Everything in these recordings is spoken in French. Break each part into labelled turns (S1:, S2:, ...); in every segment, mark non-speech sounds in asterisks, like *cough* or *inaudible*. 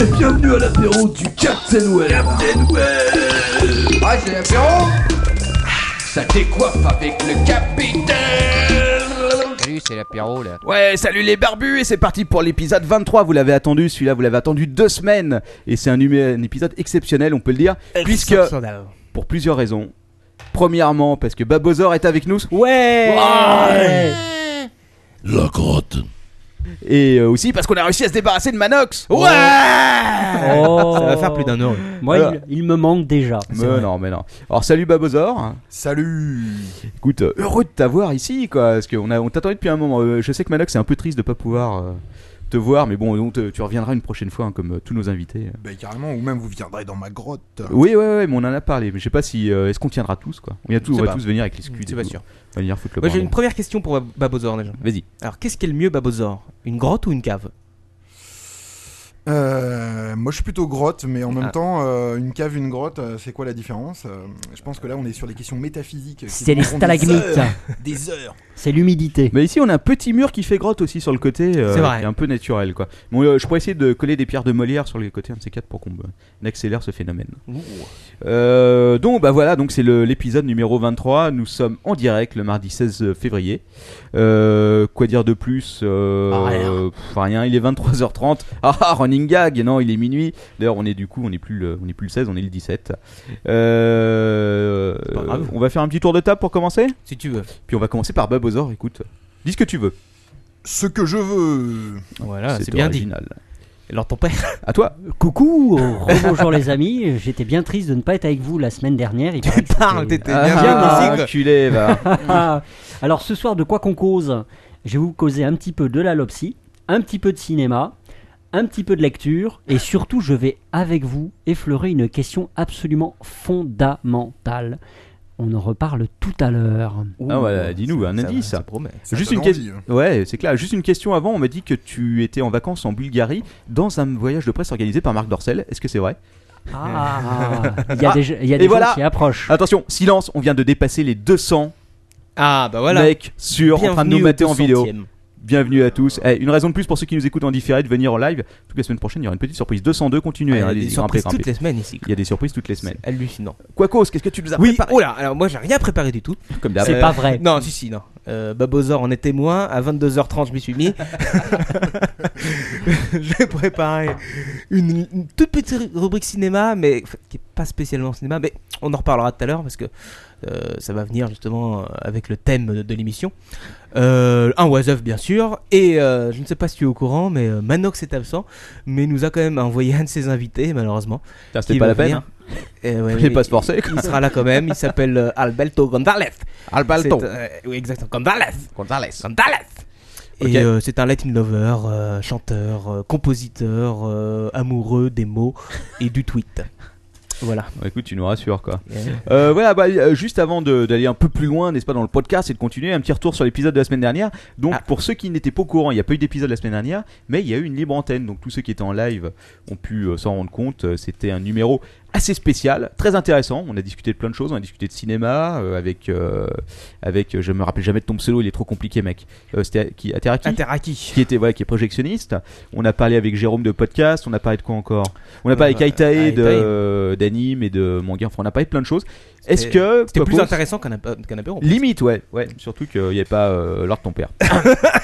S1: et bienvenue à l'apéro du Captain Web. Captain Web.
S2: Ah, c'est l'apéro
S1: Ça décoiffe avec le capitaine.
S2: Salut, c'est l'apéro là.
S1: Ouais, salut les barbus et c'est parti pour l'épisode 23. Vous l'avez attendu, celui-là, vous l'avez attendu deux semaines. Et c'est un, numé- un épisode exceptionnel, on peut le dire. Puisque, pour plusieurs raisons. Premièrement, parce que Babozor est avec nous.
S3: Ouais
S4: La grotte.
S1: Et euh, aussi parce qu'on a réussi à se débarrasser de Manox. Ouais
S3: Oh.
S5: Ça va faire plus d'un heure. Euh.
S3: Moi,
S1: Voilà.
S3: il, il me manque déjà.
S1: Mais non, mais non. Alors salut Babozor.
S4: Salut.
S1: Écoute, euh, heureux de t'avoir ici, quoi. Parce qu'on a- on t'attendait depuis un moment. Euh, je sais que Manox, c'est un peu triste de pas pouvoir euh, te voir, mais bon, on te- tu reviendras une prochaine fois, hein, comme euh, tous nos invités.
S5: Ah.
S4: Ben carrément, ou même vous viendrez dans ma grotte.
S1: Oui, ouais, ouais, mais on en a parlé. Mais je sais pas si euh, est-ce qu'on tiendra tous, quoi. On, vient tous, on
S5: sais
S1: va
S5: pas.
S1: tous venir avec les scuds.
S5: C'est
S1: et
S5: pas
S1: tout.
S5: sûr.
S1: On va venir foutre le
S5: Moi, j'ai
S1: bordel.
S5: une première question pour Bab- Babozor déjà.
S1: Vas-y.
S5: Alors, qu'est-ce qui est le mieux Babozor Une grotte ou une cave
S4: Euh, moi je suis plutôt grotte, mais en même
S5: Ah.
S4: temps, euh, une cave, une grotte, euh, c'est quoi la différence Euh, Je pense que là on est sur des questions métaphysiques. qui
S3: C'est les
S4: dureront des
S3: stalagmites.
S4: heures, Des heures.
S3: C'est l'humidité.
S1: Mais ici, on a un petit mur qui fait grotte aussi sur le côté, euh,
S5: C'est vrai.
S1: qui est un peu naturel, quoi. Bon, euh, je pourrais essayer de coller des pierres de Molière sur les côtés un de ces quatre pour qu'on euh, accélère ce phénomène. Euh, donc bah voilà, donc c'est le- l'épisode numéro 23. Nous sommes en direct le mardi 16 février. Euh, quoi dire de plus euh,
S5: Rien.
S1: pff, rien. Il est 23h30. Ah, ah, running gag. Non, il est minuit. D'ailleurs, on est du coup, on n'est plus le, on n'est plus le 16, on est le 17. Euh,
S5: C'est pas grave.
S1: on va faire un petit tour de table pour commencer.
S5: Si tu veux.
S1: Puis on va commencer par Babozor. Écoute, dis ce que tu veux.
S4: Ce que je veux.
S5: Voilà, Ah, c'est bien dit.
S1: original.
S5: Alors, ton père
S1: À toi.
S3: Coucou, bonjour Oh, les amis. J'étais bien triste de ne pas être avec vous la semaine dernière. Il paraît que
S5: parle,
S3: c'était-
S5: t'étais bien
S1: Ah,
S5: bien musique.
S1: enculé,
S5: *laughs*
S1: va.
S3: Ah. Alors ce soir, de quoi qu'on cause Je vais vous causer un petit peu de la lopsy, un petit peu de cinéma, un petit peu de lecture, et surtout, je vais avec vous effleurer une question absolument fondamentale. On en reparle tout à l'heure.
S1: Ah, voilà, dis-nous un
S5: Ça va,
S1: indice.
S5: Ça hein. promet.
S4: Ça
S1: Juste
S4: donne
S1: une question.
S4: envie.
S1: Ouais, c'est clair. Juste une question avant. On m'a dit que tu étais en vacances en Bulgarie dans un voyage de presse organisé par Marc Dorcel. Est-ce que c'est vrai
S3: Ah, il y a
S1: Ah,
S3: des, il y a des
S1: et
S3: gens
S1: voilà.
S3: qui approchent.
S1: Attention, silence. On vient de dépasser les 200
S5: Ah, bah voilà.
S1: mecs sur en train de nous
S5: Bienvenue
S1: mater
S5: au
S1: en vidéo.
S5: 200e.
S1: Bienvenue à tous. Eh, une raison de plus pour ceux qui nous écoutent en différé de venir en live. Toute la semaine prochaine, il y aura une petite surprise. 202,
S5: Il
S1: continuez.
S5: y
S1: hein,
S5: a
S1: allez-y,
S5: des
S1: grimpez,
S5: surprises
S1: grimpez.
S5: toutes les semaines ici.
S1: Il y a des surprises toutes les semaines.
S5: C'est hallucinant.
S1: Quacos, qu'est-ce que tu nous as
S5: Oui,
S1: préparé
S5: oh là, alors moi j'ai rien préparé du tout.
S1: oh, Comme d'hab.
S3: C'est
S5: Euh,
S3: pas vrai.
S5: Non, si, si, non. Euh, Babozor en est témoin. À 22h30, je m'y
S3: *laughs*
S5: suis mis. J'ai préparé une, une toute petite rubrique cinéma, mais enfin, qui n'est pas spécialement cinéma. Mais on en reparlera tout à l'heure parce que euh, ça va venir justement euh, avec le thème de, de l'émission. Euh, un was bien sûr. Et euh, je ne sais pas si tu es au courant, mais euh, Manox est absent. Mais nous a quand même envoyé un de ses invités, malheureusement.
S1: Putain, C'était
S5: qui
S1: pas
S5: va
S1: la peine.
S5: venir.
S1: hein.
S5: Euh, ouais,
S1: Fallait
S5: mais
S1: pas se forcer, quoi.
S5: Il sera là quand même. Il s'appelle euh, Alberto González. C'est, euh, oui, exactement. Gonzalez.
S1: Gonzalez.
S5: Gonzalez.
S1: Ok.
S5: Et euh, c'est un Latin lover, euh, chanteur, euh, compositeur, euh, amoureux des
S1: *laughs*
S5: mots et du tweet. Voilà.
S1: Bon, Bah, Écoute, tu nous rassures quoi. Euh, voilà, bah, euh, juste avant de- d'aller un peu plus loin, n'est-ce pas, dans le podcast et de continuer, un petit retour sur l'épisode de la semaine dernière. Donc,
S5: Ah.
S1: pour ceux qui n'étaient pas au courant, il n'y a pas eu d'épisode la semaine dernière, mais il y a eu une libre antenne. Donc, tous ceux qui étaient en live ont pu euh, s'en rendre compte. Euh, C'était un numéro assez spécial, très intéressant. On a discuté de plein de choses. On a discuté de cinéma euh, avec, euh, avec, euh, je me rappelle jamais de ton pseudo, il est trop compliqué, mec. Euh, C'était qui, Ateraki
S5: Interaki.
S1: qui était voilà qui est projectionniste. On a parlé avec Jérôme de podcast, on a parlé de quoi encore On a parlé
S5: Euh,
S1: avec Aitae
S5: Aitae.
S1: de euh, d'anime et de manga. Enfin, on a parlé de plein de choses. Est-ce
S5: C'était-
S1: que
S5: C'était plus
S1: Quacos-
S5: intéressant qu'un ap- euh, qu'un apéro.
S1: Limite, ouais, ouais. Surtout qu'il n'y avait pas euh, l'ordre de ton père.
S5: *laughs*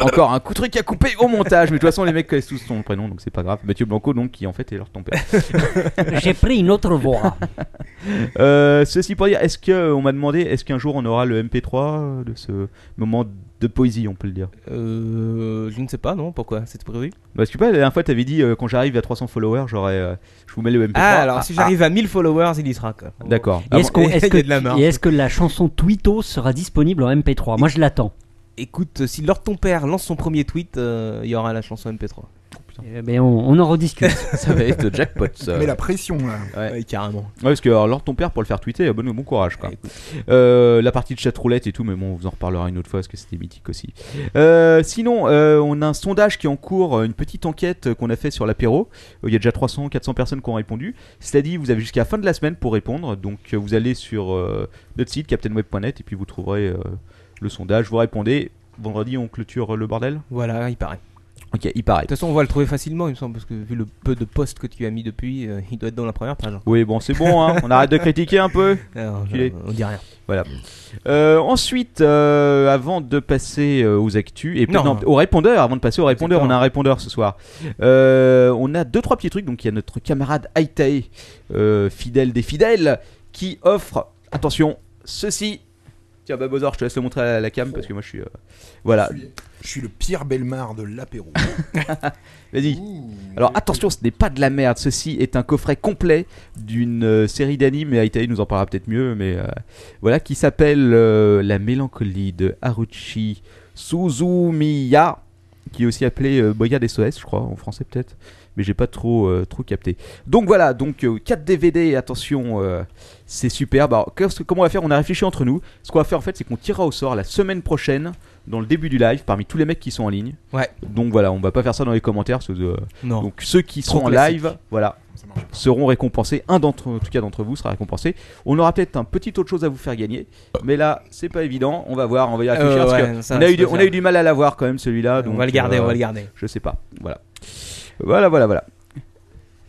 S1: Encore un coup de truc à couper au montage, mais de toute façon les mecs connaissent tous son prénom, donc c'est pas grave. Mathieu Blanco, donc qui en fait est l'ordre de ton
S5: *laughs*
S1: père.
S3: J'ai pris une autre voie.
S1: Euh, ceci pour dire, est-ce que euh, on m'a demandé, est-ce qu'un jour on aura le MP3 de ce moment de poésie, on peut le dire.
S5: Euh, je ne sais pas, non Pourquoi C'était prévu
S1: Parce que tu sais pas, la dernière fois t'avais dit euh, quand j'arrive à 300 followers, j'aurais, euh, je vous mets le MP3.
S5: Ah, alors si j'arrive à 1000 followers, il y sera. quoi.
S1: D'accord.
S3: Et Est-ce
S5: Ah
S3: qu'on-
S5: bon,
S3: est-ce
S5: *laughs* il y a de la marge.
S3: que, et est-ce que la chanson Twito sera disponible en MP3 Moi, je l'attends.
S5: Écoute, si Lord ton père lance son premier tweet, euh, il y aura la chanson MP3.
S3: Eh ben, on, on en rediscute.
S1: *laughs* ça va être jackpot. *laughs*
S4: Mais la pression là.
S1: Ouais.
S5: Ouais, carrément.
S1: parce que alors, Lord ton père pour le faire tweeter, bon, bon courage quoi.
S5: Ouais,
S1: Euh, la partie de chat roulette et tout, mais bon, on vous en reparlera une autre fois parce que c'était mythique aussi. Euh, sinon, euh, on a un sondage qui est en cours, euh, une petite enquête euh, qu'on a fait sur l'apéro. Euh, Il y a déjà 300, 400 personnes qui ont répondu. C'est-à-dire, vous avez jusqu'à la fin de la semaine pour répondre. Donc, euh, vous allez sur euh, notre site captainweb.net et puis vous trouverez euh, le sondage. Vous répondez. Vendredi, on clôture le bordel.
S5: Voilà, il paraît.
S1: Ok, il paraît.
S5: toute façon, on va le trouver facilement, il me semble, parce que vu le peu de posts que tu as mis depuis, euh, il doit être dans la première page.
S1: Oui, bon, c'est bon, hein. on arrête de critiquer un peu.
S5: Alors, je-
S1: Il est-
S5: on dit rien.
S1: Euh, ensuite, euh, avant de passer euh, aux actus et puis-
S5: Non.
S1: non, aux répondeurs, avant de passer aux répondeurs, on a un répondeur ce soir. Euh, on a deux trois petits trucs. Donc il y a notre camarade Aitae, euh, fidèle des fidèles, qui offre attention ceci. Tiens, bah, Bozor, je te laisse le montrer à la cam parce que moi je suis euh, voilà.
S4: Je suis le pire belmar de l'apéro.
S1: Ah. Vas-y.
S4: Ouh.
S1: Alors attention, ce n'est pas de la merde. Ceci est un coffret complet d'une euh, série d'animes et Aitaï nous en parlera peut-être mieux, mais euh, voilà qui s'appelle euh, La Mélancolie de Haruchi Suzumiya, qui est aussi appelé euh, Brigade SOS, je crois en français peut-être, mais j'ai pas trop euh, trop capté. Donc voilà, donc euh, 4 DVD. Attention, euh, c'est superbe. Alors qu'est-ce que- comment on va faire On a réfléchi entre nous. Ce qu'on va faire en fait, c'est qu'on tirera au sort la semaine prochaine. Dans le début du live, parmi tous les mecs qui sont en ligne.
S5: Ouais.
S1: Donc voilà, on va pas faire ça dans les commentaires, parce que, euh,
S5: Non.
S1: donc ceux qui
S5: Trop
S1: seront en
S5: classique.
S1: live, voilà,
S4: Ça marche pas.
S1: seront récompensés. Un d'entre, en tout cas d'entre vous sera récompensé. On aura peut-être un petit autre chose à vous faire gagner, mais là c'est pas évident. On va voir, on va y réfléchir.
S5: Euh,
S1: parce
S5: ouais,
S1: que
S5: ça,
S1: on a
S5: ça
S1: eu, du,
S5: va
S1: on a
S5: faire.
S1: eu du mal à l'avoir quand même celui-là.
S5: on
S1: donc,
S5: va le garder,
S1: euh,
S5: on va le garder.
S1: Je sais pas. Voilà, voilà, voilà, voilà.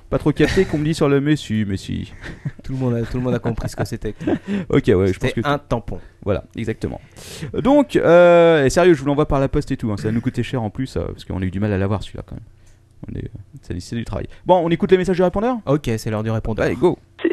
S1: Pas trop capté qu'on me dit sur le mais si, mais si.
S5: Tout le monde a, tout le monde a compris ce que c'était.
S1: Ok, ouais, je pense
S5: c'était
S1: que
S5: un tampon.
S1: Voilà, exactement. Donc, euh, et sérieux, je vous l'envoie par la poste et tout. hein. Ça va nous coûter cher en plus, euh, parce qu'on a eu du mal à l'avoir celui-là quand même. On est, euh, ça nécessite du travail. Bon, on écoute les messages du répondeur
S5: Ok, c'est l'heure du répondeur.
S1: Allez, go
S2: C'est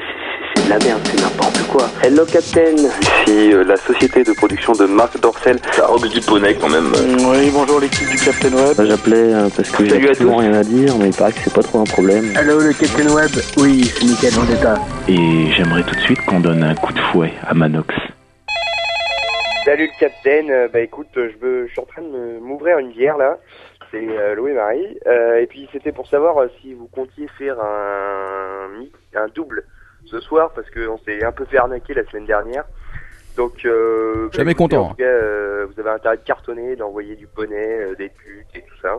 S2: de la merde, c'est n'importe quoi. Hello Captain
S6: Ici euh, la société de production de Marc Dorcel.
S7: Ça robe du poney quand même.
S8: Oui, bonjour l'équipe du Captain Web.
S9: Bah, J'appelais euh, parce que
S7: Salut à
S9: j'ai souvent
S7: tous.
S9: rien à dire, mais il paraît que c'est pas trop un problème.
S8: Allô, le Captain Web Oui, c'est Michael Vendetta.
S10: Et j'aimerais tout de suite qu'on donne un coup de fouet à Manox.
S11: Salut le capitaine, Euh, bah écoute, euh, je, veux- je suis en train de me- m'ouvrir une bière là, c'est euh, Lou et Marie, Euh, et puis c'était pour savoir euh, si vous comptiez faire un, mi- un double ce soir, parce qu'on s'est un peu fait arnaquer la semaine dernière, donc... Euh,
S1: Jamais content,
S11: En tout cas, euh, vous avez intérêt de cartonner, d'envoyer du poney, euh, des putes et tout ça,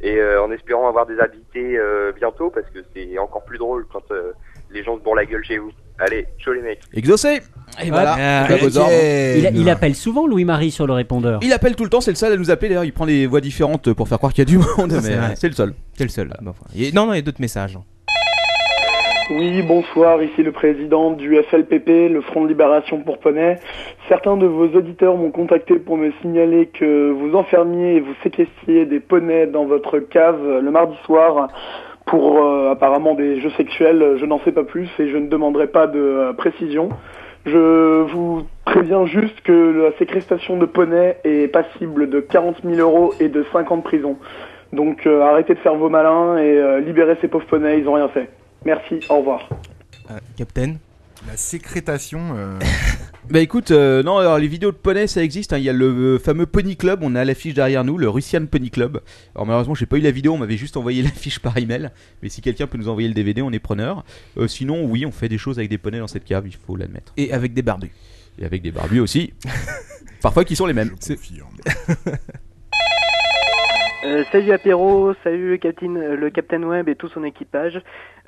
S11: et euh, en espérant avoir des invités euh, bientôt, parce que c'est encore plus drôle quand euh, les gens se bourrent la gueule chez vous. Allez, ciao les mecs
S1: Exaucé Et voilà
S5: Ah,
S1: Pas Bozor, hein.
S3: Il, a- il appelle souvent Louis-Marie sur le répondeur.
S1: Il appelle tout le temps, c'est le seul à nous appeler d'ailleurs, il prend des voix différentes pour faire croire qu'il y a du *laughs* monde, mais
S5: C'est vrai.
S1: euh, c'est le seul.
S5: T'es le seul. Bah, enfin, il y a- Non, non, il y a d'autres messages.
S8: Oui, bonsoir, ici le président du FLPP, le Front de Libération pour Poney. Certains de vos auditeurs m'ont contacté pour me signaler que vous enfermiez et vous séquestriez des poneys dans votre cave euh, le mardi soir pour euh, apparemment des jeux sexuels. Je n'en sais pas plus et je ne demanderai pas de euh, précision. Je vous préviens juste que la séquestration de poneys est passible de 40 000 euros et de 5 ans de prison. Donc euh, arrêtez de faire vos malins et euh, libérez ces pauvres poneys, ils ont rien fait. Merci, au revoir.
S5: Euh, Captain
S4: La sécrétation.
S1: *laughs*
S4: euh,
S1: Bah écoute, euh, non, alors les vidéos de poney ça existe, hein, il y a le euh, fameux Pony Club, on a l'affiche derrière nous, le Russian Pony Club. Alors malheureusement, j'ai pas eu la vidéo, on m'avait juste envoyé *laughs* l'affiche par email, mais si quelqu'un peut nous envoyer le DVD, on est preneur. Euh, sinon, oui, on fait des choses avec des poneys dans cette cave, il faut l'admettre.
S5: Et avec des barbus.
S1: Et avec des barbus
S5: *laughs*
S1: aussi, parfois qui sont les mêmes.
S4: je confirme.
S8: Euh, salut Apéro, salut le Captain, euh, le Captain Web et tout son équipage.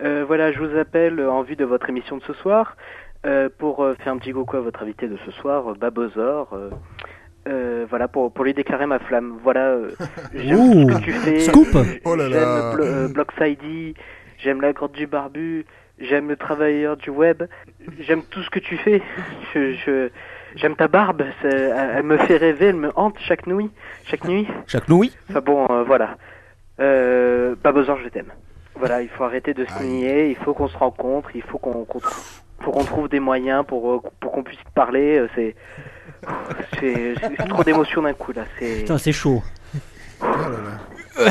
S8: Euh, voilà, je vous appelle euh, en vue de votre émission de ce soir euh, pour euh, faire un petit coucou à votre invité de ce soir, euh, Babozor. euh, euh, voilà, pour, pour lui déclarer ma flamme. Voilà, euh, j'aime
S3: Ouh.
S8: tout ce que tu fais.
S3: Scoop.
S4: Oh là là.
S8: J'aime Blo- euh, Blox ID, j'aime la grotte du barbu, j'aime le travailleur du web, j'aime tout ce que tu fais. Je, je- j'aime ta barbe, c'est- elle, elle me fait rêver, elle me hante chaque nuit. Chaque nuit.
S1: Chaque nouille
S8: Enfin bon, euh, voilà. Euh, pas besoin, je t'aime. Voilà, il faut arrêter de se
S4: Aïe.
S8: nier, il faut qu'on se rencontre, il faut qu'on qu'on trou- faut qu'on trouve des moyens pour, euh, pour qu'on puisse parler. euh, C'est *laughs* c'est c'est trop d'émotions d'un coup là. C'est
S3: Putain, c'est chaud.
S4: Oh là là.
S5: Euh,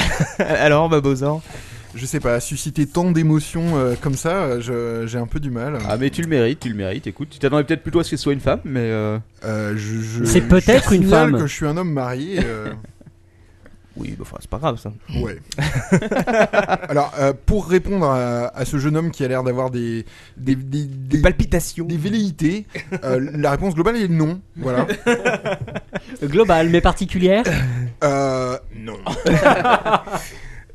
S5: Alors, bah, Babozan
S4: Je sais pas, susciter tant d'émotions euh, comme ça, euh, je- j'ai un peu du mal.
S1: Ah mais tu le mérites, tu le mérites, écoute, tu t'attendais peut-être plutôt à ce que ce soit une femme, mais... euh,
S4: Euh, je- je-
S3: C'est
S4: je
S3: peut-être une
S4: signale
S3: femme.
S4: que je suis un homme marié. euh,
S5: Oui, bah, enfin, c'est pas grave ça.
S4: Ouais. Alors, euh, pour répondre à, à ce jeune homme qui a l'air d'avoir des des, des, des-
S5: Palpitation.
S4: des velléités, euh, la réponse globale est non. Voilà.
S5: Euh,
S3: Global, mais particulière.
S4: Euh, non.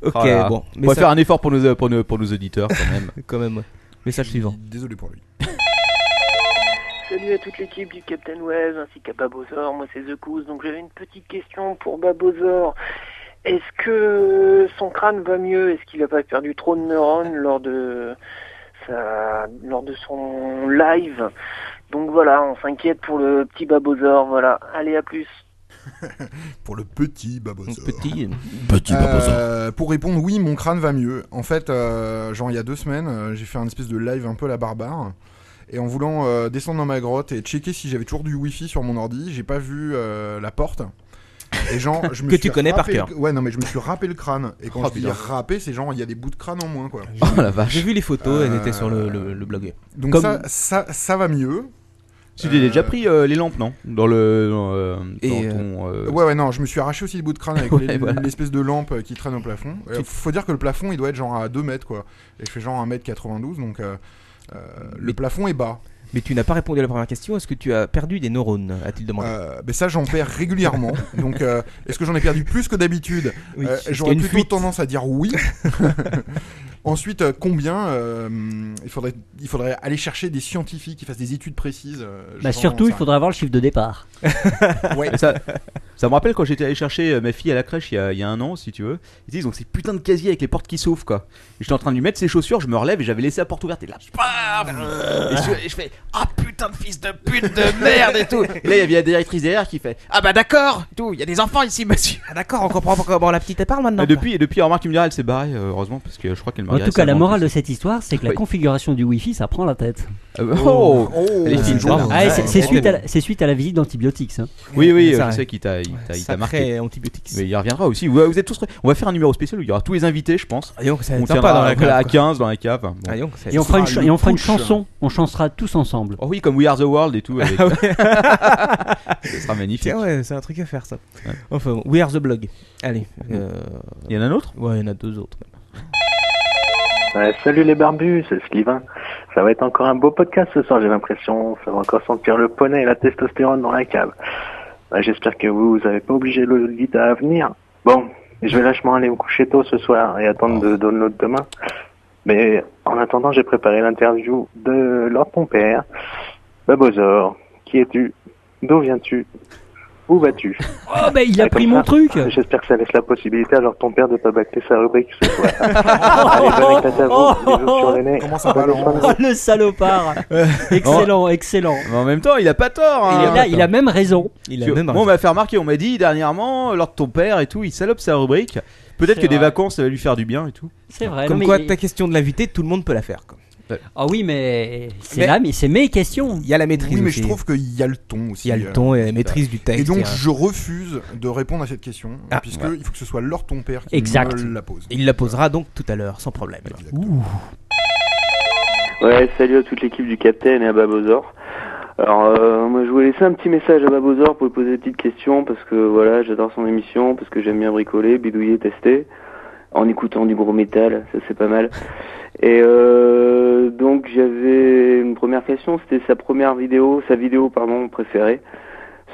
S5: Ok,
S1: oh là là.
S5: bon.
S1: on va
S5: Message,
S1: faire un effort pour nos, pour nos, pour nos auditeurs quand
S5: *laughs*
S1: même.
S5: quand même. ouais. Message suivant.
S4: Désolé pour lui.
S8: Salut à toute l'équipe du Captain Web ainsi qu'à Babozor, moi c'est The Cous, donc j'avais une petite question pour Babozor.
S7: Est-ce que son crâne va mieux Est-ce qu'il n'a pas perdu trop de neurones lors de, sa- lors de son live Donc voilà, on s'inquiète pour le petit Babozor. Voilà, allez, à plus.
S4: Pour le petit babosaure.
S5: Petit,
S4: Euh, pour répondre, oui, mon crâne va mieux. En fait, euh, genre il y a deux semaines, euh, j'ai fait un espèce de live un peu la barbare. Et en voulant euh, descendre dans ma grotte et checker si j'avais toujours du wifi sur mon ordi, j'ai pas vu euh, la porte. Et genre,
S5: *laughs*
S4: je me
S5: Que
S4: suis
S5: tu connais par
S4: râpé le-
S5: cœur.
S4: Ouais, non, mais je me suis râpé le crâne. Et quand
S5: Oh,
S4: je dis
S5: putain.
S4: râpé, c'est genre, il y a des bouts de crâne en moins, quoi.
S1: Oh *laughs* la vache.
S5: Ah, J'ai vu les photos, elles
S4: Euh,
S5: étaient sur le, le, le blog.
S4: Donc
S5: Comme-
S4: ça, ça, ça va mieux.
S1: Tu t'es déjà pris euh, les lampes, non Dans le. Dans, euh, dans ton, euh,
S4: Ouais, ouais, non, je me suis arraché aussi le bout de crâne
S5: *laughs*
S4: avec
S1: Ouais,
S4: les-
S1: voilà.
S4: l'espèce de lampe euh, qui traîne au plafond. Euh, Faut dire que le plafond, il doit être genre à 2 mètres, quoi. Et je fais genre 1m92, donc euh, euh, le plafond est bas.
S5: Mais tu n'as pas répondu à la première question. Est-ce que tu as perdu des neurones A-t-il demandé
S4: Ben ça, j'en perds
S5: *laughs*
S4: régulièrement. Donc, euh, est-ce que j'en ai perdu plus que d'habitude
S5: Oui,
S4: Euh,
S5: parce qu'il y a
S4: J'aurais
S5: une
S4: plutôt
S5: fuite.
S4: tendance à dire
S5: *laughs*
S4: oui. *laughs* Ensuite, euh, combien euh, il, faudrait, il faudrait aller chercher des scientifiques qui fassent des études précises. euh,
S3: Bah,
S4: genre,
S3: surtout, il
S5: hein.
S4: ça-
S3: faudra avoir le chiffre de départ.
S4: Ouais.
S1: Mais Ça, ça me rappelle quand j'étais allé chercher euh, ma fille à la crèche il y a, il y a un an, si tu veux. Ils disent, ils ont ces putains de casiers avec les portes qui s'ouvrent, quoi. Et J'étais en train de lui mettre ses chaussures, je me relève et j'avais laissé la porte ouverte. Et là, paf et je, et je fais, ah putain de fils de pute de merde et tout. Et là, il y avait la directrice derrière qui fait, ah bah d'accord, tout, il y a des enfants ici, monsieur.
S5: Ah d'accord, on comprend pas comment la petite elle parle maintenant.
S1: Et depuis, et depuis, remarque, tu me diras, elle s'est barrée, euh, heureusement, parce que je crois qu'elle m'a
S3: En tout cas, la
S1: récemment-
S3: morale de cette histoire, c'est que la
S1: Oui.
S3: configuration du Wi-Fi, ça prend la tête.
S1: Ah bah, oh,
S4: Oh,
S1: elle est
S4: c'est
S1: fine,
S4: joli.
S1: celle-là.
S3: Ah, et c'est- c'est suite, à la- c'est suite à la visite d'antibiotiques. hein. ça.
S1: Oui, oui,
S5: C'est
S1: euh,
S5: vrai.
S1: je sais qu'il t'a, il t'a, il t'a
S5: Sacré
S1: marqué.
S5: antibiotiques.
S1: Mais il reviendra aussi. Vous, vous êtes tous. prêts On va faire un numéro spécial où il y aura tous les invités, je pense.
S5: Ah, dis donc, ça va
S1: on
S5: être sympa
S1: tiendra
S5: dans la cave,
S1: à
S5: quoi.
S1: 15 dans la cave. Bon.
S5: Ah, dis donc, ça-
S3: Et on fera une,
S4: sera
S3: cha-
S4: le
S3: et on fera une
S4: push.
S3: chanson. On chansera tous ensemble.
S1: Oh oui, comme We Are the World et tout. Avec... *laughs* Ce sera magnifique.
S5: Tiens, Ah ouais, c'est un truc à faire ça. Enfin, bon, We Are the Blog. Allez. euh,
S1: Il y en a un autre
S5: Ouais, il y en a deux autres.
S9: Ouais, salut les barbus, c'est Slivin. Ça va être encore un beau podcast ce soir, j'ai l'impression. Ça va encore sentir le poney et la testostérone dans la cave. Ouais, J'espère que vous n'avez pas obligé l'Olita à venir. Bon, je vais lâchement aller me coucher tôt ce soir et attendre de download demain. Mais en attendant, j'ai préparé l'interview de Lord ton père. Babozor, qui es-tu D'où viens-tu Où vas-tu
S3: Oh, bah, il a
S9: Ah,
S3: pris
S9: comme
S3: mon
S9: ça.
S3: truc
S9: J'espère que ça laisse la possibilité à leur ton père de pas bâcler sa rubrique ce soir. Allez, bonne éclate à vous. Bisous sur le nez.
S4: Comment
S8: Ah,
S4: ça
S8: bah,
S9: Bonne
S4: balance
S9: soirée.
S3: *laughs* Oh, le salopard Excellent, excellent.
S1: Mais en même temps, il a pas tort.
S5: Oh,
S1: hein.
S3: il, a, il a même raison.
S5: Il
S1: Tu-
S5: a même
S1: Moi, on m'a fait remarquer, on m'a dit dernièrement, euh, lors de ton père et tout, il salope sa rubrique. Peut-être
S3: C'est
S1: que des
S3: vrai.
S1: vacances, ça va lui faire du bien et tout.
S3: C'est vrai. non,
S5: Comme
S3: mais
S5: quoi,
S3: il-
S5: ta question de l'invité, tout le monde peut la faire. quoi.
S3: Ah oui, mais c'est
S5: Mais-
S3: là, mais c'est mes questions.
S5: Il y a la maîtrise.
S4: Oui, mais
S5: aussi.
S4: je trouve qu'il y a le ton aussi.
S5: Il y a
S4: euh,
S5: le ton et euh, la maîtrise du texte.
S4: Et donc,
S5: il y a-
S4: je refuse de répondre à cette question,
S5: Ah,
S4: puisque
S5: voilà.
S4: il faut que ce soit Lord ton père qui
S3: Exact.
S4: me la pose.
S5: il la posera donc tout à l'heure, sans problème.
S6: Ouais, salut à toute l'équipe du Capitaine et à Babozor. Alors, euh, moi, je voulais laisser un petit message à Babozor pour lui poser des petites questions parce que voilà, j'adore son émission, parce que j'aime bien bricoler, bidouiller, tester, en écoutant du gros métal, ça c'est pas mal. Et euh, donc, j'avais une première question, c'était sa première vidéo, sa vidéo, pardon, préférée.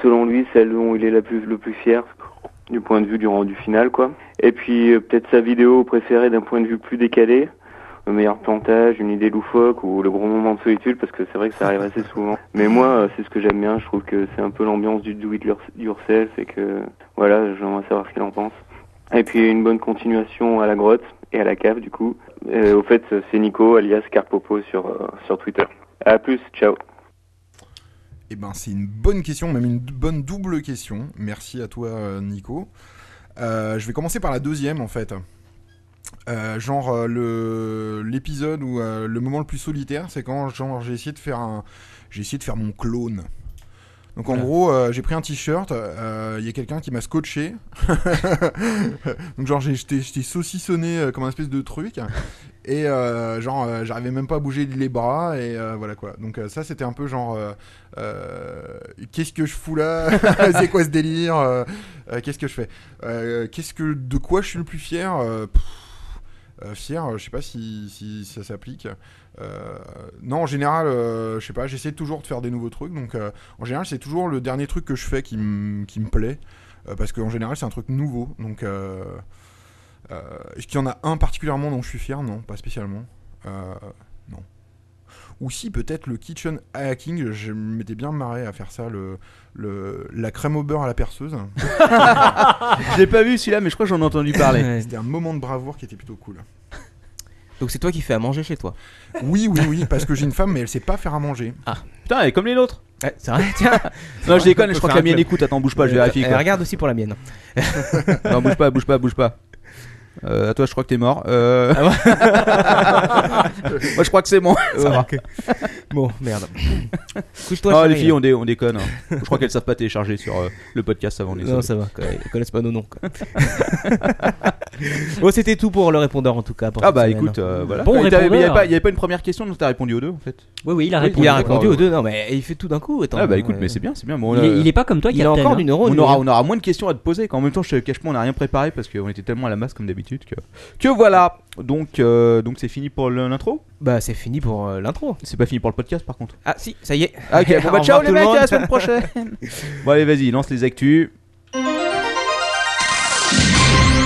S6: Selon lui, celle dont il est la plus, le plus fier, du point de vue du rendu final, quoi. Et puis, euh, peut-être sa vidéo préférée d'un point de vue plus décalé le meilleur plantage, une idée loufoque ou le gros moment de solitude parce que c'est vrai que ça arrive assez souvent. Mais moi, euh, c'est ce que j'aime bien. Je trouve que c'est un peu l'ambiance du do it your- yourself et que voilà, j'aimerais savoir ce qu'il en pense. Et puis une bonne continuation à la grotte et à la cave du coup. Euh, au fait, c'est Nico alias Carpopo sur euh, sur Twitter. À plus, ciao.
S4: Eh ben, c'est une bonne question, même une d- bonne double question. Merci à toi, euh, Nico. Euh, je vais commencer par la deuxième, en fait. Euh, genre euh, le l'épisode où euh, le moment le plus solitaire, c'est quand genre j'ai essayé de faire un j'ai essayé de faire mon clone. Donc en gros, euh, j'ai pris un t-shirt. euh, Il y a quelqu'un qui m'a scotché. *laughs* Donc genre j'ai j'étais j'étais saucissonné euh, comme un espèce de truc. Et euh, genre euh, j'arrivais même pas à bouger les bras et euh, voilà quoi. Donc euh, ça c'était un peu genre euh, euh, qu'est-ce que je fous là *laughs* C'est quoi ce délire Euh, euh, Qu'est-ce que je fais Euh, Qu'est-ce que de quoi je suis le plus fier Euh, pff, euh, fier, euh, je sais pas si, si ça s'applique. Euh, non, en général, euh, je sais pas, j'essaie toujours de faire des nouveaux trucs. Donc, euh, en général, c'est toujours le dernier truc que je fais qui me qui me plaît. euh, parce qu'en général, c'est un truc nouveau. Donc, euh, euh, est-ce qu'il y en a un particulièrement dont je suis fier Non, pas spécialement. Euh, Ou si peut-être le kitchen hacking, je m'étais bien marré à faire ça, le, le- la crème au beurre à la perceuse.
S1: Je l'ai pas vu celui-là, mais je crois que j'en ai entendu
S5: *laughs*
S1: parler.
S4: C'était un moment de bravoure qui était plutôt cool.
S5: Donc c'est toi qui fais à manger chez toi
S4: Oui, oui, oui, parce que j'ai une femme, mais elle sait pas faire à manger.
S5: Ah.
S1: Putain, elle est comme les nôtres.
S5: c'est vrai, *laughs* tiens.
S1: Non, je déconne, je crois que la mienne écoute. Attends, bouge pas, je vérifie.
S5: Euh,
S1: quoi.
S5: regarde aussi pour la mienne.
S1: non, bouge pas, bouge pas, bouge pas. Euh, à toi, je crois que t'es mort. Euh, *laughs* Moi, je crois que c'est moi. Ça
S5: Ouais,
S1: va.
S5: ok. Bon, *laughs* merde. Couche-toi,
S1: Ah,
S5: chérie,
S1: les filles,
S5: là.
S1: on, dé- on déconne. hein. Je crois qu'elles savent pas télécharger sur euh, le podcast avant les
S5: Non,
S1: autres.
S5: ça va, quoi, ils connaissent pas nos noms. quoi. *laughs* bon, c'était tout pour le répondeur en tout cas. pour
S1: Ah
S5: cette
S1: bah
S5: semaine.
S1: écoute, euh, voilà. Et t'avais- mais Il n'y avait, pas une première question, donc t'as répondu aux deux en fait.
S3: Oui, oui, il a
S5: Il
S3: répondu.
S5: a répondu aux deux, non, mais il fait tout d'un coup. Attends,
S1: Ah bah écoute,
S5: euh,
S1: mais c'est bien, c'est bien.
S3: Il est- il est pas comme toi,
S5: Il a
S3: Captain,
S5: encore
S3: hein.
S5: du neurone.
S1: on
S5: lui,
S1: aura,
S5: hein.
S1: on aura moins de questions à te poser. Quand en même temps, je te cache pas, on n'a rien préparé parce qu'on était tellement à la masse comme d'habitude que que voilà. Donc euh, donc c'est fini pour le- l'intro.
S5: Bah, c'est fini pour euh, l'intro.
S1: C'est pas fini pour le podcast par contre.
S5: Ah, si, ça y *laughs* est.
S1: Ah, *laughs* ok, bon
S5: Au
S1: bah
S5: revoir
S1: ciao
S5: tout
S1: les
S5: le
S1: mecs,
S5: monde.
S1: à la semaine prochaine. *laughs* bon allez vas-y, lance les actus.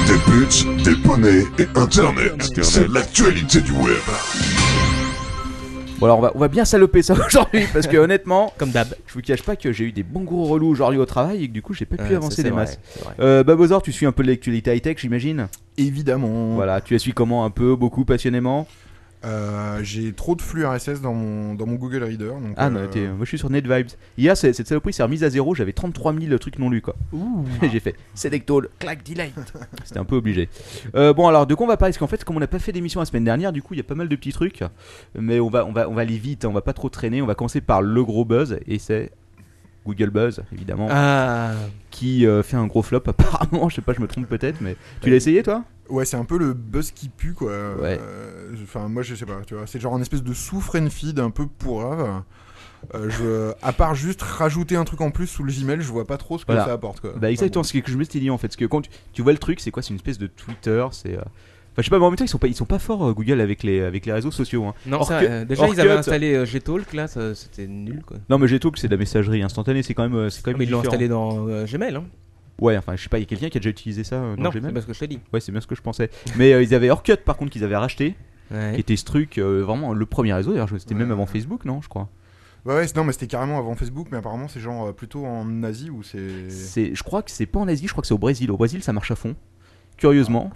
S12: Des buts, des poneys et Internet. C'est l'actualité du web.
S1: Bon alors on va, on va bien saloper ça *laughs* aujourd'hui parce que honnêtement,
S5: Comme d'hab.
S1: je vous cache pas que j'ai eu des bons gros relous aujourd'hui au travail et que du coup j'ai pas
S5: Ouais,
S1: pu
S5: ça,
S1: avancer
S5: Euh, c'est
S1: des
S5: vrai,
S1: masses.
S5: c'est vrai.
S1: Euh, Babozor, tu suis un peu l'actualité high tech j'imagine.
S4: Évidemment.
S1: Voilà, tu la suis comment un peu, beaucoup, passionnément.
S4: Euh, j'ai trop de flux RSS dans mon, dans mon Google Reader. donc,
S1: Ah
S4: euh,
S1: non, t'es- moi je suis sur NetVibes. Hier, c'est- cette saloperie s'est remise à zéro, j'avais 33 000 trucs non lus quoi. Et *laughs* j'ai fait Selectol, clac, delete. C'était un peu obligé. Euh, bon, alors de quoi on va parler Parce qu'en fait, comme on n'a pas fait d'émission la semaine dernière, du coup, il y a pas mal de petits trucs. Mais on va, on va, on va aller vite, hein, on va pas trop traîner. On va commencer par le gros buzz et c'est. Google Buzz, évidemment,
S5: Ah.
S1: qui euh, fait un gros flop *laughs* apparemment. Je sais pas, je me trompe peut-être, mais tu l'as essayé toi
S4: Ouais, c'est un peu le buzz qui pue, quoi.
S1: Ouais.
S4: Euh, Enfin, moi, je sais pas, tu vois. C'est genre un espèce de souffre and feed un peu pourrave. Euh, je, à part juste rajouter un truc en plus sous le Gmail, je vois pas trop ce que
S1: Voilà.
S4: ça apporte, quoi.
S1: Bah exactement, c'est ce que je me suis dit en fait. Parce que quand tu, tu vois le truc, c'est quoi C'est une espèce de Twitter, c'est. euh, Enfin, je sais pas, mais en même temps, ils sont pas, ils sont pas forts, euh, Google, avec les, avec les réseaux sociaux. hein.
S5: Non, ça,
S1: Orcut-
S5: euh, déjà, ils avaient
S1: Orkut-
S5: installé euh, Gtalk là, ça- c'était nul quoi.
S1: Non, mais j'ai tout que c'est de la messagerie instantanée, c'est quand même. euh, C'est quand même
S5: Ah, Mais ils l'ont
S1: différent.
S5: installé dans euh, Gmail. Hein.
S1: Ouais, enfin, je sais pas, il y a quelqu'un qui a déjà utilisé ça euh, dans
S5: Non,
S1: Gmail
S5: c'est pas ce que je t'ai dit.
S1: Ouais, c'est bien ce que je pensais. Mais euh, ils avaient Orkut par contre qu'ils avaient racheté,
S5: Ouais.
S1: qui était ce truc, euh, vraiment le premier réseau d'ailleurs, je- c'était même avant Facebook, non, je crois.
S4: Bah Ouais, ouais, c'est- non, mais c'était carrément avant Facebook, mais apparemment, c'est genre euh, plutôt en Asie où c'est.
S1: C'est, je crois que c'est pas en Asie, je crois que c'est au Brésil. Au Brésil, ça marche à fond, curieusement.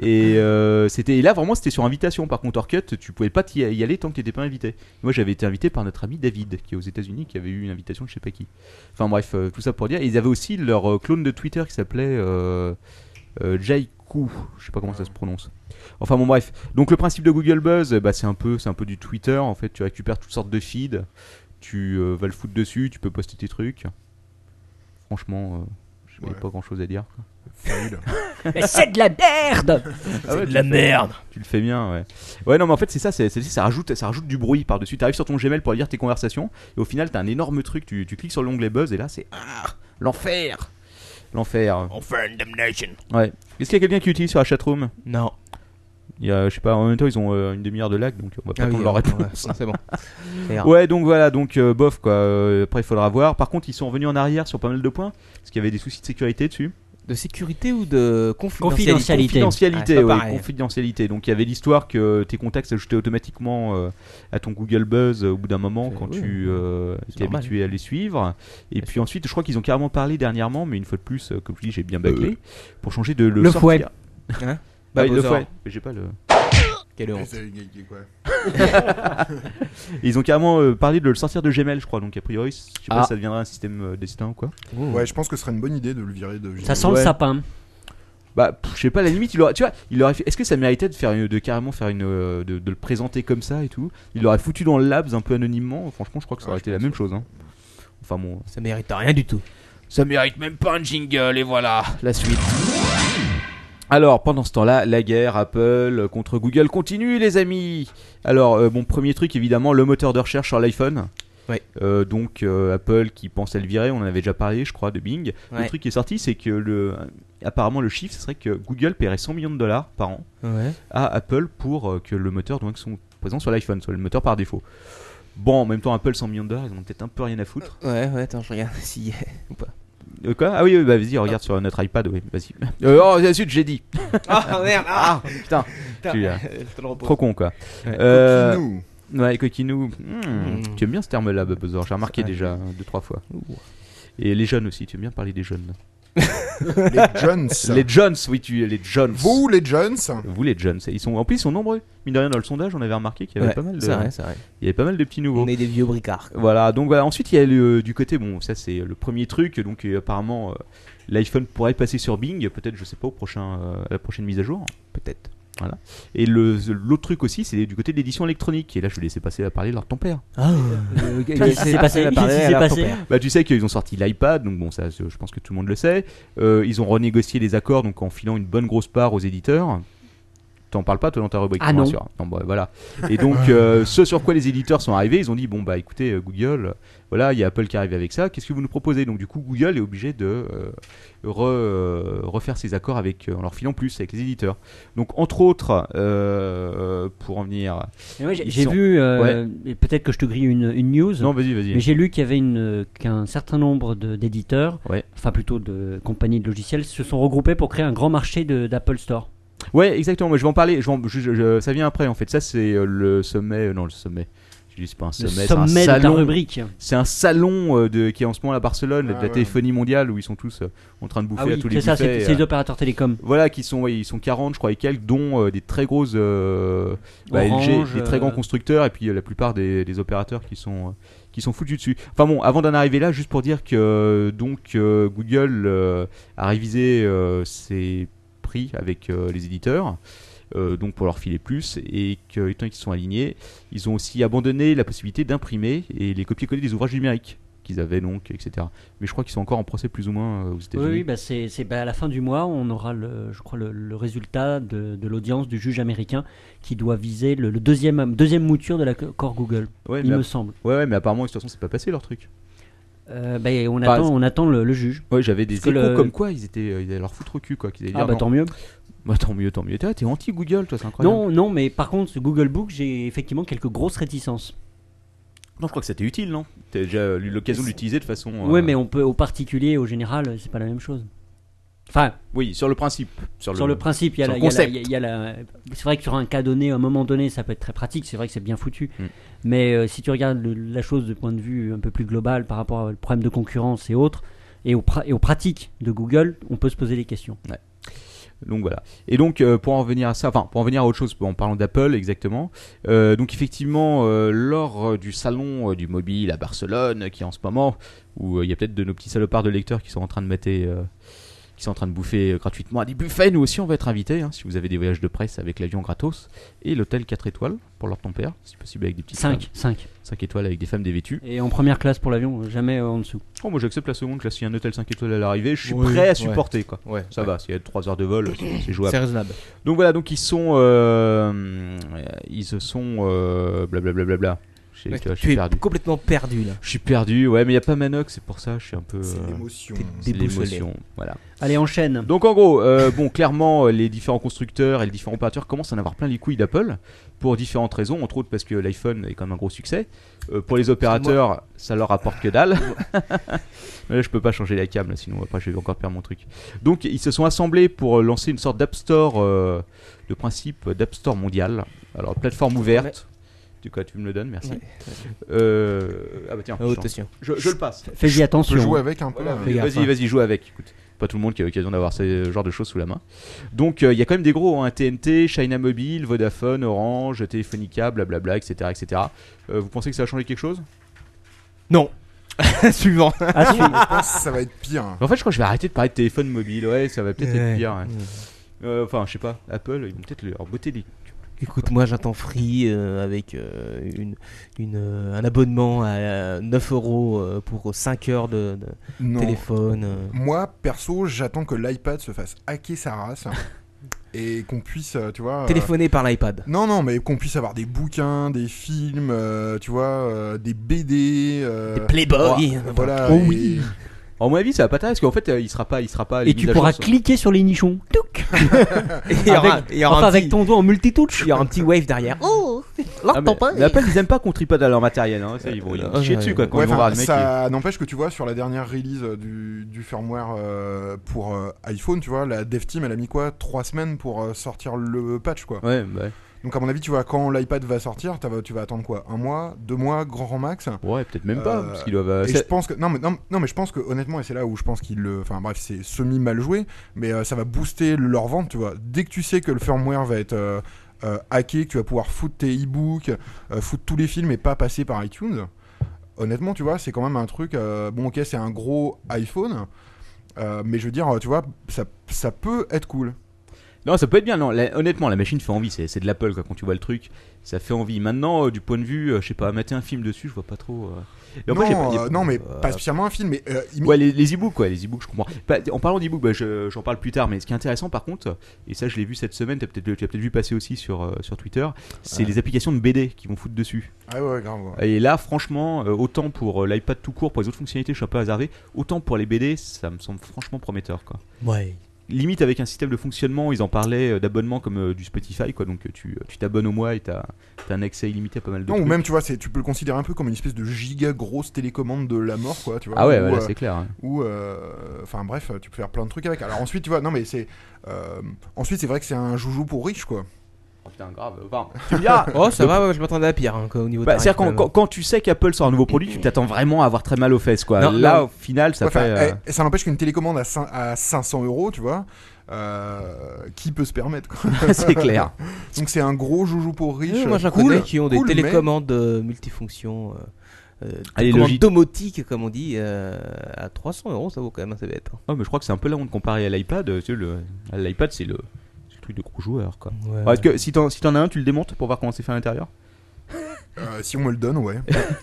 S1: et euh, c'était et là vraiment, c'était sur invitation. Par contre, Orkut, tu pouvais pas t'y- y aller tant que t'étais pas invité. Moi, j'avais été invité par notre ami David, qui est aux États-Unis, qui avait eu une invitation, de je sais pas qui. Enfin bref, euh, tout ça pour dire. Et ils avaient aussi leur euh, clone de Twitter qui s'appelait euh, euh, Jaiku. Je sais pas comment ça se prononce. Enfin bon bref. Donc le principe de Google Buzz, euh, bah, c'est un peu, c'est un peu du Twitter en fait. Tu récupères toutes sortes de feeds. Tu euh, vas le foutre dessus, tu peux poster tes trucs franchement, je n'avais pas grand chose à dire.
S4: Fail.
S3: Mais c'est de la merde
S1: Ah tu le fais- Tu le fais bien, ouais. Ouais, non, mais en fait, c'est ça, c'est, c'est- ça, rajoute, ça rajoute du bruit par-dessus. Tu arrives sur ton Gmail pour lire tes conversations, et au final, tu as un énorme truc, tu, tu cliques sur l'onglet buzz, et là, c'est. Ah L'enfer L'enfer.
S5: Enfin, damnation.
S1: Ouais. Est-ce qu'il y a quelqu'un qui utilise sur la chatroom
S5: Non.
S1: Il y a, je sais pas, en même temps, ils ont euh, une demi-heure de lag, donc on va pas
S5: Ah
S1: attendre
S5: oui,
S1: leur
S5: ouais,
S1: réponse.
S5: ouais, non, c'est bon. Ça ira.
S1: Ouais, donc voilà, donc euh, bof quoi. Euh, après, il faudra voir. Par contre, ils sont revenus en arrière sur pas mal de points, parce qu'il y avait des soucis de sécurité dessus.
S5: *laughs* De sécurité ou de confidentialité
S3: Confidentialité.
S1: Confidentialité,
S5: Ah, c'est
S1: oui,
S5: pas pareil.
S1: confidentialité. Donc il y avait l'histoire que tes contacts s'ajoutaient automatiquement euh, à ton Google Buzz euh, au bout d'un moment
S5: C'est-
S1: quand
S5: oui,
S1: tu euh, étais
S5: normal.
S1: habitué à les suivre. Et puis ensuite, je crois qu'ils ont carrément parlé dernièrement, mais une fois de plus, euh, comme je dis, j'ai bien bâclé, pour changer de le,
S3: Le
S1: sortir. *laughs*
S3: fouet.
S5: Hein
S1: Ouais, le
S5: Babozor.
S1: fouet. Mais J'ai pas le.
S5: Quelle
S4: Et
S5: honte.
S4: c'est- y- y- quoi.
S1: Ils ont carrément euh, parlé de le sortir de Gmail, je crois. Donc a priori, je sais pas
S3: Ah.
S1: si ça deviendra un système euh, destin ou quoi.
S4: Ouais, je pense que ce serait une bonne idée de le virer de
S3: Ça
S4: Gmail.
S3: sent le
S1: Ouais.
S3: sapin.
S1: Bah, pff, je sais pas, à la limite, il aurait, tu vois, il aurait fait. Est-ce que ça méritait de faire une, de carrément faire une, euh, de, de le présenter comme ça et tout Il l'aurait foutu dans le labs un peu anonymement. Franchement, je crois que ça aurait été la même chose. hein. Enfin bon, hein.
S5: Ça mérite rien du tout.
S1: ça mérite même pas un jingle et voilà la suite. Alors, pendant ce temps-là, la guerre Apple euh, contre Google continue, les amis. Alors, euh, mon premier truc, évidemment, le moteur de recherche sur l'iPhone.
S5: Ouais.
S1: Euh, donc, euh, Apple qui pensait le virer, on en avait déjà parlé, je crois, de Bing.
S5: Ouais.
S1: Le truc qui est sorti, c'est que le, euh, apparemment, le chiffre, ce serait que Google paierait 100 millions de dollars par an
S5: Ouais.
S1: à Apple pour euh, que le moteur donc, soit présent sur l'iPhone, soit le moteur par défaut. Bon, en même temps, Apple 100 millions de dollars, ils en ont peut-être un peu rien à foutre.
S5: Ouais, ouais, attends, je regarde *laughs* s'il y a ou pas.
S1: Euh, quoi Ah oui, oui, bah vas-y, regarde sur notre iPad, oui, vas-y. Euh, oh, zut, j'ai dit.
S5: Ah merde, ah
S1: Putain,
S5: putain.
S1: Tu, euh,
S5: *laughs* Je te le repose.
S1: trop con quoi.
S5: Ouais.
S1: Euh,
S4: Coquinou.
S1: Ouais, coquinou. Hmm,
S5: Mm.
S1: Tu aimes bien ce terme-là, Babozor. J'ai remarqué
S5: Ouais.
S1: déjà hein, deux, trois fois. Et les jeunes aussi, tu aimes bien parler des jeunes.
S4: Les Jones.
S1: Les Jones, Euh, oui, tu les Jones.
S4: Vous, les Jones.
S1: Vous, les Jones. Ils sont, en plus, ils sont nombreux. Mine de rien, dans le sondage, on avait remarqué qu'il y avait
S5: Ouais,
S1: pas mal de.
S5: c'est vrai, c'est vrai.
S1: Il y avait pas mal de petits nouveaux.
S5: On est des vieux bricards.
S1: Voilà, donc voilà. Ensuite, il y a le, euh, du côté, bon, ça c'est le premier truc. Donc euh, apparemment, euh, l'iPhone pourrait passer sur Bing, peut-être, je sais pas, au prochain, euh, à la prochaine mise à jour.
S5: Peut-être.
S1: Voilà. Et le- l'autre truc aussi, c'est du côté de l'édition électronique. Et là, je vais laisser passer à parler leur ton père.
S5: Ah, euh, qu'est-ce qui s'est passé Qu'est-ce qui s'est Alors, ton passé père.
S1: Bah, tu sais qu'ils ont sorti l'iPad, donc bon, ça, je je pense que tout le monde le sait. Euh, ils ont renégocié les accords, donc en filant une bonne grosse part aux éditeurs. T'en parles pas, toi, dans ta rubrique,
S3: Ah
S1: je te
S3: non.
S1: rassure. bah, voilà. Et donc, euh, ce sur quoi les éditeurs sont arrivés, ils ont dit bon, bah écoutez, euh, Google, euh, voilà, il y a Apple qui arrive avec ça, qu'est-ce que vous nous proposez Donc, du coup, Google est obligé de euh, re- euh, refaire ses accords avec, euh, en leur filant plus avec les éditeurs. Donc, entre autres, euh, pour en venir.
S3: Mais ouais, j'ai
S1: ils
S3: j'ai
S1: sont-
S3: vu,
S1: Ouais.
S3: euh, et peut-être que je te grille une, une news.
S1: Non, vas-y, vas-y.
S3: Mais j'ai lu qu'il y avait une, euh, qu'un certain nombre de- d'éditeurs,
S1: Ouais.
S3: enfin plutôt de compagnies de logiciels, se sont regroupés pour créer un grand marché de- d'Apple Store.
S1: Ouais, exactement. Mais je vais en parler. Je vais en- je- je- je- ça vient après, en fait. Ça, c'est euh, le sommet. euh, Non, le sommet. Je dis c'est pas un
S3: Le
S1: sommet. c'est un
S3: sommet de ta
S1: salon.
S3: rubrique.
S1: C'est un salon euh, de, qui est en ce moment à Barcelone, de
S3: Ah,
S1: la
S3: ouais.
S1: téléphonie mondiale, où ils sont tous euh, en train de bouffer
S3: Ah oui,
S1: à tous les
S3: c'est ça,
S1: buffets,
S3: c'est- c'est les
S1: euh.
S3: opérateurs télécoms.
S1: Voilà, qui sont, ouais, ils sont 40, je crois, et quelques, dont euh, des très grosses euh, bah,
S3: Orange,
S1: LG, des
S3: euh,
S1: très grands constructeurs, et puis euh, la plupart des, des opérateurs qui sont, euh, qui sont foutus dessus. Enfin bon, avant d'en arriver là, juste pour dire que euh, donc euh, Google euh, a révisé euh, ses prix avec euh, les éditeurs. euh, donc pour leur filer plus et que étant qu'ils sont alignés, ils ont aussi abandonné la possibilité d'imprimer et les copier-coller des ouvrages numériques qu'ils avaient donc etc. Mais je crois qu'ils sont encore en procès plus ou moins euh, aux
S3: Oui,
S1: États-Unis.
S3: oui, bah c'est c'est- bah, à la fin du mois, on aura, le, je crois, le, le résultat de, de l'audience du juge américain qui doit viser le, le deuxième, deuxième mouture de l'accord Google,
S1: Ouais,
S3: il
S1: mais
S3: me
S1: app-
S3: semble.
S1: Ouais, ouais, mais apparemment, de toute façon, c'est pas passé leur truc.
S3: Euh, bah, et on,
S1: Enfin,
S3: attend, on attend le, le juge.
S1: Ouais, j'avais des
S3: Parce que
S1: échos
S3: le-
S1: comme quoi ils étaient, euh, ils allaient leur foutre au cul quoi. qu'ils allaient
S3: Ah,
S1: dire
S3: bah,
S1: non.
S3: tant mieux.
S1: Bah tant mieux, tant mieux. T'es t'es anti Google, toi, c'est incroyable.
S3: Non, non, mais par contre, ce Google Book, j'ai effectivement quelques grosses réticences.
S1: Non, je crois que c'était utile, non T'as déjà eu l'occasion de l'utiliser de façon. euh,
S3: Ouais, mais on peut au particulier, au général, c'est pas la même chose. Enfin,
S1: Oui, sur le principe. Sur le,
S3: sur le principe, il y a
S1: sur
S3: la-
S1: le
S3: il y a la-
S1: concept.
S3: il y a la- C'est vrai que sur un cas donné, à un moment donné, ça peut être très pratique, c'est vrai que c'est bien foutu.
S1: Mm.
S3: Mais euh, si tu regardes le- la chose de point de vue un peu plus global par rapport au problème de concurrence et autres, et aux, pra- et aux pratiques de Google, on peut se poser des questions.
S1: Donc voilà. Et donc euh, pour en revenir à ça, enfin pour en venir à autre chose, en parlant d'Apple exactement. euh, donc effectivement, euh, lors euh, du salon euh, du mobile à Barcelone, qui est en ce moment où euh, il y a peut-être de nos petits salopards de lecteurs qui sont en train de mater, euh, qui sont en train de bouffer euh, gratuitement à des buffets. Nous aussi, on va être invités. hein, si vous avez des voyages de presse avec l'avion gratos et l'hôtel 4 étoiles pour leur ton père, si possible avec des petites
S3: Cinq,
S1: femmes.
S3: cinq.
S1: 5 étoiles avec des femmes dévêtues.
S3: Et en première classe pour l'avion, jamais euh, en dessous.
S1: Oh, moi j'accepte la seconde, là s'il y a un hôtel 5 étoiles à l'arrivée, je suis
S3: Oui,
S1: prêt à
S3: ouais.
S1: supporter quoi.
S5: Ouais,
S1: ça va, s'il y a 3 heures de vol, c'est- c'est jouable.
S5: C'est raisonnable.
S1: Donc voilà, donc ils sont. euh, ils se sont. euh, Blablabla. Je sais
S5: Ouais,
S1: que, je
S5: tu
S1: suis
S5: es
S1: perdu.
S5: complètement perdu là.
S1: Je suis perdu, ouais, mais il n'y a pas Manox, c'est pour ça, je suis un peu. euh,
S4: C'est l'émotion.
S1: C'est
S5: déboussolé.
S1: l'émotion, voilà.
S3: Allez, enchaîne.
S1: Donc en gros, euh, bon, clairement, les différents constructeurs et les différents opérateurs commencent à en avoir plein les couilles d'Apple pour différentes raisons, entre autres parce que l'iPhone est quand même un gros succès. Euh, pour les opérateurs, ça leur apporte que dalle. *laughs* Mais là, je peux pas changer la cam, là, sinon après je vais encore perdre mon truc. Donc ils se sont assemblés pour euh, lancer une sorte d'App Store, euh, de principe euh, d'App Store mondial. Alors plateforme ouverte. Tu, quoi, tu me le donnes, merci. Euh, ah bah tiens,
S5: Oh,
S1: je-
S5: attention.
S1: Je, je le passe.
S3: Fais-y attention.
S4: jouer avec un peu,
S1: Voilà,
S4: hein.
S1: fais-
S5: Fais
S1: vas-y,
S5: gaffe,
S1: vas-y, joue avec. Écoute, pas tout le monde qui a l'occasion d'avoir ce genre de choses sous la main. Donc, euh, il y a quand même des gros, hein, TNT, China Mobile, Vodafone, Orange, Telefonica, blablabla, etc. etc. Euh, vous pensez que ça va changer quelque chose
S5: Non. *laughs* Suivant.
S1: *laughs*
S3: Ah, suivre.
S4: Je pense que ça va être pire.
S1: En fait, je crois que je vais arrêter de parler de téléphone mobile. Ouais, ça va peut-être
S5: Ouais.
S1: être pire. ouais. Euh, Enfin, je sais pas, Apple, ils vont peut-être leur botter des.
S5: Écoute, moi j'attends Free euh, avec euh, une, une, euh, un abonnement à euh, 9 euros euh, pour 5 heures de, de
S4: Non.
S5: téléphone. euh.
S4: Moi, perso, j'attends que l'iPad se fasse hacker sa race et qu'on puisse, euh, tu vois. euh,
S5: Téléphoné par l'iPad.
S4: Non, non, mais qu'on puisse avoir des bouquins, des films, euh, tu vois, euh, des BD. euh,
S5: Des Playboy.
S4: voilà, Voilà.
S5: Oh
S4: et-
S5: *laughs* oui.
S1: En mon avis, ça va pas tarder parce qu'en fait, euh, il sera pas, il sera pas. les
S3: Et tu
S1: mises à
S3: pourras
S1: jour sont-
S3: cliquer sur les nichons. Touc
S5: Et il y aura-
S3: Avec-
S5: il y aura
S3: enfin,
S5: un
S3: avec
S5: petit-
S3: ton doigt en multitouch.
S5: Il y aura un petit wave derrière. Oh
S1: Ah, mais, mais Apple, ils aiment pas qu'on tripode à leur matériel. Hein, ça, ils vont ils vont
S5: Euh,
S1: chier
S5: ouais,
S1: dessus quoi, quand
S4: Ouais,
S1: ils vont voir
S4: enfin,
S1: le mec. qui-
S4: ça n'empêche que tu vois sur la dernière release euh, du, du firmware euh, pour euh, iPhone, tu vois, la dev team elle a mis quoi 3 semaines pour euh, sortir le patch quoi.
S1: Ouais, bah ouais.
S4: Donc à mon avis, tu vois, quand l'iPad va sortir, t'as- tu vas attendre quoi Un mois, deux mois, grand grand max
S1: Ouais, peut-être même pas, parce qu'ils doivent, euh,
S4: et
S1: c'est-
S4: je pense que non, mais non, non, mais je pense que honnêtement, et c'est là où je pense qu'ils le, enfin bref, c'est semi mal joué, mais euh, ça va booster leur vente, tu vois. Dès que tu sais que le firmware va être euh, euh, hacké, que tu vas pouvoir foutre tes e-books, euh, foutre tous les films et pas passer par iTunes. Honnêtement, tu vois, c'est quand même un truc. euh, bon, ok, c'est un gros iPhone, euh, mais je veux dire, tu vois, ça, ça peut être cool.
S1: Non, ça peut être bien. Non, la- honnêtement, la machine fait envie. C'est c'est de l'Apple quoi. Quand tu vois le truc, ça fait envie. Maintenant, euh, du point de vue, euh, je sais pas, mater un film dessus, je vois pas trop. euh. Et en
S4: non,
S1: plus, il y a pas- il y a-
S4: euh, non, mais
S1: euh,
S4: pas spécialement un film, mais euh, il-
S1: Ouais, les, les e-books, quoi, les e-books, je comprends. Bah, en parlant d'e-books, bah, je- j'en parle plus tard, mais ce qui est intéressant par contre, et ça je l'ai vu cette semaine, t'as peut-être- tu as peut-être vu passer aussi sur, euh, sur Twitter, c'est
S4: Ouais.
S1: les applications de BD qui vont foutre dessus.
S4: Ah ouais, ouais, grave, ouais.
S1: Et là, franchement, euh, autant pour euh, l'iPad tout court, pour les autres fonctionnalités, je suis un peu hasardé, autant pour les BD, ça me semble franchement prometteur, quoi.
S5: Ouais.
S1: Limite avec un système de fonctionnement, ils en parlaient euh, d'abonnement comme euh, du Spotify, quoi, donc euh, tu tu t'abonnes au mois et t'as t'as un accès illimité à pas mal de
S4: Non, ou
S1: trucs.
S4: même, tu vois, c'est, tu peux le considérer un peu comme une espèce de giga grosse télécommande de la mort, quoi, tu vois.
S1: Ah ouais,
S4: Ou,
S1: ouais, là,
S4: euh,
S1: c'est clair, hein.
S4: Ou, euh, enfin, bref, tu peux faire plein de trucs avec. Alors ensuite, tu vois, non, mais c'est. euh, ensuite, c'est vrai que c'est un joujou pour riche, quoi. Oh,
S1: putain, grave, *laughs* tu me diras.
S5: Oh, ça
S1: Le-
S5: va, ouais, je m'attendais à pire hein, quoi, au niveau
S1: Bah,
S5: tarif,
S1: C'est-à-dire
S5: quand
S1: quand,
S5: même.
S1: quand- quand tu sais qu'Apple sort un nouveau produit, tu t'attends vraiment à avoir très mal aux fesses. Quoi.
S5: Non,
S1: Là,
S5: non.
S1: au final, ça
S4: Ouais, enfin,
S1: fait. euh,
S4: eh, ça n'empêche qu'une télécommande à, cin- à 500 euros, tu vois, euh, qui peut se permettre quoi.
S5: *laughs*
S1: eh. *laughs*
S5: C'est clair.
S4: Donc c'est un gros joujou pour riche.
S5: Oui, moi, j'en
S4: cool,
S5: connais qui ont des
S4: cool, mais-
S5: télécommandes euh, multifonctions. Euh, euh,
S1: Allez,
S5: télécommandes
S1: logique.
S5: domotiques, comme on dit, euh, à 300 euros, ça vaut quand même assez bête. hein.
S1: oh, mais je crois que c'est un peu la honte comparé à l'iPad. euh, tu sais, le- à L'iPad, c'est le... c'est le truc de gros joueur. Quoi.
S5: Ouais.
S1: Alors, est-ce que si t'en si t'en as un, tu le démontes pour voir comment c'est fait à l'intérieur *laughs*
S4: Euh, si on me le donne, ouais.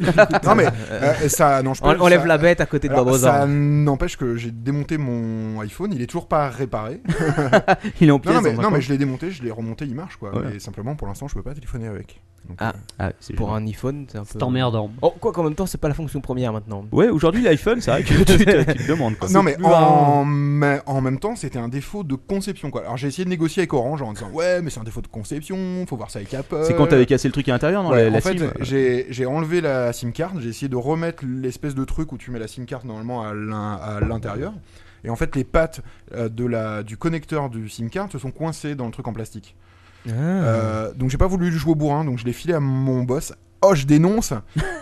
S4: *laughs* non mais euh, ça, non, je peux-
S5: On- on lève
S4: ça-
S5: la bête à côté de
S4: Alors,
S5: Barbosa. hein.
S4: Ça n'empêche que j'ai démonté mon iPhone, il est toujours pas réparé.
S1: Il est en
S4: Non,
S1: pièces
S4: non, mais,
S1: dans un
S4: non,
S1: coin.
S4: mais je l'ai démonté, je l'ai remonté, il marche quoi.
S1: Ouais.
S4: Mais simplement pour l'instant, je peux pas téléphoner avec. Donc, euh,
S5: Ah,
S1: Ah, c'est
S5: pour
S1: gênant.
S5: un iPhone, c'est un peu.
S3: emmerdant.
S5: Oh, quoi qu'en même temps, c'est pas la fonction première maintenant.
S1: Ouais, aujourd'hui, l'iPhone, c'est vrai *laughs* que tu, te- tu te demandes. Quoi.
S4: Non mais en, mais en même temps c'était un défaut de conception quoi. Alors j'ai essayé de négocier avec Orange en disant ouais mais c'est un défaut de conception, faut voir ça avec Apple.
S1: C'est quand t'avais cassé le truc à l'intérieur, non
S4: Ouais,
S1: la, la
S4: en fait,
S1: SIM, euh,
S4: j'ai j'ai enlevé la SIM card, j'ai essayé de remettre l'espèce de truc où tu mets la SIM card normalement à l'in- à l'intérieur. Et en fait, les pattes euh, de la, du connecteur du SIM card se sont coincées dans le truc en plastique.
S5: Ah.
S4: Euh, donc j'ai pas voulu le jouer au bourrin, donc je l'ai filé à mon boss. Oh, je dénonce,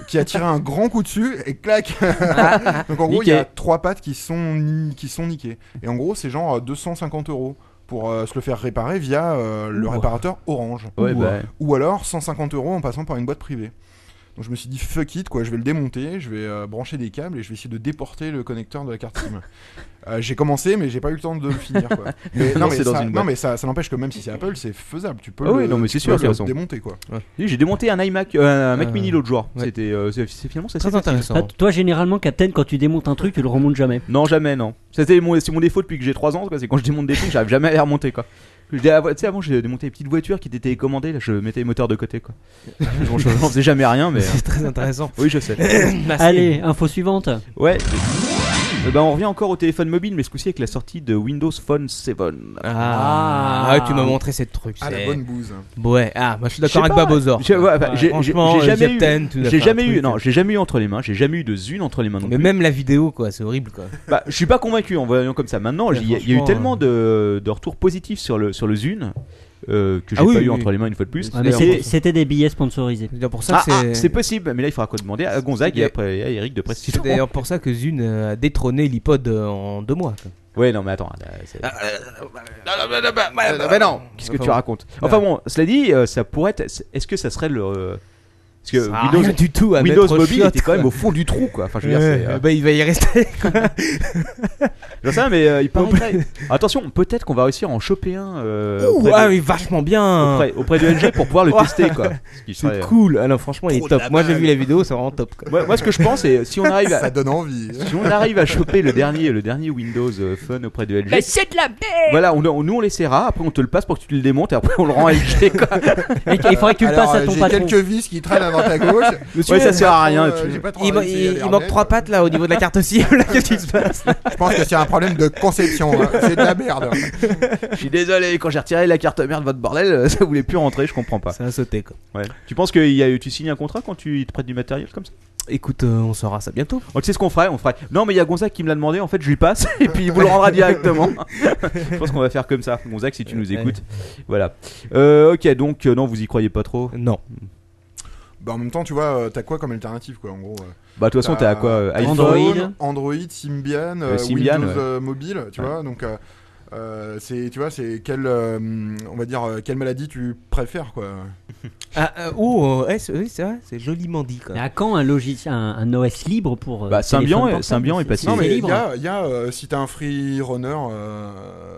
S4: qui a tiré un grand coup dessus et clac.
S1: Ah.
S4: *laughs* donc en gros, il y a
S1: Niqué.
S4: trois pattes qui sont ni- qui sont niquées. Et en gros, c'est genre euh, 250 euros pour euh, se le faire réparer via euh, le
S1: Ouah.
S4: réparateur Orange.
S1: Ouais,
S4: Ou,
S1: bah.
S4: euh, ou alors 150 euros en passant par une boîte privée. Donc je me suis dit fuck it quoi, je vais le démonter, je vais euh, brancher des câbles et je vais essayer de déporter le connecteur de la carte SIM. Euh, j'ai commencé mais j'ai pas eu le temps de le finir quoi. Mais, non, mais
S1: Lancer dans
S4: ça,
S1: une
S4: non
S1: boîte.
S4: mais ça, ça n'empêche que même si c'est Apple c'est faisable, tu peux
S1: Ah
S4: le,
S1: oui, non, mais
S4: tu
S1: c'est sûr,
S4: peux
S1: de
S4: le
S1: toute façon.
S4: démonter quoi.
S1: Oui, j'ai démonté un iMac, euh, un Mac
S5: Euh,
S1: Mini l'autre jour.
S5: ouais.
S1: C'était, euh, c'est c'est finalement ça.
S5: Très
S3: *laughs*
S5: intéressant.
S3: Bah, toi, généralement, Captain, quand tu démontes un truc, tu le remontes jamais.
S1: Non, jamais, non. C'était mon, c'est mon défaut depuis que j'ai 3 ans, quoi. C'est quand je démonte des trucs, j'arrive jamais à les remonter, quoi. Je dis, ah, Tu sais, avant, j'ai démonté des petites voitures qui étaient télécommandées, là, je mettais les moteurs de côté, quoi. Bon, je n'en faisais jamais rien, mais. euh,
S5: C'est très intéressant.
S1: Oui, je sais.
S5: *coughs* Merci.
S3: Allez, info suivante.
S1: Ouais. Eh ben, on revient encore au téléphone mobile, mais ce coup-ci avec la sortie de Windows Phone 7.
S5: Ah,
S3: Ah.
S5: tu m'as montré cette truc.
S4: Ah
S5: c'est-
S4: la bonne bouse.
S5: Ouais, ah, moi je suis d'accord
S1: Je sais
S5: avec
S1: pas,
S5: Babozor.
S1: je- ouais, enfin,
S3: Ouais.
S1: j'ai- j'ai
S5: Franchement,
S1: j'ai
S5: euh,
S1: jamais
S5: Captain,
S1: eu,
S5: tu nous as
S1: j'ai
S5: fait un
S1: jamais eu,
S5: truc. euh.
S1: non, j'ai jamais eu entre les mains, j'ai jamais eu de zune entre les mains. non
S5: Mais
S1: plus.
S5: même la vidéo, quoi, c'est horrible, quoi.
S1: Bah, je suis pas convaincu en voyant comme ça. Maintenant,
S5: Ouais,
S1: j'y- il y a- il y a eu
S5: franchement,
S1: tellement de, de retours positifs sur le, sur le Zune euh, que j'ai
S5: Ah oui,
S1: pas
S5: oui,
S1: eu
S5: oui.
S1: entre les mains une fois de plus.
S3: Ouais, Ah, mais
S1: Et-
S3: c'était- c'était des billets sponsorisés.
S5: C'est d'ailleurs pour ça
S1: Ah,
S5: que
S1: ah,
S5: c'est.
S1: c'est possible, mais là il faudra quoi demander à Gonzague et après à Eric de
S5: C'est
S1: Prestige.
S5: d'ailleurs pour ça que Zune euh, a détrôné l'iPod euh, en deux mois. quoi.
S1: Ouais, non, mais attends. là, c'est-
S5: Mais non
S1: Qu'est-ce que tu racontes Enfin bon, cela dit, euh, ça pourrait être. Est-ce que ça serait le. euh, Parce que Windows,
S5: Windows, du tout à
S1: Windows
S5: mettre au
S1: Mobile
S5: chiotte,
S1: était quand même au
S5: quoi.
S1: fond du trou, quoi. Enfin, je veux dire, c'est.
S5: Ouais,
S1: euh,
S5: bah, il va y rester.
S1: j'en sais rien, mais euh, il paraîtrait-
S5: *laughs*
S1: Attention, peut-être qu'on va réussir à en choper un euh,
S5: Ouh,
S1: auprès,
S5: ah,
S1: de,
S5: mais vachement bien.
S1: auprès- auprès de LG pour pouvoir le
S4: *laughs*
S1: tester, quoi. Ce qui
S5: C'est
S1: serait- euh,
S5: cool. Alors franchement, il est
S4: Trop
S5: top.
S4: de la
S5: Moi, j'ai
S4: balle.
S5: vu la vidéo, c'est vraiment top. Quoi.
S1: Moi, moi, ce que je pense, c'est
S4: *laughs*
S1: si on arrive à,
S4: Ça donne envie.
S1: si on arrive à choper le dernier, le dernier Windows euh, Phone auprès de LG.
S3: c'est de la
S1: Voilà, on, on- nous on l'essaiera, après on te le passe pour que tu le démontes et après on le rend à LG.
S4: *laughs*
S1: Quoi.
S3: Il faudrait que tu le
S4: Alors,
S3: passes à
S4: euh,
S3: ton
S4: j'ai
S3: patron.
S4: quelques vis qui traînent à droite à gauche.
S1: Ouais, ça sert à Ah, rien.
S4: Euh,
S1: tu-
S4: j'ai pas trop
S5: Il,
S4: envie d'essayer
S5: il- il
S4: les
S5: manque
S4: Hermès.
S5: trois pattes là au niveau de la carte cible. là, Qu'est-ce
S1: *laughs*
S5: qui se passe
S4: Je pense que c'est un problème de conception. hein. C'est de la merde.
S1: Je suis désolé, quand j'ai retiré la carte mère de votre bordel, *laughs* euh, ça voulait plus rentrer, je comprends pas.
S5: C'est un sauté quoi.
S1: Ouais. Tu penses que il y a- tu signes un contrat quand tu ils te prêtes du matériel comme ça
S5: Écoute, euh, on saura ça bientôt.
S1: Donc c'est ce qu'on ferait, on ferait. Non mais il y a Gonzac qui me l'a demandé, en fait je lui passe *laughs* et puis il vous le rendra
S5: *laughs*
S1: directement. je pense qu'on va faire comme ça. Gonzac si tu nous écoutes. Voilà. Euh, ok donc euh, non vous y croyez pas trop.
S5: Non.
S4: Bah en même temps, tu vois, euh, t'as quoi comme alternative quoi en gros euh,
S1: Bah, de toute façon, t'as quoi, euh, iPhone,
S4: Android, Android, Symbian, euh,
S1: Ouais, Symbian,
S4: Windows
S1: ouais.
S4: euh, mobile, tu vois. Donc euh, euh, c'est tu vois, c'est quelle euh, on va dire euh, quelle maladie tu préfères quoi.
S5: Ah, euh, oh, euh, ouais, c'est oui, c'est vrai, c'est joliment dit. Quoi.
S3: Mais à quand un, logiciel, un, un OS libre pour. euh, téléphone portable, c'est-
S4: Non,
S3: c'est
S4: mais il
S3: libre.
S4: y a, il y a, euh, si t'as un free runner, euh,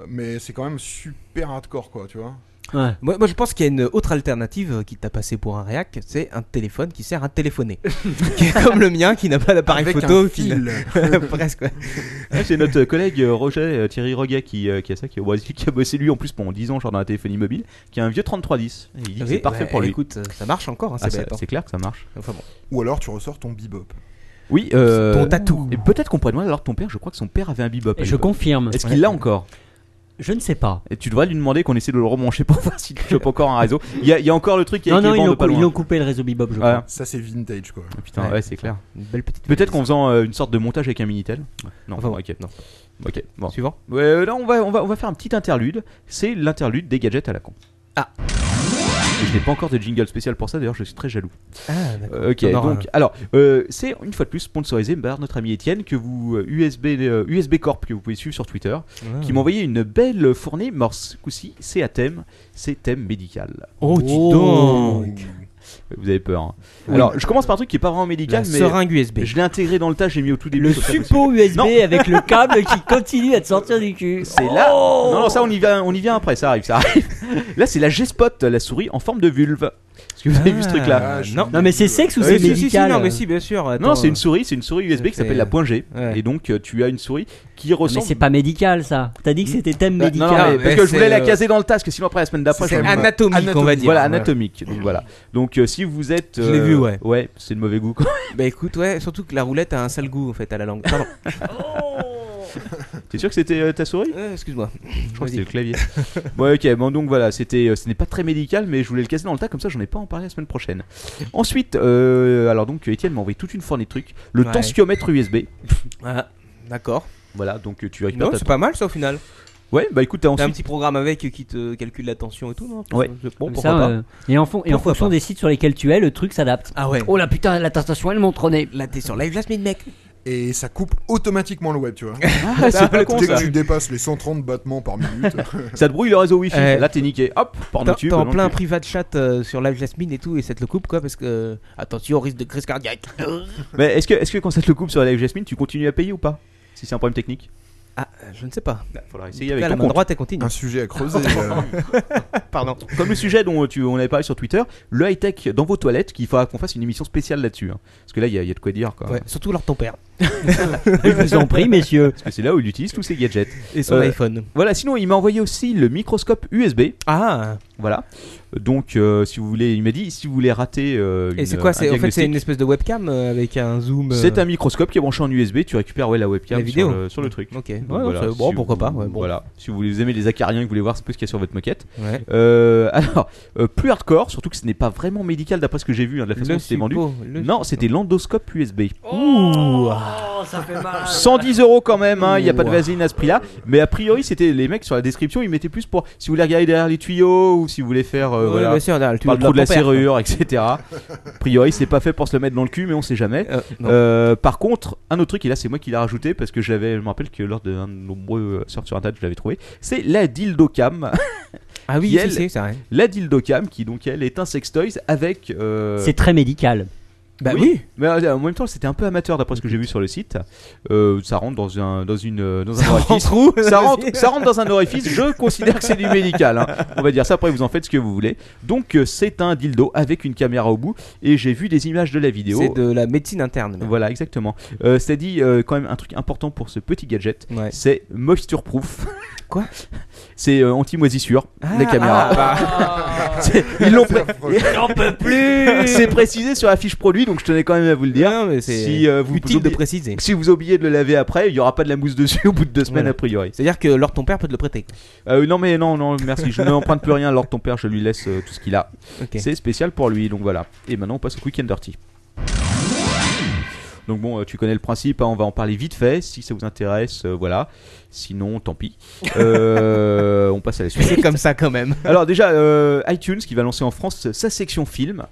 S4: mais c'est quand même super hardcore quoi, tu vois.
S5: Moi, moi, je pense qu'il y a une autre alternative euh, qui t'a passé pour un réac, c'est un téléphone qui sert à
S4: *laughs*
S5: téléphoner. qui est comme le mien qui n'a pas d'appareil
S4: Avec
S5: photo.
S4: un
S5: qui
S4: fil. *laughs*
S5: n'a- *laughs* Presque. ouais.
S1: Ouais, c'est notre collègue euh, Roger euh, Thierry Roguet qui, euh, qui a ça, qui, est au Brésil, qui a bossé lui en plus pendant 10 ans genre dans la téléphonie mobile, qui a un vieux 3310. Et Il dit que
S5: Oui,
S1: c'est parfait
S5: ouais,
S1: pour lui.
S5: Écoute, euh, ça marche encore, hein,
S1: Ah,
S5: c'est
S1: ça-
S5: bête, hein.
S1: c'est clair que ça marche.
S5: Enfin bon.
S4: Ou alors tu ressors ton bebop.
S1: Oui, euh,
S5: Ton tatou.
S1: Et peut-être qu'on pourrait demander alors ton père, je crois que son père avait un bebop. à
S3: Et je
S1: l'époque.
S3: confirme.
S1: Est-ce qu'il l'a encore
S3: Je ne sais pas.
S1: Et tu devrais lui demander qu'on essaie de le remancher pour *laughs* voir s'il chope encore un réseau. Il y a, il y a encore le truc qui est
S3: Non,
S1: avec
S3: non,
S1: les
S3: ils
S1: bandes
S3: l'ont
S1: pas
S3: cou- ils
S1: loin.
S3: l'ont coupé le réseau Bebop, je
S1: Voilà.
S3: crois.
S4: Ça c'est vintage quoi.
S1: Ah, Putain, ouais,
S5: Ouais.
S1: c'est clair.
S5: Une belle petite.
S1: Peut-être qu'en faisant euh, une sorte de montage avec un Minitel. Non,
S5: Enfin, bon.
S1: ok,
S5: Non.
S1: Ok, bon.
S5: Suivant.
S1: Ouais, euh, là, on va, on, va, on va faire un petit interlude. C'est l'interlude des gadgets à la con.
S5: Ah.
S1: Et je n'ai pas encore de jingle spécial pour ça, d'ailleurs, je suis très jaloux.
S5: Ah, d'accord.
S1: Euh, Ok,
S5: T'en auras
S1: donc, alors, euh, c'est une fois de plus sponsorisé par notre ami Étienne, que vous, euh, USB, euh, USB Corp, que vous pouvez suivre sur Twitter,
S5: un.
S1: qui m'a envoyé une belle fournée, mais alors, ce coup-ci, c'est à thème, c'est thème médical.
S5: Oh, dis donc.
S1: Vous avez peur. hein. Alors, je commence par un truc qui est pas vraiment
S5: La
S1: médical, mais
S5: seringue USB.
S1: je l'ai intégré dans le tas, j'ai mis au tout début.
S3: Le
S1: comme ça, parce que-
S3: suppôt USB
S1: Non.
S3: avec le câble qui continue à te sortir du cul.
S1: C'est là.
S5: Oh
S1: Non, non, ça, on y vient, on y vient après, ça arrive, ça arrive. *laughs* Là, c'est la G-Spot, la souris en forme de vulve. Est-ce que vous avez vu ce truc-là
S5: Ah,
S4: je-
S5: non.
S3: Non, mais c'est sexe ou
S5: Euh,
S3: c'est
S5: si, si, si,
S3: médical
S5: non, mais si, bien sûr.
S1: Non,
S5: attends,
S1: c'est une
S5: euh,
S1: souris, c'est une souris USB qui
S5: c'est-
S1: s'appelle la point G.
S5: Ouais.
S1: Et donc, euh, tu as une souris qui ressemble.
S3: Ah, Mais c'est pas médical ça. T'as dit que c'était thème
S1: Bah, Non, non,
S3: médical.
S1: mais
S5: mais
S1: parce que je voulais
S5: c'est,
S1: la
S5: euh,
S1: caser dans le tas, parce que sinon après la semaine d'après,
S4: c'est
S1: je-
S4: quand même-
S5: anatomique, on va dire.
S1: Voilà,
S4: ouais.
S1: anatomique. Donc
S5: *laughs*
S1: voilà. Donc euh, si vous êtes.
S5: Je l'ai vu, ouais.
S1: Ouais, c'est de mauvais goût. quoi. *laughs*
S5: Bah écoute, ouais, surtout que la roulette a un sale goût en fait à la langue. Pardon.
S1: T'es sûr que c'était euh, ta souris
S5: Euh, Excuse-moi.
S1: Je crois que c'était le clavier. ouais, ok. Bon, donc voilà, c'était, euh, ce n'est pas très médical, mais je voulais le casser dans le tas, comme ça, j'en ai pas à en parler la semaine prochaine. Ensuite, euh, alors donc, Étienne m'a envoyé toute une fournée de trucs. Le
S5: Ouais.
S1: tensiomètre USB.
S5: Ah, d'accord.
S1: Voilà, donc euh, tu récupères.
S5: Non,
S1: ta-
S5: c'est pas mal ça au final.
S1: Ouais, bah écoute, t'as
S5: T'as un
S1: ensuite.
S5: petit programme avec qui te calcule la tension et tout, non
S1: Ouais.
S5: Je- Bon,
S3: Comme
S5: pourquoi
S3: ça,
S5: pas.
S3: euh, et en, fon- et en
S5: Pourquoi
S3: fonction
S5: pas.
S3: des sites sur lesquels tu es, le truc s'adapte.
S5: Ah ouais.
S3: Oh la putain, la tentation elle monte au nez.
S5: Là, t'es sur Live Last Minute, mec.
S4: Et ça coupe automatiquement le
S1: *laughs*
S4: web, tu vois.
S1: Ah, c'est pas con,
S4: Dès
S1: ça.
S4: que tu dépasses les 130 battements
S1: *laughs*
S4: par minute.
S1: Ça te brouille le réseau Wi-Fi.
S5: Ouais.
S1: Là, t'es niqué. Hop,
S5: T'as
S1: porno tube.
S5: t'as en
S1: non,
S5: plein
S1: tu-
S5: privat chat euh, sur Live Last Minute et tout, et ça te le coupe quoi, parce que euh, attention au risque de crise cardiaque.
S1: Mais est-ce que, est-ce que quand ça te le coupe sur la live Jasmine, tu continues à payer ou pas Si c'est un problème technique. Bah,
S5: ah, euh, je ne sais pas.
S1: Faudra
S5: En
S1: essayer
S5: tout
S1: avec
S5: cas,
S1: ton
S5: la main
S1: compte. Ah,
S5: droite, elle continue.
S4: un sujet à creuser. euh,
S1: *laughs*
S4: là.
S5: Pardon.
S1: Comme le sujet dont tu, on avait parlé sur Twitter, le high-tech dans vos toilettes, qu'il faudra qu'on fasse une émission spéciale là-dessus. hein. Parce que là, il y, a- il y a de quoi dire. Quoi.
S5: Ouais, surtout leur ton père
S3: Je vous en prie, messieurs.
S1: Parce que c'est là où il utilise tous ses gadgets.
S5: et son
S1: Euh,
S5: iPhone.
S1: Voilà, sinon, il m'a envoyé aussi le microscope USB.
S5: Ah.
S1: Voilà. Donc, euh, si vous voulez, il m'a dit, si vous voulez rater. euh,
S5: Et
S1: une-
S5: c'est quoi
S1: un
S5: C'est en fait c'est
S1: diagnostic,
S5: une espèce de webcam euh, avec un zoom. euh,
S1: c'est un microscope qui est branché en USB, tu récupères ouais, la webcam
S5: La vidéo.
S1: Sur, le, sur le truc. Donc,
S5: Ok. Ouais,
S1: voilà,
S5: ça- bon,
S1: si
S5: pourquoi
S1: vous-
S5: pas. ouais, bon.
S1: Voilà. Si vous aimez les acariens et que vous voulez voir un peu ce qu'il y a sur votre moquette.
S5: Ouais.
S1: Euh, *laughs* alors, euh, plus hardcore, surtout que ce n'est pas vraiment médical d'après ce que j'ai vu hein, de la façon
S5: Le
S1: dont c'était vendu.
S5: suppo, le
S1: Non,
S5: suppo.
S1: c'était l'endoscope USB.
S3: Ouh, Oh, ça fait mal.
S1: 110 euros quand même, hein, il n'y a pas de
S5: Ouah.
S1: vaseline à ce prix-là. Mais a priori, c'était les mecs sur la description, ils mettaient plus pour si vous voulez regarder derrière les tuyaux ou si vous voulez faire euh,
S5: Ouais,
S1: voilà,
S5: bien sûr, là, tu
S1: par le
S5: leur
S1: trou de la
S5: ton père, quoi.
S1: serrure, etc. A priori, c'est pas fait pour se le mettre dans le cul, mais on sait jamais.
S5: Euh, non.
S1: Euh, par contre, un autre truc, et là c'est moi qui l'ai rajouté parce que j'avais, je me rappelle que lors d'un de nos nombreux euh, sortes sur internet, je l'avais trouvé, c'est la dildocam.
S5: ah
S1: qui,
S5: oui, si,
S1: elle-
S5: si, c'est vrai.
S1: *laughs* la dildocam qui donc elle est un sextoys avec... euh,
S3: C'est très médical.
S5: Bah
S1: Oui.
S5: oui.
S1: Mais euh, en même temps, c'était un peu amateur d'après ce que j'ai vu sur le site. Euh, ça rentre dans un, dans une, euh, dans un orifice.
S5: où
S1: Ça rentre, ça rentre dans un orifice. Je considère que c'est du médical. hein. On va dire ça. Après, vous en faites ce que vous voulez. Donc, euh, c'est un dildo avec une caméra au bout. Et j'ai vu des images de la vidéo.
S5: C'est de la médecine interne. même.
S1: Voilà, exactement. Euh, ça dit euh, quand même un truc important pour ce petit gadget.
S5: Ouais.
S1: C'est moisture proof.
S5: *laughs* Quoi
S1: C'est euh, anti-moisissure,
S5: Ah,
S1: les caméras.
S5: ah, bah.
S1: *laughs* C'est-
S5: *laughs*
S1: Ils l'ont pré-
S3: J'en peux plus.
S1: C'est précisé sur la fiche produit, donc je tenais quand même à vous le dire.
S5: Non, mais c'est
S1: Si, euh, vous
S5: utile de
S1: oubliez-
S5: préciser.
S1: Si vous oubliez de le laver après, il n'y aura pas de la mousse dessus au bout de deux semaines
S5: Voilà.
S1: a priori.
S5: C'est-à-dire que Lord ton père peut te le prêter.
S1: Euh, non mais non non merci, je ne emprunte plus rien. Alors ton père, je lui laisse euh, tout ce qu'il a. *laughs*
S5: Ok.
S1: C'est spécial pour lui, donc voilà. Et maintenant on passe au Quick and Dirty. Donc bon, euh, tu connais le principe, hein, on va en parler vite fait. Si ça vous intéresse, euh, voilà. Sinon, tant pis. Euh, on passe à la suite.
S5: C'est comme ça quand même.
S1: Alors déjà, euh, iTunes qui va lancer en France sa section film.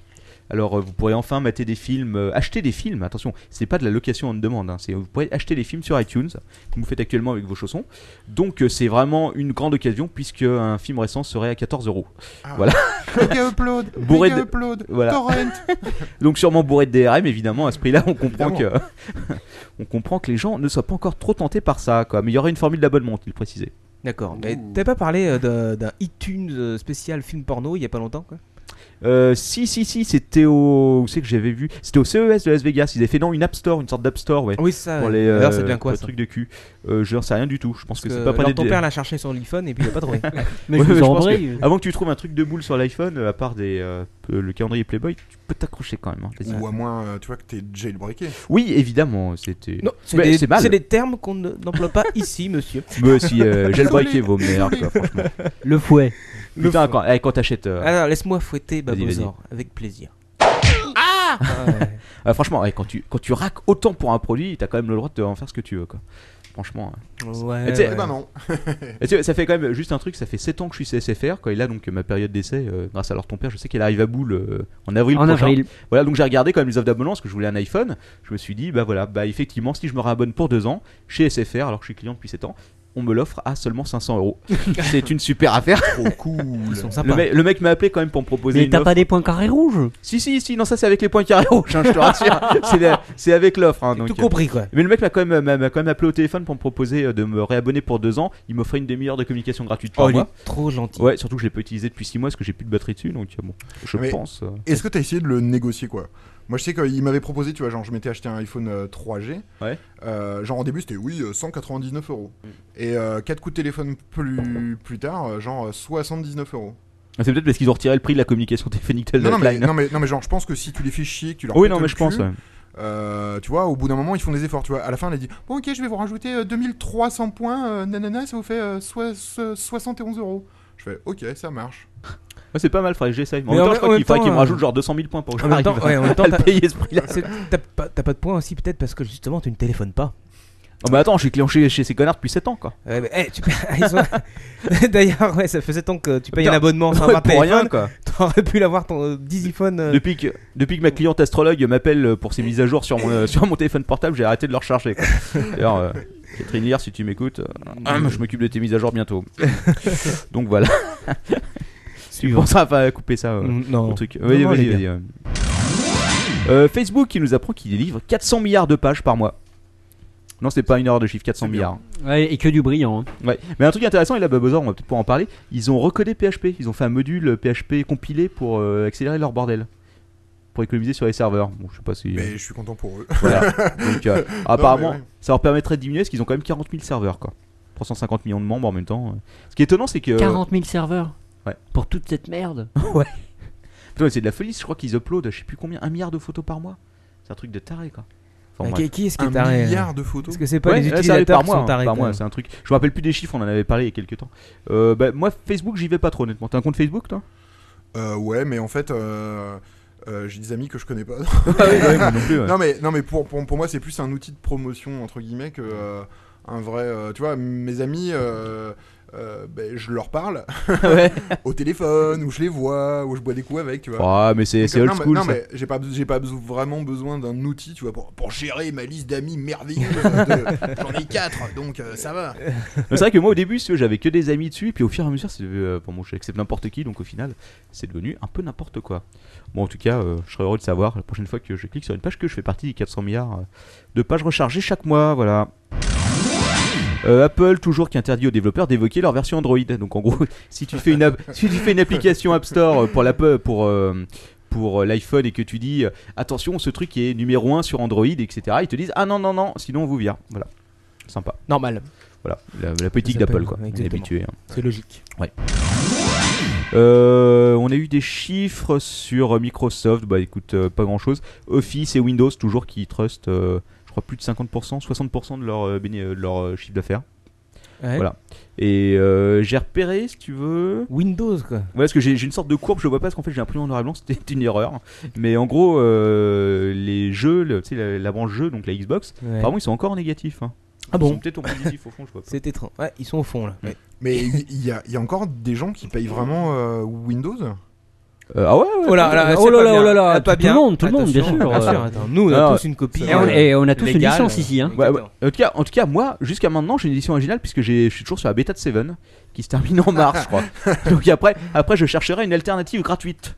S1: Alors euh, vous pourrez enfin mater des films, euh, acheter des films. Attention, c'est pas de la location en demande. hein. C'est vous pourrez acheter des films sur iTunes, comme vous faites actuellement avec vos chaussons. Donc euh, c'est vraiment une grande occasion puisque un film récent serait à 14 euros.
S4: *laughs*
S1: Voilà.
S4: Cliquez upload,
S1: bourré
S4: cliquez
S1: de
S4: upload,
S1: voilà.
S4: torrent.
S1: Donc sûrement bourré de DRM évidemment. À ce prix-là, on comprend que *laughs* on comprend que les gens ne soient pas encore trop tentés par ça. Quoi. Mais il y aurait une formule d'abonnement, il précisait.
S5: D'accord. Mais t'avais pas parlé euh, d'un- d'un iTunes euh, spécial film porno il y a pas longtemps quoi
S1: Euh, si, si, si, c'était au. Où c'est que j'avais vu C'était au CES de Las Vegas. Ils avaient fait non une App Store, une sorte d'App Store, ouais.
S5: Oui, ça,
S1: Pour
S5: Ah ouais.
S1: les,
S5: D'ailleurs, ça
S1: euh,
S5: devient quoi,
S1: pour les
S5: ça
S1: trucs de cul. Euh, je n'en sais rien du tout. Je pense que,
S5: Parce
S1: c'est
S5: que,
S1: pas pas
S5: alors,
S1: des-
S5: ton père l'a cherché sur l'iPhone et puis il l'a
S1: *laughs*
S5: pas trouvé.
S3: Mais je vous en
S1: pense
S3: prie.
S1: que Avant que tu trouves un truc de boule sur l'iPhone, euh, à part des, euh, le calendrier Playboy, tu peux t'accrocher quand même. hein. Vas-y.
S4: Ou à moins, euh, tu vois, que t'es jailbreaké.
S1: Oui, évidemment, c'était.
S5: Non, c'est
S1: Mais
S5: des,
S1: mal.
S5: c'est des termes qu'on ne-
S1: *laughs*
S5: n'emploie pas ici, monsieur.
S1: Mais si,
S5: *laughs*
S1: euh, jailbreaké vaut merde, quoi, franchement.
S3: Le fouet.
S1: Putain, quand, eh, quand t'achètes. euh,
S5: Alors, laisse-moi fouetter
S1: Vas-y, vas-y.
S5: Babozor avec plaisir.
S1: Ah, franchement, ouais, quand, tu, quand tu raques autant pour un produit, t'as quand même le droit de en faire ce que tu veux, quoi. Franchement. hein.
S5: Ouais,
S1: Et tu sais-
S5: ouais.
S4: Bah non.
S1: Et tu sais, ça fait quand même juste un truc, ça fait 7 ans que je suis CSFR, quoi, et là donc ma période d'essai, euh, grâce à leur ton père, je sais qu'elle arrive à bout le- en avril
S3: En
S1: prochain.
S3: avril.
S1: Voilà, donc j'ai regardé quand même les offres d'abonnement, parce que je voulais un iPhone, je me suis dit, bah voilà, bah effectivement, si je me réabonne pour 2 ans, chez SFR, alors que je suis client depuis 7 ans, on me l'offre à seulement 500
S3: *laughs*
S1: euros. C'est une super affaire.
S4: *laughs* Trop cool.
S5: Ils sont
S1: Le,
S5: sympas.
S1: mec- le mec m'a appelé quand même pour me proposer
S3: Mais
S1: une
S3: t'as
S1: offre.
S3: pas des points carrés rouges
S1: Si, si, si, non, ça c'est avec les points carrés *laughs* rouges, hein, je te rassure. C'est la- C'est avec l'offre. hein, donc,
S5: Tout compris, quoi.
S1: mais le mec m'a quand, même- m'a- m'a quand même appelé au téléphone pour me proposer euh, de me réabonner pour 2 ans. Il m'offrait une demi-heure de communication gratuite par
S5: Oh, il
S1: mois.
S5: est trop gentil.
S1: Ouais, surtout que je l'ai pas utilisé depuis 6 mois parce que j'ai plus de batterie dessus, donc euh, bon, je
S4: Mais-
S1: pense. euh,
S4: Est-ce que t'as essayé de le négocier, quoi Moi, je sais qu'il m'avait proposé, tu vois, genre, je m'étais acheté un iPhone euh, 3G.
S1: Ouais. Mm.
S4: Euh, genre, au début, c'était oui, euh, 199 euros. Et 4 coups de téléphone plus, plus tard, euh, genre, euh, 79 euros.
S1: Ah, C'est peut-être parce qu'ils ont retiré le prix de la communication téléphonique hein. de
S4: Non, non, mais,
S1: Hotline.
S4: non, mais, non, mais genre, je pense que si tu les fais chier, que tu leur
S1: Oui,
S4: pètes
S1: non, mais
S4: le
S1: je pense.
S4: cul,
S1: ouais.
S4: euh, tu vois, au bout d'un moment, ils font des efforts. Tu vois, à la fin, elle a dit Bon, ok, je vais vous rajouter euh, 2300 points, euh, nanana, ça vous fait euh, sois- so- 71 euros. Je fais Ok, ça marche.
S1: Ouais, c'est pas mal, faudrait que j'essaye. Mais En
S5: Mais
S1: même
S5: en
S1: temps,
S5: même-
S1: je crois
S5: en
S1: qu'il
S5: même
S1: faudrait
S5: temps,
S1: qu'ils me
S5: euh,
S1: rajoutent genre 200 000 points pour que
S5: en même
S1: *laughs* j'arrive
S5: temps, ouais, en même temps,
S1: à le
S5: t'as-
S1: payer ce prix-là.
S5: C'est- T'as pas, t'as pas de points aussi, peut-être, parce que justement, tu ne téléphones pas.
S1: Oh, mais attends, je suis client chez, chez ces connards depuis 7 ans quoi.
S5: Ouais, mais, *laughs* eh, tu peux- ils sont- *laughs* D'ailleurs, ouais, ça faisait tant que tu payes un
S1: Putain. *laughs*
S5: abonnement sans
S1: Ouais,
S5: avoir
S1: pour rien
S5: téléphone.
S1: quoi.
S5: T'aurais pu l'avoir ton euh, Daisyphone. euh,
S1: Depuis que, depuis que ma cliente astrologue m'appelle pour ses mises à jour sur mon,
S5: *laughs*
S1: euh, sur mon téléphone portable, j'ai arrêté de le recharger. quoi. D'ailleurs, euh, Catherine Lire, si tu m'écoutes,
S5: Ah,
S1: euh, je m'occupe de tes mises à jour
S5: *laughs*
S1: bientôt. Donc voilà. tu penseras pas à couper ça. euh,
S5: Mm, Non.
S1: au truc.
S5: Non,
S1: Vas-y,
S5: non,
S1: vas-y,
S5: elle est
S1: vas-y, ouais. Euh, Facebook qui nous apprend qu'il délivre 400 milliards de pages par mois. Non, c'est pas une erreur de chiffre, 400 milliards.
S3: Ouais, et que du brillant. hein.
S1: Ouais. Mais un truc intéressant, et là, Babozor, on va peut-être pouvoir en parler. Ils ont recodé PHP. Ils ont fait un module PHP compilé pour euh, accélérer leur bordel. Pour économiser sur les serveurs. Bon, je sais pas si.
S4: Mais je suis content pour eux.
S1: Voilà. Donc,
S4: *laughs*
S1: euh, apparemment,
S4: mais ouais.
S1: ça leur permettrait de diminuer parce qu'ils ont quand même 40 000 serveurs, quoi. 350 millions de membres en même temps. euh. Ce qui est étonnant, c'est que.
S3: 40 000 serveurs
S1: Ouais.
S3: Pour toute cette merde
S1: Putain, c'est de la folie, je crois qu'ils uploadent, je sais plus combien, un milliard de photos par mois. C'est un truc de taré, quoi. Enfin,
S5: Ah,
S1: bref.
S5: qui, qui est-ce qui
S4: Un
S5: est taré euh
S4: milliard de photos.
S5: Est-ce que c'est pas
S1: Ouais,
S5: les
S1: ouais, ça arrive
S5: utilisateurs
S1: par
S5: qui
S1: mois,
S5: sont
S1: hein,
S5: tarés
S1: par
S5: quand
S1: mois,
S5: même
S1: c'est un truc. Je me rappelle plus des chiffres, on en avait parlé il y a quelques temps. Euh, bah, moi, Facebook, j'y vais pas trop, honnêtement. T'as un compte Facebook, toi
S4: Euh, ouais, mais en fait, euh, euh, j'ai des amis que je connais pas.
S5: Ah
S1: non plus.
S4: non, mais, non, mais pour, pour, pour moi, c'est plus un outil de promotion, entre guillemets, que euh, un vrai. euh, tu vois, mes amis. euh, euh, ben, je leur parle *laughs* au téléphone, ou je les vois, ou je bois des coups avec, tu vois.
S1: Ah, mais c'est
S4: Donc,
S1: c'est
S4: euh,
S1: old
S4: non, mais-
S1: school,
S4: non,
S1: ça.
S4: mais j'ai pas, j'ai pas beso- vraiment besoin d'un outil, tu vois, pour, pour gérer ma liste d'amis merveilleuse. de- J'en ai quatre, donc euh, ça va.
S1: Mais C'est vrai que moi au début, si tu veux, j'avais que des amis dessus, et puis au fur et à mesure, c'est devenu, euh, bon, bon, j'accepte n'importe qui, donc au final, c'est devenu un peu n'importe quoi. Bon, en tout cas, euh, je serais heureux de savoir la prochaine fois que je clique sur une page que je fais partie des 400 milliards euh, de pages rechargées chaque mois, voilà. Euh, Apple toujours qui interdit aux développeurs d'évoquer leur version Android. Donc en gros, *laughs* si tu fais une, app- si tu fais une application App Store euh, pour l'Apple, pour euh, pour euh, l'iPhone et que tu dis euh, attention, ce truc est numéro 1 sur Android, etc. Ils te disent ah non non non, sinon on vous vire. Voilà, sympa.
S5: Normal,
S1: Voilà, la, la politique
S5: Les
S1: d'Apple,
S5: Apple,
S1: quoi. On est
S5: exactement.
S1: habitué. hein.
S5: c'est logique.
S1: Euh, on a eu des chiffres sur Microsoft, bah écoute, euh, pas grand chose. Office et Windows, toujours qui trustent, euh, je crois, plus de 50%, 60% de leur, euh, béné- euh, de leur euh, chiffre d'affaires.
S5: Ouais.
S1: Voilà. Et euh, j'ai repéré, si tu veux.
S5: Windows, quoi.
S1: Ouais, parce que j'ai j'ai une sorte de courbe, je vois pas, parce qu'en fait j'ai imprimé en noir et blanc, *laughs* c'était une erreur. Mais en gros, euh, les jeux, le- tu sais, la, la branche jeu, donc la Xbox,
S5: Ouais.
S1: apparemment ils sont encore négatifs. hein.
S5: Ah
S1: Ils
S5: bon
S1: sont peut-être au positif au fond, je vois pas.
S5: *laughs* C'est étrange. Ouais, ils sont au fond là. Ouais.
S4: Mais il il y, a- il y a encore des gens qui payent vraiment euh, Windows
S1: Euh, ah ouais, ouais,
S5: Oh là
S1: ouais.
S5: là,
S3: Oh
S5: c'est
S3: là
S5: pas
S3: là,
S5: bien.
S3: oh là là,
S5: Ah, pas
S3: tout
S5: bien.
S3: le monde, tout le monde, bien
S5: Attention,
S3: sûr. Ah
S5: bien sûr, attends, nous, on a tous une copie,
S3: Et on,
S5: euh,
S3: et on a tous
S5: légale,
S3: une licence ici. Hein.
S1: Ouais, ouais. En, tout cas, en tout cas, moi, jusqu'à maintenant, j'ai une édition originale puisque j'ai- je suis toujours sur la bêta de Seven qui se termine en mars, *laughs* je crois. Donc après, après, je chercherai une alternative gratuite.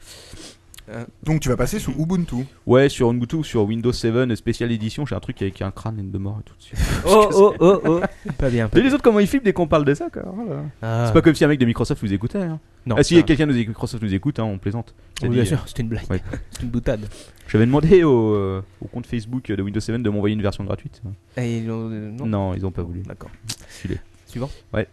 S4: Donc tu vas passer sous Ubuntu.
S1: Ouais, sur Ubuntu ou sur Windows 7 spécial édition, j'ai un truc avec un crâne et de mort et tout de *laughs* suite.
S5: Oh oh oh oh. *laughs* Pas bien.
S1: Mais les autres, comment ils filment dès qu'on parle de ça, quoi Voilà.
S5: Ah.
S1: C'est pas comme si un mec de Microsoft nous écoutait. Hein.
S5: Non.
S1: Ah, si
S5: Ah.
S1: quelqu'un de Microsoft nous écoute, hein, on plaisante. Je t'ai
S5: Oui, bien
S1: dit,
S5: sûr,
S1: euh,
S5: c'était une blague.
S1: ouais.
S5: C'est une boutade.
S1: J'avais demandé au, euh, au compte Facebook de Windows 7 de m'envoyer une version gratuite.
S5: Et ils ont- euh, non.
S1: ils ont pas voulu.
S5: D'accord.
S1: Stylé.
S5: Suivant.
S1: Ouais.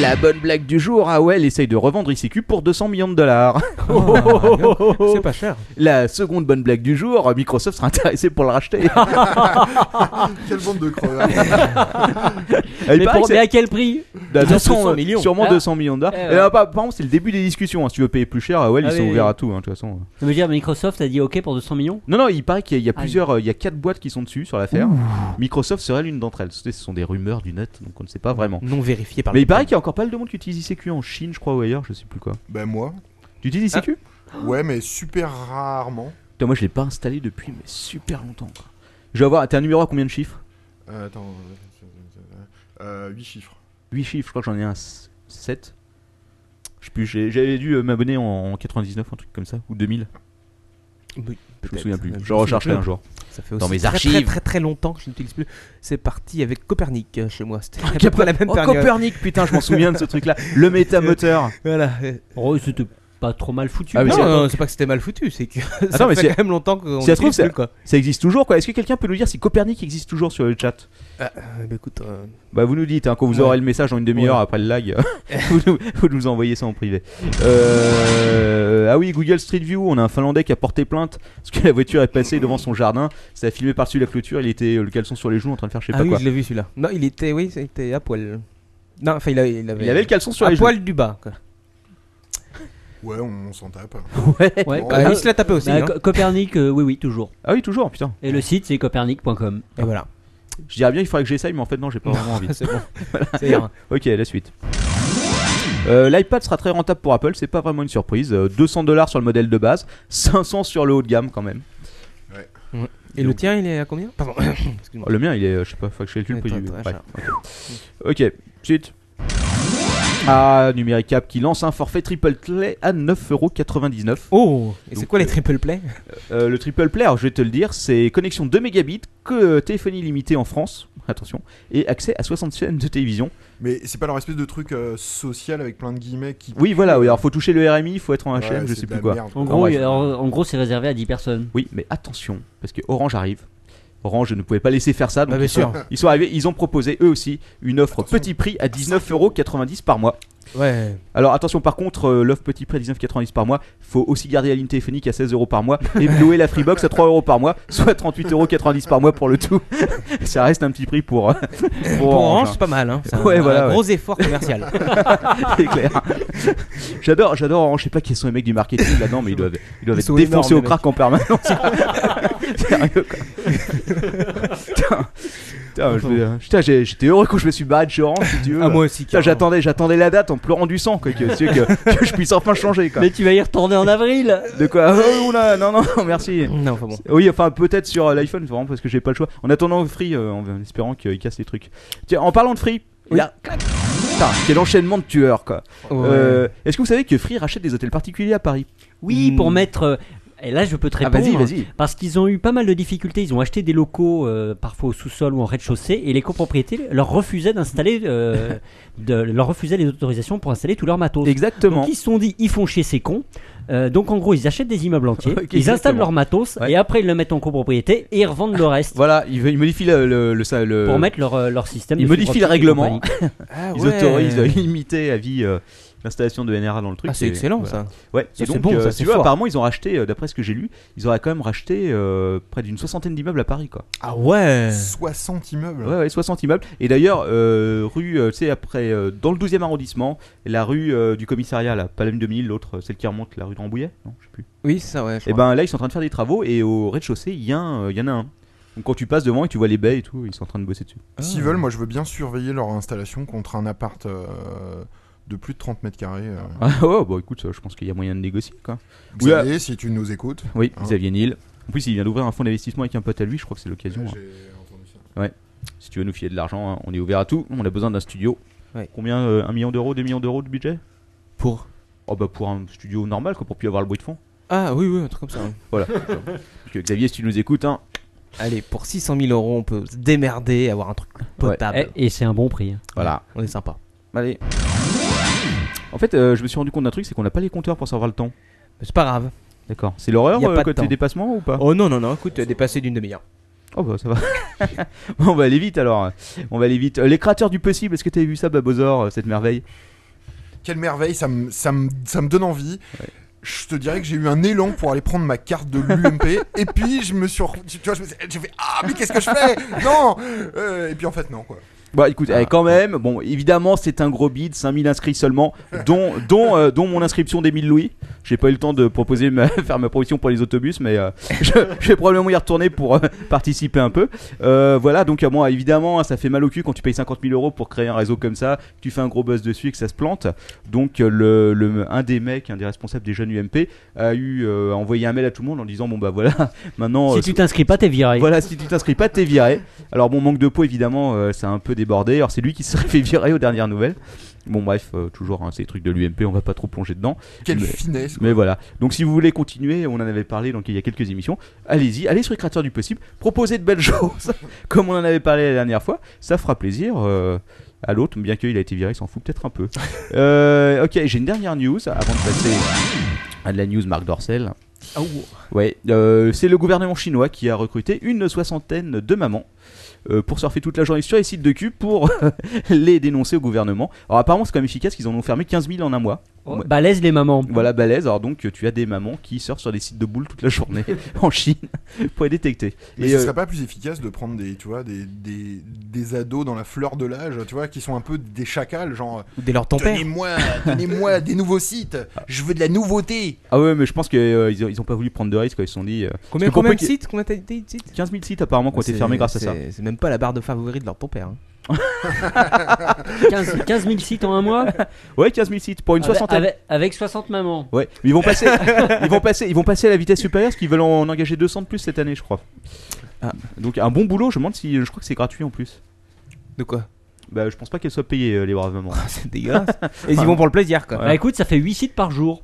S1: La bonne blague du jour, ah ouais, elle essaye de revendre ICQ pour 200 millions de *laughs* dollars. oh,
S5: C'est pas cher.
S1: La seconde bonne blague du jour, euh, Microsoft sera intéressé pour le *laughs* racheter.
S4: Quelle bande
S1: *laughs*
S4: de crevards
S1: Elle
S3: Mais,
S1: paraît
S3: pour-
S1: que
S3: mais
S1: c'est-
S3: à quel prix
S1: Bah, 200,
S5: 200
S1: euh,
S5: millions.
S1: Sûrement
S3: Ah.
S1: 200 millions de dollars.
S3: Eh
S1: Et
S3: ouais.
S1: là, par par contre, c'est le début des discussions. hein. Si tu veux payer plus cher, ah ouais,
S3: Ah
S1: ils sont
S3: oui,
S1: ouverts
S3: oui.
S1: à tout, hein, de toute façon.
S3: Ça veut dire Microsoft a dit OK pour 200 millions
S1: Non, non, il paraît qu'il y a, il y a
S3: Aïe.
S1: plusieurs, euh, il y a quatre boîtes qui sont dessus sur l'affaire. Microsoft serait l'une d'entre elles. Ce sont des rumeurs du net, donc on ne sait pas vraiment.
S5: Non vérifié par.
S1: Mais
S5: le-
S1: il paraît qu'il y a encore pas mal de monde qui utilise ICQ en Chine, je crois, ou ailleurs, je sais plus quoi.
S4: Bah moi,
S1: Tu utilises ICQ
S4: ouais, mais super rarement.
S1: Ah. Putain, moi je l'ai pas installé depuis mais super longtemps. quoi. Je vais avoir, t'es un numéro à combien de chiffres
S4: Euh, attends, 8 chiffres.
S1: 8 chiffres, je crois que j'en ai un 7. Je sais plus, j'ai- j'avais dû euh, m'abonner en, en 99, un truc comme ça, ou 2000. Je
S5: Oui,
S1: me
S5: peut-être.
S1: souviens plus.
S5: Euh,
S1: Je rechercherai un jour.
S5: Ça fait aussi
S1: Dans mes
S5: très,
S1: archives.
S5: Très, très très longtemps que je n'utilise plus. C'est parti avec Copernic euh, chez moi. C'était à peu près la même
S1: Oh,
S5: période.
S1: Copernic, putain, je m'en souviens de ce truc-là. Le métamoteur.
S5: Voilà. euh,
S3: Oh, c'était pas trop mal foutu.
S1: Ah, mais
S5: non,
S1: c'est-
S5: non, c'est pas que c'était mal foutu, c'est que ça
S1: Attends, mais
S5: fait
S1: c'est-
S5: quand même longtemps qu'on
S1: Si ça se trouve,
S5: n'utilise
S1: ça,
S5: plus, quoi.
S1: ça existe toujours, quoi. Est-ce que quelqu'un peut nous dire si Copernic existe toujours sur le chat
S5: Ah, euh, bah, écoute, euh,
S1: Bah, vous nous dites, hein, quand vous
S5: Ouais.
S1: aurez le message en une demi-heure
S5: Ouais.
S1: après le lag, euh, *laughs* vous, nous, vous nous envoyez ça en privé. Euh, ah oui, Google Street View, on a un Finlandais qui a porté plainte parce que la voiture est passée devant son jardin. Ça a filmé par-dessus la clôture, il était euh, le caleçon sur les genoux en train de faire je sais
S5: ah
S1: pas
S5: oui,
S1: quoi.
S5: je l'ai vu celui-là. Non, il était, oui, c'était à poil. Non, enfin, il, avait-
S1: Il avait le caleçon sur
S5: à
S1: les genoux.
S5: poil du bas. Quoi.
S4: Ouais, on, on s'en tape.
S3: Ouais,
S5: Bah,
S3: Copernic-
S5: il se l'a tapé aussi.
S3: bah,
S5: hein.
S3: Co- Copernic, euh, oui, oui, toujours.
S1: Ah oui, toujours, putain.
S3: Et le site, c'est copernic.com.
S5: hein. Et voilà.
S1: Je dirais bien, il faudrait que j'essaye, mais en fait, non, j'ai pas vraiment
S5: *laughs*
S1: envie.
S5: Ah, C'est bon. Ça hein. ira.
S1: Ok, la suite. Euh, L'iPad sera très rentable pour Apple, c'est pas vraiment une surprise. Euh, 200 dollars sur le modèle de base, *laughs* 500 sur le haut de gamme quand même.
S5: Et le tien, il est à combien Pardon. *coughs* Excuse-moi.
S1: Oh, le mien, il est, euh, je sais pas, faut que je calcule le prix
S5: Ouais,
S1: du.
S5: très, très
S1: ouais, ok, Ok, suite. Ah, Numericap qui lance un forfait triple play à 9,99€.
S5: Oh Et c'est
S1: Donc,
S5: quoi les
S1: euh,
S5: triple play
S1: Euh, le triple play, alors je vais te le dire, c'est connexion 2 mégabits, que téléphonie limitée en France, attention, et accès à 60 chaînes de télévision.
S4: Mais c'est pas leur espèce de truc euh, social avec plein de guillemets qui.
S1: Oui, voilà, oui, alors faut toucher le RMI, faut être en
S4: Ouais,
S1: HM, je sais
S4: c'est de
S1: plus
S4: la
S1: quoi.
S4: merde.
S3: En
S1: Enfin,
S3: gros,
S1: bref.
S3: il- en, en gros, c'est réservé à 10 personnes.
S1: Oui, mais attention, parce que Orange arrive. Orange ne pouvait pas laisser faire ça, donc
S5: Bah, bien
S1: ils, sont,
S5: sûr.
S1: ils sont arrivés, ils ont proposé eux aussi une offre petit prix à 19,90€ par mois.
S5: Ouais.
S1: Alors attention, par contre, euh, l'offre petit prix à 19,90€ par mois, faut aussi garder la ligne téléphonique à 16€ par mois
S4: *laughs*
S1: et louer la Freebox à 3€ par mois, soit 38,90€ par mois pour le tout. *laughs* ça reste un petit prix pour, euh, pour
S5: Pour Orange,
S1: hein.
S5: c'est pas mal. Hein. C'est un,
S1: Ouais,
S5: un
S1: voilà, ouais.
S5: gros effort commercial.
S1: *laughs* C'est clair. j'adore, j'adore Orange. Je sais pas qui sont les mecs du marketing là-dedans, mais ils doivent, ils doivent
S5: Ils
S1: être
S5: sont
S1: défoncés
S5: énormes,
S1: au
S5: les
S1: crack en
S5: *laughs*
S1: permanence. Sérieux, quoi. Putain. Putain, je vais- putain, j'ai- j'étais heureux quand je me suis barré de chez Orange, si tu veux.
S5: *laughs* Ah, moi aussi.
S1: Putain,
S5: carrément.
S1: j'attendais, j'attendais la date en pleurant du sang, quoi, que, tu sais, que, *laughs* que je puisse enfin changer, quoi.
S3: Mais tu vas y retourner *laughs* en avril
S1: De quoi Oh, oula, non, non, non, merci.
S5: Non, enfin bon.
S1: Oui, enfin peut-être sur euh, l'iPhone, vraiment, parce que j'ai pas le choix. En attendant Free, euh, en espérant qu'il casse les trucs. Tiens, en parlant de Free, il y a- Putain, quel enchaînement de tueurs, quoi.
S5: Ouais.
S1: Euh, Est-ce que vous savez que Free rachète des hôtels particuliers à Paris
S3: Oui,
S5: Hmm.
S3: pour mettre. euh, Et là, je peux te
S1: Ah,
S3: répondre.
S1: vas-y, vas-y.
S3: Parce qu'ils ont eu pas mal de difficultés. Ils ont acheté des locaux, euh, parfois au sous-sol ou en rez-de-chaussée, et les copropriétés leur refusaient d'installer,
S1: *laughs*
S3: euh, de, leur refusaient les autorisations pour installer tout leur matos.
S1: Exactement.
S3: Donc ils se sont dit, ils font chier ces cons. Euh, donc en gros, ils achètent des immeubles
S1: *laughs*
S3: entiers,
S1: Ok,
S3: ils installent
S1: exactement.
S3: leur matos,
S1: Ouais.
S3: et après ils le mettent en copropriété et ils revendent le reste
S1: Voilà, ils, veulent- ils modifient le, le, le- ça, le-
S3: pour mettre leur, euh, leur système.
S1: ils
S3: de fibre
S1: modifient le *laughs*
S3: optique et
S1: règlement.
S3: compagnie.
S5: Ah
S1: *laughs* ils
S5: ouais.
S1: autorisent euh, illimité à vie. euh, l'installation de NRA dans le truc.
S5: Ah, c'est excellent, ça.
S1: Ouais.
S5: Ça,
S1: et
S5: c'est
S1: donc,
S5: bon,
S1: euh,
S5: ça,
S1: tu
S5: c'est
S1: vois,
S5: fort.
S1: apparemment, ils ont racheté, euh, d'après ce que j'ai lu, ils auraient quand même racheté euh, près d'une soixantaine d'immeubles à Paris, quoi.
S5: Ah ouais
S4: 60 immeubles.
S1: Ouais, ouais, 60 immeubles. Et d'ailleurs, euh, rue, euh, tu sais, après, euh, dans le 12e arrondissement, la rue euh, du commissariat, là, Palme 2000, l'autre, euh, celle qui remonte, la rue de Rambouillet, non, je sais plus.
S5: Oui, c'est ça, ouais. je
S1: Et
S5: crois.
S1: ben là, ils sont en train de faire des travaux, et au rez-de-chaussée, il y, a un, euh, il y en a un. Donc quand tu passes devant et tu vois les baies et tout, ils sont en train de bosser dessus.
S4: S'ils veulent, moi je veux bien surveiller leur installation contre un appart euh, de plus de 30 mètres carrés. euh.
S1: Ah ouais, bah écoute, euh, je pense qu'il y a moyen de négocier, quoi. Oui, ah.
S4: Xavier, si tu nous écoutes.
S1: Oui,
S4: Hein.
S1: Xavier Niel. En plus, il vient d'ouvrir un fonds d'investissement avec un pote à lui, je crois que c'est l'occasion. hein. Ouais. Si tu veux nous filer de l'argent, hein, on est ouvert à tout. On a besoin d'un studio. Combien euh, Un million d'euros, deux millions d'euros de budget
S5: Pour
S1: Oh bah pour un studio normal, quoi, pour plus avoir le bruit de fond.
S5: Ah oui, oui, un truc comme ça. ouais.
S1: Voilà. Parce que Xavier, si tu nous écoutes, hein.
S5: Allez, pour 600 000 euros, on peut se démerder, avoir un truc potable.
S3: Et, et c'est un bon prix. hein.
S1: Voilà.
S5: On est sympa.
S1: Bah, Allez. En fait, euh, je me suis rendu compte d'un truc, c'est qu'on n'a pas les compteurs pour savoir le temps.
S5: C'est pas grave.
S1: D'accord. C'est l'horreur
S5: Y a
S1: euh,
S5: pas de
S1: côté
S5: temps.
S1: dépassement ou pas
S5: Oh non, non, non, écoute, dépassé d'une demi-heure.
S1: Oh bah ça va. *laughs* Bon, on va aller vite alors. On va aller vite. Euh, les créateurs du possible, est-ce que t'avais vu ça, Babozor, euh, cette merveille
S4: Quelle merveille, ça me, ça me- ça me donne envie. Je te dirais que j'ai eu un élan pour aller prendre ma carte de l'UMP et puis je me suis, re- tu vois, je me suis- j'ai fait ah mais qu'est-ce que je fais Non. Euh, et puis en fait non quoi.
S1: Bah écoute,
S3: Ah.
S1: eh, quand même, bon, évidemment, c'est un gros bid, 5000 inscrits seulement, dont, dont, euh, dont mon inscription d'Emile Louis. J'ai pas eu le temps de proposer ma- *laughs* faire ma proposition pour les autobus, mais euh, *laughs* je, je vais probablement y retourner pour euh, participer un peu. Euh, voilà, donc euh, moi, évidemment, hein, ça fait mal au cul quand tu payes 50 000 euros pour créer un réseau comme ça, que tu fais un gros buzz dessus et que ça se plante. Donc, euh, le, le- un des mecs, un des responsables des jeunes UMP, a eu euh, a envoyé un mail à tout le monde en disant bon bah voilà, *laughs* maintenant.
S3: Si
S1: euh,
S3: tu t'inscris pas, t'es viré.
S1: voilà, si tu t'inscris pas, t'es viré. Alors bon, manque de peau, évidemment, euh, ça a un peu débordé. Alors c'est lui qui *laughs* se serait fait virer aux dernières nouvelles. Bon bref, euh, toujours hein, ces trucs de l'UMP, on va pas trop plonger dedans.
S4: Quelle
S1: mais,
S4: finesse, quoi.
S1: Mais voilà. Donc si vous voulez continuer, on en avait parlé donc il y a quelques émissions. Allez-y, allez sur les créateurs du possible, proposez de belles *laughs* choses, comme on en avait parlé la dernière fois. Ça fera plaisir. euh, à l'autre, bien qu'il a été viré, il s'en fout peut-être un peu. Euh, ok, j'ai une dernière news avant de passer à de la news Marc Dorcel.
S5: Ah, ouh.
S1: Ouais, euh, c'est le gouvernement chinois qui a recruté une soixantaine de mamans euh, pour surfer toute la journée sur les sites de cul pour *laughs* les dénoncer au gouvernement. Alors apparemment c'est quand même efficace, qu'ils en ont fermé 15 000 en un mois.
S3: Oh, balèze les mamans.
S1: Voilà, balèze. Alors donc tu as des mamans qui surfent sur des sites de boules toute la
S4: *laughs*
S1: journée en Chine *laughs* pour les détecter.
S4: Mais
S1: Et,
S4: ce
S1: euh,
S4: serait pas plus efficace de prendre des, tu vois, des, des, des ados dans la fleur de l'âge, tu vois, qui sont un peu des chacals, genre.
S5: Ou dès leur tempère.
S4: Donnez-moi, donnez-moi des nouveaux sites. Je veux de la nouveauté.
S1: Ah ouais, mais je pense qu'ils ont, ils ont pas voulu prendre de risques, quoi. ils se sont dit... euh,
S5: Combien,
S1: parce qu'on
S5: combien
S1: peut
S5: de
S1: qu'il-
S5: sites Combien t'as dit de sites
S1: 15 000 sites apparemment qui ont été
S4: Ah,
S5: C'est-
S1: fermés grâce à ça.
S5: c'est- C'est même pas la barre de favoris de leur tempère. hein.
S3: 15, 15 000 sites en un mois
S1: Ouais, 15 000 sites pour une
S3: Avec-
S1: soixantaine.
S3: Avec, avec 60 mamans.
S1: Ouais, mais ils vont passer, *laughs* ils vont passer, ils vont passer à la vitesse supérieure parce qu'ils veulent en engager 200 de plus cette année, je crois. Ah. Donc un bon boulot, je me demande si, je crois que c'est gratuit en plus.
S5: De quoi
S1: Bah, je pense pas qu'elles soient payées euh, les braves mamans.
S5: *laughs* C'est dégueulasse. Et ils y vont pour le plaisir, quoi.
S3: Bah écoute, ça fait 8 sites par jour.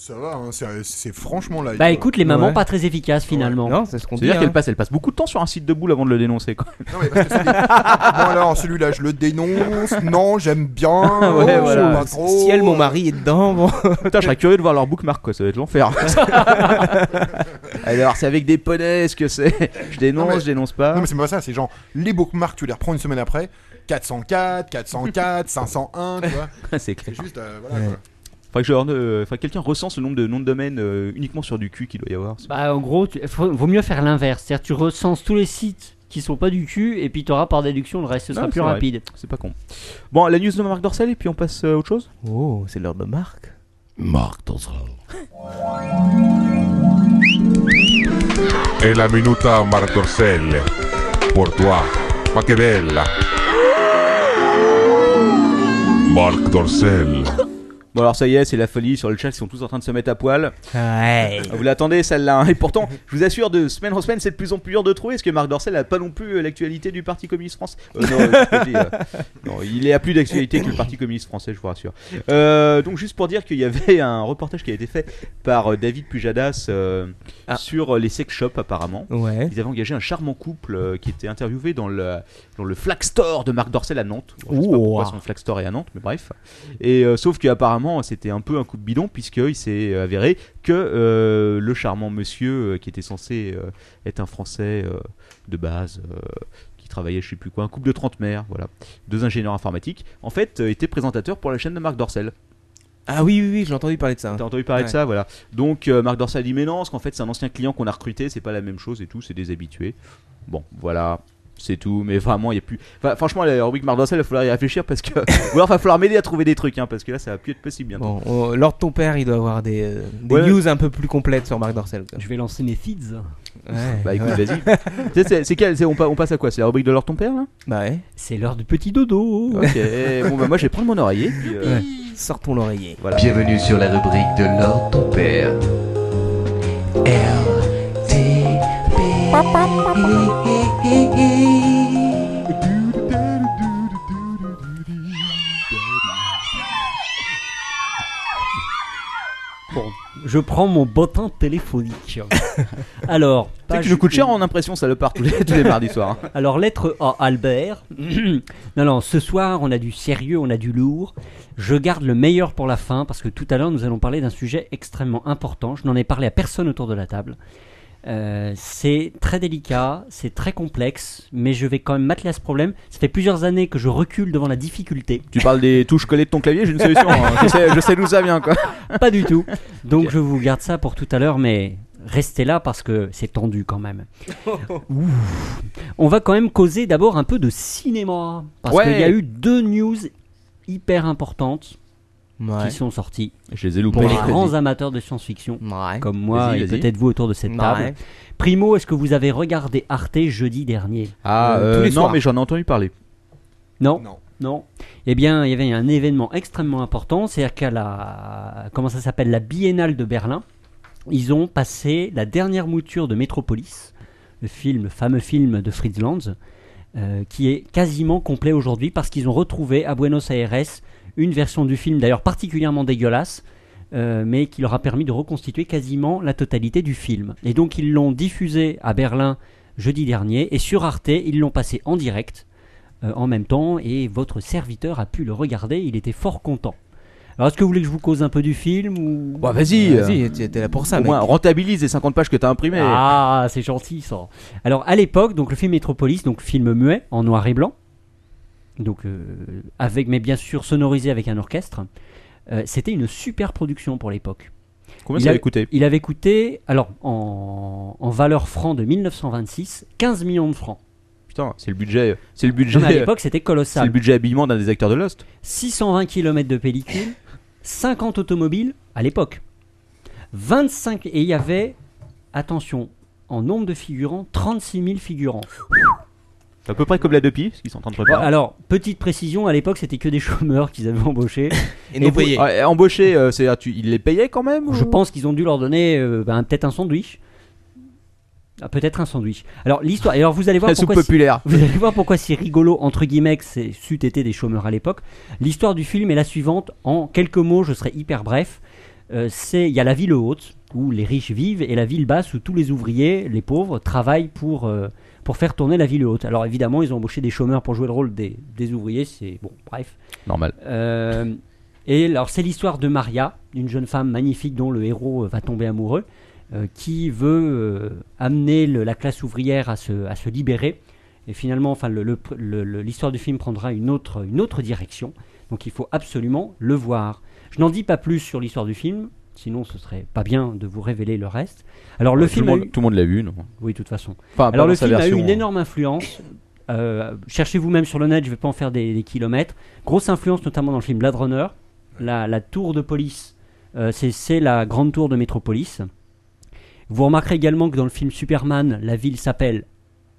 S4: Ça va, hein, c'est, c'est franchement là.
S3: Bah écoute, les mamans
S5: Ouais.
S3: pas très efficaces finalement.
S5: Non, c'est ce qu'on dit.
S1: C'est-à-dire
S5: hein.
S1: qu'elles passent, elles passent beaucoup de temps sur un site de boule avant de le dénoncer. Quoi. *laughs*
S4: Non, mais parce que c'est des- bon alors celui-là je le dénonce. Non, j'aime bien.
S1: *laughs* Ouais,
S4: oh,
S1: voilà.
S4: pas trop.
S5: Si elle, mon mari est dedans, bon.
S1: Putain, je serais curieux de voir leur bookmark, quoi. Ça va être *laughs* l'enfer. Alors, c'est avec des poneys, est-ce que c'est Je dénonce,
S4: Non, mais-
S1: je dénonce pas.
S4: Non mais c'est pas ça, c'est genre les bookmarks tu les reprends une semaine après. 404, 404, 501, tu
S1: *laughs*
S4: vois.
S1: c'est clair.
S4: C'est juste euh, voilà. quoi.
S1: Faudrait que, je leur- euh, faudrait que quelqu'un recense le nombre de noms de domaine uniquement sur du cul qu'il doit y avoir.
S3: Bah en gros, tu, faut- vaut mieux faire l'inverse. C'est-à-dire tu recenses tous les sites qui sont pas du cul et puis t'auras par déduction le reste, ce sera
S1: Non,
S3: plus
S1: Ah, c'est vrai.
S3: rapide.
S1: C'est pas con. Bon, la news de Marc Dorcel et puis on passe euh, à autre chose
S5: Oh, c'est l'heure de Marc.
S12: Marc
S13: È la minuta Marc Dorcel. Pour toi. Ma che bella. Marc Dorcel.
S1: Bon alors ça y est, c'est la folie sur le chat, ils sont tous en train de se mettre à poil.
S5: Ouais.
S1: Vous l'attendez celle-là, hein. et pourtant, je vous assure, de semaine en semaine, c'est de plus en plus dur de trouver, parce que Marc Dorcel n'a pas non plus euh, l'actualité du Parti communiste français. Euh, non, euh, je dis, euh, non, il est à plus d'actualité que le Parti communiste français, je vous rassure. Euh, donc juste pour dire qu'il y avait un reportage qui a été fait par euh, David Pujadas euh, sur euh, les sex shops apparemment.
S5: Ouais.
S1: Ils avaient engagé un charmant couple euh, qui était interviewé dans le, dans le Flag Store de Marc Dorcel à Nantes. Bon, je sais pas
S5: Ouah.
S1: pourquoi son Flag Store est à Nantes, mais bref. Et euh, sauf qu'apparemment, c'était un peu un coup de bidon, puisqu'il s'est avéré que euh, le charmant monsieur, euh, qui était censé euh, être un Français euh, de base, euh, qui travaillait, je sais plus quoi, un couple de trentenaires, voilà, deux ingénieurs informatiques, en fait, euh, était présentateur pour la chaîne de Marc Dorcel.
S5: Ah oui, oui, oui, j'ai entendu parler de ça. hein.
S1: T'as entendu parler de
S5: Ouais.
S1: ça, voilà. Donc euh, Marc Dorcel a dit mais non, parce qu'en fait c'est un ancien client qu'on a recruté, c'est pas la même chose et tout, c'est des habitués. Bon, voilà. C'est tout, mais vraiment, il n'y a plus. Enfin, franchement, la rubrique Marc Dorcel, il va falloir y réfléchir parce que. *laughs* Ou alors, il va falloir m'aider à trouver des trucs, hein, parce que là, ça va plus être possible bientôt.
S5: Bon, on- Lord ton père, il doit avoir des, euh, des
S1: Ouais.
S5: news un peu plus complètes sur Marc Dorcel. quoi.
S3: Je vais lancer mes feeds.
S1: Bah écoute, vas-y. C'est- c'est- c'est quel- c'est- on, pa- on passe à quoi C'est la rubrique de l'heure ton père là
S5: Bah ouais.
S3: C'est l'heure du petit dodo.
S1: Ok, bon bah moi je vais prendre mon oreiller. Puis, euh,
S5: Ouais. Sortons l'oreiller.
S1: voilà.
S14: Bienvenue sur la rubrique de Lord ton père.
S3: Bon, je prends mon bottin
S1: *laughs*
S3: téléphonique. Alors,
S1: Tu sais que
S3: page
S1: je coûte cher
S3: une.
S1: en impression, ça le part tous les, tous les mardis soirs. hein.
S3: Alors, lettre A, Albert. non, non, ce soir, on a du sérieux, on a du lourd. Je garde le meilleur pour la fin parce que tout à l'heure, nous allons parler d'un sujet extrêmement important. Je n'en ai parlé à personne autour de la table. Euh, c'est très délicat, c'est très complexe, mais je vais quand même m'atteler à ce problème. Ça fait plusieurs années que je recule devant la difficulté.
S1: Tu parles des touches collées de ton clavier, j'ai une solution. hein. Je sais, je sais d'où ça vient quoi.
S3: Pas
S1: *laughs*
S3: du tout. Donc je vous garde ça pour tout à l'heure, mais restez là parce que c'est tendu
S1: *laughs*
S3: quand même. Ouh. On va quand même causer d'abord un peu de cinéma. Parce
S1: Ouais.
S3: qu'il y a eu deux news hyper importantes
S5: Ouais.
S3: qui sont sorties.
S1: Je les ai loupées.
S3: Pour les
S1: Vas-y.
S3: grands amateurs de science-fiction,
S5: Ouais.
S3: comme moi
S1: Vas-y,
S3: et
S1: vas-y.
S3: peut-être vous autour de cette
S5: Ouais.
S3: table. Primo, est-ce que vous avez regardé Arte jeudi dernier
S1: Ah
S5: Euh,
S1: euh,
S5: tous les
S1: non
S5: soirs.
S1: mais j'en ai entendu parler.
S3: Non.
S4: Non.
S3: Non. Eh bien, il y avait un événement extrêmement important, c'est-à-dire qu'à la comment ça s'appelle la Biennale de Berlin, ils ont passé la dernière mouture de Metropolis, le film, le fameux film de Fritz Lang, euh, qui est quasiment complet aujourd'hui parce qu'ils ont retrouvé à Buenos Aires une version du film d'ailleurs particulièrement dégueulasse. euh, mais qui leur a permis de reconstituer quasiment la totalité du film. Et donc ils l'ont diffusé à Berlin jeudi dernier, et sur Arte, ils l'ont passé en direct euh, en même temps et votre serviteur a pu le regarder, il était fort content. Alors est-ce que vous voulez que je vous cause un peu du film ou
S1: Bah vas-y. euh,
S5: Vas-y, t'es t'es là pour ça,
S1: Au
S5: mec.
S1: moins rentabilise les 50 pages que t'as imprimées.
S3: Ah, *laughs* c'est gentil ça. Alors à l'époque, donc le film Métropolis, donc film muet en noir et blanc. Donc euh, avec mais bien sûr sonorisé avec un orchestre. Euh, c'était une super production pour l'époque.
S1: Combien
S3: il
S1: ça
S3: a-
S1: va coûter
S3: Il avait coûté, alors en, en valeur franc de 1926, 15 millions de francs.
S1: Putain, c'est le budget. euh, C'est le
S3: Non, mais à
S1: budget.
S3: l'époque,
S1: *laughs*
S3: c'était
S1: C'est le
S3: colossal.
S1: budget habillement d'un des acteurs de Lost.
S3: 620 km de pellicule, 50 automobiles à l'époque. 25 et il y avait attention en nombre de figurants 36 000 figurants.
S1: C'est à peu près comme la Depi, ce qu'ils sont en train de préparer.
S3: Alors petite précision à l'époque c'était que des *laughs* chômeurs qu'ils avaient embauchés.
S5: Et non
S3: vous-
S5: payé.
S1: Ouais, embauchés, euh, c'est-à-dire tu- ils les payaient quand même
S3: Je
S1: ou-
S3: pense qu'ils ont dû leur donner euh, ben, peut-être un sandwich. Ah, peut-être un sandwich. Alors l'histoire. et Alors vous allez
S1: *laughs*
S3: voir
S1: La soupe
S3: pourquoi. si-
S1: populaire.
S3: Vous allez voir pourquoi c'est rigolo, entre guillemets, que c'est c'eût été des chômeurs à l'époque. L'histoire du film est la suivante. En quelques mots, je serai hyper bref. Euh, c'est Il y a la ville haute, où les riches vivent, et la ville basse, où tous les ouvriers, les pauvres, travaillent pour, euh, pour faire tourner la ville haute. Alors évidemment, ils ont embauché des chômeurs pour jouer le rôle des, des ouvriers. C'est bon, bref.
S1: Normal.
S3: Euh, et alors, c'est l'histoire de Maria, une jeune femme magnifique dont le héros euh, va tomber amoureux, euh, qui veut euh, amener le- la classe ouvrière à se, à se libérer. Et finalement, enfin, le- le- le- le- l'histoire du film prendra une autre, une autre direction. Donc, il faut absolument le voir. Je n'en dis pas plus sur l'histoire du film, sinon ce serait pas bien de vous révéler le reste. Alors, Euh, le
S1: Tout
S3: film, a
S1: monde-
S3: eu-
S1: Tout le monde l'a vu, non
S3: oui, de toute façon.
S1: Enfin, pas dans
S3: Alors le
S1: sa
S3: film a eu
S1: version,
S3: une
S1: hein.
S3: énorme influence. Euh, cherchez vous-même sur le net, je vais pas en faire des, des kilomètres. Grosse influence notamment dans le film Blade Runner. La, la tour de police, euh, c'est- c'est la grande tour de Métropolis. Vous remarquerez également que dans le film Superman, la ville s'appelle...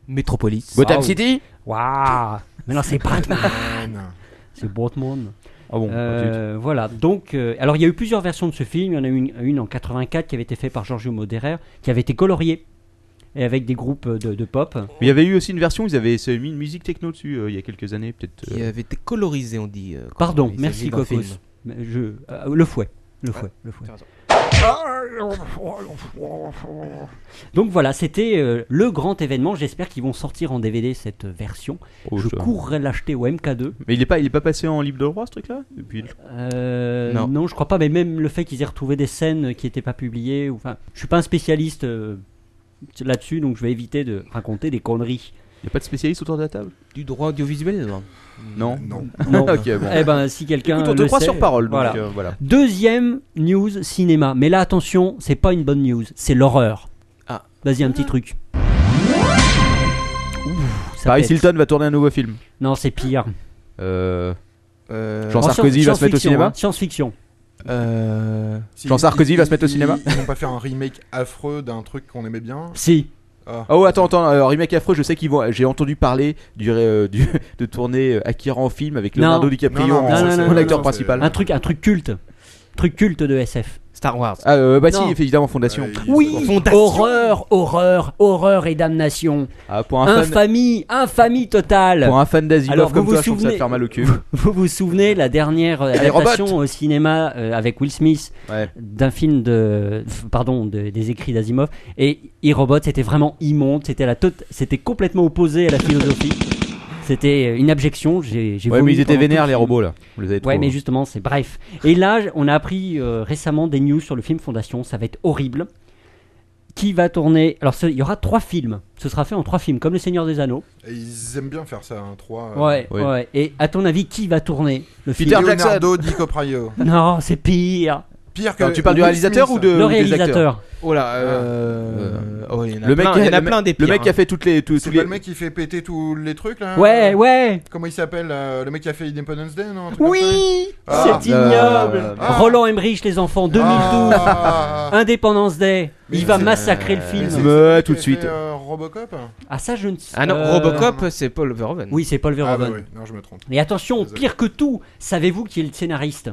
S5: Metropolis.
S1: Gotham
S3: Ah oui.
S1: City
S3: Waouh Mais non, c'est Batman
S1: *laughs*
S4: Man.
S3: C'est Batman
S1: Ah bon, zut.
S3: Euh, voilà, donc, euh, alors il y a eu plusieurs versions de ce film. Il y en a eu une, une en 84 qui avait été faite par Giorgio Moderer, qui avait été coloriée, et avec des groupes de, de pop.
S1: Mais il y avait eu aussi une version, où ils avaient ça avait mis une musique techno dessus euh, il y a quelques années, peut-être. euh,
S5: Qui avait été colorisé, on dit. euh, quand
S3: Pardon,
S5: il
S3: merci
S5: s'agit d'un film.
S3: Cocos. Mais Je, euh, le fouet. Le fouet, le fouet. Donc voilà, c'était euh, le grand événement. J'espère qu'ils vont sortir en DVD cette euh, version.
S1: oh,
S3: je
S1: ça.
S3: courrais l'acheter au MK2.
S1: Mais il est pas, il est pas passé en libre de droit ce truc-là Depuis.
S3: Euh,
S5: Non.
S3: je crois pas. Mais même le fait qu'ils aient retrouvé des scènes qui n'étaient pas publiées. ou- Enfin, je suis pas un spécialiste euh, là-dessus, donc je vais éviter de raconter des conneries.
S1: Il n'y a pas de spécialiste autour de la table
S5: Du droit audiovisuel Non.
S1: Non.
S3: Mm. Non.
S1: *laughs* Ok, bon.
S3: Eh ben, si quelqu'un.
S1: Écoute, on te
S3: le
S1: croit
S3: sait,
S1: sur parole, donc,
S3: voilà.
S1: euh, voilà.
S3: Deuxième news cinéma. Mais là, attention, c'est pas une bonne news, c'est l'horreur.
S5: Ah.
S3: Vas-y, un petit truc. ça
S1: Paris
S3: pète.
S1: Hilton va tourner un nouveau film.
S3: Non, c'est pire.
S1: Euh,
S3: En
S1: Jean
S3: science-
S1: Sarkozy va se mettre au
S3: science-fiction,
S1: cinéma
S3: hein, Science-fiction.
S1: Jean Sarkozy va se mettre au
S4: Ils-
S1: cinéma
S4: Ils vont pas faire un remake affreux d'un truc qu'on aimait bien
S3: Si.
S4: Ah.
S1: Oh attends attends euh, remake affreux je sais qu'ils vont j'ai entendu parler du, euh, du- de tourner euh, Akira en film avec Leonardo DiCaprio en- en acteur principal
S3: Un truc, un truc culte. Truc culte de SF.
S5: Star Wars.
S1: ah euh, bah si
S3: Non.
S1: évidemment Fondation
S3: Oui, horreur, horreur, horreur et damnation.
S1: Ah, pour un fan-
S3: infamie, infamie totale.
S1: pour un fan d'Asimov
S3: Alors,
S1: comme
S3: vous
S1: toi
S3: vous
S1: je trouve que ça va te
S3: souvenez-
S1: faire mal au cul
S3: Vous vous souvenez la dernière euh,
S1: Allez,
S3: adaptation
S1: Robot
S3: au cinéma euh, avec Will Smith d'un film de f- pardon de- des écrits d'Asimov et e-robot c'était vraiment immonde c'était la tot- c'était complètement opposé à la philosophie c'était euh, une abjection j'ai j'ai
S1: ouais
S3: vomi
S1: mais ils étaient
S3: pendant tout
S1: vénères
S3: le
S1: les
S3: film.
S1: robots là on les avait
S3: Ouais,
S1: trop-
S3: mais justement, c'est bref. Et là, j- on a appris euh, récemment des news sur le film Fondation. Ça va être horrible. Qui va tourner Alors, ce- il y aura trois films. Ce sera fait en trois films, comme Le Seigneur des Anneaux.
S4: Et ils aiment bien faire ça, hein, euh, un 3.
S3: Ouais, ouais. Et à ton avis, qui va tourner le
S4: Peter
S3: film
S4: Jackson. Leonardo DiCaprio.
S3: *laughs* Non, c'est pire.
S4: Pire que.
S1: Non, tu parles du
S4: Will
S1: réalisateur
S4: Smith.
S1: ou de
S3: Le
S1: ou des
S3: réalisateur.
S1: Euh, acteurs
S5: Oh là,
S1: euh,
S5: oh, il y en a
S1: le mec
S5: plein,
S1: qui
S5: il y en a
S1: le
S5: plein
S1: mec-
S5: des
S1: le
S5: pires,
S1: mec qui a
S5: hein.
S1: fait toutes les tous
S4: C'est
S1: tous les-
S4: pas le mec qui fait péter tous les trucs là
S1: Ouais,
S4: euh,
S3: ouais.
S4: Comment il s'appelle euh, Le mec qui a fait Independence Day, non un truc
S3: Oui
S4: comme ça Ah.
S3: C'est ignoble. Roland Emmerich, les enfants, 2012.
S4: Ah.
S3: Indépendance Day. Il va massacrer le film.
S1: Mais tout de suite
S4: Euh, Robocop
S3: Ah ça je ne sais
S5: Ah non,
S3: Euh,
S5: Robocop, c'est Paul Verhoeven.
S3: Oui, c'est Paul Verhoeven.
S4: Ah bah oui, non, je me trompe.
S3: Mais attention, pire que tout, savez-vous qui est le scénariste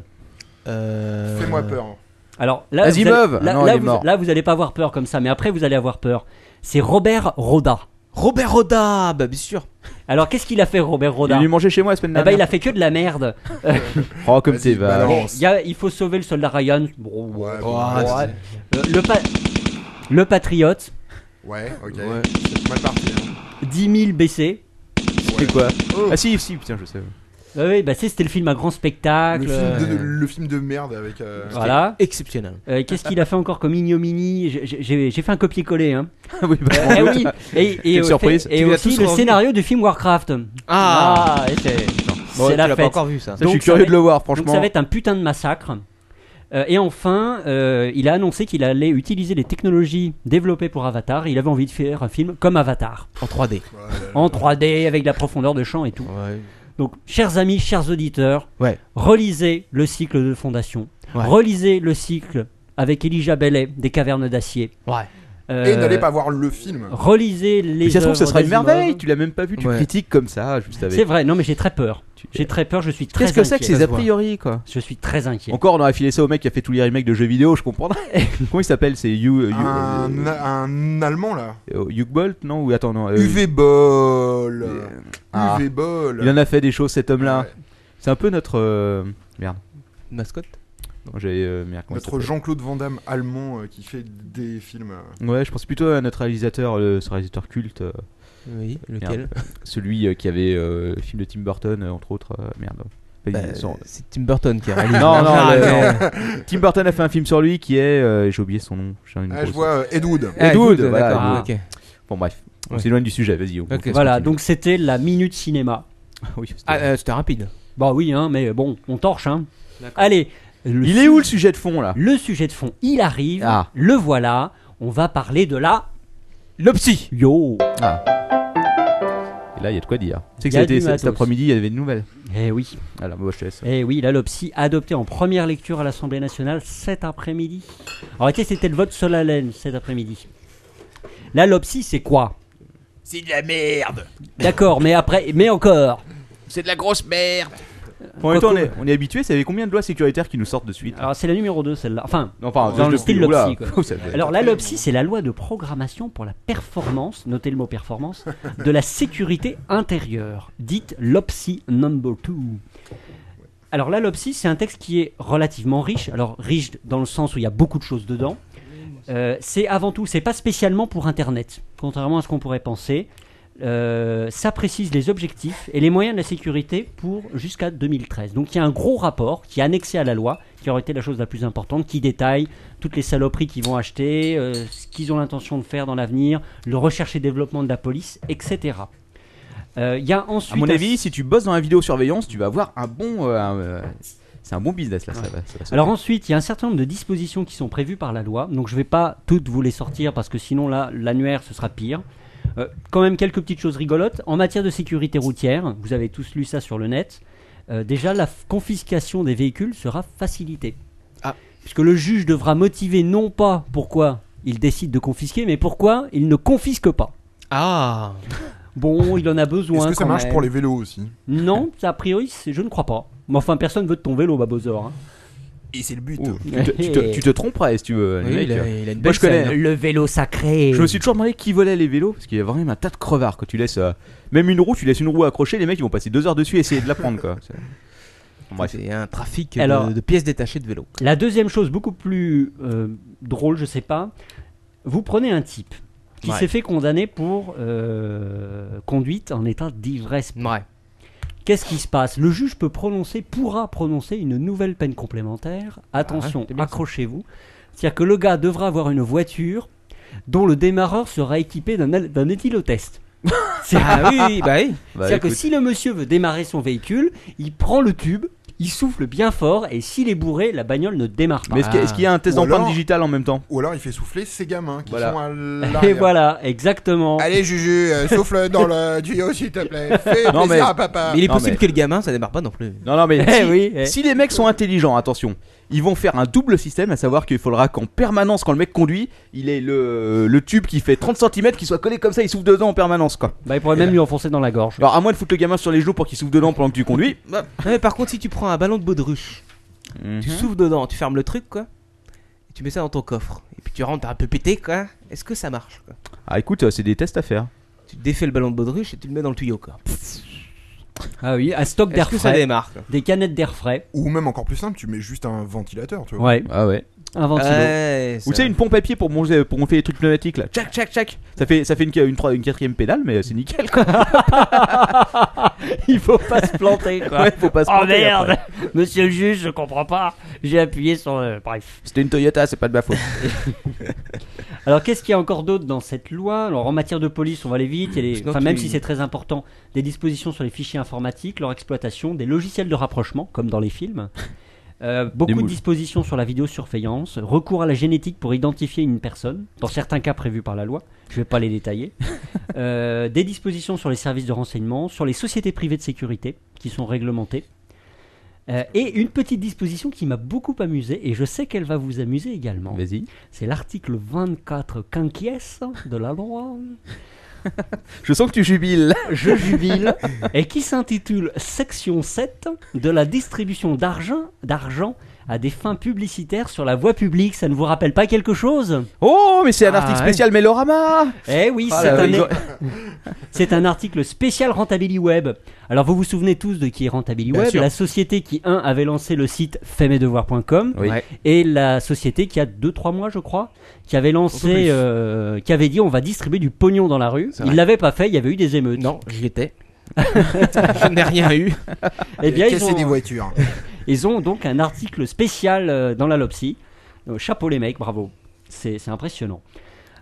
S1: Euh,
S4: Fais-moi peur.
S3: Alors là,
S1: Asimov
S3: vous allez, là,
S1: Ah non,
S3: là,
S1: il est
S3: vous,
S1: mort.
S3: là, vous allez pas avoir peur comme ça, mais après vous allez avoir peur. C'est Robert Roda.
S5: Robert Roda, bah bien sûr.
S3: Alors qu'est-ce qu'il a fait Robert Roda
S1: Il lui mangeait chez moi la semaine
S3: Eh ben,
S1: dernière
S3: il a fait que de la merde. Euh,
S1: oh comme t'es vache
S3: il, y a- il faut sauver le soldat Ryan. Bon, ouais,
S4: Ah
S5: Oh,
S3: ouais. Euh, le, pa- le patriote.
S4: Ouais, ok. C'est Mal parti. hein.
S3: 10 000 BC.
S1: c'est quoi
S3: Oh.
S1: ah si si putain je sais *laughs*
S3: Ah oui, bah c'est- c'était le film à grand
S4: Le,
S3: spectacle.
S4: film de,
S3: Euh, Ah.
S4: le film de merde avec. euh,
S3: Voilà.
S5: Exceptionnel.
S3: Euh, Qu'est-ce qu'il a fait encore comme ignominie J'ai- J'ai j'ai fait un copier-coller. Hein.
S1: oui, bah,
S3: Eh
S1: bon,
S3: oui.
S1: bah,
S3: Et, et,
S1: quelle
S3: euh,
S1: surprise.
S3: fait-
S1: Tu
S3: et
S1: l'as
S3: aussi
S1: tous
S3: le
S1: revu.
S3: scénario du film Warcraft.
S5: Ah.
S3: et c'est
S5: Bon, ouais,
S3: c'est
S5: tu
S3: la fête.
S5: l'as pas encore vu, ça. Ça, je
S1: suis
S3: Donc,
S1: curieux
S3: va
S1: de le
S3: être-
S1: voir,
S3: Donc
S1: franchement.
S3: ça va être un putain de massacre. Euh, et enfin, euh, il a annoncé qu'il allait utiliser les technologies développées pour Avatar. Il avait envie de faire un film comme Avatar.
S5: En 3D.
S3: En 3D, avec de la profondeur de champ et tout. Donc, chers amis, chers auditeurs,
S5: Ouais.
S3: relisez le cycle de Fondation.
S5: Ouais.
S3: Relisez le cycle avec Elijah Bellet des Cavernes d'Acier.
S5: Ouais.
S3: Euh, Oh,
S4: Et n'allez pas voir le film.
S3: Relisez les.
S1: Mais ça se trouve, ça
S3: œuvres
S1: sera une
S3: d'Asimov.
S1: merveille. Tu l'as même pas vu, tu
S3: Ouais.
S1: critiques comme ça, juste avec.
S3: C'est vrai, non mais j'ai très peur. J'ai très peur, je suis très
S1: Qu'est-ce que c'est que
S3: inquiet.
S1: ces a priori, quoi
S3: Je suis très inquiet.
S1: Encore, on aurait filé ça au mec qui a fait tous les remakes de jeux vidéo, je comprendrais.
S3: *laughs*
S1: Comment il s'appelle C'est You. You-
S4: Un, un allemand là.
S1: euh, Hugh Bolt, non Ou attends, non. euh,
S4: UV Ball.
S1: Ah.
S4: UV Ball.
S1: Il en a fait des choses, cet homme-là. C'est un peu notre. euh, Merde.
S5: Mascotte
S1: Non, J'ai. euh, merde, comment il
S4: Notre
S1: s'appelle
S4: Jean-Claude Van Damme allemand euh, qui fait des films. euh,
S1: Ouais, je pense plutôt à notre réalisateur, euh, ce réalisateur culte. euh,
S5: Oui, lequel
S1: merde. Celui euh, qui avait euh, le film de Tim Burton, euh, entre autres. euh, merde. Pas
S5: Bah, Ah,
S1: dit son-
S5: c'est Tim Burton qui a réalisé.
S1: Non,
S5: En
S1: non,
S5: général,
S1: le-
S5: non.
S1: Tim Burton a fait un film sur lui qui est. euh, J'ai oublié son nom. j'ai une
S4: Ah,
S1: grosse-
S4: je vois euh, Ed Wood.
S1: Et
S5: Ah,
S1: Dude,
S5: Dude,
S1: voilà,
S5: d'accord,
S1: Dude.
S5: ok.
S1: Bon, bref, on
S5: Ouais.
S1: s'éloigne du sujet, vas-y. on- on continue. *laughs*
S3: Voilà, donc c'était la minute cinéma.
S1: Oui, c'était-
S5: Ah, euh, c'était rapide.
S3: Bah oui, hein, mais bon, on torche. Hein.
S5: D'accord.
S3: Allez, le
S1: Il est où le sujet de fond là
S3: Le sujet de fond, il arrive.
S1: Ah.
S3: Le voilà. On va parler de la
S5: L'opsie
S3: yo.
S1: Ah. Et là, il y a de quoi dire. Tu sais que
S3: Il y a
S1: c'était-
S3: du
S1: cet
S3: matos.
S1: après-midi, il y avait de nouvelles. Ah,
S3: Eh oui.
S1: Alors, moi, je te laisse.
S3: Eh oui, la LOPSI adoptée en première lecture à l'Assemblée nationale cet après-midi. En réalité, c'était le vote solennel cet après-midi. La LOPSI, c'est quoi
S5: C'est de la merde.
S3: D'accord, mais après, mais encore.
S5: C'est de la grosse merde.
S1: En même temps, on
S3: Quoique-
S1: est, on est habitué, c'est combien de lois sécuritaires qui nous sortent de suite
S3: Alors, c'est la numéro 2, celle-là. Enfin,
S1: Non, enfin,
S3: dans
S1: je
S3: le
S1: le
S3: style
S1: fous, oula.
S3: LOPSI. quoi.
S1: Oh, ça doit être-
S3: Alors, la LOPSI, c'est la loi de programmation pour la performance, notez le mot performance, de la sécurité intérieure, dite LOPSI number 2. Alors, la LOPSI, c'est un texte qui est relativement riche. Alors, riche dans le sens où il y a beaucoup de choses dedans. Euh, c'est avant tout, c'est pas spécialement pour Internet, contrairement à ce qu'on pourrait penser. Euh, ça précise les objectifs et les moyens de la sécurité pour jusqu'à 2013. Donc il y a un gros rapport qui est annexé à la loi, qui aurait été la chose la plus importante, qui détaille toutes les saloperies qu'ils vont acheter, euh, ce qu'ils ont l'intention de faire dans l'avenir, le recherche et développement de la police, etc. Euh, Il y a ensuite.
S1: À mon
S3: un-
S1: avis, si tu bosses dans la vidéosurveillance, tu vas avoir un bon. euh, un, euh, c'est un bon business là, ça va. ça va sauter.
S3: Alors ensuite, il y a un certain nombre de dispositions qui sont prévues par la loi. Donc je ne vais pas toutes vous les sortir parce que sinon là, l'annuaire, ce sera pire. Euh, quand même quelques petites choses rigolotes. En matière de sécurité routière, vous avez tous lu ça sur le net. euh, déjà, la f- confiscation des véhicules sera facilitée.
S4: Ah.
S3: Puisque le juge devra motiver non pas pourquoi il décide de confisquer, mais pourquoi il ne confisque pas.
S5: Ah
S3: Bon, il en a besoin.
S4: Est-ce que ça
S3: quand
S4: marche
S3: même.
S4: pour les vélos aussi
S3: Non, a priori, c'est- je ne crois pas. Mais enfin, personne veut de ton vélo, Babozor. hein.
S4: Et c'est le but.
S1: Tu te, tu te- tu te tromperais si tu veux. les
S3: Oui,
S1: mecs.
S3: il a- il a une
S1: Moi,
S3: belle
S1: je connais-
S5: hein.
S3: scène. Le vélo sacré.
S1: Je me suis toujours demandé qui volait les vélos parce qu'il y a vraiment un tas de crevards quand tu laisses euh, même une roue, tu laisses une roue accrochée, les mecs ils vont passer deux heures dessus et essayer de la prendre quoi. C'est- Bon, bref.
S5: C'est un trafic
S3: Alors-
S5: de, de pièces détachées de vélo.
S3: La deuxième chose, beaucoup plus euh, drôle, je sais pas. Vous prenez un type qui
S5: Ouais.
S3: s'est fait condamner pour euh, conduite en état d'ivresse. Qu'est-ce qui se passe Le juge peut prononcer, pourra prononcer une nouvelle peine complémentaire.
S5: Ah,
S3: Attention, accrochez-vous. C'est-à-dire que le gars devra avoir une voiture dont le démarreur sera équipé d'un al- d'un
S5: *laughs*
S3: éthylotest. C'est-
S5: Ah oui, oui, bah oui. Bah,
S3: C'est-à-dire que
S5: écoute.
S3: si le monsieur veut démarrer son véhicule, il prend le tube, il souffle bien fort, et s'il est bourré, la bagnole ne démarre pas.
S1: Mais est-ce qu'il y a- est-ce qu'il y a un test
S3: Ou
S1: d'empreinte
S3: alors-
S1: digitale en même temps
S4: Ou alors il fait souffler ses gamins qui
S1: Voilà.
S4: sont à
S3: Et
S4: l'arrière.
S3: voilà, exactement.
S4: Allez Juju, euh, souffle dans le tuyau s'il te plaît. Fais
S1: Non,
S4: plaisir
S1: mais-
S4: à papa.
S1: Mais il est possible
S5: Que le gamin, ça démarre pas non plus.
S1: Non, non, mais
S5: Eh
S1: si,
S5: oui, eh.
S1: si les mecs sont intelligents, attention, ils vont faire un double système, à savoir qu'il faudra qu'en permanence, quand le mec conduit, il ait le, le tube qui fait 30 cm qui soit collé comme ça, il souffle dedans en permanence, quoi.
S3: Bah, il pourrait même lui enfoncer dans la gorge.
S1: Alors, à moins de foutre le gamin sur les genoux pour qu'il souffle dedans pendant que tu conduis.
S5: Bah, non, mais par contre, si tu prends un ballon de baudruche, tu
S1: Mhm.
S5: souffles dedans, tu fermes le truc, quoi. Et tu mets ça dans ton coffre. Et puis tu rentres, t'as un peu pété, quoi. Est-ce que ça marche, quoi
S1: Ah, écoute, euh, c'est des tests à faire.
S5: Tu défais le ballon de baudruche et tu le mets dans le tuyau, quoi.
S3: Ah oui, un stock
S5: Est-ce
S3: d'air
S5: que
S3: frais.
S5: ça démarre quoi
S3: Des canettes d'air frais.
S4: Ou même encore plus simple, tu mets juste un ventilateur, tu vois.
S3: Ouais.
S1: Ah ouais.
S3: Un ventilo.
S5: Euh, Ouais,
S1: Ou tu sais, une pompe à pied pour monter, pour monter les trucs pneumatiques là. Tchac, tchac, tchac. Ça fait, ça fait une, une, trois- une quatrième pédale, mais euh, c'est nickel quoi.
S3: *laughs* Il faut pas se planter, quoi.
S1: Ouais, faut pas se
S3: oh
S1: planter,
S3: merde
S1: après.
S3: *laughs* Monsieur le juge, je comprends pas. J'ai appuyé sur. euh, bref.
S1: C'était une Toyota, c'est pas de ma
S3: *laughs*
S1: faute.
S3: Alors, qu'est-ce qu'il y a encore d'autre dans cette loi Alors, en matière de police, on va aller vite. Il y a les-
S5: Sinon,
S3: enfin, même
S5: tu-
S3: si c'est très important, des dispositions sur les fichiers informatiques, leur exploitation, des logiciels de rapprochement, comme dans les films. Euh,
S1: Des
S3: beaucoup de
S1: mouches.
S3: dispositions sur la vidéosurveillance, recours à la génétique pour identifier une personne, dans certains cas prévus par la loi, je ne vais pas les
S5: *laughs*
S3: détailler, Euh, des dispositions sur les services de renseignement, sur les sociétés privées de sécurité qui sont réglementées, Euh, et une petite disposition qui m'a beaucoup amusé, et je sais qu'elle va vous amuser également.
S1: Vas-y.
S3: C'est l'article 24 quinquies de la loi.
S1: Je sens que tu jubiles.
S3: Je jubile. Et qui s'intitule Section 7 de la distribution d'argent, d'argent à des fins publicitaires sur la voie publique. Ça ne vous rappelle pas quelque chose
S1: *laughs* Oh, mais c'est un
S3: Ah,
S1: article
S3: ouais.
S1: spécial Mélorama
S3: Eh oui,
S1: Ah
S3: c'est
S1: là,
S3: un,
S1: ils ont-
S3: *laughs* c'est un article spécial Rentability Web. Alors vous vous souvenez tous de qui est Rentability
S1: Bien
S3: Web
S1: sûr.
S3: La société qui, un, avait lancé le site faitmesdevoirs.com
S1: Oui. Ouais.
S3: et la société qui, a 2-3 mois, je crois, qui avait lancé, euh, qui avait dit on va distribuer du pognon dans la rue.
S5: C'est
S3: Ils
S5: vrai.
S3: l'avaient pas fait, il y avait eu des émeutes.
S5: Non, je l'étais. je n'ai rien eu.
S3: Eh bien, ils
S4: Casser
S3: ont,
S4: des voitures.
S3: ils ont donc un article spécial euh, dans la Lopsy. Euh, chapeau les mecs, bravo. C'est c'est impressionnant.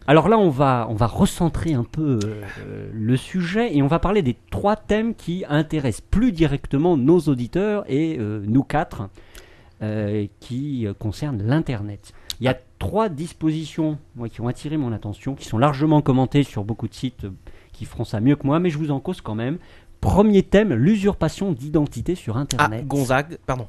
S3: Alors là, on va, on va recentrer un peu euh, le sujet et on va parler des trois thèmes qui intéressent plus directement nos auditeurs et euh, nous quatre, euh, qui euh, concernent l'Internet. Il y
S5: Ah.
S3: a trois dispositions moi, qui ont attiré mon attention, qui sont largement commentées sur beaucoup de sites euh, qui feront ça mieux que moi, mais je vous en cause quand même. Premier thème, l'usurpation d'identité sur
S5: Ah,
S3: Internet.
S5: Gonzague, pardon.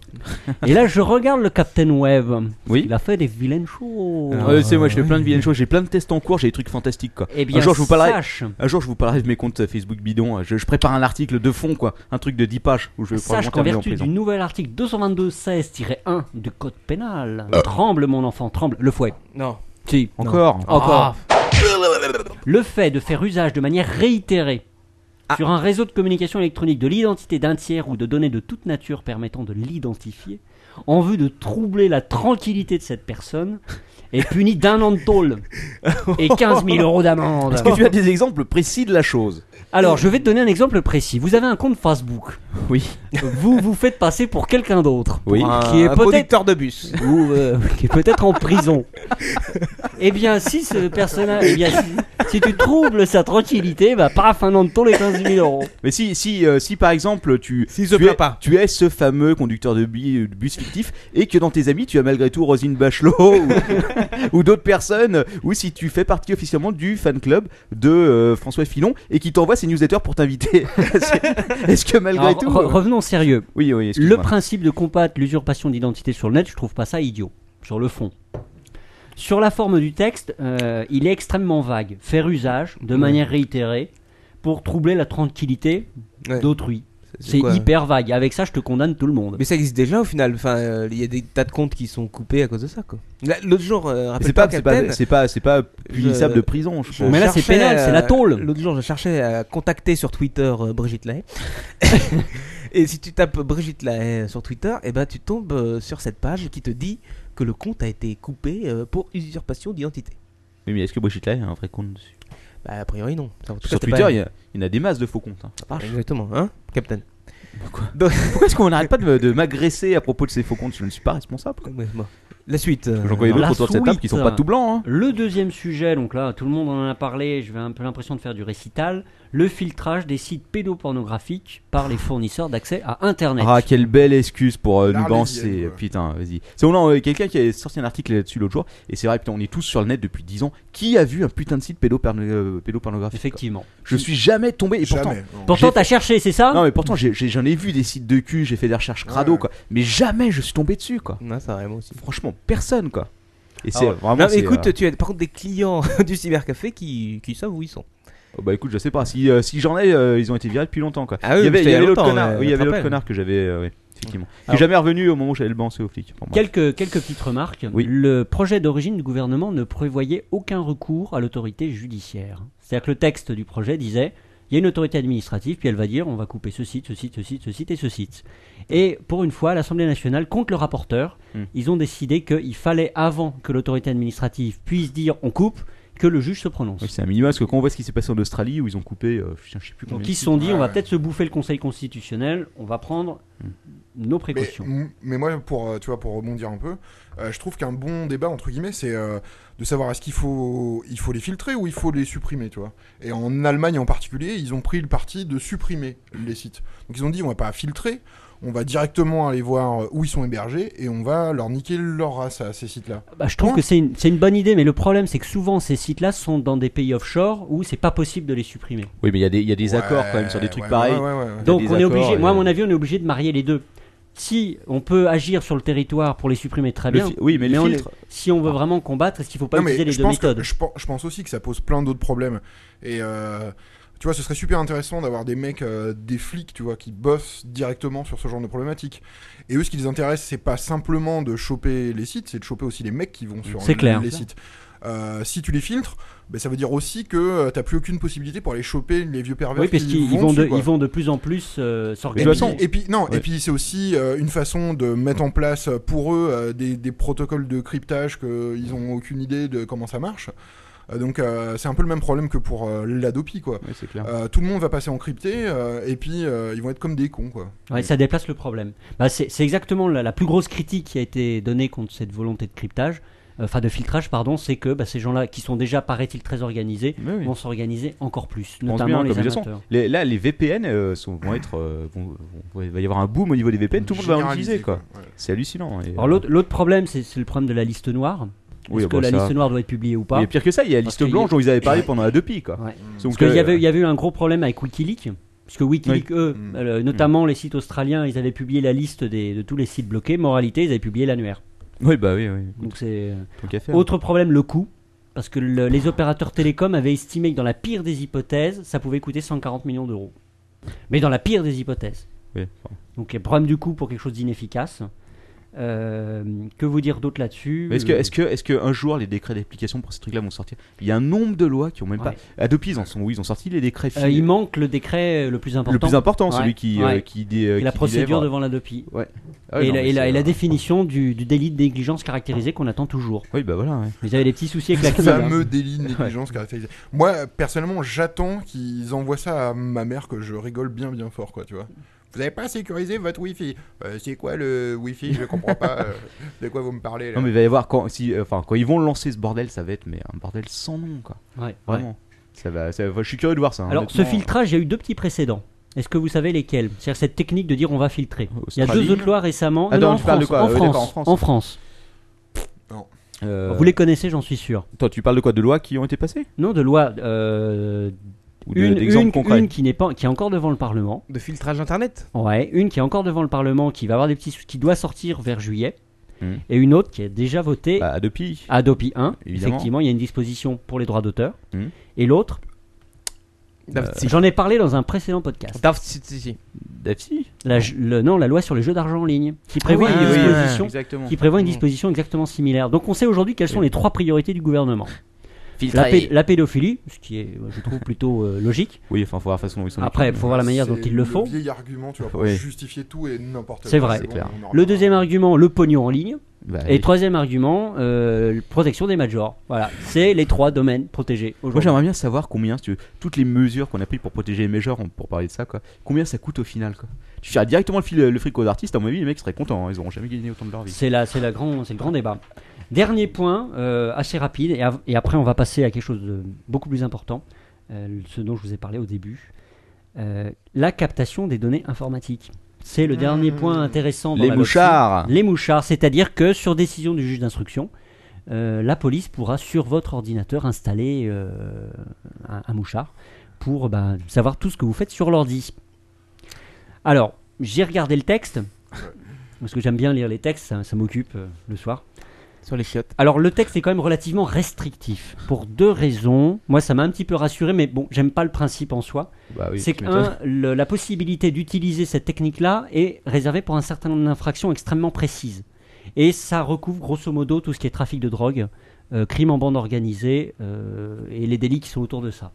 S3: Et là, je regarde le Captain Web.
S1: Oui.
S3: Il a fait des vilaines choses.
S1: Euh, c'est moi, je fais plein de vilaines choses, j'ai plein de tests en cours, j'ai des trucs fantastiques quoi.
S3: Eh bien,
S1: un jour je vous parlerai,
S3: sache.
S1: un jour je vous parlerai de mes comptes euh, Facebook bidons. Je, je prépare un article de fond quoi, un truc de 10 pages où je vais probablement
S3: Sache qu'en
S1: terminer en
S3: vertu
S1: prison.
S3: du nouvel article 222-16-1 du Code pénal, tremble mon enfant, tremble le fouet.
S5: Non. Ah,
S3: Si.
S1: Ah. Encore.
S3: Encore. Le fait de faire usage de manière réitérée
S1: Ah.
S3: sur un réseau de communication électronique de l'identité d'un tiers ou de données de toute nature permettant de l'identifier
S1: *laughs*
S3: en vue de troubler la tranquillité de cette personne est puni d'un an de tôle. et 15 000 euros d'amende.
S1: Est-ce que tu as des exemples précis de la chose
S3: Alors, je vais te donner un exemple précis. Vous avez un compte Facebook.
S1: Oui.
S3: Vous vous faites passer pour quelqu'un d'autre.
S1: Oui.
S3: Pour un-
S1: Un
S3: Qui est
S5: conducteur
S3: peut-être de bus. Ou euh, qui est peut-être en prison. Eh bien, si ce personnage, eh bien, si, si tu troubles sa tranquillité, bah paf, un an de tôle et 15 000 euros.
S1: Mais si, si, euh, si par exemple tu,
S5: se
S1: tu,
S5: plaint
S1: es, tu es ce fameux conducteur de, bi- de bus fictif et que dans tes amis tu as malgré tout Rosine Bachelot *laughs* ou, ou *laughs* d'autres personnes, ou si tu fais partie officiellement du fan club de euh, François Filon et qui t'envoie ses newsletters pour t'inviter, *laughs* Est-ce- est-ce que malgré
S3: Alors,
S1: tout. euh,
S3: re- revenons au sérieux.
S1: Oui, oui,
S3: Le
S1: excuse-moi.
S3: principe de combattre l'usurpation d'identité sur le net, je trouve pas ça idiot, sur le fond. Sur la forme du texte, euh, il est extrêmement vague. Faire usage, de
S5: Ouais.
S3: manière réitérée, pour troubler la tranquillité
S5: Ouais.
S3: d'autrui.
S5: C'est
S3: C'est
S5: quoi
S3: hyper vague. Avec ça, je te condamne tout le monde.
S5: Mais ça existe déjà au final. Enfin, euh, il y a des tas de comptes qui sont coupés à cause de ça. quoi. Là, L'autre jour, euh,
S1: C'est
S5: rappelle-toi,
S1: pas, c'est pas,
S5: Captain,
S1: c'est pas, c'est pas punissable
S5: je-
S1: de prison, je
S5: je
S1: pense.
S5: cherchais, euh,
S3: tôle.
S5: L'autre jour, je cherchais à contacter sur Twitter euh, Brigitte Lahaye. *laughs* et si tu tapes Brigitte Lahaye sur Twitter, et ben tu tombes euh, sur cette page qui te dit que le compte a été coupé euh, pour usurpation d'identité.
S1: Oui, mais est-ce que Brigitte Lahaye a un vrai compte dessus
S5: Bah, a priori, non. En tout cas,
S1: Sur
S5: c'était pas
S1: Twitter,
S5: elle.
S1: il y, a- il y en a des masses de faux comptes. hein.
S5: Exactement, hein, Captain.
S1: Pourquoi, Pourquoi est-ce qu'on n'arrête pas de, me- de m'agresser à propos de ces faux comptes Je ne suis pas responsable. quoi.
S5: La suite. euh,
S1: J'en connais
S3: La
S1: d'autres autour de cette table
S3: suite.
S1: qui sont pas tout blancs. hein.
S3: Le deuxième sujet, donc là, tout le monde en a parlé, je vais un peu l'impression de faire du récital, le filtrage des sites pédopornographiques par les fournisseurs d'accès à Internet.
S1: Ah, quelle belle excuse pour euh, nous
S3: L'arlésienne,
S1: lancer. Putain, vas-y. C'est non, euh, quelqu'un qui a sorti un article là-dessus l'autre jour. Et c'est vrai, putain, on est tous sur le net depuis 10 ans. Qui a vu un putain de site pédoporno- euh, pédopornographique quoi
S3: Effectivement.
S1: Je suis jamais tombé. Et pourtant,
S3: Jamais, non. Pourtant,
S1: j'ai-
S3: t'as cherché, c'est ça
S1: Non, mais pourtant, j'ai- j'ai- j'en ai, vu des sites de cul, j'ai fait des recherches crado, quoi. Mais jamais je suis tombé dessus, quoi.
S5: Non, ça vraiment aussi.
S1: Franchement, personne, quoi. Et
S5: Ah
S1: c'est
S5: ouais.
S1: vraiment.
S5: Non, mais
S1: c'est,
S5: écoute,
S1: euh,
S5: tu as par contre des clients *laughs* du cybercafé qui, qui savent où ils sont.
S1: Oh, Bah écoute, je sais pas. Si, euh, si j'en ai, euh, ils ont été virés depuis longtemps quoi.
S5: Ah oui,
S1: il y avait,
S5: c'était
S1: il y avait
S5: il y a Ah
S1: l'autre
S5: longtemps,
S1: connard,
S5: ouais,
S1: oui, il y avait l'autre
S5: Trappel.
S1: connard que j'avais, euh, oui, effectivement. Qui est
S3: Alors-
S1: jamais revenu au moment où j'avais le balancer aux flics. Bon, bref.
S3: Quelques, quelques petites remarques.
S1: Oui.
S3: Le projet d'origine du gouvernement ne prévoyait aucun recours à l'autorité judiciaire. C'est-à-dire que le texte du projet disait il y a une autorité administrative, puis elle va dire on va couper ce site, ce site, ce site, ce site et ce site. Et pour une fois, l'Assemblée nationale, contre le rapporteur,
S1: Hmm.
S3: ils ont décidé qu'il fallait, avant que l'autorité administrative puisse dire on coupe, que le juge se prononce.
S1: Oui, c'est un minimum parce que quand on voit ce qui s'est passé en Australie où ils ont coupé, euh, putain, je sais plus combien.
S3: Donc
S1: de
S3: ils se
S1: sites.
S3: sont dit on va peut-être se bouffer le Conseil constitutionnel, on va prendre
S1: Hmm.
S3: nos
S4: Mais,
S3: précautions.
S4: m- mais moi, pour, euh, tu vois, pour rebondir un peu, euh, je trouve qu'un bon débat, entre guillemets, c'est euh, de savoir est-ce qu'il faut, il faut les filtrer ou il faut les supprimer, tu vois. Et en Allemagne en particulier, ils ont pris le parti de supprimer les sites. Donc ils ont dit, on va pas filtrer, on va directement aller voir euh, où ils sont hébergés et on va leur niquer leur race à ces sites-là.
S3: Bah, je trouve
S4: Point.
S3: que c'est une, c'est une bonne idée, mais le problème, c'est que souvent ces sites-là sont dans des pays offshore où c'est pas possible de les supprimer.
S1: Oui, mais il y a des, il y a des
S4: Ouais,
S1: accords quand même sur des trucs
S4: ouais,
S1: pareils.
S4: ouais, ouais, ouais, ouais.
S1: Il y a
S3: Donc
S1: des
S3: on est
S1: accords,
S3: obligé,
S1: et-
S3: moi à mon avis, on est obligé de marier les deux. Si on peut agir sur le territoire pour les supprimer très
S1: Le
S3: bien,
S1: fi- oui, Ah, mais le
S3: on-
S1: filtre-
S3: si on veut vraiment combattre, est-ce qu'il faut pas
S4: Non, mais
S3: utiliser les
S4: je
S3: deux
S4: pense que-
S3: méthodes
S4: je, pen- je pense aussi que ça pose plein d'autres problèmes. Et euh, tu vois, ce serait super intéressant d'avoir des mecs, euh, des flics, tu vois, qui bossent directement sur ce genre de problématique. Et eux, ce qui les intéresse, c'est pas simplement de choper les sites, c'est de choper aussi les mecs qui vont sur
S3: C'est
S4: les,
S3: clair.
S4: les sites. Euh, si tu les filtres, ben, ça veut dire aussi que euh, t'as plus aucune possibilité pour aller choper les vieux pervers.
S3: Oui, parce
S4: qui
S3: qu'ils ils vont,
S4: dessus,
S3: de,
S4: quoi.
S3: ils vont de plus en plus euh,
S4: Et
S3: s'organiser.
S4: puis, et puis- non, et puis c'est aussi euh, une façon de mettre en place euh, pour eux euh, des, des protocoles de cryptage qu'ils n'ont aucune idée de comment ça marche. Euh, donc euh, c'est un peu le même problème que pour euh, la dopie quoi.
S1: c'est clair.
S4: Euh, tout le monde va passer en crypté euh, et puis euh, ils vont être comme des cons quoi.
S3: Ouais, ça déplace le problème. Bah, c'est c'est exactement la, la plus grosse critique qui a été donnée contre cette volonté de cryptage, euh, enfin de filtrage, pardon, c'est que bah, ces gens-là, qui sont déjà, paraît-il, très organisés,
S1: oui.
S3: vont s'organiser encore plus,
S1: Je pense
S3: notamment
S1: bien,
S3: les
S1: comme ils le sont.
S3: amateurs.
S1: Les- là, les VPN euh, sont- vont être, euh, vont- vont- il va y avoir un boom au niveau des VPN. Tout le monde va en
S4: Généralisé,
S1: utiliser quoi. C'est hallucinant. hein, et- euh,
S3: Alors l'autre l'autre problème, c'est c'est le problème de la liste noire.
S1: Oui,
S3: Est-ce
S1: ah
S3: que
S1: bah,
S3: la
S1: ça-
S3: liste noire doit être publiée ou pas
S1: Oui, Et pire que ça, il y a la
S3: Parce
S1: liste
S3: qu'il y a-
S1: blanche dont ils avaient parlé pendant la Dupi quoi.
S3: Ouais.
S1: Donc,
S3: Parce qu'il y,
S1: euh,
S3: avait- il y avait eu un gros problème avec Wikileaks. Parce que Wikileaks,
S1: Oui.
S3: eux,
S1: Mm.
S3: euh, notamment les sites australiens, ils avaient publié la liste des- de tous les sites bloqués. Moralité, ils avaient publié l'annuaire.
S1: Oui, bah oui, oui.
S3: Donc c'est.
S1: Tant qu'à faire.
S3: Autre problème, le coût. Parce que le- les opérateurs télécoms avaient estimé que dans la pire des hypothèses, ça pouvait coûter 140 millions d'euros. Mais dans la pire des hypothèses.
S1: Oui, enfin.
S3: Donc il y a problème du coût pour quelque chose d'inefficace. Euh, que vous dire d'autre là-dessus
S1: Mais Est-ce que, est-ce que, est-ce que un jour les décrets d'application pour ces trucs-là vont sortir Il y a un nombre de lois qui ont même
S3: Euh, Ouais.
S1: pas. Adopi, ils en sont où Ils ont sorti les décrets.
S3: Euh, il manque le décret euh, le plus important.
S1: Le plus important, celui
S3: Ouais,
S1: qui,
S3: ouais.
S1: euh, qui dé- euh,
S3: Et la
S1: qui
S3: procédure
S1: délèvre.
S3: devant la DOPI.
S1: Ouais. Ah ouais,
S3: et,
S1: non,
S3: la,
S1: mais
S3: et la-
S1: c'est-
S3: et la définition du, du délit de négligence caractérisée qu'on attend toujours.
S1: Oui, bah voilà.
S3: Vous avez des petits soucis avec la
S4: Le
S3: CNIL, hein.
S1: *laughs*
S4: fameux délit de négligence caractérisé. Moi, personnellement, j'attends qu'ils envoient ça à ma mère que je rigole bien, bien fort, quoi, tu vois. Vous n'avez pas sécurisé votre Wi-Fi. Euh, c'est quoi le Wi-Fi Je comprends pas. euh, de quoi vous me parlez là
S1: Non mais il va y avoir quand si euh, enfin quand ils vont lancer ce bordel, ça va être mais un bordel sans nom quoi.
S3: Ouais,
S1: Vraiment. Ça va, ça va- je suis curieux de voir ça. hein,
S3: Alors, ce
S1: honnêtement.
S3: filtrage, il y a eu deux petits précédents. Est-ce que vous savez lesquels C'est-à-dire cette technique de dire on va filtrer. Il y a
S1: Australie.
S3: deux autres lois récemment.
S1: Attends,
S3: non,
S1: tu
S3: en,
S1: parles de
S3: France,
S1: quoi
S3: en,
S1: Euh,
S3: France,
S1: d'accord, en France.
S3: en France.
S1: Euh,
S3: Vous les connaissez, j'en suis sûr.
S1: Attends, tu parles de quoi De lois qui ont été passées
S3: Non, de loi. euh,
S1: Ou de-
S3: une,
S1: d'exemples
S3: une-
S1: concrets.
S3: une qui n'est pas, qui est encore devant le Parlement.
S5: De filtrage internet.
S3: Ouais, une qui est encore devant le Parlement, qui va avoir des petits, sou- qui doit sortir vers juillet,
S5: Hmm.
S1: Mhm.
S3: et une autre qui Ah. est déjà votée.
S1: Bah, Adopi.
S3: Adopi 1.
S1: Évidemment.
S3: Effectivement, il y a une disposition pour les droits d'auteur.
S5: Hmm.
S1: Mhm.
S3: Et l'autre.
S1: Euh,
S5: Daft
S3: J'en ai parlé dans un précédent podcast.
S5: Daft City.
S1: Dafsi
S3: La, ju- le- non, la loi sur les jeux d'argent en ligne, qui
S5: Ah
S3: prévoit
S5: oui,
S3: une
S5: oui,
S3: disposition,
S5: oui, exactement.
S3: qui prévoit une
S5: Mm.
S3: disposition exactement similaire. Donc, on sait aujourd'hui quelles sont les trois priorités du gouvernement.
S5: Filtrer.
S3: La, pé- la pédophilie, ce qui est, je trouve, plutôt euh, logique.
S1: Oui, enfin, faut voir la façon dont ils sont
S3: Après,
S1: écrits.
S3: faut voir la manière
S4: C'est
S3: dont ils le font.
S4: vieil argument, tu vois, pour
S1: Oui.
S4: justifier tout et n'importe quoi.
S3: C'est vrai.
S4: bon, on en
S3: Le deuxième argument, le pognon en ligne.
S1: Bah,
S3: et
S1: oui.
S3: troisième argument, euh, protection des majors. Voilà, c'est les trois domaines protégés.
S1: Moi,
S3: aujourd'hui.
S1: j'aimerais bien savoir combien, si tu veux, toutes les mesures qu'on a prises pour protéger les majors, on- pour parler de ça, quoi, combien ça coûte au final, quoi. Tu feras directement le, fil, le fric aux artistes, à mon avis, les mecs seraient contents, hein, ils auront jamais gagné autant de leur vie.
S3: C'est la, c'est la grand, c'est le grand débat. Dernier point, euh, assez rapide, et, av- et après on va passer à quelque chose de beaucoup plus important, euh, ce dont je vous ai parlé au début, Euh, la captation des données informatiques. C'est le dernier point intéressant. Dans
S1: Les
S3: la
S1: mouchards.
S3: loterie. Les mouchards, c'est-à-dire que sur décision du juge d'instruction, euh, la police pourra sur votre ordinateur installer euh, un, un mouchard pour ben, savoir tout ce que vous faites sur l'ordi. Alors, j'ai regardé le texte, parce que j'aime bien lire les textes, ça, ça m'occupe euh, le soir.
S5: Sur les chiottes.
S3: Alors, le texte est quand même relativement restrictif, pour deux raisons. Moi, ça m'a un petit peu rassuré, mais bon, j'aime pas le principe en soi.
S1: Bah oui,
S3: C'est
S1: tu
S3: que,
S1: m'étonnes.
S3: un, le- la possibilité d'utiliser cette technique-là est réservée pour un certain nombre d'infractions extrêmement précises. Et ça recouvre grosso modo tout ce qui est trafic de drogue, euh, crime en bande organisée euh, et les délits qui sont autour de ça.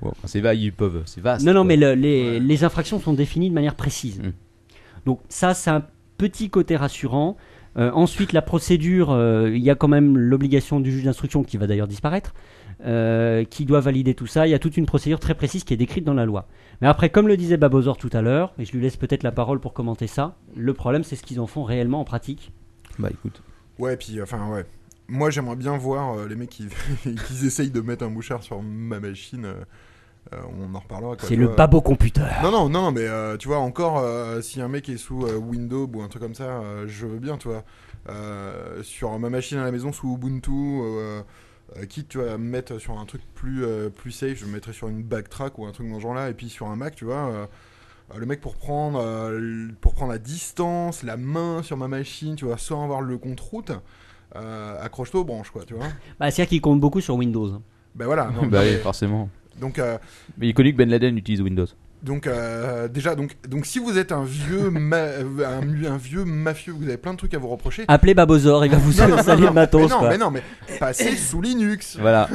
S1: Ouais, enfin, c'est vague, ils peuvent, c'est vaste.
S3: Non, non,
S1: quoi.
S3: mais le- les, les infractions sont définies de manière précise. Donc ça, c'est un petit côté rassurant. Euh, ensuite, la procédure, euh, il y a quand même l'obligation du juge d'instruction qui va d'ailleurs disparaître, euh, qui doit valider tout ça. Il y a toute une procédure très précise qui est décrite dans la loi. Mais après, comme le disait Babozor tout à l'heure, et je lui laisse peut-être la parole pour commenter ça, le problème, c'est ce qu'ils en font réellement en pratique.
S1: Bah écoute.
S4: Ouais, puis enfin ouais. Moi, j'aimerais bien voir euh, les mecs qui, *laughs* qui essayent de mettre un mouchard sur ma machine. euh, euh, on en reparlera. quoi,
S3: C'est
S4: tu
S3: le
S4: vois.
S3: babo computer.
S4: Non, non, non, non, mais euh, tu vois, encore, euh, si un mec est sous euh, Windows ou un truc comme ça, euh, je veux bien, tu vois. Euh, sur ma machine à la maison, sous Ubuntu, euh, euh, quitte, tu vois, à me mettre sur un truc plus, euh, plus safe, je me mettrais sur une backtrack ou un truc dans ce genre-là, et puis sur un Mac, tu vois. euh, euh, le mec pour prendre, euh, l- pour prendre la distance, la main sur ma machine, tu vois, sans avoir le compte-route, euh, accroche-toi aux branches, quoi, tu vois.
S3: Bah, C'est-à-dire qu'ils comptent beaucoup sur Windows.
S4: Bah voilà. non,
S1: *laughs* bah
S4: mais-
S1: oui, forcément.
S4: Donc, euh,
S1: Mais il est connu que Ben Laden utilise Windows.
S4: donc euh, déjà, donc, donc si vous êtes un vieux, ma- euh, un, mu- un vieux mafieux, vous avez plein de trucs à vous reprocher.
S3: Appelez Babozor, il va Ah, vous
S4: Non, non, non,
S3: installer
S4: non,
S3: le matos,
S4: Mais non,
S3: quoi.
S4: mais non, mais passez sous Linux.
S1: Voilà.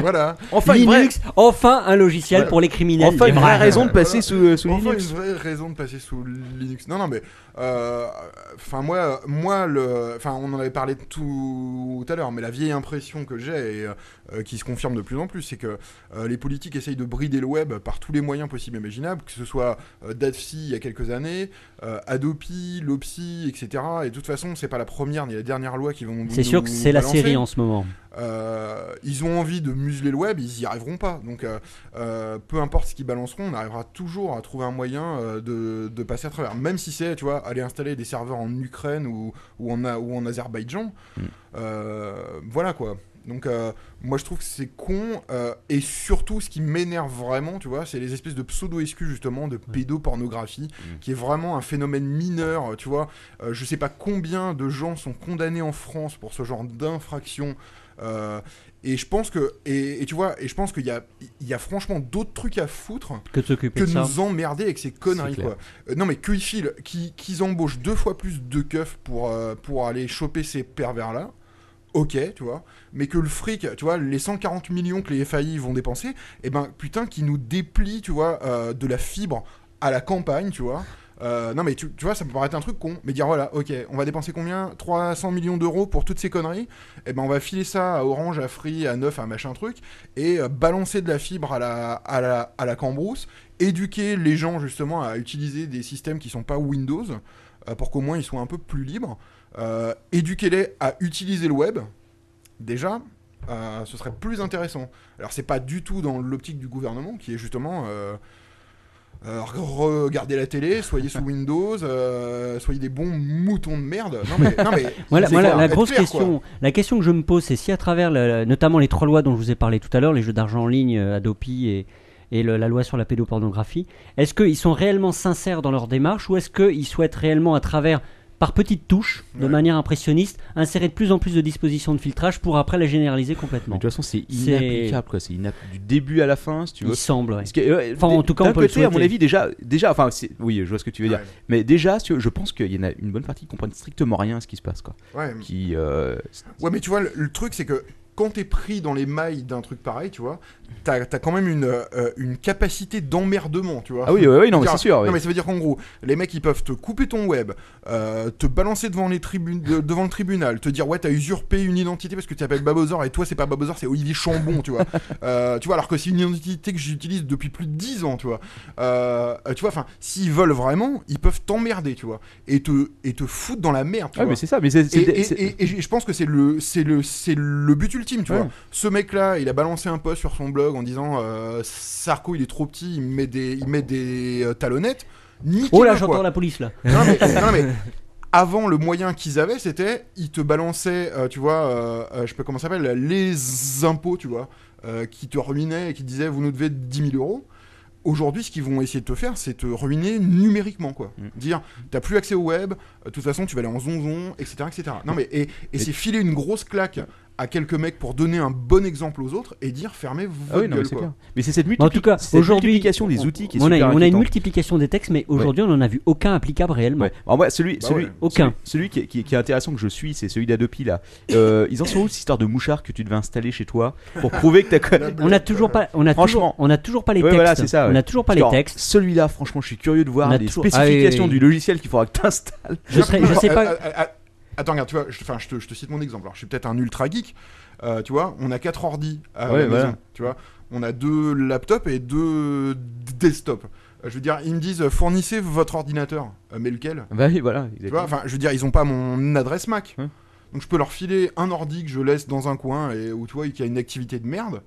S4: voilà.
S3: Linux, enfin un logiciel pour les criminels.
S4: Enfin,
S3: les
S4: une
S3: vrais.
S4: vraie raison de
S1: passer sous,
S5: euh,
S4: Enfin, une vraie raison de passer sous Linux. Non, non, mais euh, enfin moi, euh, moi le, enfin on en avait parlé tout à l'heure, mais la vieille impression que j'ai et euh, euh, qui se confirme de plus en plus, c'est que euh, les politiques essayent de brider le web par tous les moyens possibles et imaginables, que ce soit euh, Datfi il y a quelques années, euh, Adopi, Lopsi, etc. Et de toute façon, c'est pas la première ni la dernière loi qui vont.
S3: C'est sûr
S4: nous
S3: que c'est la
S4: balancer.
S3: série en ce moment.
S4: Euh, ils ont envie de museler le web, ils y arriveront pas. Donc, euh, euh, peu importe ce qu'ils balanceront, on arrivera toujours à trouver un moyen euh, de, de passer à travers. Même si c'est, tu vois, aller installer des serveurs en Ukraine ou, ou, en, A- ou en Azerbaïdjan. Euh, voilà quoi. Donc, euh, moi je trouve que c'est con. euh, et surtout, ce qui m'énerve vraiment, tu vois, c'est les espèces de pseudo-SQ justement, de pédopornographie, qui est vraiment un phénomène mineur, euh, tu vois. Euh, je sais pas combien de gens sont condamnés en France pour ce genre d'infraction. euh, Et je pense que et, et tu vois et je pense qu'il y a il y a franchement d'autres trucs à foutre
S3: Que de s'occuper
S4: que
S3: de
S4: de
S3: ça.
S4: nous emmerder avec ces conneries
S3: C'est clair.
S4: quoi. Euh, non mais qu'ils filent, qu'ils qu'ils embauchent deux fois plus de keufs pour euh, pour aller choper ces pervers là. Ok, tu vois, mais que le fric, tu vois, les 140 millions que les FAI vont dépenser, eh ben putain, qui nous déplient, tu vois, euh, de la fibre à la campagne, tu vois. Euh, non mais tu, tu vois ça peut paraître un truc con mais dire voilà ok on va dépenser combien 300 millions d'euros pour toutes ces conneries et ben on va filer ça à Orange à Free à Neuf à machin truc et euh, balancer de la fibre à la, à la, à la cambrousse éduquer les gens justement à utiliser des systèmes qui sont pas Windows euh, pour qu'au moins ils soient un peu plus libres euh, éduquer les à utiliser le web déjà, euh, ce serait plus intéressant. Alors, c'est pas du tout dans l'optique du gouvernement qui est justement. euh, euh, regardez la télé,
S3: *laughs*
S4: soyez sous Windows, euh, soyez des bons moutons de merde. Non mais, non, mais
S3: *laughs* Voilà,
S4: c'est
S3: voilà,
S4: clair,
S3: la
S4: être
S3: grosse
S4: clair, quoi.
S3: question. La question que je me pose, c'est si à travers la- notamment les trois lois dont je vous ai parlé tout à l'heure, les jeux d'argent en ligne, euh, Adopi et, et le- la loi sur la pédopornographie, est-ce qu'ils sont réellement sincères dans leur démarche ou est-ce qu'ils souhaitent réellement à travers par petites touches, de manière impressionniste, insérer de plus en plus de dispositions de filtrage pour après les généraliser complètement.
S1: de toute façon, c'est inapplicable, quoi. C'est inapp- du début à la fin, si tu veux.
S3: Il semble, ouais.
S1: Parce que, euh,
S3: Enfin, en tout cas,
S1: d'un
S3: on peut le
S1: côté, à mon
S3: souhaiter.
S1: avis, déjà, déjà, enfin, c'est- oui, je vois ce que tu veux dire. Mais déjà, si tu veux, je pense qu'il y en a une bonne partie qui comprennent strictement rien à ce qui se passe, quoi.
S4: Ouais.
S1: Qui, euh, c'est-
S4: Ouais, mais tu vois, le, le truc, c'est que quand t'es pris dans les mailles d'un truc pareil, tu vois, t'as as quand même une, euh, une capacité d'emmerdement, tu vois.
S1: Ah oui, oui, oui, non, mais
S4: C'est-à-dire-
S1: c'est sûr, oui.
S4: Non, mais ça veut dire qu'en gros, les mecs, ils peuvent te couper ton web, euh, te balancer devant, les tribunes, de- devant le tribunal, te dire, ouais, t'as usurpé une identité parce que tu t'appelles Babozor et toi, c'est pas Babozor, c'est Olivier Chambon,
S1: *laughs*
S4: tu vois. Euh, tu vois, alors que c'est une identité que j'utilise depuis plus de 10 ans, tu vois. Euh, euh, tu vois, enfin, s'ils veulent vraiment, ils peuvent t'emmerder, tu vois, et te, et te foutre dans la merde, tu
S1: Ouais,
S4: vois.
S1: mais c'est ça, mais c'est- c'est-
S4: Et- et-
S1: c'est-
S4: et- et je je pense que c'est le c'est le c'est le but ultime tu
S1: Ouais.
S4: vois ce mec là il a balancé un post sur son blog en disant euh, Sarko il est trop petit il met des il met des euh, talonnettes Niquez-le,
S3: Oh là,
S4: quoi.
S3: j'entends la police, là.
S4: non
S1: *laughs*
S4: mais, non, mais avant le moyen qu'ils avaient c'était ils te balançaient euh, tu vois euh, euh, je sais pas comment ça s'appelle les impôts tu vois euh, qui te ruinaient et qui te disaient vous nous devez 10 000 euros Aujourd'hui, ce qu'ils vont essayer de te faire, c'est te ruiner numériquement, quoi.
S1: Mm.
S4: Dire, t'as plus accès au web, euh, de toute façon, tu vas aller en zonzon, etc., etc. Non mais et, et c'est filer une grosse claque à quelques mecs pour donner un bon exemple aux autres et dire fermez votre
S1: Ah oui, non, mais
S4: gueule,
S1: c'est
S4: quoi.
S1: clair. Mais c'est cette, multipli-
S3: En tout cas,
S1: c'est cette
S3: aujourd'hui,
S1: multiplication des
S3: on-
S1: outils qui est
S3: on a,
S1: super
S3: on a une
S1: inquiétante.
S3: multiplication des textes, mais aujourd'hui, on n'en a vu aucun applicable réellement.
S1: Ah ouais, celui,
S3: Bah
S1: celui,
S3: ouais. Aucun.
S1: Celui, celui qui, est- qui est- qui est intéressant que je suis, c'est celui d'Adopi là. Euh, ils en sont où cette histoire de mouchard que tu devais installer chez toi pour prouver que t'as *laughs*
S3: On n'a toujours pas, on a toujours, on a toujours pas les
S1: Ouais,
S3: textes.
S1: voilà, c'est ça, ouais.
S3: On n'a toujours pas
S1: Parce
S3: les
S1: que, alors,
S3: textes.
S1: Celui-là, franchement, je suis curieux de
S3: On
S1: voir
S3: a
S1: les
S3: toujours-
S1: spécifications
S3: Ah oui,
S1: du
S3: oui,
S1: logiciel qu'il faudra que t'installes.
S3: Je serais- je sais
S4: Euh,
S3: pas-
S4: euh, euh, euh, Attends, regarde, tu vois, je, enfin, je, te, je te cite mon exemple. Alors, je suis peut-être un ultra geek. euh, tu vois, on a quatre ordi à
S1: Ouais,
S4: la
S1: voilà.
S4: maison. Tu vois, on a deux laptops et deux desktops. Euh, Je veux dire, ils me disent euh, fournissez votre ordinateur. Euh, mais lequel
S1: *laughs* Bah oui, voilà.
S4: Tu vois, enfin, je veux dire, ils ont pas mon adresse Mac. Donc je peux leur filer un ordi que je laisse dans un coin et où tu vois, il y a une activité de merde.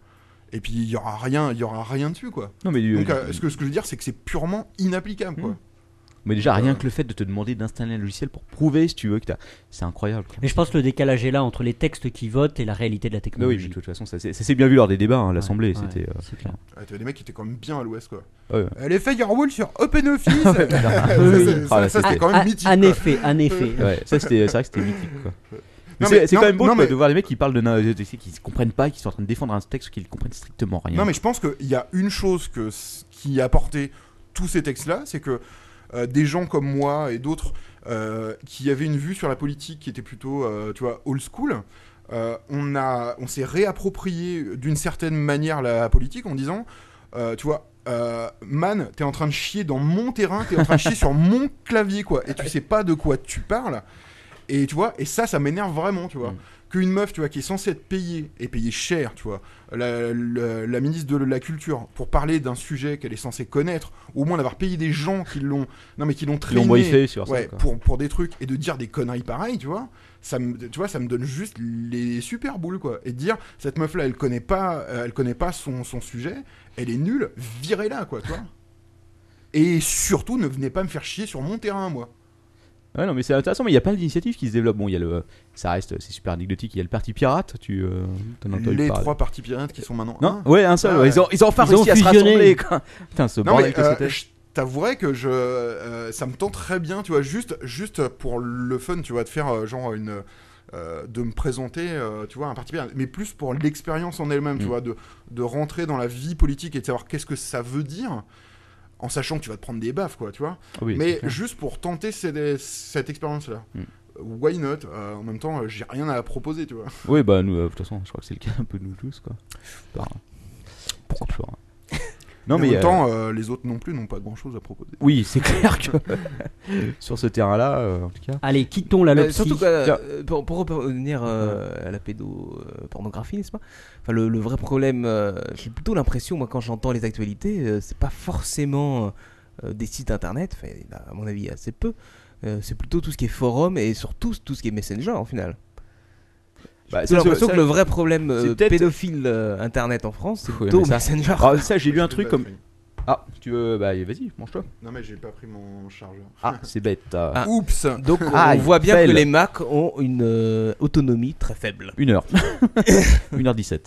S4: Et puis il y aura rien, il y aura rien dessus quoi.
S1: Non, mais, euh,
S4: Donc euh, ce que ce que je veux dire, c'est que c'est purement inapplicable quoi.
S1: Mais déjà,
S4: euh,
S1: rien que le fait de te demander d'installer un logiciel pour prouver, si tu veux, que t'as. C'est incroyable. quoi.
S3: Mais je pense que le décalage est là entre les textes qui votent et la réalité de la
S1: Bah oui,
S3: technologie.
S1: mais de toute façon, ça s'est ça s'est bien vu lors des *laughs* débats, hein, à l'Assemblée.
S3: ouais,
S1: c'était. euh,
S4: Ouais, Ah, T'avais des mecs qui étaient quand même bien à l'ouest quoi.
S1: Ouais, ouais.
S4: Euh, les firewalls sur OpenOffice. ça,
S1: Oui, oui.
S4: c'est-
S1: Ah, *laughs*
S4: ça,
S1: là,
S4: ça,
S1: c'était-
S4: c'est quand même mythique.
S3: En
S4: quoi.
S3: effet, en effet.
S1: Ouais, ça c'était, c'est vrai que c'était mythique quoi. Mais
S4: Non,
S1: c'est
S4: mais-
S1: c'est quand
S4: non,
S1: même beau
S4: non,
S1: quoi,
S4: mais-
S1: de voir les mecs qui parlent de na- de- de- qui se comprennent pas, qui sont en train de défendre un texte qu'ils comprennent strictement rien.
S4: Non, mais je pense qu'il y a une chose que, ce qui a apporté tous ces textes-là, c'est que euh, des gens comme moi et d'autres euh, qui avaient une vue sur la politique qui était plutôt, euh, tu vois, old school, euh, on, a- on s'est réapproprié d'une certaine manière la politique en disant, euh, tu vois, euh, man, t'es en train de chier dans mon terrain, t'es en train de chier sur mon clavier, quoi, et tu sais pas de quoi tu parles. Et tu vois, et ça, ça m'énerve vraiment, tu vois.
S1: Mm.
S4: Qu'une meuf, tu vois, qui est censée être payée, et payée cher, tu vois, la, la- la ministre de la Culture, pour parler d'un sujet qu'elle est censée connaître, ou au moins d'avoir payé des gens qui l'ont. Non, mais qui l'ont
S1: l'ont
S4: traîné.
S1: briefé sur ça,
S4: ouais,
S1: quoi.
S4: Pour, pour des trucs, et de dire des conneries pareilles, tu vois. Ça me, tu vois, ça me donne juste les super boules, quoi. Et de dire, cette meuf-là, elle connaît pas, euh, elle connaît pas son, son sujet, elle est nulle, virez-la, quoi, tu vois. Et surtout, ne venez pas me faire chier sur mon terrain, moi.
S1: Ouais, non, mais c'est intéressant, mais il y a plein d'initiatives qui se développent. Bon, il y a le. Ça reste, c'est super anecdotique. Il y a le parti pirate, tu. euh, t'en as entendu
S4: les
S1: parler.
S4: trois parties pirates qui sont maintenant.
S1: Non Ouais, un seul.
S4: Ah
S1: ouais. Ils, ont, ils ont enfin réussi à se
S3: fusionné.
S1: rassembler. quoi. *laughs* Putain, ce
S4: Non,
S1: bordel
S4: mais
S1: que
S4: euh,
S1: c'était.
S4: je t'avouerais que je, euh, ça me tente très bien, tu vois, juste, juste pour le fun, tu vois, de faire euh, genre une, euh, de me présenter, euh, tu vois, un parti pris, mais plus pour l'expérience en elle-même,
S1: Mm.
S4: tu vois, de, de rentrer dans la vie politique et de savoir qu'est-ce que ça veut dire, en sachant que tu vas te prendre des baffes, quoi, tu vois.
S1: Ah oui, c'est
S4: mais
S1: clair. Mm.
S4: juste pour tenter cette, cette expérience-là. Why not Euh, En même temps, euh, j'ai rien à proposer, tu vois.
S1: Oui, bah nous, euh, de toute façon, je crois que c'est le cas un peu de nous tous, quoi. Par- C'est toujours, hein. Non, mais.
S4: en même
S1: euh,
S4: temps, euh, les autres non plus n'ont pas grand-chose à proposer.
S1: Oui, c'est *laughs* clair que sur ce terrain-là, euh, en tout cas.
S3: Allez, quittons la
S5: Mais
S3: lopsie.
S5: Surtout que, euh,
S1: Tiens.
S5: pour, pour revenir euh, à la pédopornographie, n'est-ce pas enfin, le, le vrai problème, euh, j'ai plutôt l'impression, moi, quand j'entends les actualités, euh, c'est pas forcément euh, des sites internet, enfin, il y en a, à mon avis, assez peu. Euh, c'est plutôt tout ce qui est forum et surtout tout ce qui est messenger, en final.
S1: Bah,
S5: J'ai
S1: ça,
S5: l'impression
S1: ça-
S5: que le vrai problème
S1: c'est
S5: euh,
S1: peut-être-
S5: pédophile euh, internet en France, c'est
S1: Ouais,
S5: plutôt
S1: mais ça-
S5: messenger.
S1: Ah, ça, j'ai lu un
S4: peux
S1: truc
S4: pas
S1: comme.
S4: te
S1: Ah, tu veux. Bah, vas-y, mange-toi.
S4: bah, Non, mais j'ai pas pris mon chargeur.
S1: Ah, c'est bête. euh.
S5: Ah.
S4: Oups
S5: Donc on
S1: Ah, il
S5: voit bien
S1: fail.
S5: que les Macs ont une euh, autonomie très faible.
S1: Une *laughs* heure. 1h17.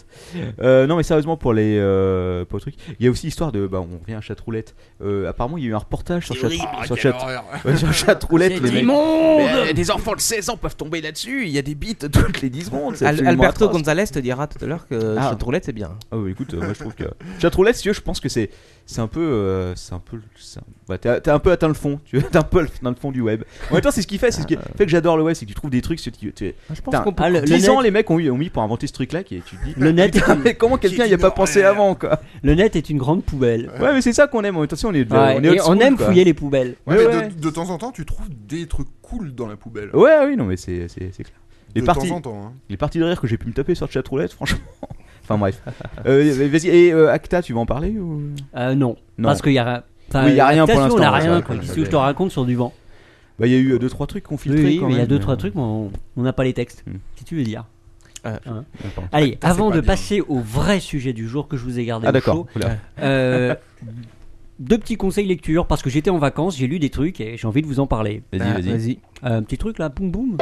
S1: Euh, non, mais sérieusement, pour les euh, pour le truc, il y a aussi l'histoire de. Bah, on revient à Chatroulette. Euh, apparemment, il y a eu un reportage sur,
S5: C'est
S1: chat,
S5: horrible,
S1: sur,
S5: quelle
S1: Chat-
S5: horreur.
S1: ouais, sur Chatroulette.
S5: C'est
S1: les mecs-
S5: immonde
S1: Ah, Mais, euh, Des enfants de 16 ans peuvent tomber là-dessus. Il y a des bites toutes les 10 secondes. c'est
S5: Al-
S1: absolument
S5: Alberto
S1: atroce.
S5: Gonzalez te dira tout à l'heure que
S1: Ah.
S5: Chatroulette c'est bien.
S1: Ah oui, écoute, euh, moi je trouve que Chatroulette, si tu veux, je pense que c'est c'est un peu euh, c'est un peu c'est un- bah, t'as t'as un peu atteint le fond, tu vois, *laughs* t'as un peu le- dans le fond du web. En même temps, c'est ce qui fait, c'est ce qui fait que j'adore le web, c'est que tu trouves des trucs, c'est que tu, tu
S5: je pense
S1: t'as-
S5: qu'on peut-
S1: Ah, le-
S3: 10
S1: le
S3: ans,
S1: net- les mecs ont, eu- ont mis pour inventer ce truc-là, qui est- tu te dis,
S3: Le *laughs* net,
S1: putain,
S3: est une-
S1: mais comment quelqu'un y a pas pensé avant quoi
S3: le net est une grande poubelle.
S1: Ouais, mais c'est ça qu'on aime. Attention, on est, de-
S3: Ouais,
S1: on est
S3: et
S1: old
S3: on
S1: school,
S3: aime
S1: quoi.
S3: fouiller les poubelles.
S1: Ouais,
S4: Mais
S1: ouais.
S4: De, de temps en temps, tu trouves des trucs cool dans la poubelle.
S1: Ouais, oui, non, mais c'est c'est c'est clair. Les
S4: De
S1: parties,
S4: temps en temps, hein.
S1: les parties de rire que j'ai pu me taper sur Chatroulette, *laughs* franchement. enfin
S3: *laughs*
S1: bref. Euh, Vas-y, et euh, Acta, tu vas en parler ou
S3: Euh, non.
S1: Non.
S3: Parce qu'il y a. enfin,
S1: Oui, il y a rien pour
S3: l'application,
S1: l'instant,
S3: On a
S1: ouais, c'est
S3: rien.
S1: vrai,
S3: quoi.
S1: c'est
S3: Qu'est-ce
S1: vrai.
S3: que je te raconte sur du vent
S1: Bah, il y a eu euh, deux trois trucs qu'on filtré
S3: Oui,
S1: quand
S3: mais il y a
S1: même,
S3: deux
S1: mais-
S3: trois trucs, mais on on n'a pas les textes. Qu'est-ce que tu veux dire
S5: Ah,
S3: Hein
S1: d'accord.
S3: Allez,
S4: Putain, c'est
S3: avant
S4: pas
S3: de
S4: bien.
S3: passer au vrai sujet du jour que je vous ai gardé
S1: Ah,
S3: au
S1: d'accord.
S3: chaud,
S1: Oula.
S3: *laughs* euh, deux petits conseils lecture parce que j'étais en vacances, j'ai lu des trucs et j'ai envie de vous en parler.
S1: Vas-y,
S5: Ah,
S1: vas-y.
S3: Euh, un petit truc là, boum boum.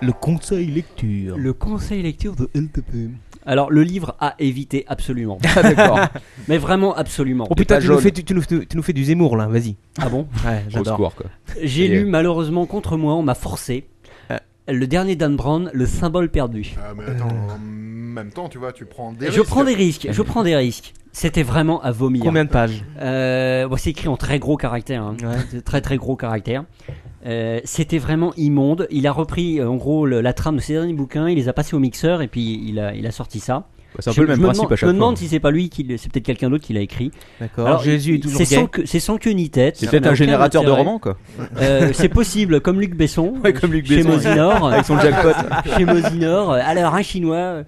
S5: Le conseil lecture.
S3: Le conseil lecture de LTP. Alors le livre à éviter absolument,
S1: Ah,
S3: *laughs*
S1: d'accord.
S3: mais vraiment absolument.
S5: Oh putain,
S1: pas
S5: tu nous,
S1: jaune.
S5: fais, du- tu, nous, fais- tu nous fais du Zemmour là, vas-y.
S3: Ah bon
S5: Ouais,
S1: Au
S5: j'adore.
S1: secours, quoi.
S3: J'ai
S1: Et,
S3: lu
S1: euh,
S3: malheureusement contre moi, on m'a forcé.
S5: Ah.
S3: Le dernier Dan Brown, le symbole perdu.
S4: Ah, mais attends,
S3: Euh.
S4: en même temps, tu vois, tu prends des
S3: je
S4: risques.
S3: prends des risques, je prends des risques. C'était vraiment à vomir.
S5: Combien de pages
S3: Euh, bon, c'est écrit en très gros caractères, hein. De *laughs* très très gros caractères. Euh, C'était vraiment immonde. Il a repris euh, en gros le- la trame de ses derniers bouquins, il les a passés au mixeur et puis il a, il a sorti ça.
S1: Bah, C'est un
S3: Je-
S1: peu le même
S3: je me
S1: principe
S3: demande-
S1: à
S3: Je
S1: chaque
S3: me
S1: fois. Oh,
S3: demande si c'est pas lui qui, le- c'est peut-être quelqu'un d'autre qui l'a écrit.
S5: D'accord. Alors, Jésus est toujours
S3: c'est
S5: gay.
S3: sans que c'est sans queue ni tête.
S1: C'est
S3: ça
S1: peut-être
S3: n'a
S1: un
S3: aucun
S1: générateur de
S3: intérêt.
S1: romans, quoi.
S3: Euh, c'est possible, comme Luc Besson,
S1: *laughs* Ouais, comme Luc
S3: chez
S1: Besson, ouais.
S3: Mosinor,
S1: *laughs* Avec son jackpot.
S3: *laughs* chez Mosinor. euh, Alors un chinois. euh.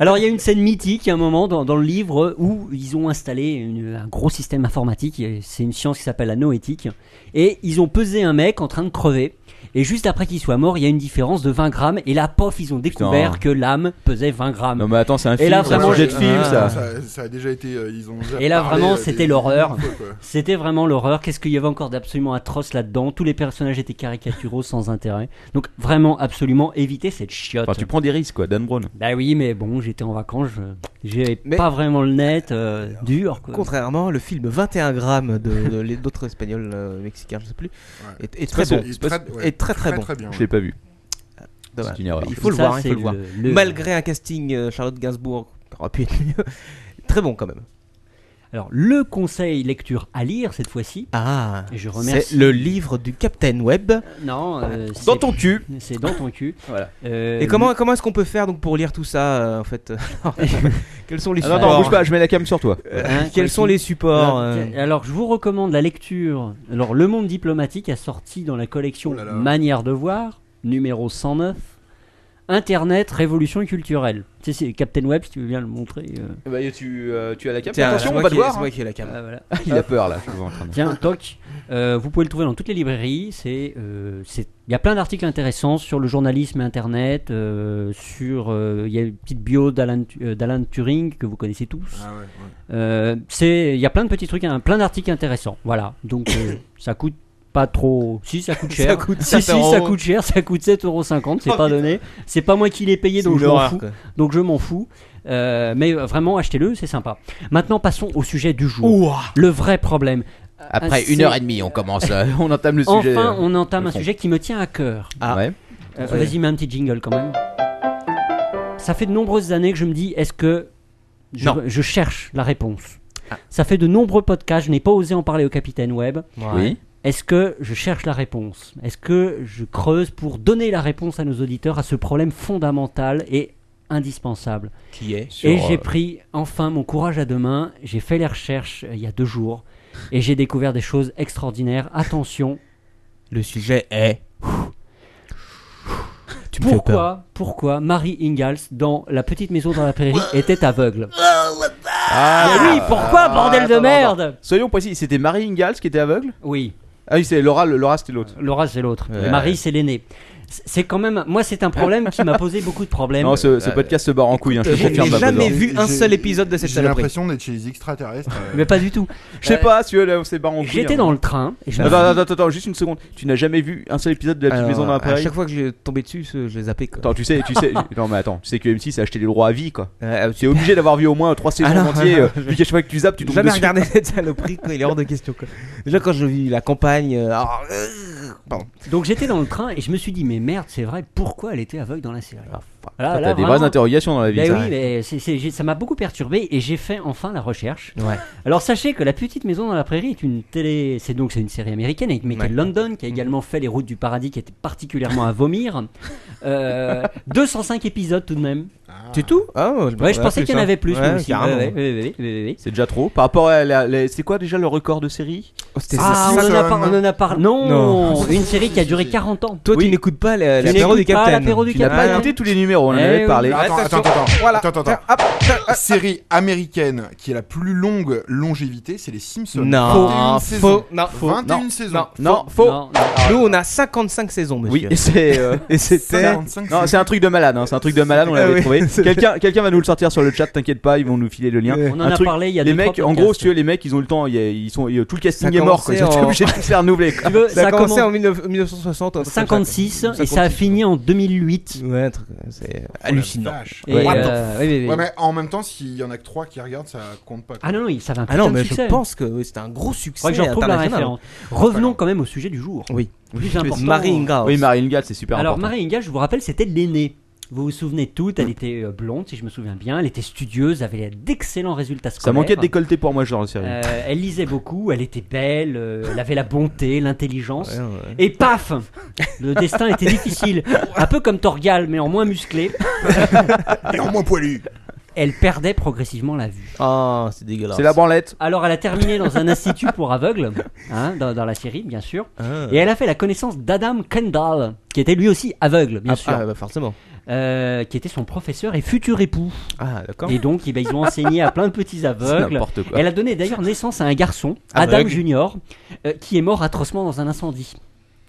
S3: Alors il y a une scène mythique, à un moment dans, dans le livre où ils ont installé une- un gros système informatique. et C'est une science qui s'appelle la noétique, et ils ont pesé un mec en train de crever. Et juste après qu'il soit mort, il y a une différence de 20 grammes. Et là, pof, ils ont découvert
S1: Putain.
S3: que l'âme pesait 20 grammes.
S1: Non, mais attends, c'est un
S3: Et
S1: film,
S3: là,
S1: c'est un
S3: vraiment,
S1: sujet de
S4: j'ai-
S1: film,
S5: ah.
S1: ça.
S4: ça. ça a déjà été. euh, ils ont déjà
S3: Et là,
S4: parlé,
S3: vraiment,
S4: euh,
S3: c'était
S4: des-
S3: l'horreur.
S4: des fois, quoi.
S3: C'était vraiment l'horreur. Qu'est-ce qu'il y avait encore d'absolument atroce là-dedans Tous les personnages étaient caricaturaux, sans intérêt. Donc vraiment, absolument, éviter cette chiotte.
S1: Enfin, tu prends des risques, quoi, Dan Brown.
S3: Bah oui, mais bon, j'étais en vacances, je- j'avais
S5: Mais-
S3: pas vraiment le net euh, dur. Quoi.
S5: Contrairement, le film 21 grammes de, de les- d'autres espagnols euh, mexicains, je sais plus,
S4: Ouais.
S5: est, est très
S1: pas
S5: bon.
S1: ce-
S4: Il
S1: c'est pas-
S4: traite- ouais,
S5: est très, très bon.
S4: bien,
S1: Je
S4: ouais.
S1: l'ai pas vu.
S5: Dommage.
S1: C'est une erreur.
S5: Il faut le
S3: Ça,
S5: voir, hein, il
S3: c'est
S5: faut le voir.
S3: le- le-
S5: Malgré un casting euh, Charlotte Gainsbourg, *laughs* qui aurait pu être mieux, très bon quand même.
S3: Alors, le conseil lecture à lire cette fois-ci.
S5: Ah,
S3: Et je
S5: c'est
S3: remercie-
S5: le livre du Captain Web.
S3: Non, euh, c'est-
S1: Dans ton cul
S3: C'est dans ton
S5: *laughs*
S3: cul.
S1: Voilà.
S3: Euh,
S5: Et comment, comment est-ce qu'on peut faire donc pour lire tout ça euh, *laughs* en fait Quels sont les
S1: Ah, non,
S5: supports
S1: non, bouge pas, je mets la cam sur toi.
S3: hein, quoi
S5: *laughs* Quels sont
S3: qu'il-
S5: les
S3: Alors,
S5: supports euh,
S3: tiens, alors, je vous recommande la lecture. Alors, Le Monde diplomatique a sorti dans la collection
S4: Oh là là.
S3: Manière de voir, numéro 109, Internet, révolution culturelle. Tu sais, c'est Captain Web, si tu veux bien le montrer. euh.
S1: Eh ben, tu, as la cam.
S5: Tiens, c'est
S1: Attention,
S5: moi
S1: on va te
S5: qui-
S1: voir. hein.
S5: c'est moi qui ai la cam.
S3: Ah, voilà.
S1: Il a peur, là. je vois en train de-
S3: Tiens, toc. Euh, vous pouvez le trouver dans toutes les librairies. C'est, euh, c'est- il y a plein d'articles intéressants sur le journalisme et Internet. euh, sur, euh, il y a une petite bio d'Alan, Tu- euh, d'Alan Turing que vous connaissez tous.
S4: Ah ouais, ouais.
S3: Euh, c'est, il y a plein de petits trucs, hein, plein d'articles intéressants. Voilà. Donc euh,
S5: *coughs*
S3: ça coûte pas trop. Si ça coûte cher.
S5: Ça coûte
S3: si, si,
S5: 7 euros. Oh,
S3: ça coûte cher. Ça coûte 7,50€. C'est pas donné. C'est pas moi qui l'ai payé,
S5: C'est
S3: donc
S5: une
S3: je m'en
S5: horreur,
S3: fous.
S5: quoi.
S3: Donc je m'en fous. Euh, mais euh, vraiment, achetez-le, c'est sympa. Maintenant, passons au sujet du jour. Le vrai problème.
S1: Après
S3: Ah,
S1: une
S3: c'est-
S1: heure et demie, on commence, euh, on entame le sujet.
S3: Enfin, on entame
S1: le
S3: un
S1: fond.
S3: sujet qui me tient à cœur.
S5: Ah.
S1: Ouais.
S3: Euh, Vas-y, mets un petit jingle quand même. Ça fait de nombreuses années que je me dis est-ce que je,
S5: Non.
S3: je cherche la réponse
S1: Ah.
S3: Ça fait de nombreux podcasts, je n'ai pas osé en parler au capitaine Web.
S5: Ouais. Oui.
S3: Est-ce que je cherche la réponse Est-ce que je creuse pour donner la réponse à nos auditeurs à ce problème fondamental et indispensable
S5: Qui est
S3: Et
S5: Sur,
S3: j'ai
S5: euh,
S3: pris enfin mon courage à deux mains, j'ai fait les recherches euh, il y a deux jours et j'ai découvert des choses extraordinaires. Attention,
S5: Le sujet est. Tu me fais peur.
S3: pourquoi, pourquoi Marie Ingalls dans La petite maison dans la prairie était aveugle
S1: Ah
S3: Mais oui, pourquoi, bordel de merde
S1: Soyons précis, c'était Marie Ingalls qui était aveugle
S3: Oui.
S1: Ah oui, c'est Laura, le- Laura c'était l'autre.
S3: Laura c'est l'autre. Marie c'est l'aînée. C'est- C'est quand même, moi c'est un problème qui m'a posé beaucoup de problèmes.
S1: Non, ce, ce podcast se barre en couille, hein, je te
S4: euh,
S3: j'ai-
S1: confirme.
S3: j'ai
S1: Babadour.
S3: jamais vu
S4: J'ai-
S3: un seul épisode de cette
S4: J'ai
S3: saloperie.
S4: l'impression d'être chez les extraterrestres. euh.
S3: Mais pas du tout.
S1: Je sais
S3: Euh,
S1: pas, si on s'est barre en couille.
S3: j'étais
S1: hein.
S3: dans le train, et je me
S1: Attends,
S3: suis
S1: attends, attends, attends, juste une seconde. Tu n'as jamais vu un seul épisode de La petite
S5: Alors,
S1: maison dans la
S5: à
S1: prairie
S5: chaque fois que j'ai tombé dessus, ce- je les zappais. quoi.
S1: Attends, tu sais, tu sais, non mais attends, tu sais que M6 a acheté les droits à vie quoi.
S5: Euh,
S1: T'es obligé d'avoir vu au moins 3 saisons
S5: Ah
S1: en
S5: non,
S1: entier.
S5: non,
S1: euh,
S5: non,
S1: Puis à chaque fois que tu zappes, tu tombes
S5: jamais
S1: dessus.
S5: regardé cette saloperie, quoi, il est hors de question. Quoi. Déjà, quand je vis la campagne. euh, alors, euh, pardon.
S3: Donc j'étais dans le train et je me suis dit mais merde c'est vrai pourquoi elle était aveugle dans la série
S5: ah,
S3: Là,
S1: Ah, T'as
S3: là,
S1: des
S3: vraiment-
S1: vraies interrogations dans la vie.
S3: Ben
S1: ça.
S3: oui, mais c'est- c'est- j'ai- ça m'a beaucoup perturbé et j'ai fait enfin la recherche.
S5: Ouais.
S3: Alors sachez que La Petite Maison dans la Prairie est une télé, c'est donc c'est une série américaine avec Michael London qui a également fait Les Routes du Paradis qui était particulièrement à vomir. Euh, 205 épisodes tout de même.
S5: C'est tout ah,
S3: Ouais, je pensais qu'il y en avait plus.
S5: Ouais,
S3: moi aussi.
S5: carrément.
S3: Ouais, ouais, ouais, ouais, ouais, ouais.
S1: C'est déjà trop. Par rapport à la, la- c'est quoi déjà le record de série
S5: Oh, c'était
S3: Ah, on en a, par- on en a parlé. Non,
S5: Non.
S3: une série qui a duré 40 ans.
S5: Toi, tu n'écoutes pas la-
S3: Tu
S5: l'apéro
S3: n'écoutes
S5: du
S3: pas
S5: capitaine.
S3: l'apéro du
S5: Tu n'as
S3: capitaine.
S5: pas écouté
S1: Écoutez tous les numéros, on en
S3: Eh
S1: avait
S3: oui.
S1: parlé.
S4: Attends,
S5: Attention.
S4: attends, attends,
S5: Voilà.
S4: attends, attends. Série américaine qui a la plus longue longévité, c'est les Simpsons.
S5: Non,
S4: 21 saisons.
S5: faux, non, faux,
S4: 21
S5: non,
S4: saisons.
S5: non,
S1: Non, faux.
S3: Non, non.
S5: Nous, on a 55 saisons,
S1: Oui,
S5: monsieur.
S1: et c'est euh,
S5: Et c'était.
S4: 45
S1: non, c'est
S4: saisons.
S1: un truc de malade. hein, C'est un truc de malade. On
S5: Ah
S1: l'avait
S5: oui.
S3: *laughs*
S1: trouvé. Quelqu'un, quelqu'un va nous le sortir sur le chat. T'inquiète pas, ils vont nous filer le lien.
S5: Euh,
S3: On en
S1: Un
S3: a
S1: truc-
S3: parlé Euh, il y a
S1: Les
S3: deux,
S1: mecs,
S3: trois
S1: en gros,
S3: podcasts.
S1: si tu veux, les mecs, ils ont le temps. il y a- Ils sont, euh, tout le casting
S5: Ça
S1: est mort. quoi, Ils
S5: commençait
S1: sont
S5: en-
S1: obligés de se faire renouveler. quoi.
S3: *laughs* Tu veux,
S5: Ça a
S3: commence-
S5: commencé en 19- 1960. un truc comme ça, quoi.
S3: 56 et ça a fini en 2008.
S5: Ouais, un truc, c'est
S4: Oh, la
S5: hallucinant.
S4: vache.
S3: Et,
S5: Ouais.
S3: euh, oui, oui, oui.
S4: Ouais, mais en même temps, s'il y en a que 3 qui regardent, ça compte pas. quoi.
S3: Ah non, non, il- ça va un
S5: Ah non,
S3: putain de
S5: mais je
S3: succès.
S5: pense que oui, c'était un gros succès.
S3: Faudrait que je retrouve la
S5: international. hein.
S3: référence. hein. Revenons quand même au sujet du jour.
S5: Oui.
S3: Plus important.
S5: Marie Ingalls.
S1: Oui, Marie Ingalls, c'est super
S3: Alors,
S1: important.
S3: Marie Ingalls, je vous rappelle, c'était l'aînée. Vous vous souvenez toutes, elle était euh, blonde, si je me souviens bien. Elle était studieuse, avait d'excellents résultats
S1: Ça
S3: scolaires.
S1: manquait de décolleté pour moi, genre la série.
S3: Euh, elle lisait beaucoup, elle était belle, euh, elle avait la bonté, l'intelligence.
S5: Ouais, ouais.
S3: Et paf Le destin était difficile. Un peu comme Torgal, mais en moins musclé.
S4: *laughs* Et en moins poilu.
S3: Elle perdait progressivement la vue.
S5: Ah, c'est dégueulasse.
S1: C'est la branlette.
S3: Alors, elle a terminé dans un institut pour aveugles, hein, dans, dans la série, bien sûr.
S5: Ah.
S3: Et elle a fait la connaissance d'Adam Kendall, qui était lui aussi aveugle, bien
S5: Ah,
S3: sûr,
S5: ah, bah, forcément.
S3: euh, qui était son professeur et futur époux.
S5: Ah, d'accord.
S3: Et donc, eh ben, ils
S5: *laughs*
S3: ont enseigné à plein de petits
S1: C'est
S3: aveugles.
S1: n'importe quoi.
S3: Elle a donné d'ailleurs naissance à un garçon,
S5: Aveugle.
S3: Adam Junior, euh, qui est mort atrocement dans un incendie.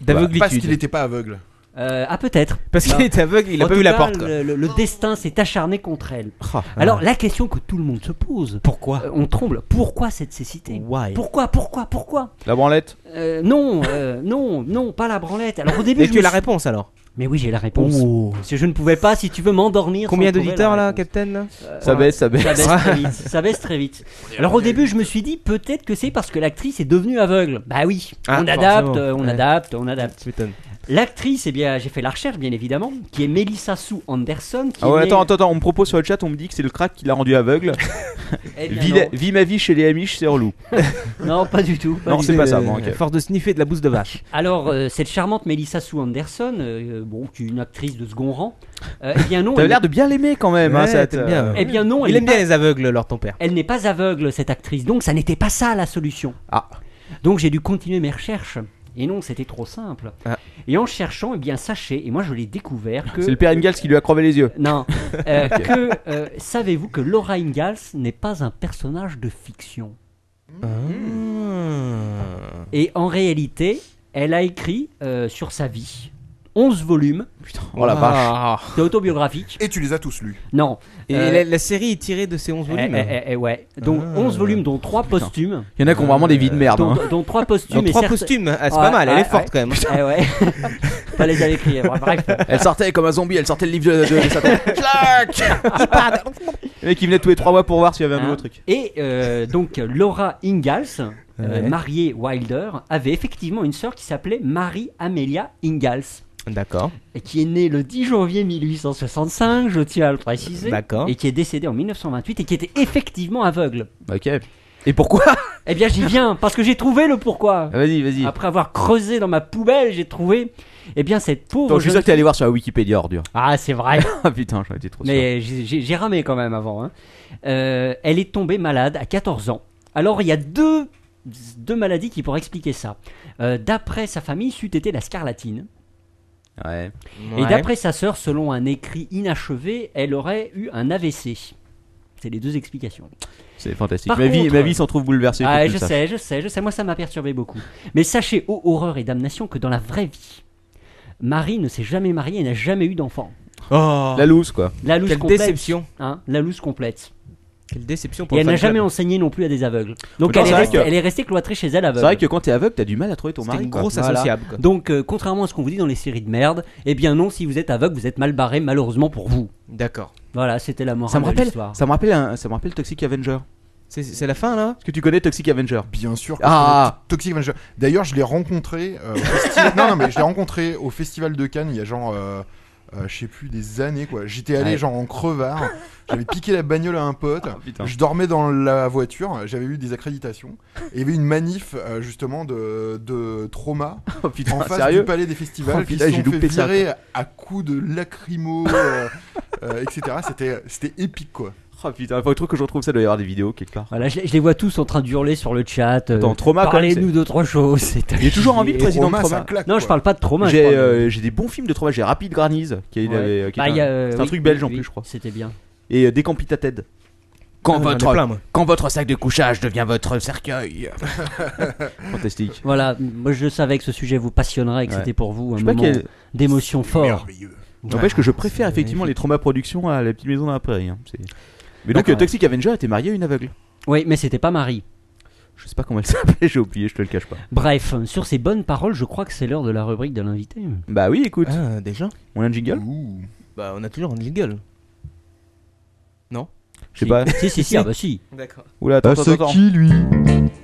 S4: Parce qu'il
S5: D'aveuglitude.
S4: était pas aveugle.
S3: Euh, ah peut-être.
S5: Parce qu'il
S3: Non.
S5: est aveugle, il a
S3: En
S5: pas
S3: tout
S5: vu la
S3: cas,
S5: porte. quoi.
S3: Le, le- le destin s'est acharné contre elle.
S5: Ah,
S3: Alors la question que tout le monde se pose,
S5: pourquoi
S3: euh, on tremble, pourquoi cette cécité
S5: Why
S3: Pourquoi, pourquoi, pourquoi
S1: La branlette.
S3: Euh, Non, euh, non, non, pas la branlette. Alors au début,
S5: Et
S3: je
S5: tu
S3: me
S5: as la
S3: suis-
S5: réponse alors
S3: Mais oui, j'ai la réponse. Parce que je ne pouvais pas, si tu veux, m'endormir.
S5: Oh. Combien
S3: sans trouver
S5: d'auditeurs
S3: la
S5: là,
S3: réponse. Euh,
S5: Captain là
S1: Ça baisse, ça
S3: Ça
S1: baisse.
S3: baisse très
S5: *laughs*
S3: vite. Ça baisse très vite. Alors au début, je me suis dit peut-être que c'est parce que l'actrice est devenue aveugle. Bah oui,
S5: Ah,
S3: on adapte,
S5: forcément.
S3: euh, on
S5: Ouais.
S3: adapte, on adapte.
S5: Tu m'étonnes.
S3: L'actrice, eh bien, j'ai fait la recherche, bien évidemment, qui est Melissa Sue Anderson. Qui
S1: Ah ouais,
S3: est née-
S1: attends, attends, attends, on me propose sur le chat, on me dit que c'est le crack qui l'a rendu aveugle.
S3: Eh bien,
S1: Vis, la- vis ma vie chez les Amish, c'est relou.
S3: non. non, pas du tout. pas
S1: Non,
S3: du
S1: c'est
S3: tout.
S1: pas ça, moi, ok.
S5: Force de sniffer de la bouse de vache.
S3: Alors, euh, cette charmante Melissa Sue Anderson, euh, bon, qui est une actrice de second rang, euh, eh bien non,
S1: T'as
S3: elle,
S1: l'air de bien l'aimer quand même, hein,
S5: Ouais,
S1: ça
S5: t'aimes
S1: te-
S5: bien.
S3: eh bien non, elle
S5: Il
S3: est
S5: aime bien les aveugles, leur ton père.
S3: elle n'est pas aveugle, cette actrice. Donc, ça n'était pas ça la solution.
S1: Ah.
S3: Donc, j'ai dû continuer mes recherches. Et non, c'était trop simple.
S5: Ah.
S3: Et en cherchant, eh bien, sachez, et moi je l'ai découvert que.
S1: Ah, C'est le père Ingalls qui lui a crevé *laughs* les yeux.
S3: *laughs* Non, euh, que euh, savez-vous que Laura Ingalls n'est pas un personnage de fiction
S5: Ah.
S3: Et en réalité, elle a écrit euh, sur sa vie 11 volumes,
S1: Oh la vache.
S5: Ah.
S3: c'est autobiographique.
S4: Et tu les as tous lus.
S3: Non.
S5: Et
S3: Euh,
S5: la, la série est tirée de ses 11
S3: eh,
S5: volumes.
S3: eh, eh, eh, ouais. Donc 11 volumes, dont 3 posthumes.
S1: Il y en a qui ont vraiment des vies de merde.
S3: Dont,
S1: *laughs* hein.
S3: dont 3
S5: Donc
S3: posthumes. et
S5: 3
S3: certes-
S5: costumes, ah, c'est
S3: Ouais,
S5: pas mal, elle
S3: ouais,
S5: est forte
S3: ouais.
S5: quand même.
S3: *laughs* Eh ouais. Pas les avait écrits, bref.
S1: Elle sortait comme un zombie, elle sortait le livre de, de, de sa tête. *laughs*
S5: *laughs*
S1: Le mec, il venait tous les 3 mois pour voir s'il y avait un
S3: Hein.
S1: nouveau truc.
S3: Et euh, donc Laura Ingalls, euh,
S5: Ouais.
S3: mariée Wilder, avait effectivement une sœur qui s'appelait Marie Amelia Ingalls.
S5: D'accord.
S3: et qui est né le 10 janvier 1865, je tiens à le préciser,
S5: D'accord.
S3: et qui est décédé en 1928 et qui était effectivement aveugle.
S1: Bah, Ok. Et pourquoi
S3: Eh bien, j'y viens parce que j'ai trouvé le pourquoi.
S1: Ah, Vas-y, vas-y.
S3: Après avoir creusé dans ma poubelle, j'ai trouvé. Eh bien, cette pauvre.
S1: Attends, je suis sûr
S3: jeune
S1: que t'es allé voir sur la Wikipédia ordure.
S3: Ah, c'est vrai.
S1: *laughs* Ah putain, j'aurais été trop sûr.
S3: Mais j'ai- j'ai j'ai ramé quand même avant. hein. Euh, elle est tombée malade à 14 ans. Alors il y a deux, deux maladies qui pourraient expliquer ça. Euh, d'après sa famille, c'eût été la scarlatine.
S1: Ouais.
S3: Et d'après sa sœur, selon un écrit inachevé, elle aurait eu un AVC. C'est les deux explications.
S1: C'est fantastique.
S3: Par
S1: Ma vie,
S3: contre-
S1: ma vie s'en trouve bouleversée. faut que
S3: Ah,
S1: tu le
S3: je
S1: saches.
S3: sais, je sais, je sais. Moi, ça m'a perturbé beaucoup. Mais sachez, ô horreur et damnation, que dans la vraie vie, Marie ne s'est jamais mariée et n'a jamais eu d'enfant.
S5: Oh.
S1: La loose quoi.
S3: La loose
S5: Quelle
S3: complète.
S5: déception.
S3: Hein, la loose complète.
S5: Quelle déception pour
S3: Et
S5: le
S3: elle n'a
S5: fan
S3: jamais
S5: club.
S3: enseigné non plus à des aveugles. Donc
S1: Non,
S3: elle,
S1: c'est
S3: est
S1: vrai
S3: restée,
S1: que-
S3: elle est restée cloîtrée chez elle aveugle.
S1: C'est vrai que quand t'es aveugle, t'as du mal à trouver ton
S3: C'était
S1: mari.
S3: une
S1: quoi.
S5: grosse associable, quoi.
S3: Donc, euh, contrairement à ce qu'on vous dit dans les séries de merde, eh bien non, si vous êtes aveugle, vous êtes mal barré, malheureusement pour vous.
S5: D'accord.
S3: Voilà, c'était la morale
S1: Ça me
S3: de
S1: rappelle,
S3: l'histoire.
S1: ça me rappelle, un- ça me rappelle Toxic Avenger.
S5: C'est- C'est la fin là
S1: Est-ce que tu connais Toxic Avenger
S4: Bien sûr. que
S1: Ah.
S4: je connais Toxic Avenger. D'ailleurs, je l'ai rencontré. euh, au festi- *laughs* non, non, mais je l'ai rencontré au festival de Cannes. Il y a genre, euh, euh, je sais plus, des années quoi. J'étais allé
S1: Ouais. Ah,
S4: genre en crevard. J'avais piqué la bagnole à un pote.
S3: Oh,
S1: putain.
S4: je dormais dans la voiture. J'avais eu des accréditations. Et il y avait une manif euh, justement de, de
S1: *laughs*
S4: trauma
S1: *laughs* Oh, putain,
S4: en face
S1: sérieux
S4: du palais des festivals
S1: Oh, putain,
S4: qui se
S1: j'ai
S4: sont fait
S1: loupé ça,
S4: virer à coups de lacrymo, euh, euh, etc. C'était c'était épique quoi.
S1: Oh putain, faut que je retrouve ça, il doit y avoir des vidéos quelque part.
S3: Voilà, je, les- je les vois tous en train d'hurler sur le chat. euh,
S1: Attends, trauma, quand même,
S3: Parlez-nous d'autre chose. c'est
S1: Il est toujours en vie
S3: chier.
S1: le président
S4: Trauma,
S1: de
S4: ça
S1: Trauma.
S4: claque.
S3: Non, je
S4: quoi.
S3: parle pas de trauma. je
S1: J'ai
S3: parle de-
S1: euh, j'ai des bons films de Trauma. J'ai Rapide Granise, qui, il
S3: Ouais.
S1: avait- qui
S3: Bah,
S1: était
S3: il y a,
S1: un-
S3: euh,
S1: c'est un
S3: oui,
S1: truc belge
S3: oui,
S1: en plus,
S3: oui,
S1: je crois.
S3: C'était bien.
S1: Et euh, Décampita Ted.
S5: Ah,
S1: Quand
S5: j'en ai
S1: votre,
S5: plein, moi.
S1: quand votre sac de couchage devient votre cercueil. Fantastique.
S3: Voilà, moi je savais que ce sujet vous passionnerait et que
S1: Ouais.
S3: c'était pour vous un
S1: Je sais pas
S3: moment
S1: quel-
S3: d'émotion fort.
S1: N'empêche que je préfère effectivement les Trauma Productions à la petite maison dans la prairie. hein. C'est- Mais donc,
S3: D'accord.
S1: euh, Toxic Avenger était marié à une aveugle.
S3: Oui, mais c'était pas Marie.
S1: Je sais pas comment elle *laughs* s'appelait, j'ai oublié, je te le cache pas.
S3: Bref, sur ces bonnes paroles, je crois que c'est l'heure de la rubrique de l'invité.
S1: Bah oui, écoute,
S3: Euh.
S5: Ah, déjà
S1: on a un jingle
S4: Ouh.
S5: Bah, on a toujours une gueule.
S1: Je sais pas.
S3: Si, si, si, ah bah si.
S5: D'accord.
S1: Oula, attends, attends, Ah, attends.
S15: lui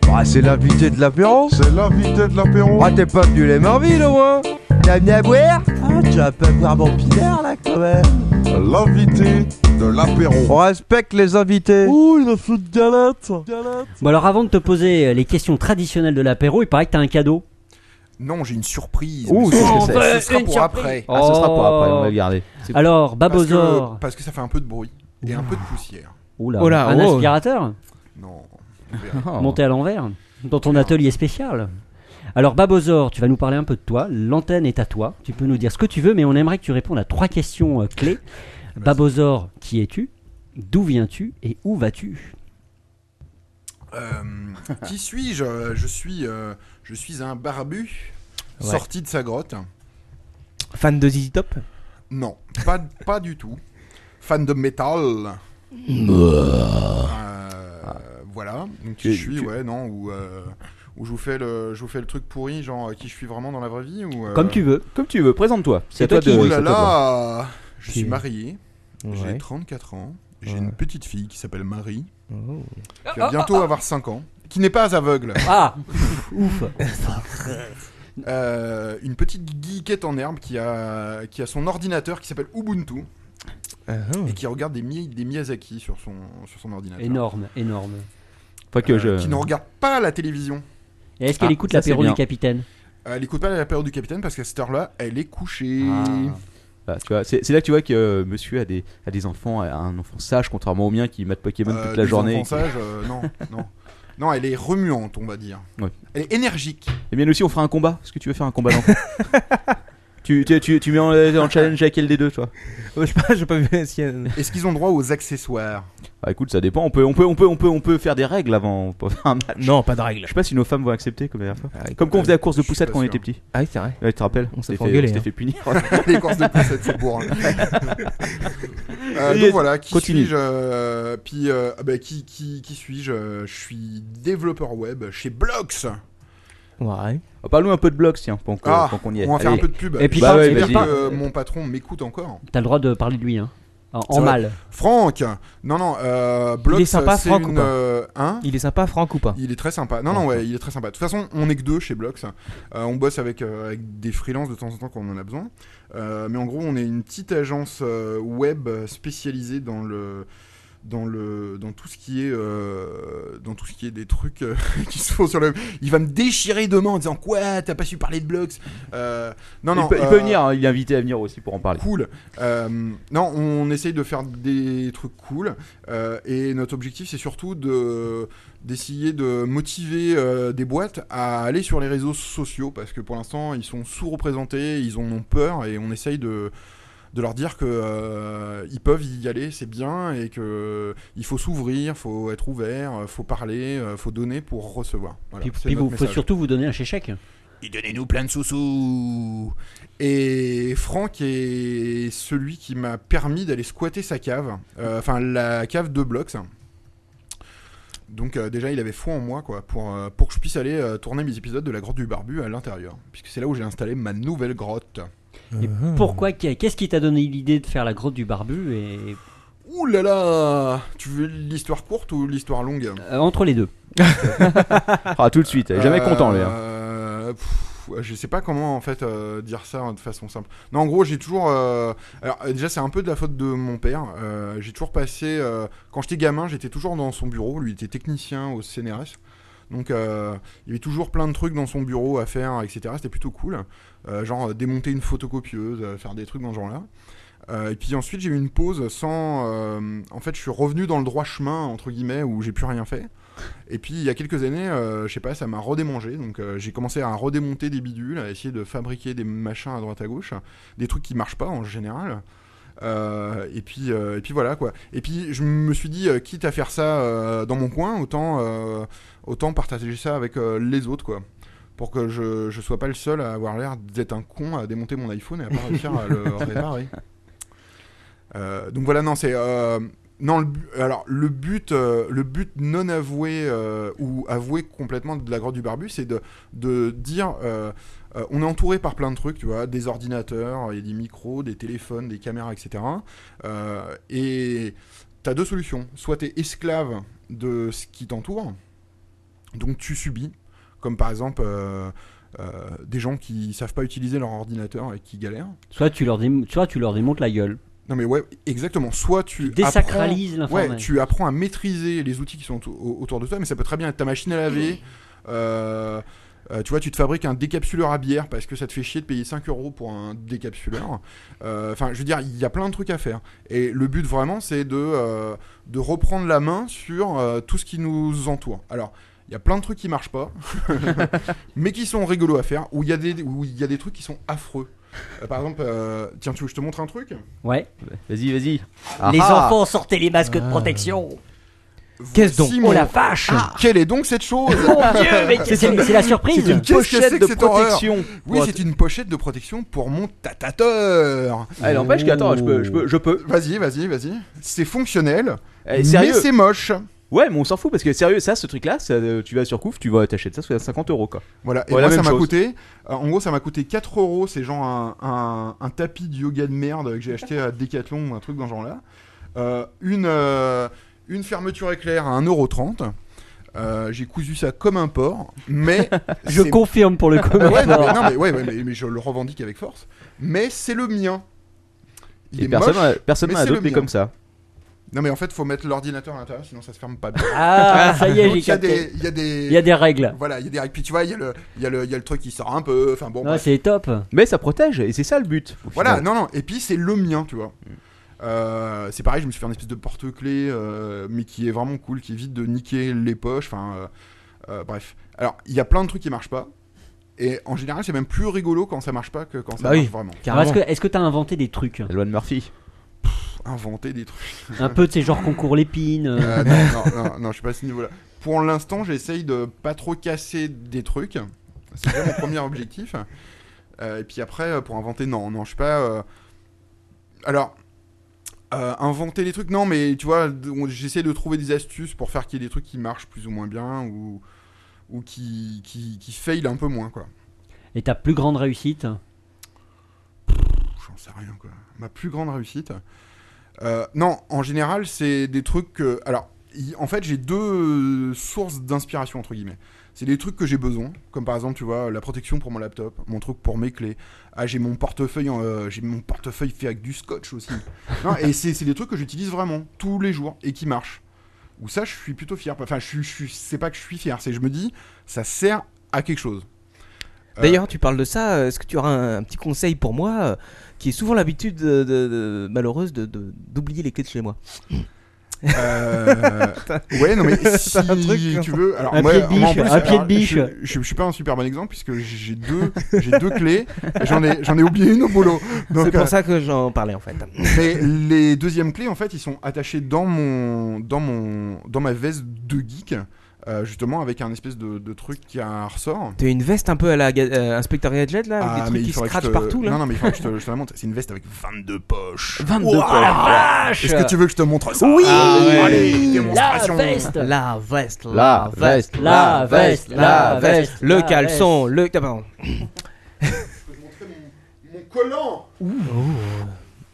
S15: Bah, c'est l'invité de l'apéro
S13: C'est l'invité de l'apéro.
S15: Ah, t'es pas venu les mains vides, au moins T'as venu à boire Ah, tu vas pas boire mon pinard, là, quand même
S13: L'invité de l'apéro.
S4: Oh.
S15: On respecte les invités Ouh, il a fait de galette
S3: Bon alors avant de te poser euh, les questions traditionnelles de l'apéro, il paraît que t'as un cadeau.
S4: Non, j'ai une surprise.
S1: Ouh,
S4: mais
S1: qu'est-ce que
S4: ce
S1: c'est
S4: sera- ce sera pour après.
S1: Ah, ce sera pour après, on va le garder.
S3: Oh. Alors,
S1: Ah,
S4: Parce
S3: Babozor.
S4: que, parce que ça fait un peu de bruit et un peu de poussière.
S3: Oula,
S5: Oh là,
S3: un
S5: oh.
S3: aspirateur
S4: Non. on
S1: *laughs*
S4: verra.
S1: Oh.
S3: monté à l'envers dans ton atelier spécial. Alors Babozor, tu vas nous parler un peu de toi. L'antenne est à toi. Tu peux nous dire ce que tu veux, mais on aimerait que tu répondes à trois questions euh, clés. Babozor, qui es-tu D'où viens-tu et où vas-tu
S4: Euh, qui suis-je Euh, Je suis, euh, je suis un barbu
S5: Ouais.
S4: sorti de sa grotte.
S5: Fan de ZZ Top
S4: Non, pas, pas du tout. Fan de métal. Euh, voilà. Donc, qui
S1: Bah. Tu-
S4: je suis,
S1: tu-
S4: ouais, non, ou euh, ou je vous fais le, je vous fais le truc pourri, genre euh, qui je suis vraiment dans la vraie vie ou. euh,
S1: Comme tu veux. Comme tu veux, présente-toi. C'est à toi,
S4: Oh
S1: de. c'est
S4: là
S1: à toi de voir.
S4: là, je suis
S5: Qui-
S4: marié, j'ai
S5: Ouais.
S4: 34 ans, j'ai
S5: Ouais.
S4: une petite fille qui s'appelle Marie,
S5: Oh.
S4: qui va bientôt avoir 5 ans, qui n'est pas aveugle.
S3: Ah Ouf
S4: Euh, une petite geekette en herbe qui a, qui a son ordinateur qui s'appelle Ubuntu
S5: Ah, ah. *laughs*
S4: et qui regarde des, Mi- des Miyazaki sur son, sur son ordinateur.
S3: *laughs* Énorme, énorme.
S1: Faut que
S4: Euh,
S1: je.
S4: Qui ne regarde pas la télévision. Euh,
S3: Et est-ce qu'elle
S1: Ah,
S3: écoute
S1: ça, c'est
S3: l'apéro du
S1: bien.
S3: capitaine
S4: Elle écoute pas la période du capitaine parce qu'à cette heure-là, elle est couchée.
S1: Bah, tu vois, c'est c'est là que tu vois que euh, monsieur a des, a des enfants, a un enfant sage, contrairement au mien qui mate Pokémon
S4: Euh,
S1: toute la
S4: des
S1: journée.
S4: enfants sages, euh, non, non. Non, elle est remuante, on va dire.
S1: Ouais.
S4: Elle est énergique.
S1: Et Eh bien aussi, on fera un combat. Est-ce que tu veux faire un combat d'enfants tu, tu, tu, tu mets en, euh, en challenge avec quel des deux, toi
S5: Oh, je sais pas, j'ai pas vu la sienne.
S4: Est-ce qu'ils ont droit aux accessoires
S1: Bah écoute, ça dépend. On peut, on peut, on peut, on peut, on peut faire des règles avant. *laughs* On peut faire un match.
S5: Non, pas de règle.
S1: Je sais pas si nos femmes vont accepter comme la dernière fois.
S5: Ah, oui,
S1: Comme quand on faisait la course de
S4: je suis
S1: poussette
S4: pas
S1: quand on
S4: sûr.
S1: était petit.
S5: Ah oui, c'est vrai.
S1: Ouais, tu te rappelles
S5: On s'est
S1: s'était
S5: fait engueuler,
S1: on s'était
S5: hein.
S1: fait punir.
S4: Les courses de poussette, c'est pour. hein. Euh, donc voilà, qui
S1: Continue.
S4: suis-je euh, Puis euh, ah bah, qui, qui, qui suis-je Euh, Je suis développeur web chez Blox.
S5: Ouais.
S1: Oh, Parle-nous un peu de blogs, tiens, pendant qu'on
S4: Ah,
S1: pendant qu'on y est.
S4: on va faire
S1: Allez.
S4: un peu de pub.
S3: Et puis
S1: Bah
S4: J'espère
S1: ouais,
S4: que
S1: vas-y.
S4: euh, mon patron m'écoute encore.
S3: T'as le droit de parler de lui, hein En,
S4: C'est
S3: en
S4: vrai.
S3: mal.
S4: Franck Non, non, euh, Blox,
S5: Il est sympa,
S4: c'est
S5: Franck, ou
S4: une,
S5: pas
S4: euh, hein
S5: Il est sympa, Franck ou pas
S4: Il est très sympa. Non, non, ouais, il est très sympa. De toute façon, on n'est que deux chez Blox. Euh, on bosse avec, euh, avec des freelances de temps en temps quand on en a besoin. Euh, mais en gros, on est une petite agence euh, web spécialisée dans le dans le dans tout ce qui est euh, dans tout ce qui est des trucs euh, *laughs* qui se font sur le il va me déchirer demain en disant quoi t'as pas su parler de blogs Euh,
S1: il,
S4: non non
S1: peut, il peut
S4: euh,
S1: venir, hein, il est invité à venir aussi pour en parler.
S4: Cool. Euh, non, on essaye de faire des trucs cool. euh, et notre objectif, c'est surtout de d'essayer de motiver euh, des boîtes à aller sur les réseaux sociaux parce que pour l'instant, ils sont sous-représentés, ils en ont peur et on essaye de de leur dire que euh, ils peuvent y aller, c'est bien et que il faut s'ouvrir, faut être ouvert, euh, faut parler, euh, faut donner pour recevoir. Voilà,
S3: Puis,
S4: c'est
S3: puis
S4: notre
S3: vous, faut
S4: message.
S3: surtout vous donner un chéchec.
S4: Et donnez-nous plein de sous-sous Et Franck est celui qui m'a permis d'aller squatter sa cave, euh, enfin la cave de Blox. Donc euh, déjà il avait foi en moi quoi pour, euh, pour que je puisse aller euh, tourner mes épisodes de la grotte du barbu à l'intérieur puisque c'est là où j'ai installé ma nouvelle grotte.
S3: Et pourquoi Qu'est-ce qui t'a donné l'idée de faire la grotte du barbu et
S4: Ouh là là Tu veux l'histoire courte ou l'histoire longue
S3: Euh, entre les deux
S1: Ah, tout de suite, jamais content, lui, hein.
S4: Euh, pff, je sais pas comment en fait euh, dire ça hein, de façon simple. Non, en gros, j'ai toujours. euh, alors euh, déjà, c'est un peu de la faute de mon père. Euh, j'ai toujours passé. euh, quand j'étais gamin, j'étais toujours dans son bureau. Lui, il était technicien au CNRS. Donc, euh, il y avait toujours plein de trucs dans son bureau à faire, etc. C'était plutôt cool. Euh, genre euh, démonter une photocopieuse, euh, faire des trucs dans ce genre-là. Euh, et puis ensuite, j'ai eu une pause sans. euh, en fait, je suis revenu dans le droit chemin, entre guillemets, où j'ai plus rien fait. Et puis, il y a quelques années, euh, je sais pas, ça m'a redémangé. Donc, euh, j'ai commencé à redémonter des bidules, à essayer de fabriquer des machins à droite à gauche, des trucs qui marchent pas en général. Euh, et puis, euh, et puis voilà quoi. Et puis, je me suis dit, euh, quitte à faire ça euh, dans mon coin, autant, euh, autant partager ça avec euh, les autres quoi. Pour que je, je sois pas le seul à avoir l'air d'être un con à démonter mon iPhone et à pas réussir à le réparer. Euh, donc voilà, non, c'est. euh, non, le, bu- alors le but, euh, le but non avoué euh, ou avoué complètement de la grotte du barbu, c'est de, de dire euh, euh, on est entouré par plein de trucs, tu vois, des ordinateurs, il y a des micros, des téléphones, des caméras, etc. Euh, et t'as deux solutions. Soit t'es esclave de ce qui t'entoure, donc tu subis, comme par exemple euh, euh, des gens qui savent pas utiliser leur ordinateur et qui galèrent.
S3: Soit tu leur dé- soit tu leur démontes la gueule.
S4: Non mais ouais, exactement. Soit tu
S3: désacralises
S4: apprends-
S3: l'information.
S4: Ouais, tu apprends à maîtriser les outils qui sont au- autour de toi, mais ça peut très bien être ta machine à laver. euh, euh, tu vois, tu te fabriques un décapsuleur à bière parce que ça te fait chier de payer 5 euros pour un décapsuleur. Euh, Enfin, je veux dire, il y a plein de trucs à faire. Et le but vraiment, c'est de, euh, de reprendre la main sur euh, tout ce qui nous entoure. Alors, il y a plein de trucs qui marchent pas, *laughs* mais qui sont rigolos à faire, ou il y, a des- où il y a des trucs qui sont affreux. Euh, par exemple, euh, tiens, tu veux que je te montre un truc
S3: Ouais.
S4: Euh.
S1: Vas-y, vas-y.
S3: Les
S1: Ah.
S3: enfants sortaient les masques de protection.
S5: Qu'est-ce donc
S4: Si,
S3: Oh
S4: mon-
S3: la vache
S4: Quelle est donc cette chose
S3: Mon Dieu,
S4: *laughs*
S3: mais c'est- c'est- c'est la surprise.
S4: C'est une
S3: Qu'est-ce que
S4: pochette
S3: c'est que
S4: de
S3: cette
S4: protection Oh,
S3: horreur
S4: Oui,
S1: Pour-
S4: c'est une pochette de protection pour mon tatateur
S1: Elle empêche Eh, que- attends, je peux- je peux- je peux.
S4: Vas-y, vas-y, vas-y. C'est fonctionnel,
S1: Eh, sérieux
S4: mais c'est moche
S1: Ouais, mais on s'en fout parce que sérieux, ça, ce truc-là, ça, euh, tu vas sur Couf, tu vas t'achètes ça, c'est à 50 euros quoi.
S4: Voilà, et
S1: Ouais, la
S4: moi ça
S1: même
S4: m'a
S1: chose.
S4: coûté, euh, en gros ça m'a coûté 4 euros, c'est genre un, un- un tapis de yoga de merde que j'ai acheté à Decathlon ou un truc dans ce genre là. Euh, une, euh, une fermeture éclair à 1,30€. Euh, j'ai cousu ça comme un porc, mais.
S3: Je
S4: c'est-
S3: confirme pour le coup.
S4: *laughs* Ouais, non, mais, non, mais, ouais, ouais, mais- mais je le revendique avec force. Mais c'est le mien. Il
S1: Et
S4: est
S1: personne
S4: moche,
S1: n'a- personne
S4: mais
S1: n'a
S4: c'est le
S1: adopté
S4: mien.
S1: comme ça.
S4: Non, mais en fait, faut mettre l'ordinateur à l'intérieur, sinon ça se ferme pas bien.
S3: Ah, ça y est,
S4: Donc,
S3: j'ai
S4: il y a
S3: capté.
S4: des- Il y a des.
S3: Il y a des règles.
S4: Voilà, il y a des règles. Puis tu vois, il y a le, il y a le, il y a le truc qui sort un peu. Enfin bon.
S3: Non,
S4: bref.
S3: c'est top.
S1: Mais ça protège et c'est ça le but. au
S4: Voilà,
S1: final.
S4: non, non, et puis c'est le mien, tu vois. Euh, c'est pareil, je me suis fait un espèce de porte-clé, euh, mais qui est vraiment cool, qui évite de niquer les poches. Enfin, euh, euh, bref. Alors, il y a plein de trucs qui marchent pas. Et en général, c'est même plus rigolo quand ça marche pas que quand ça marche vraiment.
S3: Alors, Est-ce que est-ce que t'as inventé des trucs
S1: La loi de Murphy.
S4: Inventer
S3: *laughs*
S4: des trucs.
S3: Un peu de ces genres concours l'épine. euh.
S4: Euh, non, non, non, non, je suis pas à ce niveau-là. Pour l'instant, j'essaye de pas trop casser des trucs. C'est vraiment mon premier objectif. Euh, et puis après, euh, pour inventer, non, non, je suis pas. euh, Alors, euh, inventer les trucs, non, mais tu vois, d- on- j'essaie de trouver des astuces pour faire qu'il y ait des trucs qui marchent plus ou moins bien ou, ou qui, qui, qui fail un peu moins, quoi.
S3: Et ta plus grande réussite
S4: J'en sais rien, quoi. Ma plus grande réussite. Euh, non, en général, c'est des trucs que. Alors, y- en fait, j'ai deux euh, sources d'inspiration, entre guillemets. C'est des trucs que j'ai besoin, comme par exemple, tu vois, la protection pour mon laptop, mon truc pour mes clés. Ah, j'ai mon portefeuille, en, euh, j'ai mon portefeuille fait avec du scotch aussi. non, et c'est c'est des trucs que j'utilise vraiment tous les jours et qui marchent. Ou ça, je suis plutôt fier. Enfin, je, suis- je suis- c'est pas que je suis fier, c'est que je me dis, ça sert à quelque chose.
S5: D'ailleurs, tu parles de ça. euh, Est-ce que tu auras un, un petit conseil pour moi, euh, qui est souvent l'habitude de- de- de- malheureuse de- de- d'oublier les clés de chez moi
S4: Euh, ouais,
S5: *laughs*
S4: non, mais si
S5: T'as un truc,
S4: tu
S5: non
S4: veux. Alors,
S5: Un
S4: moi,
S5: pied de
S4: moi, en
S5: biche,
S4: plus,
S5: un pied de
S4: alors,
S5: biche.
S4: Je, je- je suis pas un super bon exemple puisque j'ai deux, j'ai deux clés. et J'en ai, j'en ai oublié une au boulot. Donc,
S5: C'est pour
S4: euh,
S5: ça que j'en parlais en fait.
S4: mais les deuxièmes clés, en fait, ils sont attachés dans mon, dans mon, dans ma veste de geek, euh, justement avec un espèce de, de truc qui a un ressort.
S5: T'as une veste un peu à la ga- euh, inspecteur gadget là,
S4: Ah,
S5: avec des
S4: mais
S5: trucs
S4: il
S5: qui se
S4: faudrait que je
S5: scratchent
S4: te-
S5: partout là.
S4: Non, non, mais il faudrait que je te, je te la montre. C'est une veste avec 22 poches.
S5: 22
S4: Ouah,
S5: poches.
S4: la vache Est-ce que tu veux que je te montre ça Oui
S5: Ah,
S1: Ah,
S4: Allez, démonstration
S5: La veste,
S4: La
S5: la
S4: veste,
S5: veste,
S4: la veste, la veste,
S5: le
S4: la
S5: caleçon, le. Ah, pardon.
S4: Mon collant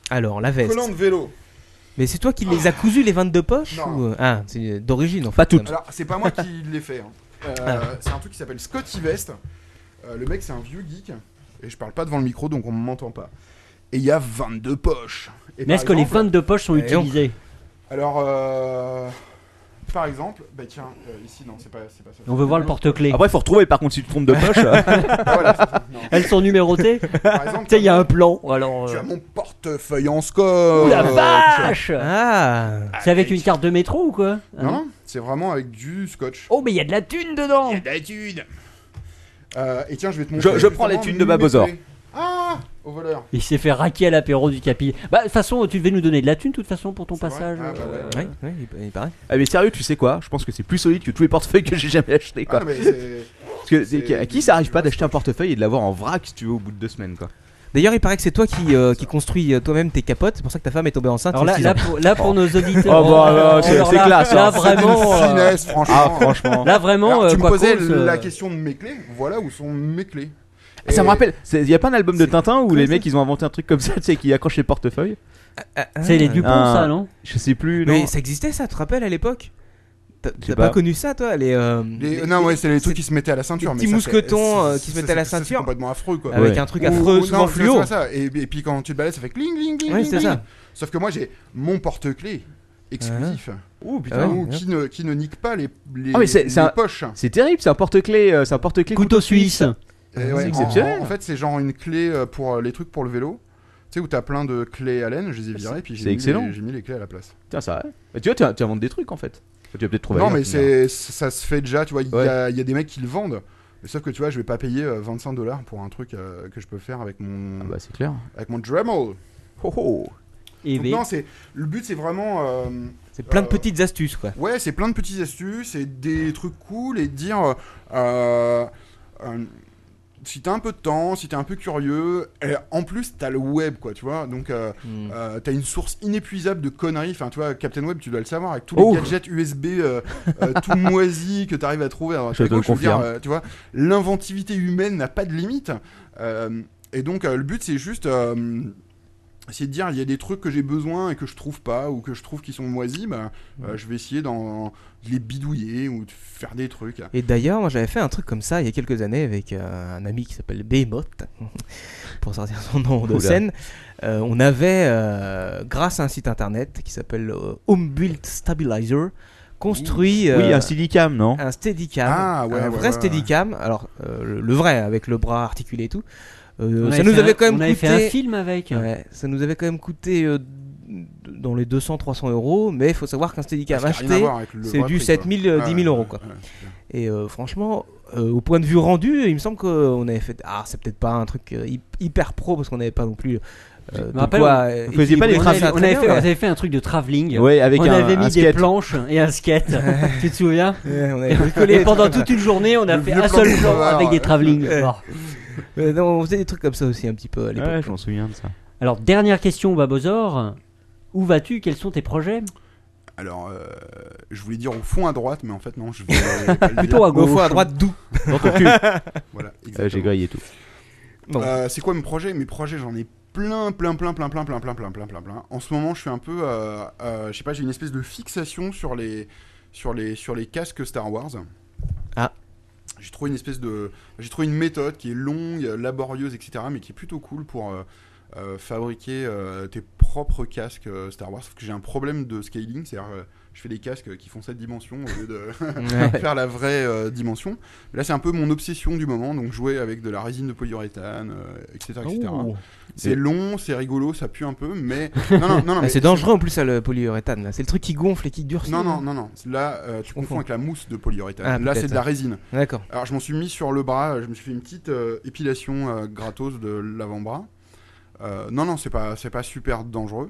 S5: Alors, la veste.
S4: Collant de vélo.
S5: Mais c'est toi qui les as cousus les 22 poches
S4: Non.
S5: ou, euh, Ah, c'est d'origine en fait.
S4: Alors, c'est pas
S3: *laughs*
S4: moi qui l'ai fait. hein. Euh,
S5: Ah.
S4: C'est un truc qui s'appelle Scotty Vest. Euh, le mec, c'est un vieux geek. Et je parle pas devant le micro, donc on m'entend pas. Et il y a 22 poches. Et
S3: Mais
S4: par
S3: est-ce que les
S4: exemple-
S3: 22 poches sont
S4: Eh donc.
S3: utilisées
S4: Alors, euh, par exemple, bah tiens, euh, ici, non, c'est pas, c'est pas ça.
S3: On veut voir le
S5: Ah
S3: porte-clés.
S1: Après, faut retrouver par contre si tu te trompes de hein.
S4: *laughs* Ah,
S1: poche.
S3: *laughs* Elles sont
S5: *laughs*
S3: numérotées. Eh, tu sais, il y a un plan. Alors,
S5: euh,
S4: Tu Oh, as mon portefeuille en score.
S3: Ouh la vache
S5: Ah
S3: C'est avec une carte de métro ou quoi
S4: Non, non, c'est vraiment avec du scotch.
S3: Oh, mais il y a de la thune dedans
S4: Il y a de la thune Euh, Et tiens, je vais te
S1: Je-
S4: montrer.
S1: je prends la
S4: justement
S1: thune de
S4: mes
S1: Babozor.
S4: clés. Ah Au voleur
S3: Il s'est fait raquer à l'apéro du Capi. Bah, de toute façon, tu devais nous donner de la thune, de toute façon, pour ton passage.
S4: Ah, bah
S3: euh,
S5: Oui, oui, il- il paraît.
S1: Ah mais sérieux, tu sais quoi Je pense que c'est plus solide que tous les portefeuilles que j'ai jamais achetés. Quoi.
S4: Ah, mais c'est-
S1: Parce que c'est- à qui ça arrive pas d'acheter un portefeuille et de l'avoir en vrac si tu veux au bout de deux semaines quoi.
S5: D'ailleurs, il paraît que c'est toi qui, euh, qui construis euh, toi-même tes capotes. C'est pour ça que ta femme est tombée enceinte.
S3: Alors
S5: il y
S3: là,
S5: a six
S3: là,
S5: ans.
S3: pour, là, pour nos auditeurs. euh,
S5: Oh, bah, là,
S3: alors
S5: c'est-
S3: là,
S5: c'est classe,
S3: Là,
S5: hein.
S3: vraiment.
S5: C'est une
S3: euh,
S5: finesse, franchement. Ah, franchement.
S3: Là, vraiment.
S4: Alors,
S3: euh,
S4: tu me
S3: quoi
S4: posais
S3: qu'on se-
S4: la question de mes clés. Voilà où sont mes clés.
S1: Ah, Ça
S4: Et-
S1: me rappelle, il y a pas un album de Tintin où les mecs ils ont inventé un truc comme ça, tu sais, qui accroche les portefeuilles
S3: C'est les Dupont,
S5: Ah.
S3: ça, non
S1: Je sais plus, non
S5: Mais ça existait ça, tu te rappelles à l'époque T'as
S1: Je sais
S5: t'as pas
S1: pas.
S5: connu ça toi les, euh,
S4: Les- non, ouais, c'est les trucs qui se mettaient à la ceinture.
S5: les
S4: mais
S5: petits
S4: ça,
S5: mousquetons,
S4: c'est-
S5: euh, qui se
S4: ça,
S5: mettaient à la
S4: c'est- ça, c'est
S5: ceinture.
S4: complètement affreux, quoi.
S5: Avec un truc
S4: Ou-
S5: affreux,
S4: ou-
S5: souvent
S4: non, c'est-
S5: fluo.
S4: c'est ça. Et, et puis quand tu te balades, ça fait cling, cling, cling,
S5: Ouais,
S4: cling,
S5: c'est
S4: cling.
S5: ça.
S4: Sauf que moi, j'ai mon porte-clés exclusif.
S1: Oh
S5: Ah
S1: putain.
S4: Ou qui, ne, qui ne nique pas les, les,
S1: Ah mais c'est
S4: les
S1: c'est un-
S4: poches.
S1: C'est terrible, c'est un porte-clé, euh, c'est un porte-clé couteau, suisse.
S4: Euh, Et ouais,
S1: c'est
S4: en-
S1: exceptionnel.
S4: En, en fait, c'est genre une clé euh, pour euh, les trucs pour le vélo. Tu sais, où t'as plein de clés Allen, je les ai virées, puis j'ai
S1: c'est
S4: mis les-
S1: excellent.
S4: j'ai mis les clés à la place.
S1: Tiens, ça. Bah, tu vois, tu, as- tu inventes des trucs en fait. Tu vas peut-être trouver.
S4: Non,
S1: ailleurs,
S4: mais
S1: tu me diras.
S4: c'est ça se fait déjà, tu vois. Il y a- il y, a des mecs qui le vendent. Mais sauf que tu vois, je vais pas payer euh, 25 dollars pour un truc euh, que je peux faire avec mon.
S1: Bah, c'est clair.
S4: Avec mon Dremel. Oh,
S3: Et
S4: Donc
S5: oui.
S4: non, c'est le but, c'est vraiment. euh,
S5: c'est plein de petites astuces quoi.
S4: Ouais, c'est plein de petites astuces et des trucs cool et de dire. euh, euh, euh, si t'as un peu de temps, si t'es un peu curieux, et en plus t'as le web quoi, tu vois, donc euh,
S5: Mm.
S4: euh, t'as une source inépuisable de conneries. Enfin, tu vois, Captain Web, tu dois le savoir avec tous les
S1: Oh.
S4: gadgets USB euh, euh, tout moisi que t'arrives à trouver. Alors,
S1: Je te le
S4: veux dire,
S1: confirme.
S4: euh, tu vois, l'inventivité humaine n'a pas de limite. Euh, et donc euh, le but c'est juste euh, essayer de dire il y a des trucs que j'ai besoin et que je trouve pas ou que je trouve qui sont moisis, bah, euh, je vais essayer d'en de les bidouiller ou de faire des trucs.
S5: Et d'ailleurs, moi j'avais fait un truc comme ça il y a quelques années avec euh, un ami qui s'appelle Behemoth, *laughs* pour sortir son nom de
S1: Oula.
S5: scène. Euh, on avait, euh, grâce à un site internet qui s'appelle euh, Home Built Stabilizer, construit.
S4: Euh,
S5: euh,
S1: Oui, un Steadicam, non
S5: Un Steadicam.
S1: Ah, ouais,
S5: un
S1: ouais,
S5: vrai
S1: ouais,
S5: Steadicam. Alors, euh, le, le vrai, avec le bras articulé et tout. Euh,
S3: On
S5: ça
S3: avait
S5: nous
S3: fait
S5: avait
S3: un-
S5: quand même
S3: on
S5: coûté.
S3: avait fait un film avec.
S5: Ouais, ça nous avait quand même coûté. euh, dans les 200-300 euros, mais il faut savoir qu'un Steadicam
S4: Parce qu'il y a rien à
S5: acheté,
S4: voir avec le
S5: c'est
S4: vrai
S5: du
S4: prix, quoi.
S5: 7000, euh,
S4: Ouais,
S5: 10 000 euros. Quoi. Et euh, franchement, euh, au point de vue rendu, il me semble qu'on avait fait. Ah, c'est peut-être pas un truc euh, hy- hyper pro parce qu'on n'avait pas non plus. Euh,
S3: Je
S5: de
S3: me rappelle,
S5: quoi,
S3: on-
S5: euh,
S3: on faisait pas les
S5: équilibrer
S3: traces
S5: ça
S3: on
S5: très
S3: avait
S5: bien,
S3: fait- on
S5: ouais.
S3: avait fait un truc de travelling.
S1: Ouais, avec
S3: on
S1: un-
S3: avait
S1: un
S3: mis des
S1: skate.
S3: planches et un skate. *laughs* tu te souviens
S5: Ouais, on avait bricolé
S3: Et
S5: les
S3: pendant
S5: trucs.
S3: toute une journée, on a
S5: Le
S3: fait
S5: vieux
S3: un
S5: plan
S3: seul
S5: de
S3: plan
S5: Bernard,
S3: avec
S5: ouais.
S3: des travelling.
S5: Ouais.
S3: Bon.
S5: Euh, non, on faisait des trucs comme ça aussi un petit peu à l'époque.
S1: Ouais, je m'en souviens de ça.
S3: Alors, dernière question, Babozor. Où vas-tu Quels sont tes projets
S4: Alors, euh, je voulais dire au fond à droite, mais en fait non, je vais pas le dire.
S3: Plutôt à gauche. Au fond à
S5: droite, d'où
S1: Dans ton cul.
S4: Voilà,
S1: *laughs* Euh, J'ai grillé tout.
S4: Euh, c'est quoi mes projets Mes projets, j'en ai plein, plein, plein, plein, plein, plein, plein, plein, plein, plein, plein. En ce moment, je suis un peu, euh, euh, je sais pas, j'ai une espèce de fixation sur les, sur les, sur les casques Star Wars.
S5: Ah.
S4: J'ai trouvé une espèce de, j'ai trouvé une méthode qui est longue, laborieuse, etc., mais qui est plutôt cool pour euh, euh, fabriquer euh, tes propres casques euh, Star Wars. Sauf que j'ai un problème de scaling, c'est-à-dire euh, je fais des casques qui font cette dimension au lieu de
S5: Ouais.
S4: faire la vraie euh, dimension. Mais là, c'est un peu mon obsession du moment, donc jouer avec de la résine de polyuréthane, euh, etc., etc.
S5: Oh.
S4: C'est long, c'est rigolo, ça pue un peu, mais non, non, non, non,
S5: *laughs* *laughs* Ah,
S4: mais
S5: c'est dangereux en plus ça, le polyuréthane. là. C'est le truc qui gonfle et qui durcit.
S4: non, non, non, non. Là, euh, tu confonds
S5: confonds.
S4: avec la mousse de polyuréthane.
S5: Ah,
S4: Là,
S5: peut-être,
S4: c'est de la
S5: ouais.
S4: résine.
S5: D'accord.
S4: Alors, je m'en suis mis sur le bras. Je me suis fait une petite euh, épilation euh, gratos de l'avant-bras. Euh, non, non, c'est pas, c'est pas super dangereux.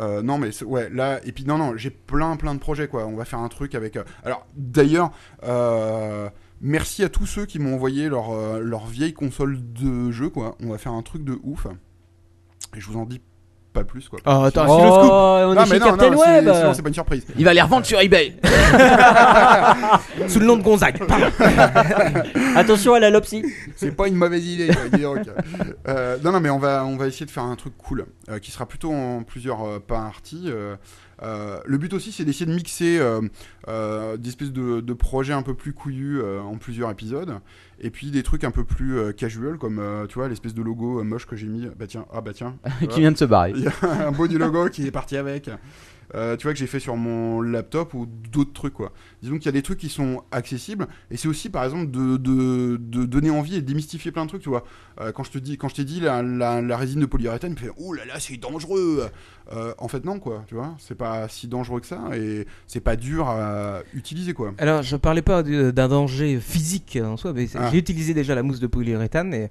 S4: Euh, non mais c'est- ouais là et puis non non j'ai plein plein de projets quoi on va faire un truc avec euh, alors d'ailleurs euh, merci à tous ceux qui m'ont envoyé leur, euh, leur vieille console de jeu quoi on va faire un truc de ouf et je vous en dis pas plus quoi
S5: Oh, attends,
S4: Sinon,
S5: si
S4: le scoop.
S5: le scoop. on est chez Captain
S4: c'est-
S5: Web.
S4: sinon, c'est pas une surprise
S5: Il va les revendre sur eBay. Sous le nom de Gonzague.
S3: Attention à la lopsie.
S4: C'est pas une mauvaise idée. dis donc. Euh, non, non, mais on va, on va essayer de faire un truc cool euh, qui sera plutôt en plusieurs euh, parties. euh, euh, le but aussi, c'est d'essayer de mixer euh, euh, des espèces de, de projets un peu plus couillus euh, en plusieurs épisodes, et puis des trucs un peu plus euh, casual, comme euh, tu vois l'espèce de logo euh, moche que j'ai mis. Bah tiens, ah bah tiens, tu vois.
S1: Qui vient de se barrer.
S4: Il y a *laughs* un beau du logo qui est parti avec. Euh, tu vois que j'ai fait sur mon laptop ou d'autres trucs quoi. Disons qu'il y a des trucs qui sont accessibles et c'est aussi par exemple de, de- de donner envie et de démystifier plein de trucs tu vois. Euh, quand je te dis quand je t'ai dit la, la- la résine de polyuréthane, tu fais oh là là c'est dangereux. Euh, en fait non quoi tu vois c'est pas si dangereux que ça et c'est pas dur à utiliser quoi.
S5: *laughs* Alors, je parlais pas du- d'un danger physique hein, en soi, mais c'est-
S4: Ah.
S5: j'ai utilisé déjà la mousse de polyuréthane et,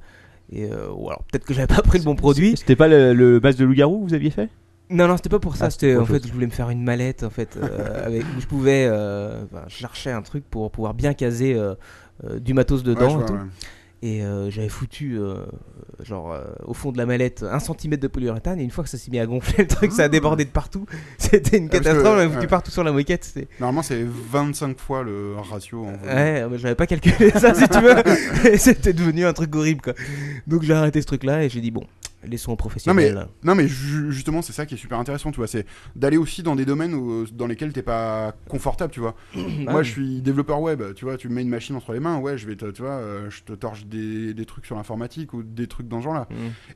S5: et, euh, ou alors peut-être que j'avais pas pris le bon produit.
S1: C'était pas le, le masque de loup-garou que vous aviez fait
S5: Non, non, c'était pas pour ça.
S1: Ah,
S5: c'était en
S1: autre
S5: fait,
S1: chose.
S5: je voulais me faire une mallette en fait euh, avec où je pouvais. euh, enfin, je cherchais un truc pour pouvoir bien caser euh, euh, du matos
S4: Ouais, je
S5: dedans
S4: vois,
S5: et tout.
S4: ouais.
S5: Et euh, j'avais foutu euh, genre euh, au fond de la mallette un centimètre de polyuréthane et une fois que ça s'est mis à gonfler, le truc ça a débordé de partout. *laughs* C'était une
S4: Ah, parce que-
S5: catastrophe. J'avais foutu
S4: ouais.
S5: partout sur la moquette. c'était-
S4: Normalement c'est 25 fois le ratio.
S1: Ah,
S4: En volume.
S5: Ouais, mais j'avais pas calculé ça, si tu veux. *laughs* Et C'était devenu un truc horrible, quoi. Donc j'ai arrêté ce truc-là et j'ai dit, bon, laissons aux
S4: Non mais,
S5: professionnels.
S4: non mais ju- justement c'est ça qui est super intéressant tu vois c'est d'aller aussi dans des domaines où- dans lesquels t'es pas confortable tu vois
S1: *coughs*
S5: Bah
S1: Ah
S4: moi
S5: oui.
S4: je suis développeur web tu vois tu me mets une machine entre les mains ouais je vais te, tu vois euh, je te torche des, des trucs sur l'informatique ou des trucs dans ce genre
S1: Mm.
S4: là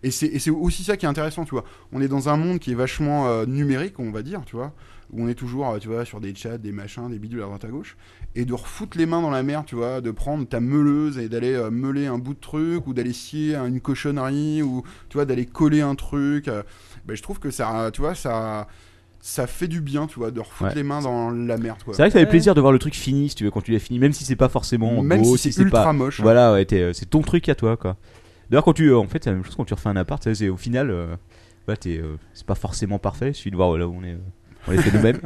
S4: et c'est et c'est aussi ça qui est intéressant tu vois on est dans un monde qui est vachement euh, numérique on va dire tu vois où on est toujours euh, tu vois sur des chats des machins des bidules à droite à gauche et de refoutre les mains dans la mer tu vois de prendre ta meuleuse et d'aller euh, meuler un bout de truc ou d'aller scier un- une cochonnerie ou tu vois d'aller coller un truc euh, ben, je trouve que ça tu vois ça ça fait du bien tu vois de refoutre
S1: Ouais.
S4: les mains dans la merde quoi.
S1: C'est vrai que ça fait plaisir de voir le truc fini, si tu veux, quand tu l'as fini, même si c'est pas forcément
S4: Même
S1: beau,
S4: si c'est
S1: pas-
S4: ultra moche. hein.
S1: Voilà, ouais, t'es- euh, c'est ton truc à toi, quoi. D'ailleurs, quand tu, euh, en fait, c'est la même chose quand tu refais un appart, tu sais, c'est au final, euh, bah, t'es, euh, c'est pas forcément parfait. Il suffit de voir euh, là où on est, euh, on l'a fait *laughs* nous-mêmes.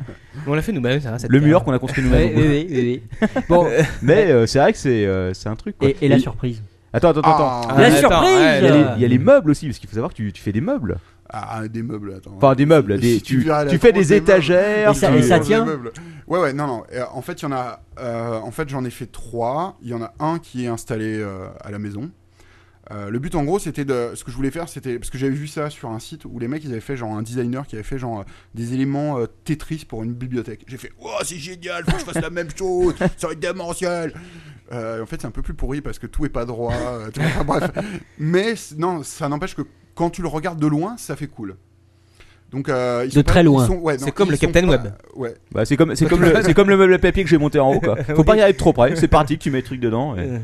S5: On l'a fait nous-mêmes, ça va, cette
S1: Le mur
S5: merde.
S1: qu'on a construit nous-mêmes.
S3: Oui, oui, oui, oui. Bon.
S1: *laughs* mais euh, c'est vrai que c'est, euh, c'est un truc. Quoi.
S3: Et- et la surprise.
S1: Attends, attends,
S3: Ah.
S1: attends.
S3: La Attends, surprise ouais,
S1: Il y a les-
S3: là.
S1: il y, a les meubles aussi, parce qu'il faut savoir que tu, tu fais des meubles.
S4: Ah, des meubles, attends.
S1: Enfin, des meubles.
S4: Si
S1: Des, tu,
S4: verrais la
S1: tu fais
S4: grosse
S1: des étagères.
S4: meubles,
S1: tu-
S4: euh, des meubles. Ouais, ouais, non, non. Euh, En fait, il y en a. euh, en fait, j'en ai fait trois. Il y en a un qui est installé euh, à la maison. Euh, le but en gros c'était de ce que je voulais faire c'était parce que j'avais vu ça sur un site où les mecs ils avaient fait genre un designer qui avait fait genre euh, des éléments euh, Tetris pour une bibliothèque j'ai fait oh c'est génial faut que je fasse la même chose ça va être démentiel Euh, en fait c'est un peu plus pourri parce que tout est pas droit euh, tu vois, enfin, bref mais c- non ça n'empêche que quand tu le regardes de loin ça fait cool donc euh, ils
S3: De
S4: sont pas-
S3: très loin.
S4: ils sont- ouais, non,
S5: C'est comme
S4: ils
S5: le
S4: sont
S5: Captain
S4: pas-
S5: Web.
S4: ouais
S1: Bah, c'est comme, c'est comme le, c'est comme le meuble à papier que j'ai monté en haut, *laughs* quoi. Faut pas y aller de trop près. C'est parti, tu mets le truc dedans. et-
S5: Euh,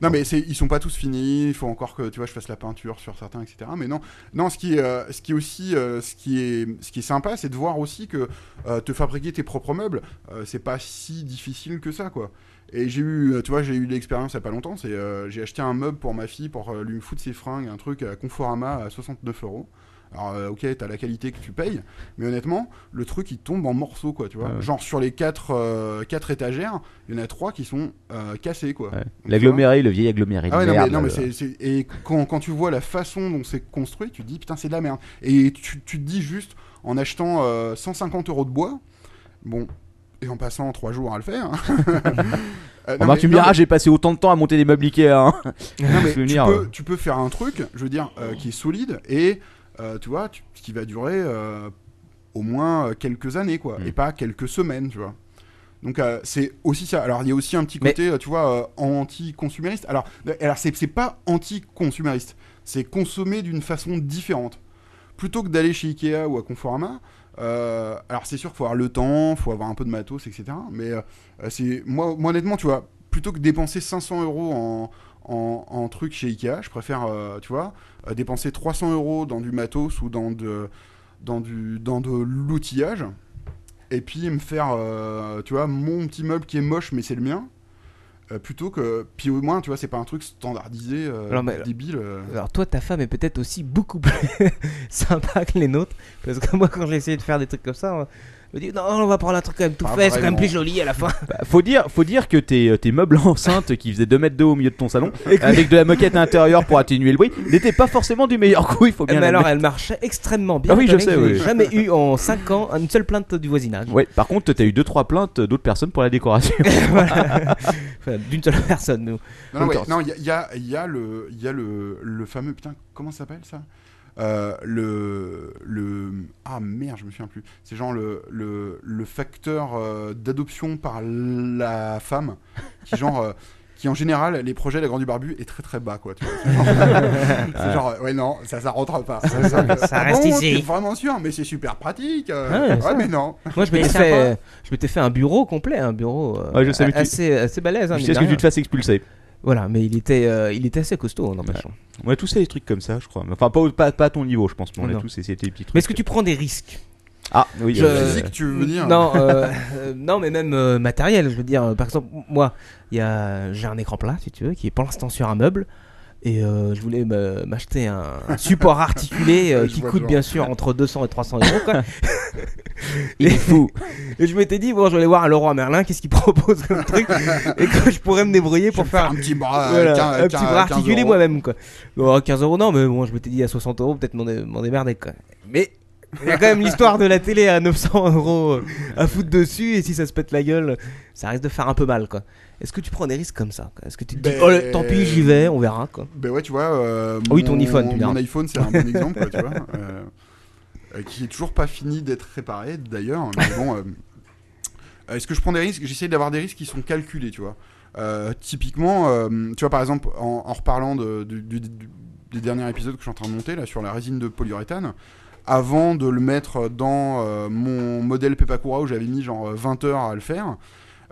S4: Non mais c'est- ils sont pas tous finis, il faut encore que tu vois je fasse la peinture sur certains etc. Mais non, non ce qui est, euh, ce qui est aussi euh, ce qui est ce qui est sympa c'est de voir aussi que euh, te fabriquer tes propres meubles euh, c'est pas si difficile que ça quoi. Et j'ai eu euh, tu vois j'ai eu l'expérience il y a pas longtemps c'est euh, j'ai acheté un meuble pour ma fille pour euh, lui foutre ses fringues un truc à Conforama à 69 euros. Alors euh, ok t'as la qualité que tu payes mais honnêtement le truc il tombe en morceaux quoi tu vois
S1: Ah ouais.
S4: genre sur les quatre euh, quatre étagères il y en a trois qui sont euh, cassés quoi.
S1: Ouais.
S4: Donc, tu vois.
S1: L'aggloméré, le vieil aggloméré. de
S4: Ah ouais, non, mais-
S1: merde,
S4: non, mais
S1: là.
S4: c'est- c'est- Et quand, quand tu vois la façon dont c'est construit, tu te dis putain, c'est de la merde. Et tu, tu te dis juste, en achetant euh, 150 euros de bois, bon, et en passant 3 jours à le faire. hein.
S1: *laughs*
S4: Euh, non,
S1: Remarque,
S4: mais-
S1: tu me diras,
S4: non, mais-
S1: j'ai passé autant de temps à monter des meubles Ikea. hein.
S4: non, mais
S1: Je me
S4: tu,
S1: souviens,
S4: peux,
S1: euh,
S4: tu peux faire un truc, je veux dire, euh, qui est solide et euh, tu vois, tu- ce qui va durer euh, au moins euh, quelques années, quoi, et pas quelques semaines, tu vois. Donc euh, c'est aussi ça. Alors il y a aussi un petit côté, euh, tu vois, euh, anti-consumériste. Alors, euh, alors c'est c'est pas anti-consumériste, c'est consommer d'une façon différente. Plutôt que d'aller chez Ikea ou à Conforama, euh, alors c'est sûr qu'il faut avoir le temps, faut avoir un peu de matos, etc. Mais euh, c'est moi, moi honnêtement, tu vois, plutôt que dépenser 500 euros en en, en truc chez Ikea, je préfère, euh, tu vois, euh, dépenser 300 euros dans du matos ou dans de dans du dans de l'outillage et puis me faire, euh, tu vois, mon petit meuble qui est moche mais c'est le mien, euh, plutôt que, puis au moins, tu vois, c'est pas un truc standardisé, euh,
S5: Alors, mais-
S4: débile. euh.
S5: Alors toi, ta femme est peut-être aussi beaucoup plus *laughs* sympa que les nôtres, parce que moi, quand j'ai essayé de faire des trucs comme ça, on me dit non, on va prendre un truc quand même tout
S1: Ah,
S4: Pas
S5: fait, c'est quand même
S4: vraiment.
S5: plus joli à la fin.
S1: Bah, faut dire, faut dire que tes, euh, tes meubles *laughs* enceintes qui faisaient 2 mètres de haut au milieu de ton *laughs* salon, avec de la moquette intérieure pour atténuer le bruit, n'étaient pas forcément du meilleur coup. Il faut bien.
S5: Mais alors, elle
S1: l'admettre.
S5: marchait extrêmement bien.
S1: Ah oui,
S5: étant
S1: je
S5: donné que
S1: sais, oui.
S5: J'ai jamais eu en 5 ans une seule plainte du voisinage.
S1: Ouais. Par contre, t'as eu 2-3 plaintes d'autres personnes pour la décoration.
S5: *laughs* Voilà. Enfin, d'une seule personne. nous.
S4: Non, non, ouais,
S5: Encore.
S4: non, il y a, il y a- il y a le, il y a le, le fameux putain, comment ça s'appelle ça Euh, le, le ah merde, je me souviens plus. C'est genre le, le, le facteur euh, d'adoption par la femme, qui genre. euh, qui en général, les projets de la Grande du Barbu est très très bas quoi. tu vois. C'est
S5: *laughs*
S4: genre, c'est genre, ouais non, ça ça rentre pas. C'est genre,
S5: Ça
S4: ah
S5: reste
S4: bon,
S5: ici.
S4: t'es vraiment sûr, mais c'est super pratique. euh,
S5: Ouais,
S4: ouais,
S5: ça.
S4: mais non.
S5: Moi, je m'étais fait, je m'étais fait un bureau complet, un bureau euh,
S1: Ouais, Ah, je sais, mais tu-
S5: assez, assez balèze.
S1: *laughs* Je
S5: hein, mine
S1: sais ce
S5: de
S1: que tu
S5: rien.
S1: te fasses expulser.
S5: Voilà, mais il était, euh, il était assez costaud, hein. en empêchant.
S1: On a tous fait des trucs comme ça, je crois. Enfin, pas, au- pas, pas à ton niveau, je pense, mais on
S5: Non.
S1: a tous essayé des petits trucs.
S5: Mais est-ce que tu prends des risques
S1: Ah, oui,
S5: Je-
S1: euh, Physique,
S4: tu veux dire
S5: Non, euh, *laughs* euh, non, mais même euh, matériel. Je veux dire, euh, par exemple, moi, il y a, j'ai un écran plat, si tu veux, qui est pour l'instant sur un meuble. Et euh, je voulais me- m'acheter un un support articulé euh,
S1: Ouais, je
S5: qui
S1: vois
S5: coûte
S1: le
S5: bien
S1: genre.
S5: sûr entre 200 et 300 euros. Quoi.
S1: Il est fou.
S5: Et je m'étais dit, bon, je vais aller voir à Leroy Merlin, qu'est-ce qu'il propose comme truc Et que je pourrais me débrouiller pour faire,
S4: un petit bras, euh,
S5: Voilà,
S4: quin-
S5: un petit
S4: quin-
S5: bras
S4: 15
S5: articulé
S4: euros.
S5: moi-même. quoi. Bon, à 15 euros, non, mais bon, je m'étais dit à 60 euros, peut-être m'en dé- m'en démerder. Quoi. Mais il y a quand même l'histoire de la télé à 900 euros euh, à foutre dessus, et si ça se pète la gueule, ça risque de faire un peu mal. quoi. Est-ce que tu prends des risques comme ça quoi Est-ce que tu te dis,
S4: Ben-
S5: oh, le- tant pis, j'y vais, on verra. quoi.
S4: Ben ouais, tu vois. euh,
S5: Ah oui, ton iPhone, tu
S4: Mon
S5: verras.
S4: iPhone, c'est un bon exemple, quoi, tu vois. euh, euh, qui est toujours pas fini d'être réparé, d'ailleurs. Mais bon. euh, euh, Est-ce que je prends des risques J'essaie d'avoir des risques qui sont calculés, tu vois. Euh, typiquement, euh, tu vois, par exemple, en, en reparlant de- du, du- du- des derniers épisodes que je suis en train de monter, là, sur la résine de polyuréthane, avant de le mettre dans euh, mon modèle Pepakura où j'avais mis genre 20 heures à le faire,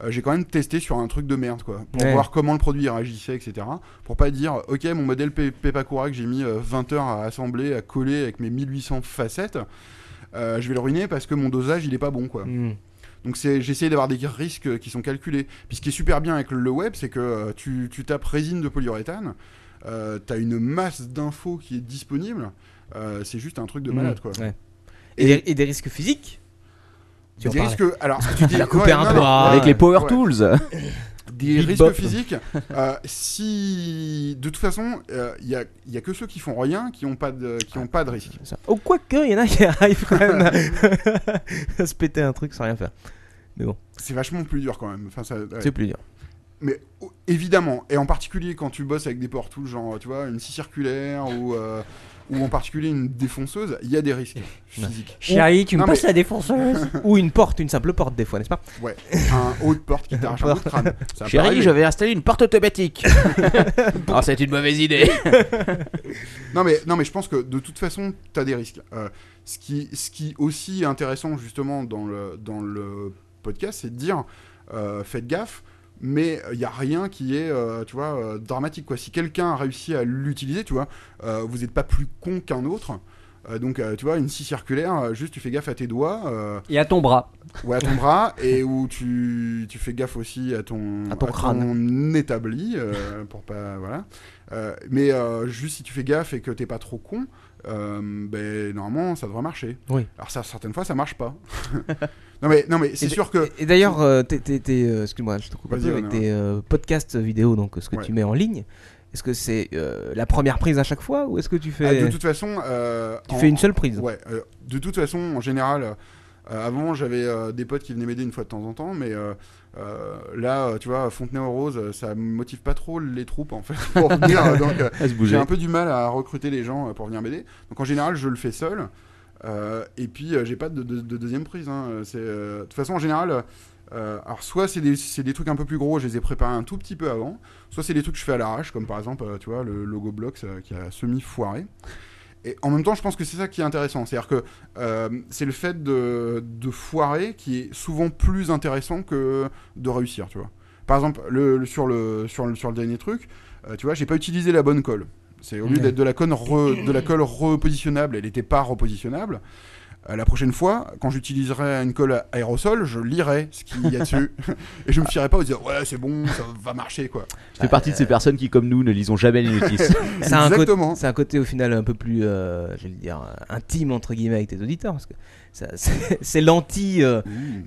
S4: euh, j'ai quand même testé sur un truc de merde, quoi. Pour
S5: Ouais.
S4: voir comment le produit réagissait, etc. Pour pas dire, ok, mon modèle Pe- Pepakura que j'ai mis euh, 20 heures à assembler, à coller avec mes 1800 facettes, euh, je vais le ruiner parce que mon dosage, il est pas bon, quoi.
S5: Hmm.
S4: Donc c'est- j'ai essayé d'avoir des risques euh, qui sont calculés. Puis ce qui est super bien avec le web, c'est que euh, tu, tu tapes résine de polyuréthane, euh, t'as une masse d'infos qui est disponible. Euh, c'est juste un truc de
S5: Mmh,
S4: malade, quoi.
S5: ouais. Et, des, et des risques physiques Tu en
S4: des
S5: parlais.
S4: risques, alors, ce que tu dis,
S5: La couper
S4: ouais,
S5: un
S4: non,
S5: bras.
S4: non,
S1: Avec les power
S4: Ah, ouais. *laughs*
S1: tools. *laughs*
S4: Des
S1: Big
S4: risques
S1: bop.
S4: physiques.
S5: *laughs*
S4: euh, si, de toute façon, il n'y a, y a que ceux qui font rien qui n'ont pas de, qui ont pas de risque.
S5: Oh, quoique, il y en a qui arrivent quand même à- *laughs* à se péter un truc sans rien faire. Mais bon.
S4: C'est vachement plus dur quand même. Enfin, ça- ouais.
S5: C'est plus dur.
S4: Mais oh, évidemment, et en particulier quand tu bosses avec des portouls, genre, tu vois, une scie circulaire ou, euh, ou en particulier une défonceuse, il y a des risques physiques.
S5: Chérie,
S4: Ou-
S5: tu me
S4: Non,
S5: passes
S4: mais-
S5: la défonceuse Ou une porte, une simple porte des fois, n'est-ce pas
S4: Ouais, un haut de porte qui t'arrache un bout de crâne. Ça peut
S5: Chérie,
S4: arriver.
S5: je
S14: vais installer une porte automatique. Ah, c'est une mauvaise idée.
S4: non, mais, non, mais je pense que de toute façon, tu as des risques. Euh, ce, qui, ce qui aussi est intéressant, justement, dans le, dans le podcast, c'est de dire euh, faites gaffe, mais il n'y a rien qui est, euh, tu vois, euh, dramatique. Quoi. Si quelqu'un a réussi à l'utiliser, tu vois, euh, vous n'êtes pas plus con qu'un autre. Euh, donc, euh, tu vois, une scie circulaire, euh, juste tu fais gaffe à tes doigts. euh,
S3: Et à ton bras.
S4: Ouais, à ton bras, et où tu, tu fais gaffe aussi à ton,
S3: À ton crâne.
S4: établi, euh, pour pas. Voilà. Euh, mais euh, juste si tu fais gaffe et que t'es pas trop con, euh, ben, normalement ça devrait marcher.
S5: Oui.
S4: Alors, ça, certaines fois ça marche pas. *laughs* non, mais, non, mais c'est
S5: Et d-
S4: sûr que.
S5: Et d'ailleurs, euh, t'es- t'es- t'es, euh, excuse-moi, je te coupe un
S4: Vas-y,
S5: peu, avec
S4: Renaud.
S5: tes euh, podcasts vidéo, donc euh, ce que
S4: Ouais.
S5: tu mets en ligne, est-ce que c'est euh, la première prise à chaque fois ou est-ce que tu
S4: Ah,
S5: fais.
S4: de toute façon. euh,
S5: Tu fais une seule prise.
S4: Ouais. euh, de toute façon, en général, euh, euh, avant, j'avais euh, des potes qui venaient m'aider une fois de temps en temps, mais euh, Euh, là, euh, tu vois, Fontenay-aux-Roses, euh, ça motive pas trop les troupes en fait *laughs* pour venir. euh, donc, euh,
S1: À se bouger.
S4: j'ai un peu du mal à recruter les gens euh, pour venir m'aider. Donc, en général, je le fais seul. Euh, et puis, euh, j'ai pas de, de- de deuxième prise. hein. Euh, C'est euh, de toute façon en général. euh, alors soit c'est des, c'est des trucs un peu plus gros, je les ai préparés un tout petit peu avant, soit c'est des trucs que je fais à l'arrache, comme par exemple, euh, tu vois, le logo Blocks euh, qui a semi-foiré. Et en même temps, je pense que c'est ça qui est intéressant. C'est-à-dire que euh, c'est le fait de, de foirer qui est souvent plus intéressant que de réussir, tu vois. Par exemple, le, le- sur, le, sur, le, sur le dernier truc, euh, tu vois, j'ai pas utilisé la bonne colle. C'est au lieu
S1: Ouais.
S4: d'être de la, conne re- de la colle repositionnable, elle n'était pas repositionnable. Euh, la prochaine fois, quand j'utiliserai une colle aérosol, je lirai ce qu'il y a dessus. et je me fierai pas en disant, ouais, c'est bon, ça va marcher, quoi.
S1: Je fais partie de ces personnes qui, comme nous, ne lisons jamais les
S4: *laughs*
S1: notices.
S5: C'est un, côté-
S4: Exactement.
S5: c'est un côté au final un peu plus, euh, je vais le dire, euh, intime entre guillemets avec tes auditeurs parce que ça- *laughs* c'est c'est l'anti, euh,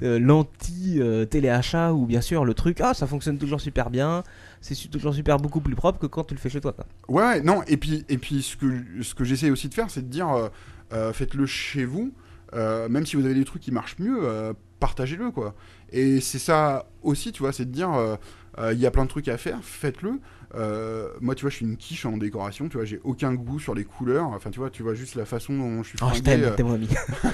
S5: euh, l'anti euh, téléachat ou bien sûr le truc ah ça fonctionne toujours super bien, c'est su- toujours super beaucoup plus propre que quand tu le fais chez toi. quoi.
S4: Ouais, non, et puis, et puis ce que, ce que j'essaie aussi de faire, c'est de dire euh, euh, faites-le chez vous, euh, même si vous avez des trucs qui marchent mieux, euh, partagez-le, quoi. Et c'est ça aussi, tu vois, c'est de dire euh, euh, il y a plein de trucs à faire, faites-le. Euh, moi, tu vois, je suis une quiche en décoration, tu vois, j'ai aucun goût sur les couleurs, enfin, tu vois, tu vois juste la façon dont je suis
S5: Oh,
S4: fringué.
S5: je t'aime,
S4: euh.
S5: t'es mon ami.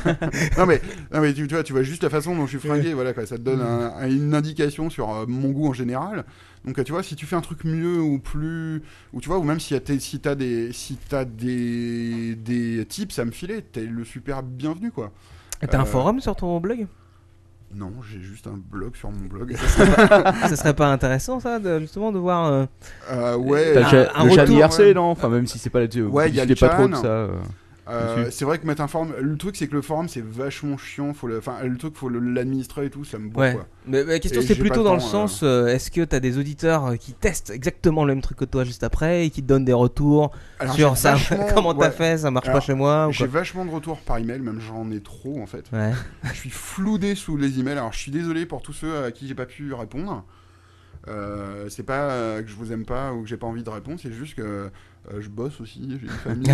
S5: *laughs*
S4: non, mais, non, mais tu, tu vois, tu vois juste la façon dont je suis fringué, voilà, quoi, ça te donne un- un- une indication sur euh, mon goût en général. Donc euh, tu vois, si tu fais un truc mieux ou plus, ou tu vois, ou même si t'as si t'as des, si t'as des, des tips à me filer, t'es le super bienvenu quoi.
S5: Et T'as un
S4: Euh,
S5: forum sur
S4: *laughs*
S5: ton blog
S4: Non, j'ai juste un blog sur mon blog.
S5: ça serait, pas, ça serait pas intéressant ça de- justement de voir euh,
S4: Euh, ouais,
S5: un-
S1: T'as le,
S5: un
S1: le Chami
S5: retour,
S1: IRC,
S5: ouais.
S1: non Enfin, même si c'est pas là-dessus.
S4: Ouais, il y a le
S1: pas trop de
S4: Chan.
S1: ça. euh,
S4: Euh,
S1: dessus.
S4: c'est vrai que mettre un forum, le truc c'est que le forum c'est vachement chiant, faut le, enfin le truc faut le- l'administrer et tout, ça me bouffe.
S5: Ouais.
S4: quoi.
S5: Mais la question
S4: Et j'ai
S5: c'est
S4: pas
S5: plutôt
S4: le
S5: dans le
S4: temps, euh.
S5: sens euh, est-ce que t'as des auditeurs euh, qui testent exactement le même truc que toi juste après et qui te donnent des retours
S4: Alors, j'ai
S5: sur ça *laughs*
S4: vachement-
S5: comment t'as
S4: ouais.
S5: fait ça marche
S4: Alors,
S5: pas chez moi ou
S4: J'ai
S5: quoi
S4: vachement de retours par email, même j'en ai trop en fait.
S5: Ouais.
S4: je suis floudé sous les emails. Alors je suis désolé pour tous ceux à qui j'ai pas pu répondre. Euh, c'est pas euh, que je vous aime pas ou que j'ai pas envie de répondre, c'est juste que euh, je bosse aussi, j'ai une
S5: *laughs*
S4: famille.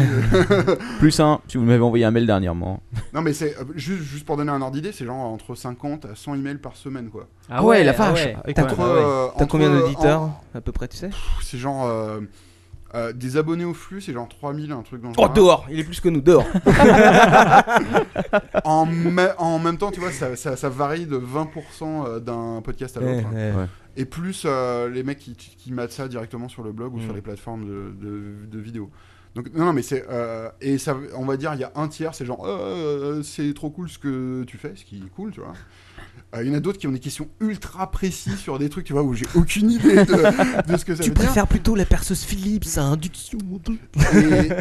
S1: Plus un, si vous m'avez envoyé un mail
S4: *laughs*
S1: dernièrement.
S4: non mais c'est euh, juste, juste pour donner un ordre d'idée, c'est genre entre 50 à 100 emails par semaine quoi.
S5: Ah ouais, la vache T'as
S4: Entre,
S5: co-
S4: euh,
S5: Ah bah t'as
S4: entre,
S5: combien
S4: euh,
S5: d'auditeurs
S4: en-
S5: à peu près tu sais
S4: Pff, C'est genre euh, euh, des abonnés au flux, c'est genre 3000 un truc dans le
S5: Oh
S4: genre.
S5: dehors il est plus que nous dehors
S4: en, me- en même temps, tu vois, ça, ça- ça varie de 20% euh, d'un podcast à l'autre. hein.
S5: Ouais, ouais. Ouais.
S4: Et plus euh, les mecs qui, qui matent ça directement sur le blog ou sur les plateformes de, de, de vidéos. Donc, non, non, mais c'est. euh, et ça, on va dire, il y a un tiers, c'est genre, Euh, c'est trop cool ce que tu fais, ce qui est cool, tu vois. Euh, Il y en a d'autres qui ont des questions ultra précises sur des trucs, tu vois, où j'ai aucune idée de, de ce que ça
S5: Tu
S4: veut dire.
S5: préfères plutôt la perceuse Philips à induction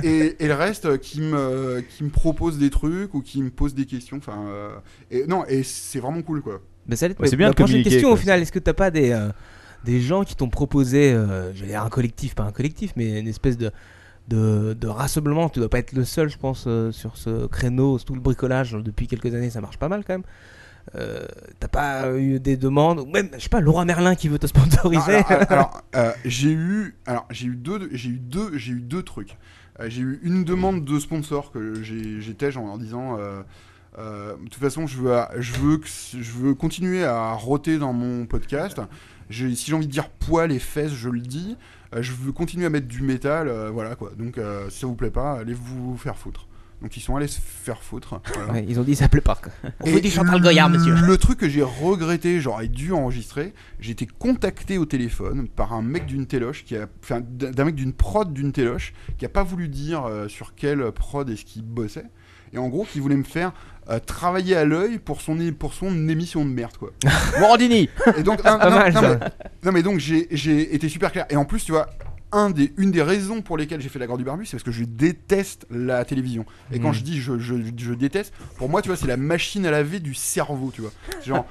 S4: et, et- et le reste euh, qui me qui me propose des trucs ou qui me pose des questions enfin euh, et non et c'est vraiment cool quoi
S5: Mais ça allait être
S1: Ouais, Bah, c'est bien
S5: ma
S1: de
S5: prochaine
S1: communiquer,
S5: question
S1: quoi.
S5: au final. Est-ce que t'as pas des, euh, des gens qui t'ont proposé, euh, je vais dire un collectif, pas un collectif, mais une espèce de, de, de rassemblement Tu dois pas être le seul, je pense, euh, sur ce créneau, sur tout le bricolage. Depuis quelques années, ça marche pas mal quand même. Euh, t'as pas eu des demandes, ou même, je sais pas, Laura Merlin qui veut te
S4: Non,
S1: Ah,
S5: sponsoriser.
S4: alors, alors, alors, euh, j'ai eu alors j'ai eu deux j'ai eu deux j'ai eu deux trucs Euh, j'ai eu une demande de sponsor que j'ai- j'étais genre en disant euh, euh, de toute façon je veux je veux que- je veux continuer à roter dans mon podcast J'ai- si j'ai envie de dire poil et fesses je le dis Euh, je veux continuer à mettre du métal euh, voilà quoi donc euh, si ça vous plaît pas allez vous faire foutre donc ils sont allés se faire foutre Voilà.
S5: Ouais, ils ont dit ça plaît pas. quoi. On veut du Chantal
S4: le-
S5: Goyard, monsieur.
S4: Le truc que j'ai regretté, j'aurais dû enregistrer, j'ai été contacté au téléphone par un mec d'une téloche, qui a, enfin, d'un d'un mec d'une prod d'une téloche, qui a pas voulu dire euh, sur quelle prod est-ce qu'il bossait, et en gros qui voulait me faire euh, travailler à l'œil pour son, é- pour son émission de merde quoi.
S1: Morandini
S4: Et donc, un-
S1: *laughs* Pas
S4: non,
S1: mal,
S4: non,
S1: ça.
S4: mais, non, mais donc j'ai- j'ai été super clair. Et en plus, tu vois, un des, une des raisons pour lesquelles j'ai fait la Grande du barbu, c'est parce que je déteste la télévision. Et quand
S1: Mm.
S4: je dis je, je, je déteste, pour moi, tu vois, c'est la machine à laver du cerveau, tu vois.
S1: *laughs*
S4: Genre.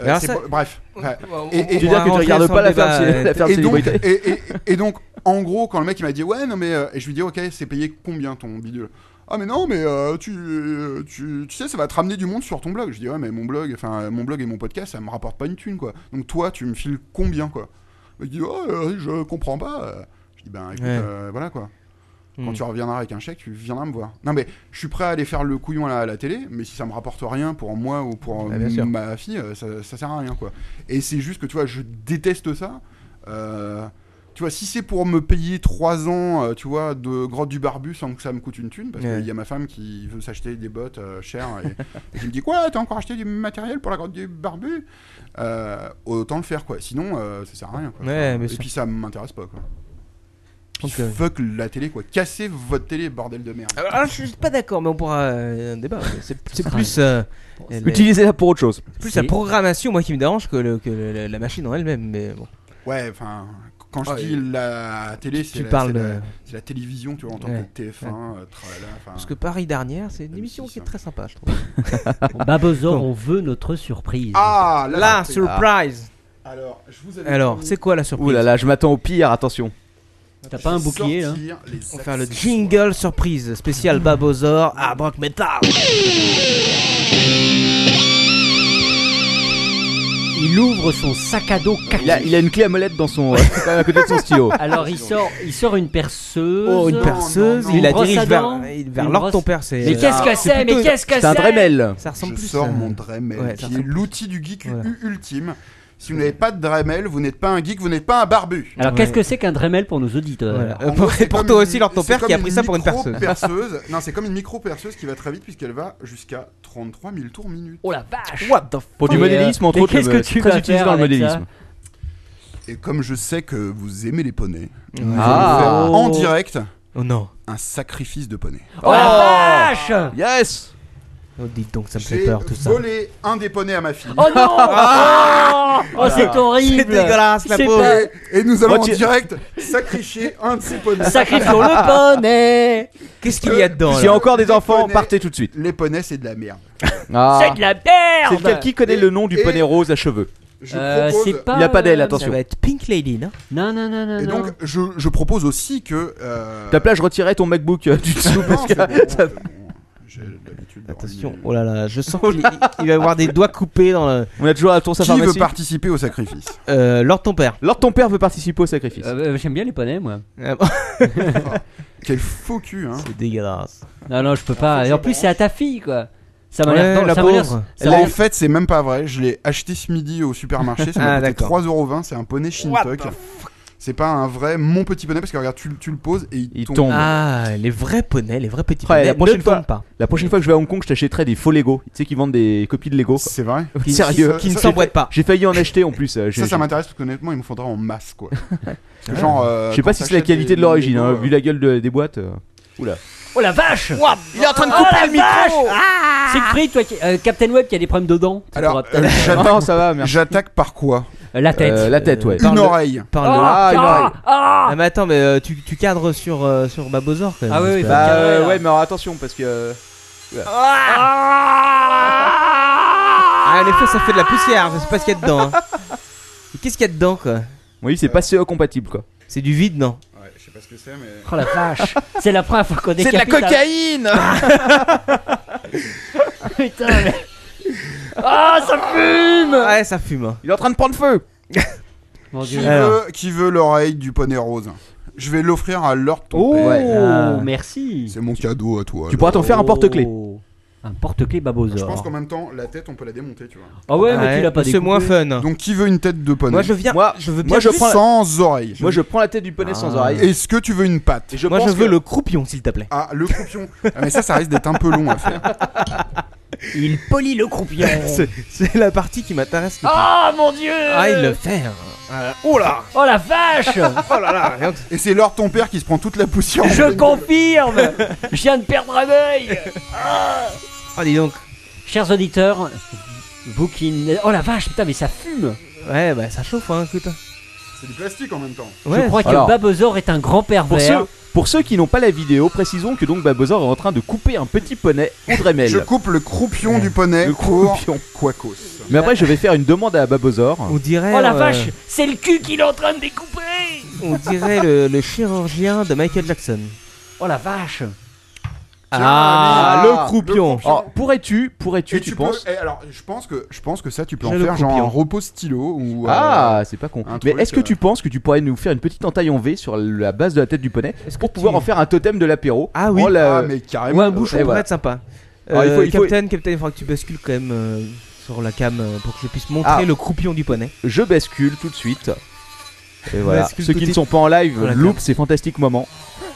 S4: euh,
S1: Alors
S4: c'est
S1: ça-
S4: pas- bref. Ouais.
S1: on- Tu veux dire que tu
S4: rentrer
S1: regardes
S4: sans
S1: pas la
S4: débat,
S5: euh,
S4: euh,
S1: ferme- la ferme
S4: et donc-
S1: célébrité.
S4: et, et- et donc, en gros, quand le mec il m'a dit ouais, non mais, euh, et je lui dis ok, c'est payé combien ton bidule Ah mais non mais euh, tu, euh, tu, tu sais, ça va te ramener du monde sur ton blog. Je dis ouais mais mon blog, enfin euh, mon blog et mon podcast, ça me rapporte pas une thune quoi. Donc toi, tu me files combien quoi Il dit oh, euh, je comprends pas. Je dis ben écoute,
S5: Ouais.
S4: euh, voilà quoi. Quand
S5: Mm.
S4: tu reviendras avec un chèque, tu viendras me voir. Non, mais je suis prêt à aller faire le couillon à la, à la télé, mais si ça me rapporte rien pour moi ou pour
S5: Ah, bien sûr.
S4: ma fille, euh, ça, ça sert à rien, quoi. Et c'est juste que, tu vois, je déteste ça. Euh, tu vois, si c'est pour me payer 3 ans, euh, tu vois, de grotte du barbu sans que ça me coûte une thune, parce
S5: Ouais.
S4: qu'il y a ma femme qui veut s'acheter des bottes euh, chères et, et qui me dit Quoi, t'as encore acheté du matériel pour la grotte du barbu Euh, Autant le faire, quoi. Sinon, euh, ça sert à rien, quoi.
S5: Ouais,
S4: et
S5: bien sûr.
S4: puis ça m'intéresse pas, quoi. Puis
S5: Ok.
S1: *laughs*
S4: Fuck la télé, quoi. Cassez votre télé, bordel de merde.
S5: Alors, alors, je suis pas d'accord, mais on pourra euh, un débat. C'est c'est
S4: sera-
S5: plus. euh,
S4: c'est-
S5: la-
S1: Utilisez-la pour autre chose.
S5: C'est plus
S1: C'est-
S5: la programmation, moi, qui me dérange que, le- que le- la machine en elle-même. Mais bon.
S4: Ouais, enfin, quand je
S5: Ouais.
S4: dis la télé,
S5: Tu
S4: c'est la,
S5: parles
S4: c'est la-
S5: de-
S4: c'est la télévision, tu vois, en tant
S5: Ouais.
S4: que TF1,
S5: Ouais.
S4: euh, tralala, enfin,
S5: Parce que Paris dernière, c'est une émission qui est très sympa, je trouve.
S3: Babozor, on veut notre surprise.
S4: Ah, la,
S5: La
S4: surprise.
S5: surprise.
S4: Alors, je vous avais
S5: Alors,
S4: promis-
S5: c'est quoi la surprise
S1: Ouh là là, je m'attends au pire, attention.
S3: T'as pas un bouclier hein là
S4: sortir les
S5: On va faire le jingle surprise spécial Babozor à Brock Metal.
S3: Il ouvre son sac à dos
S1: Il a, il a une clé à molette dans son. euh, quand même à côté de son stylo.
S3: Alors il sort, il sort une perceuse.
S5: Oh, une perceuse, il la dirige vers- vers l'or de ton père, c'est-
S3: Mais qu'est-ce que
S5: Ah,
S3: c'est
S5: c'est
S3: Mais
S5: plutôt-
S3: qu'est-ce que c'est
S5: c'est un Dremel. Ça
S4: je
S5: ressemble plus
S4: sors
S5: à-
S4: mon Dremel,
S5: Ouais, ça
S4: qui est
S5: ressemble
S4: l'outil du geek u-
S5: Voilà.
S4: ultime. Si vous n'avez pas de Dremel, vous n'êtes pas un geek, vous n'êtes pas un barbu.
S3: Alors qu'est-ce que c'est qu'un Dremel pour nos auditeurs
S5: Voilà.
S4: En
S5: Ah, Pour-
S4: gros, c'est
S5: pour
S4: comme une-
S5: toi aussi, Lord, ton
S4: c'est
S5: père qui
S4: comme
S5: a pris ça pour une perceuse.
S4: micro-perceuse. *laughs* non, c'est comme une micro-perceuse qui va très vite puisqu'elle va jusqu'à 33 000 tours minute.
S3: Oh la vache
S1: What the Pour du
S3: Et, euh,
S1: modélisme, entre
S3: et
S1: autres,
S3: qu'est-ce
S1: le-
S3: que tu
S1: très
S3: vas
S1: utilisé
S3: faire
S1: dans le
S3: avec ça
S1: modélisme.
S4: Et comme je sais que vous aimez les poneys, je vais
S1: Ah.
S4: vous faire en
S1: Oh.
S4: direct
S5: Oh non.
S4: un sacrifice de poney.
S5: Oh la
S3: vache
S1: Yes
S5: Oh, dites donc, ça me fait
S4: J'ai
S5: peur tout ça.
S4: volé un des poneys à ma fille.
S3: Oh non Oh,
S4: Voilà.
S3: c'est horrible
S5: C'est dégueulasse, la
S3: C'est
S5: pauvre.
S3: pas-
S4: Et nous allons
S3: Oh,
S1: Moi, tu-
S4: en direct sacrifier un de ces poneys.
S3: Sacrifions le poney
S5: Qu'est-ce qu'il y a dedans
S1: S'il y a
S5: là
S1: encore des enfants,
S4: poney.
S1: partez tout de suite.
S4: Les poneys, c'est de la merde.
S1: Ah.
S3: C'est de la merde
S1: C'est lequel qui connaît
S4: Et-
S1: le nom du
S4: et-
S1: poney rose à cheveux
S4: Je
S3: Euh,
S4: propose-
S3: c'est pas,
S1: Il a pas d'aile,
S3: euh,
S5: Ça
S1: attention.
S5: va être Pink Lady, non
S3: Non, non, non, non.
S4: Et
S3: non.
S4: donc, je, je propose aussi que. euh,
S1: Ta plage retirait ton MacBook euh, du dessous
S4: non,
S1: parce que
S4: c'est bon,
S1: ça-
S4: c'est bon. J'ai l'habitude de
S5: Attention,
S4: ruiner.
S5: oh là là, je sens qu'il il va y avoir des doigts coupés dans le.
S1: on a toujours à tour sa
S4: Qui veut
S1: pharmacie.
S4: participer au sacrifice
S5: Euh, Lord ton père.
S1: Lors ton père veut participer au sacrifice.
S3: Euh, euh, J'aime bien les poneys, moi.
S4: Quel faux cul, hein
S5: C'est dégueulasse.
S3: Non, non, je peux pas. Et en plus, c'est à ta fille, quoi. Ça m'a
S5: Ouais,
S3: l'air. non,
S5: la
S3: ça m'a l'air-
S5: pauvre.
S3: ça m'a
S4: Là, en
S3: l'air-
S4: fait, c'est même pas vrai. Je l'ai acheté ce midi au supermarché. Ça
S5: Ah,
S4: m'a coûté
S5: d'accord.
S4: 3,20€. C'est un poney Shintok. C'est pas un vrai mon petit poney parce que regarde, tu, tu le poses et il,
S1: Il tombe.
S5: Ah, les vrais poneys, les vrais petits
S1: Ouais,
S5: poneys.
S1: la
S5: Moi je ne
S1: prochaine fois-
S5: tombe pas.
S1: La prochaine fois que je vais à Hong Kong, je t'achèterai des faux Lego. Tu sais qu'ils vendent des copies de Lego.
S4: C'est vrai.
S5: Qui-
S1: Sérieux
S5: Qui ne
S4: Ça-
S5: s'emboîtent pas.
S1: J'ai failli en acheter en plus. euh, j'ai-
S4: Ça, ça m'intéresse parce qu'honnêtement, il me faudra en masse,
S1: *laughs*
S4: quoi. Parce que Genre. euh,
S1: Je sais pas
S4: quand
S1: si c'est la
S4: t'achètes
S1: qualité
S4: des-
S1: de l'origine,
S4: des
S1: hein,
S4: Lego, euh.
S1: vu la gueule de- des boîtes. euh. Oula.
S3: Oh la vache
S1: Il est en train de
S3: Oh la vache C'est Siegfried, toi, qui- euh, Captain Web qui a des problèmes de dents. Tu
S4: Alors,
S3: pourras peut-être-
S4: euh, j'attaque-
S1: non, ça va, *laughs* merci.
S4: j'attaque par quoi
S3: Euh, la tête.
S1: Euh, la tête, ouais.
S5: Par
S4: Une
S5: le-
S4: oreille.
S5: Par le-
S3: Ah,
S1: il
S3: ah,
S1: arrive.
S3: ah,
S5: Ah mais attends, mais euh, tu, tu cadres sur, euh, sur Babozor quand même.
S3: Ah oui, oui,
S5: j'espère.
S1: Bah
S3: carré,
S1: euh,
S3: là.
S1: ouais, mais alors attention parce que. euh,
S5: Ah, en effet, ça fait de la poussière, je sais pas ce qu'il y a dedans. hein. Mais Qu'est-ce qu'il y a dedans quoi
S1: Oui, c'est pas CE compatible quoi.
S5: C'est du vide, non
S4: Ouais, je sais pas ce que c'est, mais.
S3: Oh la vache C'est la première fois qu'on
S1: C'est de la
S3: décapite un-
S1: cocaïne
S3: Putain, mais... Ah, ça fume Oh,
S5: Ouais, ça fume. hein.
S1: *laughs* Il est en train de prendre feu
S3: Mon
S4: Qui
S3: dieu.
S4: veut,
S5: Alors.
S4: qui veut l'oreille du poney rose Je vais l'offrir à Lord ton
S3: Oh,
S4: père.
S5: euh,
S3: merci
S4: C'est mon cadeau à toi.
S1: Tu pourras t'en faire un porte-clés.
S3: Oh, Un porte-clés
S4: alors. Je pense
S3: Babozor.
S4: qu'en même temps, la tête, on peut la démonter, tu vois.
S3: Ah ouais, mais
S5: Ouais,
S3: tu l'as pas
S5: C'est
S3: découpé. euh,
S5: moins fun.
S4: Donc, qui veut une tête de poney
S5: Moi je viens.
S1: Moi,
S5: je veux bien.
S1: moi, je
S5: juste-
S1: prends la-
S4: Sans oreille.
S1: Moi je prends la tête du poney sans
S5: Ah.
S1: oreille.
S4: Est-ce que tu veux une patte
S1: Et je
S5: Moi
S1: pense
S5: je veux
S1: que-
S5: le croupion s'il te plaît.
S4: Ah, le *laughs* croupion. Ah, mais ça, ça risque d'être un peu long à faire.
S3: Il polit
S1: *laughs*
S3: le croupion.
S5: C'est- C'est la partie qui m'intéresse. le plus.
S3: Oh. Ah, mon dieu
S5: Ah, il le fait. hein. Ah, oh là
S3: Oh la vache
S5: Oh là là regarde.
S4: Et c'est Lord ton père qui se prend toute la poussière.
S3: Je confirme Je viens de perdre un œil
S5: Oh, dis donc.
S3: Chers auditeurs, vous qui... n- Oh la vache, putain, mais ça fume
S5: Ouais, bah ça chauffe, hein, écoute.
S4: C'est du plastique en même temps.
S5: Ouais,
S3: Je crois que
S1: alors-
S3: Babozor est un grand
S1: Pour
S3: pervers.
S1: ceux, pour ceux qui n'ont pas la vidéo, précisons que donc Babozor est en train de couper un petit poney au Dremel.
S4: Je coupe le croupion du poney.
S1: Le
S4: pour
S1: croupion.
S4: Quacos.
S1: Mais après, je vais faire une demande à Babozor.
S5: On dirait.
S3: Oh la
S5: euh,
S3: vache, c'est le cul qu'il est en train de découper
S5: On dirait le, le chirurgien de Michael Jackson.
S3: Oh la vache
S5: Ah,
S1: mais-
S5: le croupion.
S1: Alors, Oh, pourrais-tu, pourrais-tu,
S4: Et
S1: tu,
S4: tu peux-
S1: penses
S4: eh, alors, je pense que je pense que ça, tu peux en
S1: J'ai le
S4: faire genre
S1: croupion.
S4: un repos stylo ou. euh,
S1: Ah, c'est pas con.
S4: un
S1: Mais
S4: truc,
S1: est-ce que
S4: euh,
S1: tu penses que tu pourrais nous faire une petite entaille en V sur la base de la tête du poney pour pouvoir en faire un totem de l'apéro
S5: Ah oui.
S1: En la-
S5: Ah, mais carrément. Ou un bouchon,
S1: Et
S5: ça pourrait
S1: voilà.
S5: être sympa.
S1: Alors, il
S5: Euh,
S1: faut- il faut-
S5: Captain, Captain, il faudra que tu bascules quand même euh, sur la cam euh, pour que je puisse montrer
S1: Ah.
S5: le croupion du poney.
S1: Je bascule tout de suite.
S5: *laughs*
S1: Et voilà.
S5: Bascule
S1: Ceux
S5: tout
S1: qui
S5: de
S1: ne
S5: suite.
S1: sont pas en live
S5: Voilà,
S1: loupent ces fantastiques moments. *laughs*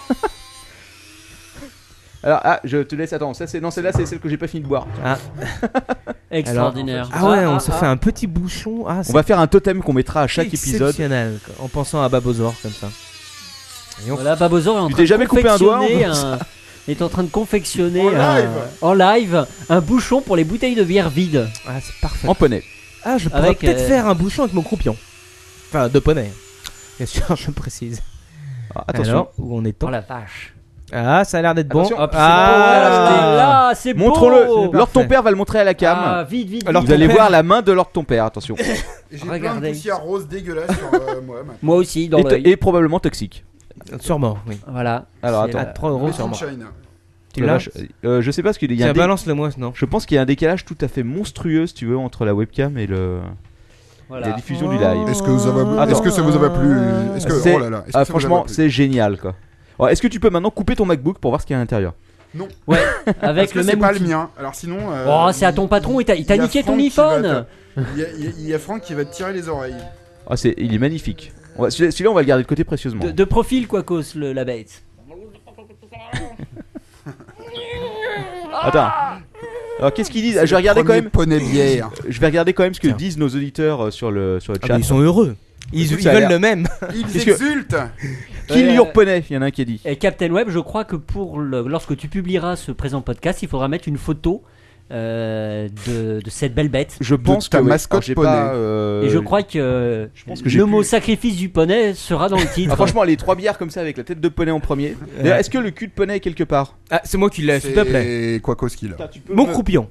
S1: Alors, ah, je te laisse attendre. Ça, c'est non, celle-là, c'est celle que j'ai pas fini de boire.
S3: Extraordinaire.
S5: Alors, ah ouais,
S3: Ah,
S5: on
S3: ah,
S5: se
S3: ah.
S5: fait un petit bouchon. Ah,
S1: On
S5: c'est
S1: va faire un totem qu'on mettra à chaque épisode.
S5: exceptionnel, quoi, En pensant à Babozor comme ça. Et on-
S3: Voilà, Babozor est en
S1: Tu
S3: train
S1: t'es
S3: de
S1: jamais coupé un doigt,
S3: confectionner
S1: en plus
S3: un- est en train de confectionner
S1: En
S3: un-
S1: live.
S3: en live un bouchon pour les bouteilles de bière vides.
S5: Ah, c'est parfait.
S1: En poney.
S5: Ah, je pourrais
S3: Avec,
S5: peut-être
S3: euh,
S5: faire un bouchon avec mon croupion. Enfin, de poney. Bien sûr, *laughs* je précise.
S1: Ah, attention.
S5: Alors, où on est
S3: Oh la vache.
S5: Ah, ça a l'air d'être bon.
S1: Attention.
S5: Ah,
S3: là, c'est beau.
S1: Montrons-le. Lord ton
S5: Parfait.
S1: père va le montrer à la cam.
S3: Ah, vite, vite,
S1: Alors,
S3: vite.
S1: vous allez
S3: Ton
S1: voir
S3: père.
S1: la main de Lord ton père. Attention.
S4: J'ai plein de
S3: Regardez.
S4: poussière rose dégueulasse sur
S3: *laughs*
S4: euh, moi. maintenant.
S3: Moi aussi, dans
S1: Et,
S3: l'œil.
S1: et probablement toxique.
S5: Sûrement, oui.
S3: Voilà.
S1: Alors,
S3: C'est
S1: attends.
S5: À 3 euros
S4: Le
S5: sûrement.
S4: sunshine.
S5: Tu
S1: La
S5: l'as
S1: vache, euh, Je sais pas ce qu'il y a. Ah, un
S5: Tiens,
S1: dé-
S5: balance-le moi, non
S1: Je pense qu'il y a un décalage tout à fait monstrueux, si tu veux, entre la webcam et le.
S3: Voilà.
S1: La diffusion du live.
S4: Est-ce que, vous avez-
S1: Attends.
S4: est-ce que ça vous a plu Est-ce que,
S1: C'est-
S4: oh
S3: euh,
S4: là là, est-ce que
S1: ah,
S4: ça vous a
S1: franchement,
S4: plu
S1: c'est génial quoi. Alors, Est-ce que tu peux maintenant couper ton MacBook pour voir ce qu'il y a à l'intérieur
S4: Non.
S3: Ouais, avec
S4: Parce
S3: le
S4: que c'est
S3: même
S4: pas
S3: outil.
S4: le mien. Alors sinon. euh,
S3: Oh, c'est à ton patron, il t'a- il t'a
S4: y a
S3: niqué ton
S4: Franck qui va
S3: iPhone.
S4: te- Il y a- il y a- il y a Franck qui va te tirer les oreilles.
S1: Ah, c'est, Il est magnifique. On va- Celui-là, celui-là, on va le garder de côté précieusement.
S3: De, de profil, quoi, cause le, la bête.
S1: Attends. Alors qu'est-ce qu'ils disent Ah, Je vais regarder quand même.
S3: *laughs*
S1: Je vais regarder quand même ce que disent nos auditeurs euh, sur le sur le
S5: Ah,
S1: chat.
S5: mais ils sont heureux. Ils,
S1: Écoute,
S5: ils
S1: ça a
S5: veulent
S1: l'air-
S5: le même.
S4: Ils
S1: Qu'est-ce que-
S4: exultent
S1: Kill
S3: Ouais,
S1: your
S3: euh,
S1: poney, il y en a un qui a dit.
S3: Et Captain Web, je crois que pour le- lorsque tu publieras ce présent podcast, il faudra mettre une photo euh, de, de cette belle bête.
S1: Je pense
S4: ta
S1: que ouais.
S4: mascotte
S1: Alors, j'ai
S4: poney.
S1: pas, euh,
S3: Et je crois que, euh,
S1: pense que j'ai
S3: le mot
S1: plus-
S3: sacrifice du poney sera dans le titre.
S1: Ah, franchement, les trois bières comme ça avec la tête de poney en premier. D'ailleurs, Est-ce que le cul de poney est quelque part
S5: Ah, c'est moi qui l'ai, s'il te plaît.
S4: Et quoi qu'au ski là
S5: Mon croupion.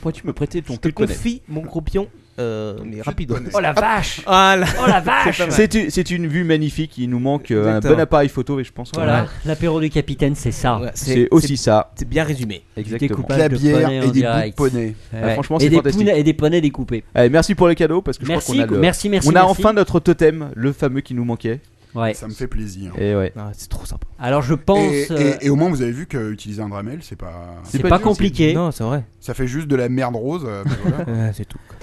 S1: Pourrais-tu me prêter ton
S5: Je te
S1: cul de poney
S5: confie mon croupion. euh, mais rapide.
S4: poney.
S3: Oh la vache
S5: Ah là.
S3: Oh la vache
S1: C'est une, c'est une vue magnifique. Il nous manque euh, un
S5: Exactement.
S1: bon appareil photo et je pense. qu'on
S3: Voilà,
S1: a-
S3: l'apéro du capitaine, c'est ça.
S5: Ouais,
S1: C'est aussi ça.
S5: C'est bien résumé.
S1: Exactement.
S3: découpage de poney en direct.
S4: poney.
S3: Ouais.
S1: Ah, franchement,
S3: et,
S1: c'est
S3: des
S1: fantastique.
S3: poneys- et des poneys découpés.
S1: Allez, merci pour les cadeaux parce que je
S3: Merci,
S1: crois qu'on a le-
S3: merci, merci,
S1: On a
S3: merci.
S1: enfin notre totem, le fameux qui nous manquait.
S3: Ouais.
S4: Ça me fait plaisir.
S1: Et ouais.
S5: Ah, c'est trop sympa.
S3: Alors je pense.
S4: Et,
S3: euh,
S4: et- et au moins, vous avez vu qu'utiliser un Dramel, c'est pas.
S3: c'est pas compliqué.
S5: Non, c'est vrai.
S4: Ça fait juste de la merde rose. euh, mais *laughs* voilà.
S5: Ah, c'est tout. quoi.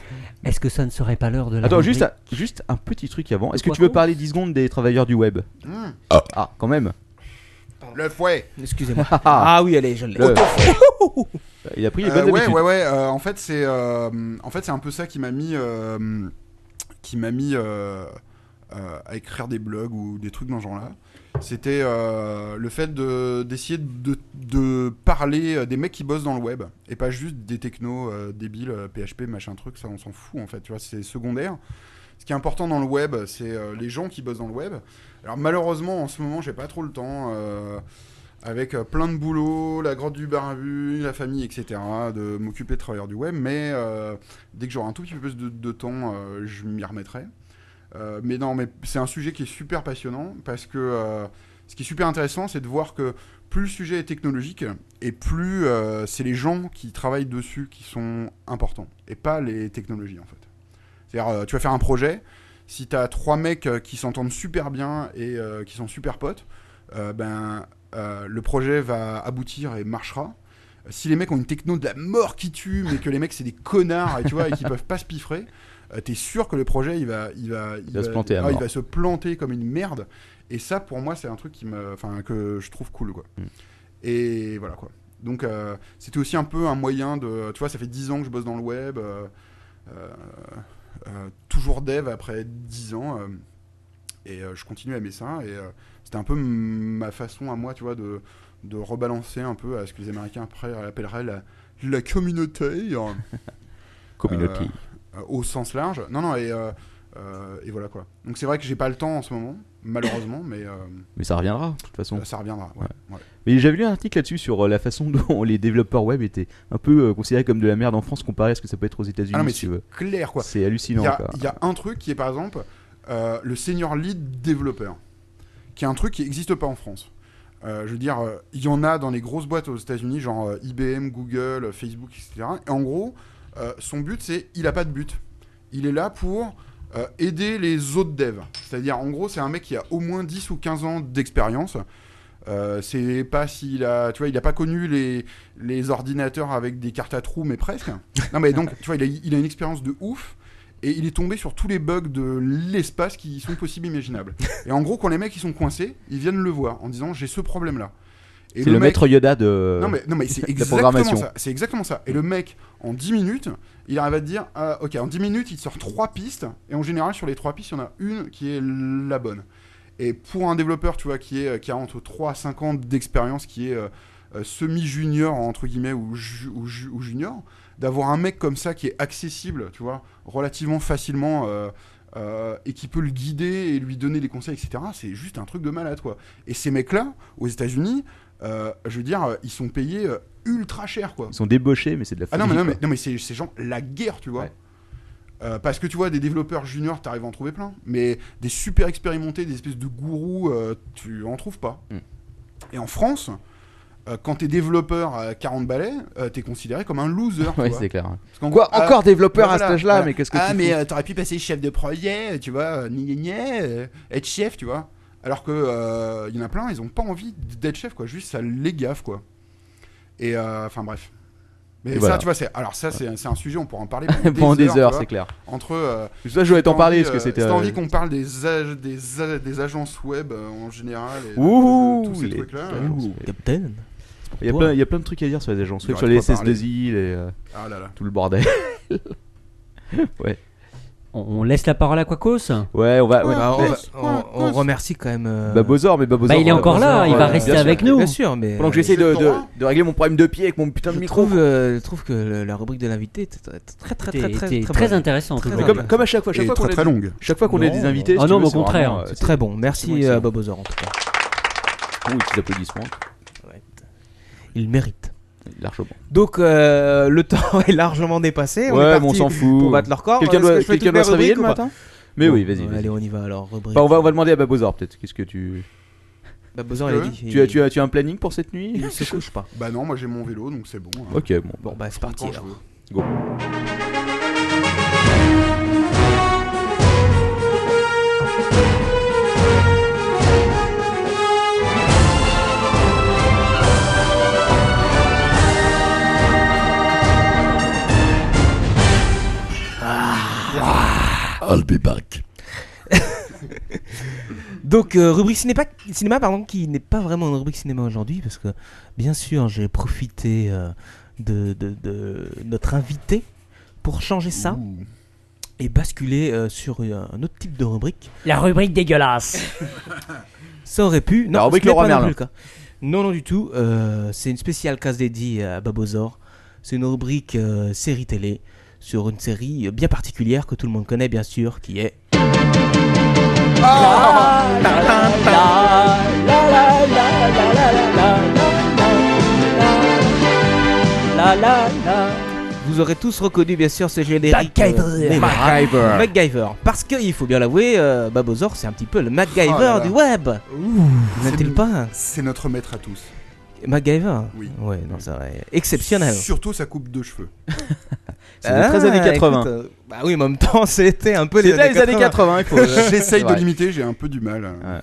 S3: Est-ce que ça ne serait pas l'heure de la.
S1: Attends,
S3: rubrique
S1: juste, un- juste un petit truc avant. Est-ce que
S3: Quoi
S1: tu veux
S3: qu'on
S1: parler 10 secondes des travailleurs du web
S4: Hmm.
S1: Ah, quand même.
S4: Le fouet.
S5: Excusez-moi. ah oui, allez, je l'ai.
S1: Le- Il a pris les
S4: Euh,
S1: bonnes
S4: ouais,
S1: habitudes.
S4: ouais, ouais. euh, en fait, c'est euh, en fait c'est un peu ça qui m'a mis euh, qui m'a mis euh, euh, à écrire des blogs ou des trucs dans ce genre-là. C'était euh, le fait de d'essayer de, de parler euh, des mecs qui bossent dans le web et pas juste des technos euh, débiles euh, PHP machin truc. Ça, on s'en fout en fait. Tu vois, c'est secondaire. Ce qui est important dans le web, c'est euh, les gens qui bossent dans le web. Alors malheureusement, en ce moment, j'ai pas trop le temps. euh, avec euh, plein de boulot, la grotte du barbu, la famille, etc., de m'occuper de travailleurs du web, mais euh, dès que j'aurai un tout petit peu plus de, de temps, euh, je m'y remettrai. Euh, mais non, mais c'est un sujet qui est super passionnant, parce que euh, ce qui est super intéressant, c'est de voir que plus le sujet est technologique, et plus euh, c'est les gens qui travaillent dessus qui sont importants, et pas les technologies, en fait. C'est-à-dire, euh, tu vas faire un projet, si tu as trois mecs euh, qui s'entendent super bien et euh, qui sont super potes, euh, ben, euh, le projet va aboutir et marchera. Si les mecs ont une techno de la mort qui tue, mais que les mecs c'est des connards et tu vois et qui peuvent pas se piffrer, euh, t'es sûr que le projet il va, il va,
S1: Il va se planter à
S4: ah,
S1: mort.
S4: il va se planter comme une merde. Et ça pour moi c'est un truc qui me, enfin que je trouve cool quoi.
S1: Hmm.
S4: Et voilà quoi. Donc euh, c'était aussi un peu un moyen de, tu vois, ça fait 10 ans que je bosse dans le web. euh, euh, euh, toujours dev après 10 ans. euh, et euh, je continue à aimer ça. Et euh, c'était un peu m- ma façon à moi, tu vois, de, de rebalancer un peu à ce que les Américains après appelleraient la, la communauté. euh,
S1: Community.
S4: euh, au sens large. Non, non, et, euh, euh, et voilà quoi. Donc c'est vrai que j'ai pas le temps en ce moment, malheureusement, mais euh,
S1: Mais ça reviendra, de toute façon.
S4: ça reviendra. ouais, ouais.
S1: Mais j'avais lu un article là-dessus sur euh, la façon *laughs* dont les développeurs web étaient un peu euh, considérés comme de la merde en France comparé à ce que ça peut être aux États-Unis,
S4: Ah non, mais
S1: si tu
S4: c'est
S1: veux.
S4: clair quoi.
S1: C'est
S4: Il
S1: hallucinant.
S4: y, a,
S1: quoi.
S4: il y a un truc qui est par exemple euh, le senior lead développeur, qui est un truc qui n'existe pas en France. Euh, je veux dire, euh, il y en a dans les grosses boîtes aux États-Unis, genre euh, IBM, Google, euh, Facebook, etc. Et en gros, euh, son but, c'est il a pas de but. Il est là pour euh, aider les autres devs. C'est-à-dire, en gros, c'est un mec qui a au moins 10 ou 15 ans d'expérience. Euh, c'est pas s'il a, tu vois, il a pas connu les, les ordinateurs avec des cartes à trous, mais presque. Non, mais donc, tu vois, il a, il a une expérience de ouf. Et il est tombé sur tous les bugs de l'espace qui sont possibles imaginables. Et en gros, quand les mecs ils sont coincés, ils viennent le voir en disant j'ai ce problème là. Et
S1: C'est le
S4: mec-
S1: maître Yoda de-
S4: Non mais, non, mais
S1: de
S4: c'est
S1: euh, la
S4: exactement
S1: programmation.
S4: ça. C'est exactement ça. Et le mec, en 10 minutes, il arrive à te dire ah, Ok, en 10 minutes, il te sort 3 pistes. Et en général, sur les 3 pistes, il y en a une qui est la bonne. Et pour un développeur, tu vois, qui, est, qui a entre 3 à 5 ans d'expérience, qui est euh, euh, semi-junior, entre guillemets, ou, ju- ou ju- ou junior, d'avoir un mec comme ça qui est accessible, tu vois, relativement facilement. euh, euh, et qui peut le guider et lui donner des conseils, etc. C'est juste un truc de malade, quoi. Et ces mecs-là, aux États-Unis, euh, je veux dire, euh, ils sont payés euh, ultra cher, quoi.
S1: Ils sont débauchés, mais c'est de la
S4: Ah non, mais,
S1: folie,
S4: non,
S1: quoi.
S4: mais, non, mais c'est c'est genre la guerre, tu vois. Euh, parce que tu vois, des développeurs juniors, t'arrives à en trouver plein. Mais des super expérimentés, des espèces de gourous, euh, tu en trouves pas.
S1: Mm.
S4: Et en France, euh, quand t'es développeur à 40 balais, euh, t'es considéré comme un loser.
S1: *laughs*
S4: tu
S1: Ouais,
S4: vois.
S1: c'est clair.
S4: Parce qu'en
S1: Quoi,
S4: gros, ah,
S1: encore développeur à
S4: voilà,
S1: cet âge-là,
S4: voilà.
S1: mais qu'est-ce que
S4: Ah,
S1: tu
S4: mais
S1: fous
S4: euh, t'aurais pu passer chef de projet, tu vois, euh, gna gna gna, euh, être chef, tu vois. Alors que euh, il y en a plein, ils ont pas envie d'être chef, quoi. Juste ça les gaffe, quoi. Et euh, enfin bref. Mais
S1: Et
S4: ça,
S1: voilà.
S4: tu vois, c'est alors ça, c'est c'est un sujet, on pourra
S1: *laughs*
S4: en parler pendant,
S1: Pendant des heures,
S4: tu vois,
S1: c'est clair.
S4: Entre euh,
S1: Ça, je voulais t'en
S4: t'as
S1: parler,
S4: envie,
S1: parce que
S4: euh,
S1: c'était,
S4: si t'as
S1: euh,
S4: envie qu'on parle des, ag- des, ag- des agences web euh, en général. Et
S1: Ouh,
S4: de tous ces
S1: les-
S4: trucs-là.
S1: Ouais, on se fait-
S5: Captain
S1: Il y, a plein, il y a plein de trucs à dire sur les agences
S4: Il
S1: web,
S4: y
S1: sur
S4: aurait
S1: les
S4: de quoi parler.
S1: SS2I, les, euh,
S4: Ah là là.
S1: tout le bordel. ouais.
S3: On, on laisse la parole à Quacos
S1: *laughs* Ouais, on va. ouais.
S5: Bah, on,
S1: Ouais.
S5: va- on- on remercie quand même. euh,
S1: Babozor, mais Babozor.
S5: Bah, il est encore là, il va rester
S1: bien sûr.
S5: avec nous. Bien sûr, mais-
S1: Pendant que j'essaie de, de, de régler mon problème de pied avec mon putain de
S5: je
S1: micro.
S5: trouve, euh, je trouve que le- la rubrique de l'invité était
S3: Était-
S5: très très très très très,
S3: était
S5: très,
S3: très
S5: bonne.
S3: intéressante,
S5: Très
S3: en tout cas.
S5: bonne.
S1: Comme- comme à chaque fois, chaque Et fois qu'on très, a très des- longue. chaque fois qu'on a
S5: Non,
S1: des invités, si
S5: Ah
S1: tu
S5: non,
S1: veux,
S5: mais au
S1: c'est vraiment,
S5: contraire,
S1: euh,
S5: c'est
S1: c'est-
S5: très bon.
S1: c'est
S5: Merci
S1: bon,
S5: euh,
S1: c'est bon.
S5: Bob Ozor en tout cas.
S1: Ouh, petits applaudissements.
S5: Il mérite.
S1: Largement.
S5: Donc euh, le temps est largement dépassé. on
S1: Ouais,
S5: est
S1: mais
S5: parti
S1: on s'en fout.
S5: Pour battre leur corps.
S1: Quelqu'un
S5: Est-ce que
S1: doit-
S5: je fais toutes
S1: quelqu'un
S5: mes
S1: doit se réveiller
S5: rubriques
S1: le
S5: ou pas
S1: matin Mais oui, vas-y,
S5: Bon,
S1: vas-y.
S5: Allez, on y va alors. Rubrique.
S1: Bah, on, va, on va demander à Babozor peut-être. Qu'est-ce que tu.
S5: Babozor, il a dit.
S1: Tu as, tu, as, tu as un planning pour cette nuit
S5: Il se couche pas.
S4: Bah non, moi j'ai mon vélo, donc c'est bon. hein.
S1: Ok, bon.
S5: Bon, bah, c'est parti
S4: Quand je
S5: alors.
S4: veux.
S1: Go.
S5: I'll be back. Donc, euh, rubrique cinéma, cinéma pardon, qui n'est pas vraiment une rubrique cinéma aujourd'hui, parce que bien sûr, j'ai profité euh, de, de- de notre invité pour changer ça et basculer euh, sur une- un autre type de rubrique.
S3: La rubrique dégueulasse.
S5: Ça aurait pu.
S1: La
S5: Non,
S1: rubrique
S5: ce n'est
S1: Laurent
S5: pas non
S1: Merlin.
S5: plus le cas. Non, non, du tout. Euh, c'est une spéciale case dédiée à Babozor. C'est une rubrique euh, série télé sur une série euh, bien particulière que tout le monde connaît, bien sûr, qui est.
S3: La la la.
S5: Vous aurez tous reconnu, bien sûr, ce générique.
S3: MacGyver.
S5: euh, mémorable.
S3: MacGyver.
S5: MacGyver. Parce que, il faut bien l'avouer, euh, Babozor, c'est un petit peu le MacGyver
S4: Oh là là.
S5: du web.
S4: C'est
S5: N'est-il
S4: nous-
S5: pas
S4: C'est notre maître à tous.
S5: MacGyver
S4: Oui.
S5: Ouais, non, c'est vrai. Exceptionnel.
S4: Surtout sa coupe de cheveux.
S1: C'est des 13 années
S5: Ah,
S1: 80.
S5: écoute, euh, bah oui, mais en même temps, *laughs* c'était un peu les
S1: C'était
S5: années
S1: les
S5: 80.
S1: années 80, il faut.
S5: *laughs*
S4: J'essaye de
S1: Ouais.
S4: limiter, j'ai un peu du mal.
S5: Ah.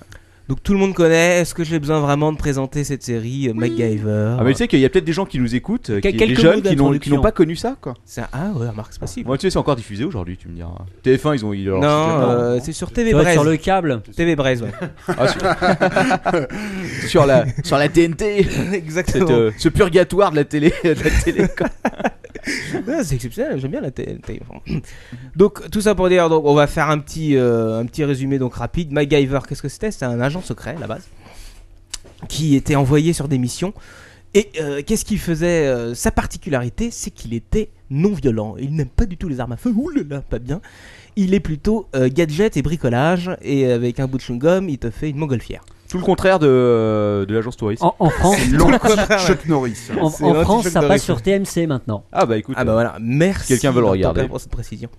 S5: Donc tout le monde connaît. Est-ce que j'ai besoin vraiment de présenter cette série euh, MacGyver
S1: Ah, mais tu sais qu'il y a peut-être des gens qui nous écoutent, euh,
S5: Quel-
S1: qui, des
S5: quelques
S1: jeunes
S5: mots
S1: qui n'ont, qui n'ont
S5: d'introduction.
S1: pas connu ça, quoi.
S5: Ça- Ah ouais, remarque, c'est possible.
S1: Moi, tu sais, c'est encore diffusé aujourd'hui, tu me diras. TF1, ils ont. ils- alors,
S5: non,
S1: c'est-
S5: euh, c'est sur TV
S3: Ça va
S5: Braise.
S3: être sur le câble.
S5: TV
S1: *laughs*
S5: Braise, ouais.
S1: Ah, sur... sur
S5: *laughs*
S1: la, sur la TNT.
S5: Exactement.
S1: Cette, euh, ce purgatoire de la télé. *laughs* de la télé, quoi.
S5: Ah, c'est exceptionnel, j'aime bien la TNT. *clears throat* donc tout ça pour dire, donc, on va faire un petit, euh, un petit résumé donc rapide. MacGyver, qu'est-ce que c'était C'était un agent secret à la base qui était envoyé sur des missions. Et euh, qu'est-ce qu'il faisait euh, Sa particularité, c'est qu'il était non violent. Il n'aime pas du tout les armes à feu. Ouh là là, pas bien. Il est plutôt euh, gadget et bricolage. Et avec un bout de chewing-gum, il te fait une montgolfière.
S1: Tout le contraire de, euh, de l'agence
S5: Ah.
S1: touriste.
S3: En, en France,
S5: *laughs*
S4: Chuck Norris.
S3: en, en
S5: C'est l'anti-Chuck
S3: France, ça
S5: Norris.
S3: passe sur TMC maintenant.
S1: Ah bah écoute.
S5: Ah bah voilà, merci.
S1: Quelqu'un veut le
S5: Dr. Pepper
S1: regarder.
S5: Pour cette précision.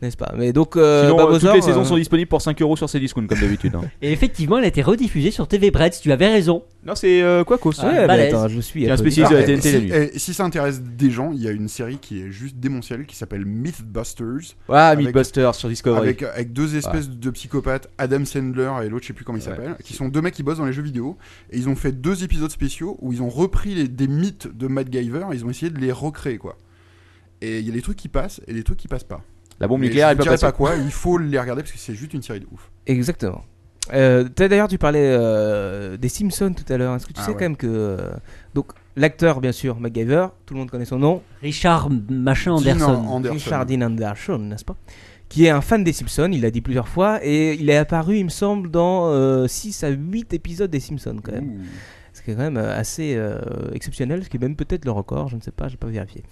S5: n'est-ce pas Mais donc, euh,
S1: Sinon, euh,
S5: Babozor,
S1: toutes les saisons
S5: euh,
S1: sont disponibles pour 5 euros sur Cdiscount comme d'habitude. hein.
S3: Et effectivement, elle a été rediffusée sur TV Bretz, tu avais raison.
S1: *laughs* Non, c'est euh, quoi Quacos.
S3: Ah, ouais, balèze.
S5: bah, attends, je vous suis, Ah,
S1: Il y a un
S5: attends.
S1: spécialiste de la
S4: Et
S1: TNT
S4: Eh, si,
S1: la nuit.
S4: et si ça intéresse des gens, il y a une série qui est juste démentielle qui s'appelle Mythbusters.
S1: Ah,
S4: Avec-
S1: Mythbusters sur Discovery.
S4: Avec, avec deux espèces de psychopathes, Adam Sandler et l'autre, je sais plus comment il s'appelle, qui sont deux mecs qui bossent dans les jeux vidéo. Et ils ont fait deux épisodes spéciaux où ils ont repris les- des mythes de Matt Giver et ils ont essayé de les recréer, quoi. Et il y a des trucs qui passent et des trucs qui passent pas.
S1: La bombe
S4: Mais
S1: nucléaire,
S4: je
S1: elle
S4: vous
S1: peut
S4: dirai
S1: passer.
S4: pas quoi, il faut les regarder parce que c'est juste une série de ouf.
S5: Exactement. Euh, t'as- D'ailleurs, tu parlais euh, des Simpsons tout à l'heure. Est-ce que tu
S4: Ah
S5: sais
S4: ouais.
S5: quand même que. euh, donc, l'acteur, bien sûr, MacGyver, tout le monde connaît son nom.
S3: Richard Machin Anderson.
S5: Richard Dean Anderson, n'est-ce pas Qui est un fan des Simpsons, il l'a dit plusieurs fois. Et il est apparu, il me semble, dans 6 à 8 épisodes des Simpsons, quand
S1: Mmh.
S5: même. Ce qui est quand même euh, assez euh, exceptionnel, ce qui est même peut-être le record, je ne sais pas, j'ai pas vérifié.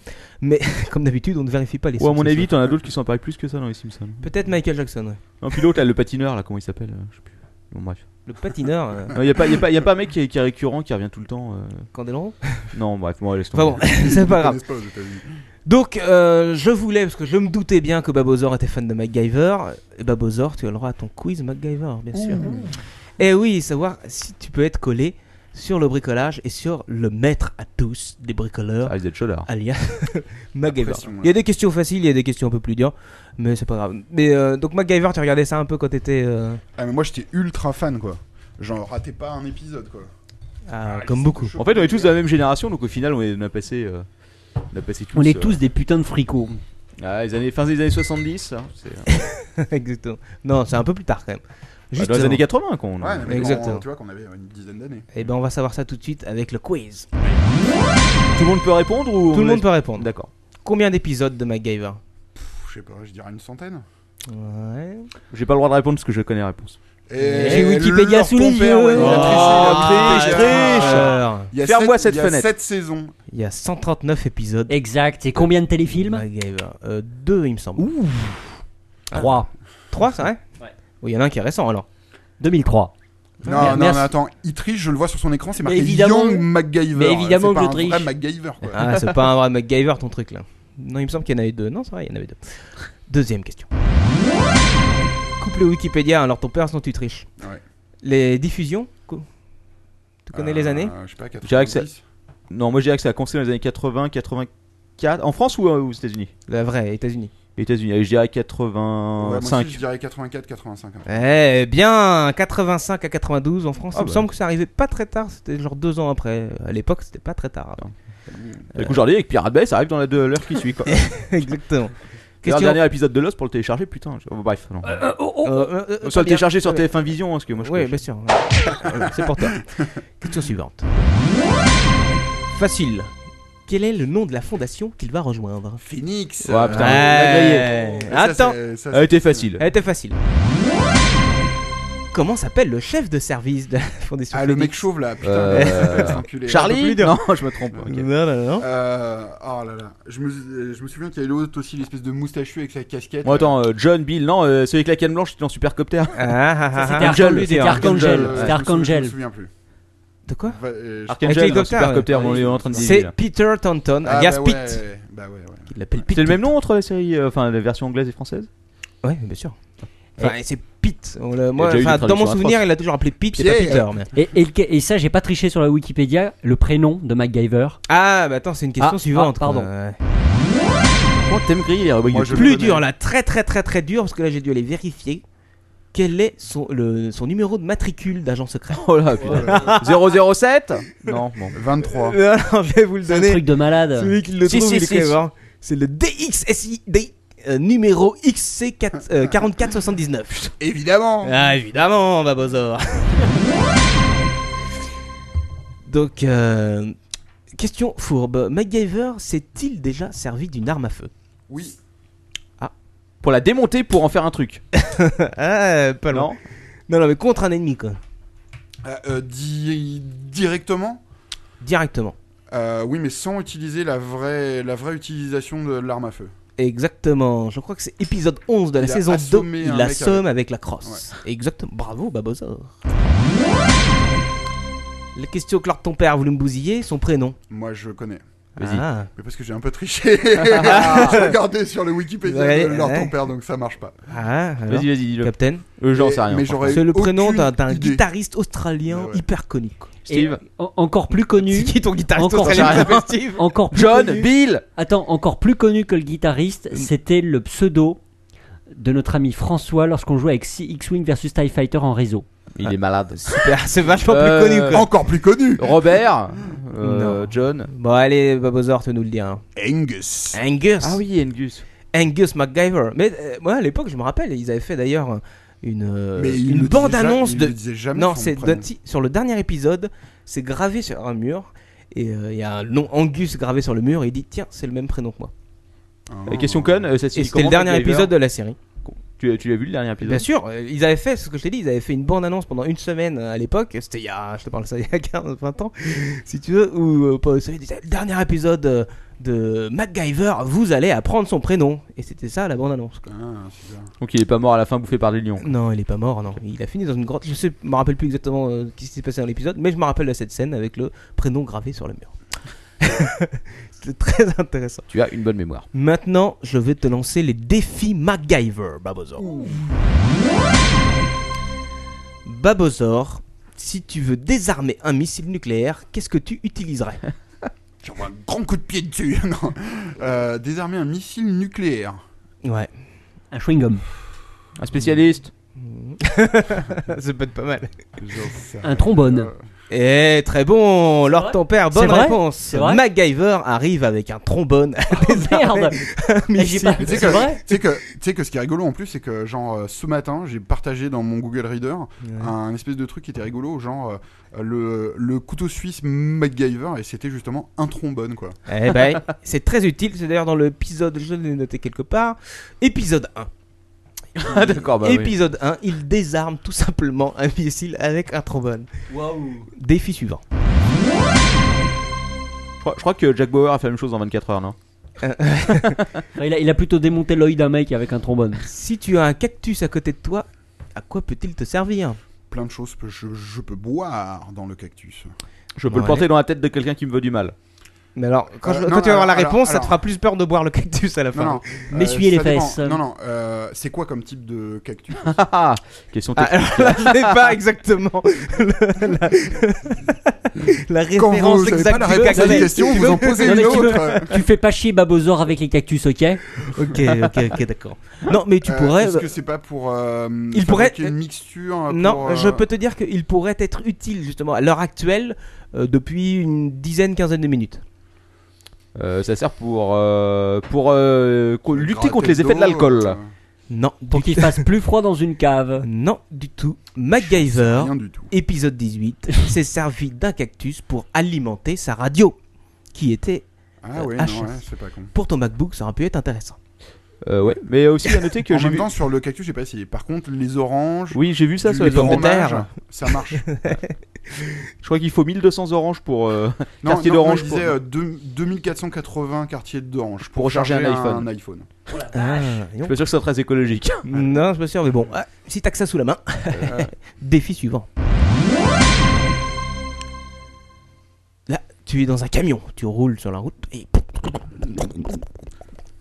S5: Mais *laughs* comme d'habitude, on ne vérifie pas les
S1: Ou à mon
S5: Simpsons.
S1: avis, t'en as d'autres qui s'en parlent plus que ça dans les Simpsons.
S5: Peut-être Michael Jackson, ouais.
S1: Non, puis l'autre, là, le patineur, là, comment il s'appelle euh, Je sais plus. Bon, bref.
S5: Le patineur. euh.
S1: Il n'y a, pas- y a, pas- y a pas un mec qui est, qui est récurrent, qui revient tout le temps. euh.
S5: Candeloro
S1: Non, bref, moi, laisse
S5: Enfin
S1: tomber.
S5: bon, *laughs* c'est pas grave.
S4: pas aux États-Unis.
S5: Donc, euh, je voulais, parce que je me doutais bien que Babozor était fan de MacGyver. Et Babozor, tu as le droit à ton quiz MacGyver, bien sûr.
S15: Ouh.
S5: Et oui, savoir si tu peux être collé sur le bricolage et sur le maître à tous des bricoleurs.
S1: Ah, vous êtes chaud, là.
S5: Alias *laughs* MacGyver.
S1: pression, là.
S5: Il y a des questions faciles, il y a des questions un peu plus dures, mais c'est pas grave. Mais euh, donc, MacGyver, tu regardais ça un peu quand t'étais. euh,
S4: Ah, mais moi j'étais ultra fan quoi. Genre, ratez pas un épisode quoi.
S5: Ah, comme beaucoup.
S1: En fait, on est tous de la même génération, donc au final, on, est, on a passé. euh, on a passé tous.
S3: On est
S1: euh,
S3: tous des putains de fricots.
S1: ah, les années, fin des années 70. hein, c'est-
S5: *laughs* Exactement. Non, c'est un peu plus tard quand même. Juste
S1: dans les
S5: avant.
S1: années 80, quoi, on-
S4: Ouais, mais
S5: Exactement.
S4: quand- tu vois qu'on avait une dizaine d'années.
S5: Et ben, on va savoir ça tout de suite avec le quiz.
S1: Tout le monde peut répondre ou on
S5: Tout le monde
S1: laisse-
S5: peut répondre.
S1: D'accord.
S5: Combien d'épisodes de MacGyver
S4: Pff, Je sais pas, je dirais une centaine.
S5: Ouais.
S1: J'ai pas le droit de répondre parce que je connais la réponse.
S4: Et
S5: J'ai Wikipédia
S4: leur
S5: sous les
S4: compère,
S5: yeux.
S4: ouais, il a triché,
S5: Ah,
S4: il a triché,
S5: triche,
S4: il a-
S5: triche.
S4: Il y a
S1: Ferme-moi
S4: sept-
S1: cette
S4: il y a
S1: fenêtre.
S4: sept saisons.
S5: Il y a 139 épisodes.
S3: Exact. Et combien de téléfilms
S5: MacGyver. Euh, deux, il me semble.
S3: Ouh. Trois.
S5: Trois, c'est vrai
S3: Ouais.
S5: Oui, il y en a un qui est récent alors.
S3: 2003.
S4: Non,
S3: Mer-
S4: non,
S3: merci.
S4: mais attends, il triche, je le vois sur son écran, c'est
S3: Mais
S4: marqué
S3: évidemment-
S4: Young MacGyver.
S3: mais évidemment
S4: c'est
S3: que
S4: pas
S3: je
S4: un vrai
S3: triche.
S4: MacGyver, quoi.
S5: Ah, c'est pas un vrai MacGyver ton truc là. Non, il me semble qu'il y en avait deux. Non, c'est vrai, il y en avait deux. Deuxième question. Couple Wikipédia, alors ton père, sinon tu triches.
S4: Ouais.
S5: Les diffusions co- Tu connais les
S4: Euh,
S5: années
S4: Je sais pas,
S1: Je dirais que c'est-
S4: 90.
S1: Non, moi je dirais que ça a commencé dans les années 80, 84. En France ou euh, aux États-Unis
S5: La vraie, États-Unis.
S1: États-Unis, allez, je dirais
S4: Ouais, moi
S1: 85.
S4: aussi, je dirais 84, 85. hein.
S5: Eh bien, 85 à 92 en France,
S1: Ah
S5: il me
S1: bah.
S5: semble que ça arrivait pas très tard, c'était genre deux ans après. À l'époque, c'était pas très tard. hein.
S1: Du coup, aujourd'hui, avec Pirate Bay, ça arrive dans la deux- l'heure qui suit.
S5: *laughs*
S1: Quoi.
S5: Exactement.
S1: D'ailleurs,
S5: Question.
S1: le dernier épisode de Lost pour le télécharger, putain. je- oh, bref, non.
S5: Euh, euh, euh,
S1: Soit
S5: pas
S1: le télécharger sur
S5: bien. Ouais.
S1: TF1 Vision, hein, parce que moi je
S5: Oui,
S1: coche.
S5: bien sûr. Euh, C'est
S1: *laughs*
S5: pour toi. Question suivante. Facile. Quel est le nom de la fondation qu'il va rejoindre
S4: Phoenix.
S1: Ouais, putain, Ah,
S5: Ouais.
S4: on l'a grillé.
S5: Attends.
S4: Ça, c'est- ça,
S1: Elle
S4: c'est-
S1: était facile.
S5: Elle était facile. Comment s'appelle le chef de service de la fondation
S4: Ah, le mec
S5: Phoenix
S4: chauve là, putain. *laughs*
S1: Euh,
S4: cet enculé.
S1: Charlie
S4: Un peu plus dur.
S1: Non, je me
S5: *laughs*
S1: trompe. ok.
S5: Non, non, non.
S4: Euh, oh là là, je me, je me souviens qu'il y a l'autre aussi, l'espèce de moustachu avec sa casquette.
S1: Bon, attends, euh, John, Bill, non, euh, celui avec la canne blanche, c'était dans Supercopter.
S5: Ah, ah, ah,
S3: c'était
S5: ah.
S3: Arcangel,
S5: Angel,
S3: c'était
S5: hein.
S3: Arcangel.
S4: Euh,
S3: C'était
S4: je me sou-
S3: Archangel.
S4: Je me souviens plus.
S5: De quoi
S4: Va- euh, je-
S5: Avec
S1: Archangel, dans
S5: l'hélicoptère,
S1: Supercopter,
S5: ouais.
S1: on est en train de
S5: C'est
S1: dire.
S5: Peter Tonton,
S4: Ah,
S5: alias
S4: bah
S5: Pete.
S4: ouais, Bah ouais, ouais.
S5: Il l'appelle Pete.
S1: C'est le même nom entre la série, euh, enfin la version anglaise et française
S5: Ouais, bien sûr. Enfin, c'est Pete. On l'a- moi,
S1: déjà eu une
S5: enfin, dans mon
S1: traduction
S5: souvenir, il l'a toujours appelé Pete, et pas
S4: Pierre.
S5: Peter. mais-
S3: Et, et le- et ça, j'ai pas triché sur la Wikipédia, le prénom de MacGyver.
S5: Ah, bah attends, c'est une question
S3: Ah,
S5: suivante.
S3: ah, pardon.
S5: quoi. Ouais.
S1: Comment t'aimes griller les rubriques
S4: Moi,
S1: de-
S4: Je le
S5: Plus
S4: connais.
S5: dur, là, très très très très dur, parce que là, j'ai dû aller vérifier quel est son, le- son numéro de matricule d'agent *laughs* secret.
S1: *laughs* Oh là, putain. 007 Non, bon.
S4: 23.
S5: Non, non, Ah, je vais vous le
S3: C'est un truc de malade.
S5: Celui qui le
S1: Si,
S5: trouve,
S1: si,
S5: il est
S1: si,
S5: clever. C'est le DXSID euh, numéro euh, XC4479.
S4: Évidemment.
S5: ah, évidemment, Babozor. Donc, euh, question fourbe. MacGyver s'est-il déjà servi d'une arme à feu
S4: Oui.
S1: Pour la démonter pour en faire un truc.
S5: *laughs* Ah, pas
S1: Non
S5: Non, non, mais contre un ennemi, quoi.
S4: Euh, euh, di- directement
S5: Directement.
S4: Euh, Oui, mais sans utiliser la vraie, la vraie utilisation de l'arme à feu.
S5: Exactement, je crois que c'est épisode 11 de la
S4: Il a
S5: saison 2.
S4: assommé un
S5: Il
S4: mec
S5: assomme avec la crosse. Exactement, bravo Babozor. La question Clark, ton père, vous voulez me bousiller Son prénom
S4: Moi, je connais. Vas-y.
S5: Ah.
S4: Mais parce que j'ai un peu triché. *laughs*
S5: Ah.
S4: je regardais sur le Wikipédia
S5: Ouais,
S4: de leur
S5: ouais.
S4: ton père, donc ça marche pas.
S5: Ah, alors
S1: Vas-y, vas-y, dis-le.
S5: Captain
S1: Euh, j'en sais rien, par contre.
S5: C'est le prénom
S1: aucune
S5: d'un d'un
S1: idée.
S5: guitariste australien hyper connu. quoi.
S1: Steve.
S3: Et en- encore plus connu.
S5: C'est qui ton guitariste
S3: Encore
S5: australien qui *laughs*
S3: plus-
S5: s'appelle Steve
S3: Encore plus
S5: John,
S3: connu.
S5: Bill.
S3: Attends, encore plus connu que le guitariste, c'était le pseudo de notre ami François lorsqu'on jouait avec X- X-Wing versus TIE Fighter en réseau.
S1: Il est malade.
S5: Super, c'est vachement plus connu. Quoi.
S4: Encore plus connu.
S1: *laughs* Oh. Robert,
S5: euh,
S1: John.
S5: Bon, allez, Babozor, tu nous le dire.
S4: Angus.
S5: Angus.
S1: Ah oui, Angus.
S5: Angus MacGyver. Mais euh, moi, à l'époque, je me rappelle, ils avaient fait d'ailleurs une, euh,
S4: Mais ils
S5: une
S4: le disaient
S5: bande-annonce
S4: ja- ils
S5: de.
S4: le disaient jamais
S5: non,
S4: son
S5: c'est
S4: prénom.
S5: de- si, sur le dernier épisode, c'est gravé sur un mur. Et euh, il y a un nom Angus gravé sur le mur. Et il dit Tiens, c'est le même prénom que moi.
S1: Euh, question conne, euh, ça se
S5: Et
S1: dit
S5: c'était le
S1: comment,
S5: dernier
S1: MacGyver
S5: épisode de la série.
S1: Tu, tu l'as vu le dernier épisode
S5: Bien sûr, euh, ils avaient fait, c'est ce que je t'ai dit, ils avaient fait une bande-annonce pendant une semaine euh, à l'époque, c'était il y a, je te parle ça, *laughs* il y a 15, 20 ans, si tu veux, où euh, Paul Sagan disait, le dernier épisode euh, de MacGyver, vous allez apprendre son prénom. Et c'était ça la bande-annonce. quoi.
S4: Ah,
S1: Donc il est pas mort à la fin bouffé par des lions.
S5: Non, il est pas mort, non. Il a fini dans une grotte, je sais, je me rappelle plus exactement euh, ce qui s'est passé dans l'épisode, mais je me rappelle de cette scène avec le prénom gravé sur le *laughs* mur. c'était très intéressant.
S1: Tu as une bonne mémoire.
S5: Maintenant, je vais te lancer les défis MacGyver, Babozor. Babozor, si tu veux désarmer un missile nucléaire, qu'est-ce que tu utiliserais
S4: J'envoie un grand coup de pied dessus. *laughs* Non. Euh, désarmer un missile nucléaire.
S5: *laughs* *laughs* Ouais.
S3: Un chewing-gum.
S1: Un spécialiste.
S5: Ça peut être pas mal.
S3: Un trombone.
S4: euh,
S5: Eh, très bon, Lord ton père,
S3: C'est
S5: bonne
S3: vrai
S5: réponse.
S3: C'est vrai
S5: MacGyver arrive avec un trombone.
S3: Oh, Merde Mais Eh, j'ai pas-
S4: Mais tu sais
S3: C'est
S4: que-
S3: vrai
S4: tu sais que, tu sais que ce qui est rigolo en plus, c'est que genre euh, ce matin, j'ai partagé dans mon Google Reader un espèce de truc qui était rigolo, genre euh, le, le couteau suisse MacGyver, et c'était justement un trombone quoi.
S5: Eh ben, c'est très utile. C'est d'ailleurs dans l'épisode, je l'ai noté quelque part, épisode
S4: *laughs*
S5: 1.
S1: Ah, d'accord, bah oui.
S5: épisode 1, il désarme tout simplement un missile avec un trombone.
S3: Waouh
S5: Défi suivant.
S1: Je crois, je crois que Jack Bauer a fait la même chose en 24 heures, non
S5: Euh,
S3: Enfin, il, a, il a plutôt démonté l'œil d'un mec avec un trombone.
S5: Si tu as un cactus à côté de toi, à quoi peut-il te servir
S4: Plein de choses, que je, je peux boire dans le cactus.
S1: Je peux
S5: Ouais.
S1: le planter dans la tête de quelqu'un qui me veut du mal.
S5: Mais alors, quand,
S4: Euh,
S5: je-
S4: non,
S5: quand tu vas
S4: alors,
S5: avoir la
S4: alors,
S5: réponse, ça
S4: alors.
S5: te fera plus peur de boire le cactus à la fin.
S4: Non, non, euh,
S3: M'essuyer les
S4: ça dépend.
S3: fesses.
S4: Non, non, euh, c'est quoi comme type de cactus
S1: Ah, Question
S5: Ah,
S1: technique.
S5: alors là, je n'ai pas exactement la, la- la
S4: Quand vous
S5: référence
S4: avez pas
S5: exacte
S4: la
S5: du
S4: réponse à
S5: cactus.
S4: une question,
S5: Tu
S4: vous
S5: veux-
S4: en posez
S3: Non,
S4: une
S3: mais tu, veux-
S4: autre. Euh,
S3: *laughs* tu fais pas chier Babozor avec les cactus, ok
S5: Ok, ok, ok, d'accord. Non, mais tu
S4: Euh,
S5: pourrais.
S4: Est-ce que c'est pas pour. euh,
S5: Il pourrait-
S4: fabriquer une mixture. euh,
S5: Non,
S4: pour, euh,
S5: je peux te dire qu'il pourrait être utile justement à l'heure actuelle euh, depuis une dizaine, quinzaine de minutes.
S1: Euh, ça sert pour, euh, pour euh, co- lutter
S4: gratter
S1: contre
S4: le
S1: les effets de
S4: dos, euh,
S1: l'alcool.
S5: Non,
S3: Pour
S5: du Euh,
S3: qu'il fasse plus froid dans une cave.
S5: Non, du tout. MacGyver,
S4: Rien du tout.
S5: épisode 18, *laughs* s'est servi d'un cactus pour alimenter sa radio, qui était
S4: Ah ouais,
S5: euh,
S4: non,
S5: HF.
S4: ouais, c'est pas con.
S5: Pour ton MacBook, ça aurait pu être intéressant.
S1: Euh, ouais. Mais aussi à noter que
S4: en
S1: j'ai
S4: même
S1: vu.
S4: temps, sur le cactus, j'ai pas essayé. Par contre, les oranges,
S1: Oui, j'ai vu ça
S4: du
S1: sur les pommes de
S4: fromage,
S1: terre.
S4: ça marche.
S1: Je crois qu'il faut 1200 oranges pour euh,
S4: non,
S1: quartier
S4: non, non,
S1: d'orange
S4: je
S1: pour-
S4: disais euh, deux- 2480 quartier d'orange
S1: Pour recharger un iPhone.
S5: Ah,
S1: Je suis pas
S5: voyons.
S1: sûr que ce soit très écologique.
S5: Non, je suis pas sûr, mais bon, ah, si t'as que ça sous la main,
S4: Euh.
S5: *laughs* défi suivant. Là, tu es dans un camion, tu roules sur la route et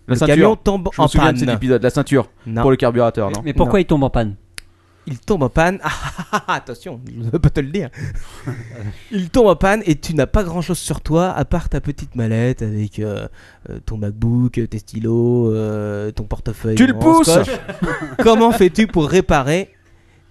S1: La
S5: le
S1: ceinture.
S5: camion tombe
S1: Je me
S5: en
S1: souviens de
S5: panne.
S1: cet épisode, la ceinture
S5: Non.
S1: pour le carburateur, non
S3: Mais pourquoi
S5: Non.
S3: il tombe en panne
S5: Il tombe en panne. Ah, ah, ah, ah, attention, je ne veux pas te le dire. Il tombe en panne et tu n'as pas grand chose sur toi à part ta petite mallette avec euh, euh, ton MacBook, tes stylos, euh, ton portefeuille.
S1: Tu le
S5: en
S1: pousses
S5: scotch. Comment fais-tu pour réparer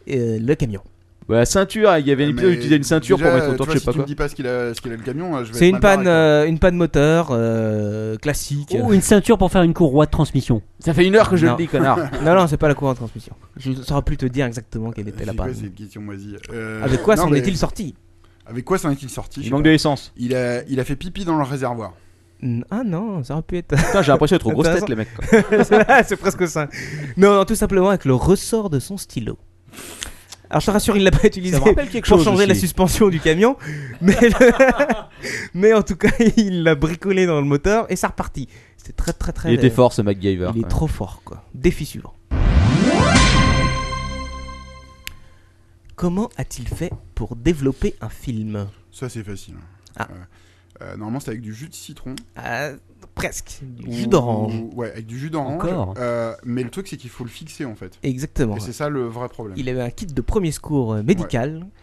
S5: euh, le camion
S1: Ouais, la ceinture, il y avait un épisode où tu utilisais une ceinture pour mettre ton torche, je sais
S4: si
S1: pas
S4: Euh, tu
S1: quoi.
S4: me dis pas ce qu'il a, ce qu'il a le camion, euh, je vais
S5: C'est
S4: être
S5: une
S4: mal barré,
S5: panne,
S4: quoi.
S5: euh, une panne moteur euh, classique.
S3: Ou une ceinture pour faire une courroie de transmission.
S1: Ça fait une heure que je
S5: Non.
S1: le dis, connard.
S5: Non, non, c'est pas la courant de transmission. Je ne saurais plus te dire exactement quelle
S4: Je
S5: était
S4: sais
S5: la
S4: pas,
S5: panne.
S4: c'est une question moisie. Euh,
S5: Avec quoi
S4: non,
S5: s'en
S4: mais-
S5: est-il sorti
S4: Avec quoi s'en est-il sorti
S1: Il
S4: je sais
S1: manque
S4: pas.
S1: de l'essence.
S4: il a, il a fait pipi dans le réservoir.
S5: Mm, Ah non, ça aurait pu être.
S1: Putain, j'ai l'impression d'être aux grosses
S5: Intéressant.
S1: têtes, les mecs. quoi.
S5: *laughs* c'est presque ça. Non, non, tout simplement avec le ressort de son stylo. Alors je te rassure, il l'a pas utilisé
S1: me rappelle quelque
S5: pour
S1: chose
S5: changer la
S1: aussi.
S5: suspension du camion, mais, *laughs* mais en tout cas, il l'a bricolé dans le moteur et ça repartit. C'était très très
S1: Il
S5: très.
S1: était fort, ce MacGyver.
S5: Il
S1: quand
S5: est trop fort quoi. Défi suivant. Comment a-t-il fait pour développer un film
S4: Ça, c'est facile. hein.
S5: Ah.
S4: Euh, Euh, normalement, c'est avec du jus de citron.
S5: presque.
S4: Du
S5: jus d'orange.
S4: Ouais, avec du jus d'orange.
S5: Encore.
S4: Euh, mais le truc, c'est qu'il faut le fixer en fait.
S5: Exactement.
S4: Et c'est ça le vrai problème.
S5: Il avait un kit de premier secours euh, médical. euh,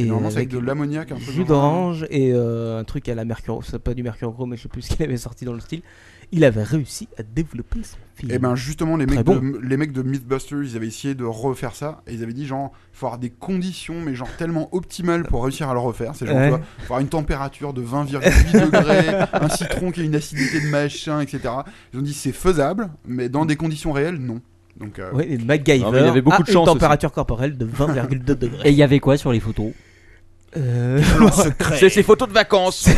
S4: Et normalement, c'est avec de l'ammoniac, un truc dans
S5: jus
S4: le genre. hein.
S5: d'orange et euh, un truc à la mercure, c'est pas du mercure gros, mais je sais plus ce qu'il avait sorti dans le style. Il avait réussi à développer son film.
S4: Et ben justement, les
S5: Mm. Très
S4: mecs,
S5: bon.
S4: de, les mecs de Mythbusters, ils avaient essayé de refaire ça. Et ils avaient dit, genre, il faut avoir des conditions, mais genre tellement optimales pour réussir à le refaire. C'est genre,
S5: Ouais.
S4: tu vois, faut avoir une température de
S5: *laughs*
S4: 20,8 degrés, un citron qui a une acidité de machin, etc. Ils ont dit, c'est faisable, mais dans des conditions réelles, non. Donc, euh,
S5: Ouais, et MacGyver a une température corporelle de
S4: *laughs*
S5: 20,2 degrés.
S3: Et il y avait quoi sur les photos
S5: Euh,
S14: C'est ses photos de vacances.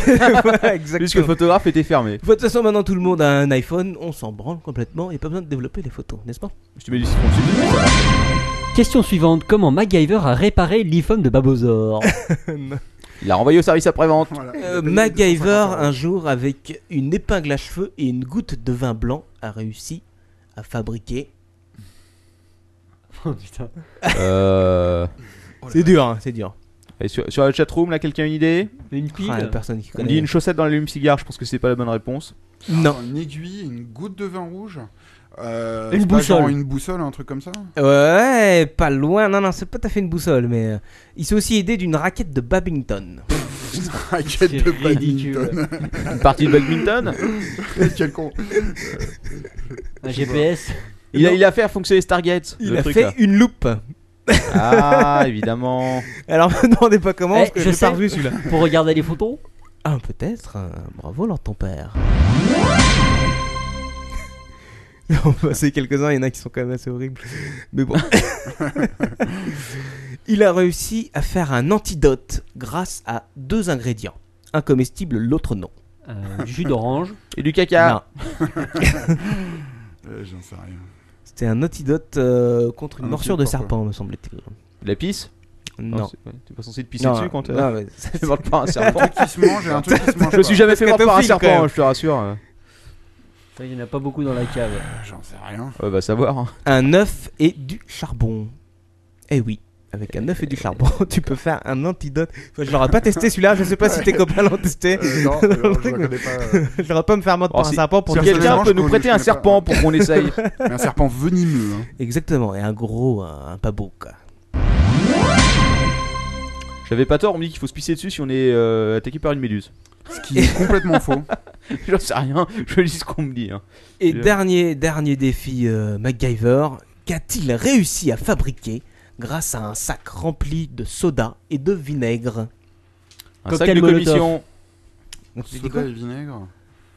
S5: Voilà, exactement.
S1: Puisque le photographe était fermé.
S5: De toute façon, maintenant tout le monde a un iPhone, on s'en branle complètement, il n'y a pas besoin de développer les photos, n'est-ce pas
S1: Je te mets du citron dessus.
S3: Question suivante comment MacGyver a réparé l'iPhone de Babozor
S1: Il l'a renvoyé au service *laughs* après-vente.
S5: Euh, MacGyver,
S4: hein.
S5: un jour, avec une épingle à cheveux et une goutte de vin blanc, a réussi à fabriquer.
S3: *laughs* Oh
S5: *laughs*
S3: putain.
S1: Euh,
S4: Oh
S5: C'est dur, hein, c'est dur.
S1: Et sur, sur la chatroom, là, quelqu'un a une idée
S3: Une pile
S5: Ah, la personne qui
S1: On
S5: connaît.
S1: dit une chaussette dans l'allume-cigare, je pense que c'est pas la bonne réponse.
S5: Non.
S4: Une aiguille, une goutte de vin rouge. euh,
S5: Une
S4: c'est pas genre
S5: boussole.
S4: Une boussole, un truc comme
S5: *laughs*
S4: ça.
S5: Ouais, pas loin, non, non, c'est pas tout à fait une boussole, mais euh, il s'est aussi aidé d'une raquette de badminton.
S4: Une raquette de badminton.
S1: Une partie de *laughs* badminton
S4: *laughs* Quel con.
S3: Un GPS
S1: il a, il a fait fonctionner Stargate.
S5: Il
S1: le
S5: a
S1: truc,
S5: fait
S1: là.
S5: une loupe.
S1: Ah, évidemment.
S5: Alors, *laughs* me demandez pas comment, parce
S3: Eh,
S5: que je l'ai
S3: sais,
S5: pas revu celui-là.
S3: Pour regarder les photos
S5: Ah, peut-être. euh, bravo, Lord ton *laughs* père. On va passer bah, quelques-uns, il y en a qui sont quand même assez horribles. Mais *laughs* bon. il a réussi à faire un antidote grâce à deux ingrédients. Un comestible, l'autre non.
S3: Euh, du jus d'orange.
S1: Et du caca.
S5: Non.
S4: Euh, J'en sais rien.
S5: C'était un antidote euh, contre une
S1: Un
S5: morsure de
S1: antidote,
S5: serpent, me semble-t-il.
S1: La pisse
S5: Non.
S1: c'est- ouais, T'es pas censé te pisser
S5: Non,
S1: dessus quand t'es.
S5: non, mais-
S1: *laughs* Fais mordre par un serpent.
S4: Un truc qui se mange et un truc qui se mange
S5: *laughs*
S1: Je me suis
S4: pas.
S1: jamais fait mordre par un
S5: Scatophile, quand
S1: serpent,
S5: même.
S1: je te rassure.
S3: Ça, Il n'y en a pas beaucoup dans la cave.
S4: J'en sais rien.
S1: Ouais, bah savoir.
S5: Un œuf et du charbon. Eh oui, avec un œuf et du charbon, *laughs* tu peux faire un antidote. Enfin, je l'aurais pas testé celui-là, je sais pas si tes copains l'ont testé.
S4: Euh,
S5: *laughs*
S4: non, alors, je le connais pas, euh.
S5: je l'aurais pas me faire mordre
S1: Alors,
S5: par un
S1: Oh, si-
S5: serpent pour
S1: si
S5: le
S1: quelqu'un
S5: faire.
S1: peut nous prêter un serpent pour qu'on essaye.
S4: Mais un serpent venimeux. hein.
S5: Exactement, et un gros, un, un pas beau quoi.
S1: *laughs* J'avais pas tort, on me dit qu'il faut se pisser dessus si on est euh, attaqué par une méduse. *laughs*
S4: Ce qui est complètement *laughs* faux.
S1: J'en sais rien, je lis ce qu'on me dit. hein.
S5: Et
S1: Bien.
S5: dernier, dernier défi euh, MacGyver, qu'a-t-il réussi à fabriquer grâce à un sac rempli de soda et de vinaigre
S1: Un
S3: Cocktail
S1: sac de
S3: Molotov.
S1: commission.
S5: J'ai dit quoi
S4: Soda et vinaigre.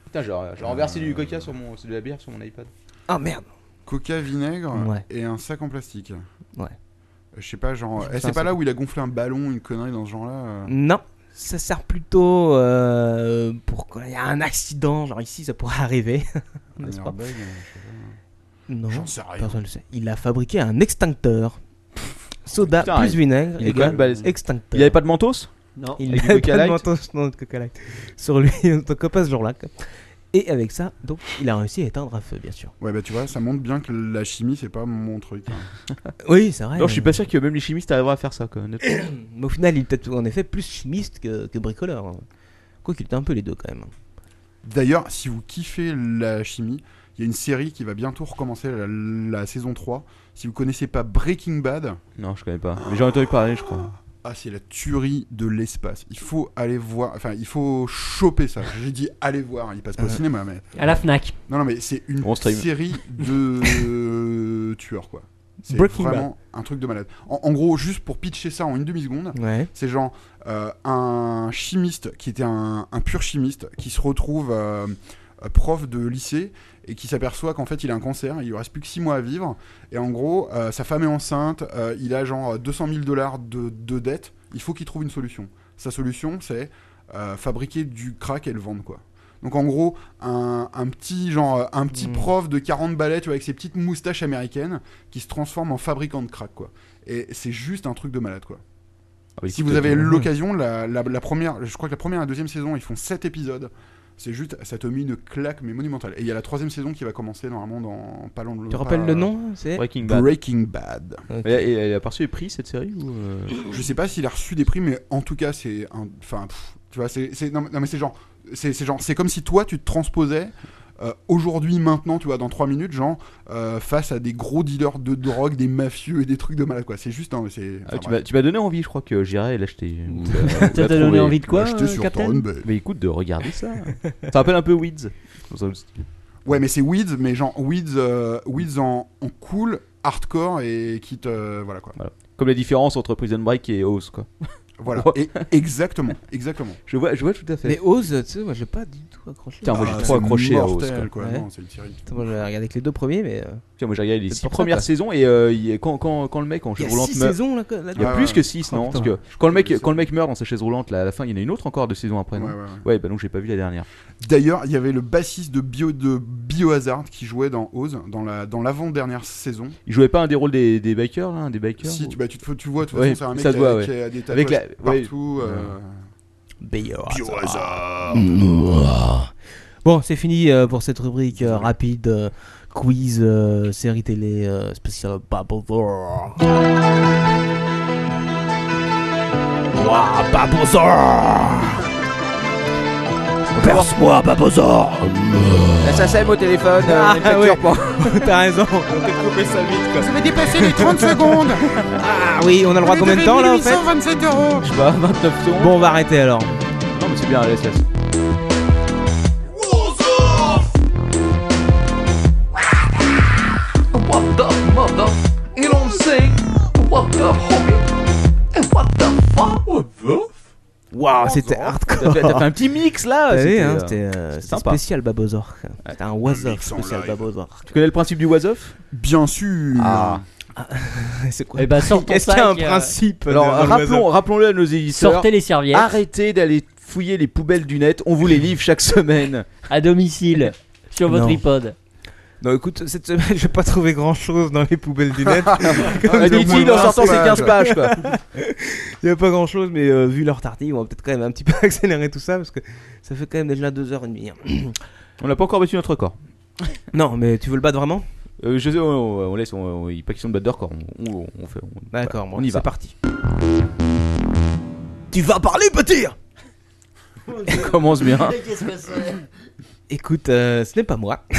S1: Putain, j'ai renversé du coca sur mon. de la bière sur mon iPad.
S5: Ah merde
S4: Coca, vinaigre
S5: Ouais.
S4: et un sac en plastique.
S5: Ouais.
S4: Je sais pas, genre. eh,
S5: Putain,
S4: c'est pas
S5: ça-
S4: là où il a gonflé un ballon, une connerie dans ce genre-là. euh.
S5: Non, ça sert plutôt euh, pour quand il y a un accident, genre ici ça pourrait arriver. *laughs*
S4: Un
S1: Ah,
S5: n'est-ce pas
S4: airbag, euh, je
S5: Non,
S4: J'en sais rien.
S5: personne ne sait. Il a fabriqué un extincteur. Soda
S1: Putain,
S5: plus
S1: il-
S5: vinaigre
S1: il est quand même
S5: égale
S1: balèze.
S5: extincteur.
S1: Il y avait pas de mentos
S3: Non.
S5: Il
S1: avec du
S5: n'avait
S1: Coca
S5: pas de
S1: Light
S5: mentos, non, de Coca Light. *laughs* sur lui, en tant que pas ce jour-là. quoi. Et avec ça, donc, il a réussi à éteindre un feu, bien sûr.
S4: sais pas. Ouais, bah tu vois, ça montre bien que la chimie, c'est pas mon truc. hein.
S5: Oui, c'est vrai.
S1: Non, je suis pas sûr que même les chimistes arriveraient à faire ça, quoi, honnêtement. *coughs*
S5: Mais au final, il est peut-être en effet plus chimiste que, que bricoleur. hein. Quoi qu'il était un peu les deux quand même.
S4: D'ailleurs, si vous kiffez la chimie, il y a une série qui va bientôt recommencer la, la saison 3. Si vous connaissez pas Breaking Bad,
S1: non, je connais pas. Mais j'ai entendu parler, je crois.
S4: ah, c'est la tuerie de l'espace. Il faut aller voir, enfin, il faut choper ça. J'ai dit allez voir, il passe pas au cinéma, mais.
S3: À la Fnac.
S4: Non, non, mais c'est une
S1: On stream.
S4: série de tueurs, quoi. C'est
S5: Breaking
S4: vraiment un truc de malade. En, en gros, juste pour pitcher ça en une demi-seconde,
S5: Ouais.
S4: c'est genre euh, un chimiste qui était un, un pur chimiste qui se retrouve euh, euh, prof de lycée et qui s'aperçoit qu'en fait il a un cancer, il lui reste plus que 6 mois à vivre. Et en gros, euh, sa femme est enceinte, euh, il a genre 200 000 dollars de, de dette, il faut qu'il trouve une solution. Sa solution, c'est euh, fabriquer du crack et le vendre quoi. Donc en gros, un, un petit genre euh, un petit prof de 40 balais, tu vois, avec ses petites moustaches américaines, qui se transforme en fabricant de crack quoi. Et c'est juste un truc de malade quoi.
S1: Ah, bah,
S4: Si
S1: écoute,
S4: vous avez
S1: euh,
S4: l'occasion, la, la- la première, je crois que la première et la deuxième saison, ils font 7 épisodes. C'est juste, ça te met une claque, mais monumentale. Et il y a la troisième saison qui va commencer normalement dans pas longtemps.
S5: Tu rappelles
S1: Bah,
S5: le nom C'est
S1: Breaking Bad.
S4: Breaking Bad.
S1: Et- et- Elle a perçu les prix cette série ou euh,
S4: Je sais pas s'il a reçu des prix, mais en tout cas, c'est un. Enfin, pff, tu vois, c'est. c'est- Non, mais- non, mais c'est genre. c'est c'est genre, c'est comme si toi, tu te transposais. euh, aujourd'hui, maintenant, tu vois, dans 3 minutes, genre, euh, face à des gros dealers de drogue, des mafieux et des trucs de malade, quoi. C'est juste, hein, c'est.
S1: Ah, tu m'as- tu m'as donné envie, je crois que j'irai l'acheter.
S4: *laughs*
S1: ou la-
S4: Ça
S1: ou la
S4: t'a donné
S1: trouver.
S4: envie de quoi, L'acheter euh, sur Captain Torrenbay.
S1: Mais écoute, de regarder ça. ça rappelle un peu Weeds. dans un style.
S4: Ouais, mais c'est Weeds, mais genre Weeds, euh, Weeds en, en cool, hardcore et qui te. euh, voilà quoi.
S1: Voilà. Comme la différence entre Prison Break et Oz, quoi.
S4: Voilà. Et- exactement, exactement.
S1: Je vois, je vois tout à fait.
S5: Mais Oz, tu sais, moi j'ai pas du tout accroché.
S1: Putain, moi, j'ai Ah, trop c'est accroché à Oz, mortel, quoi. quoi.
S5: Ouais.
S1: Non,
S4: c'est une série.
S5: Putain, Moi j'ai regardé que les deux premiers, mais. euh,
S1: Tiens, moi j'ai regardé les
S5: C'est
S1: six
S5: pour ça,
S1: premières
S5: quoi.
S1: saisons et euh, il est- quand, quand, quand le mec en
S5: Il y
S1: chaise
S5: a
S1: roulante
S5: six
S1: meurt.
S5: saisons, là, quoi,
S1: il y a
S5: là-dedans.
S1: plus que 6,
S5: Oh,
S1: non
S5: putain.
S1: parce que quand, le mec, quand le mec meurt dans sa chaise roulante, là, à la fin, il y en a une autre encore de saison après. non
S4: Ouais, ouais,
S1: ouais, bah donc j'ai pas vu la dernière.
S4: D'ailleurs, il y avait le bassiste de, Bio, de Biohazard qui jouait dans Oz, dans la dans l'avant-dernière saison.
S1: Il jouait pas un des rôles des, des bikers, là, un des bikers
S4: Si,
S1: ou-
S4: tu, bah, tu, te, tu vois, de toute
S1: Ouais,
S4: façon, c'est un mec
S1: ça
S4: qui,
S1: se voit,
S4: a,
S1: ouais.
S4: qui a des tatouages
S1: Avec la- ouais.
S4: partout. euh, Ah. Biohazard.
S5: Mouah. Bon, c'est fini euh, pour cette rubrique euh, rapide euh, quiz euh, série télé euh, spéciale Bubble War. Ouah, Babozor Perce-moi, Babozor
S14: L'assassin au téléphone,
S1: Ah,
S14: euh, une facture
S5: oui. Ah, *laughs* T'as raison. On t'a coupé ça vite, quoi.
S14: Ça va dépasser les
S5: *laughs*
S14: 30 secondes.
S5: Ah oui, on a le droit à combien de temps, là, en fait
S4: 827 euros
S1: Je sais pas, 29 secondes.
S5: Bon, on va arrêter alors.
S1: Non, mais c'est bien, laisse, laisse.
S16: What the mother? You don't say what the homie? And what the fuck? What the?
S5: Waouh, Ah, c'était hardcore.
S1: Ah, T'as fait- t'as fait un petit mix, là,
S5: T'as vu,
S1: c'était,
S5: hein,
S1: euh,
S5: C'était euh,
S1: c'était
S5: c'était
S1: sympa.
S5: spécial Babozor. C'était un was-off spécial
S1: live.
S5: Babozor.
S1: Tu connais le principe du was-off
S4: Bien sûr
S1: Ah.
S5: C'est quoi
S1: Eh ben, sors ton
S5: Est-ce qu'il y a un
S1: sac, euh,
S5: principe
S1: Alors,
S5: dans le
S1: rappelons,
S5: was-off
S1: rappelons-le à nos éditeurs.
S5: Sortez les serviettes.
S1: Arrêtez d'aller fouiller les poubelles du net. On vous les livre chaque *laughs* semaine.
S3: À domicile. Sur votre
S1: Non.
S3: iPod.
S5: Non, écoute, cette semaine, *laughs* j'ai pas trouvé grand chose dans les poubelles du *laughs* net. Comme
S1: Ah,
S5: de
S1: dit-il
S5: mon
S1: en sortant ses 15 pages, quoi.
S5: Il y a pas grand chose, mais euh, vu leur tardive, on va peut-être quand même un petit *laughs* peu accélérer tout ça parce que ça fait quand même déjà 2h30.
S1: *laughs* On n'a pas encore battu notre record.
S5: hein. non, mais tu veux le battre vraiment
S1: Euh, je sais, on, on laisse, on, on- il n'est pas question de battre de record. On, on- on fait. on-
S5: D'accord,
S1: voilà,
S5: bon,
S1: on y va.
S5: c'est parti. Tu vas parler, petit
S1: *laughs* Commence bien.
S5: Qu'est-ce que Écoute, euh, ce n'est pas moi. *laughs*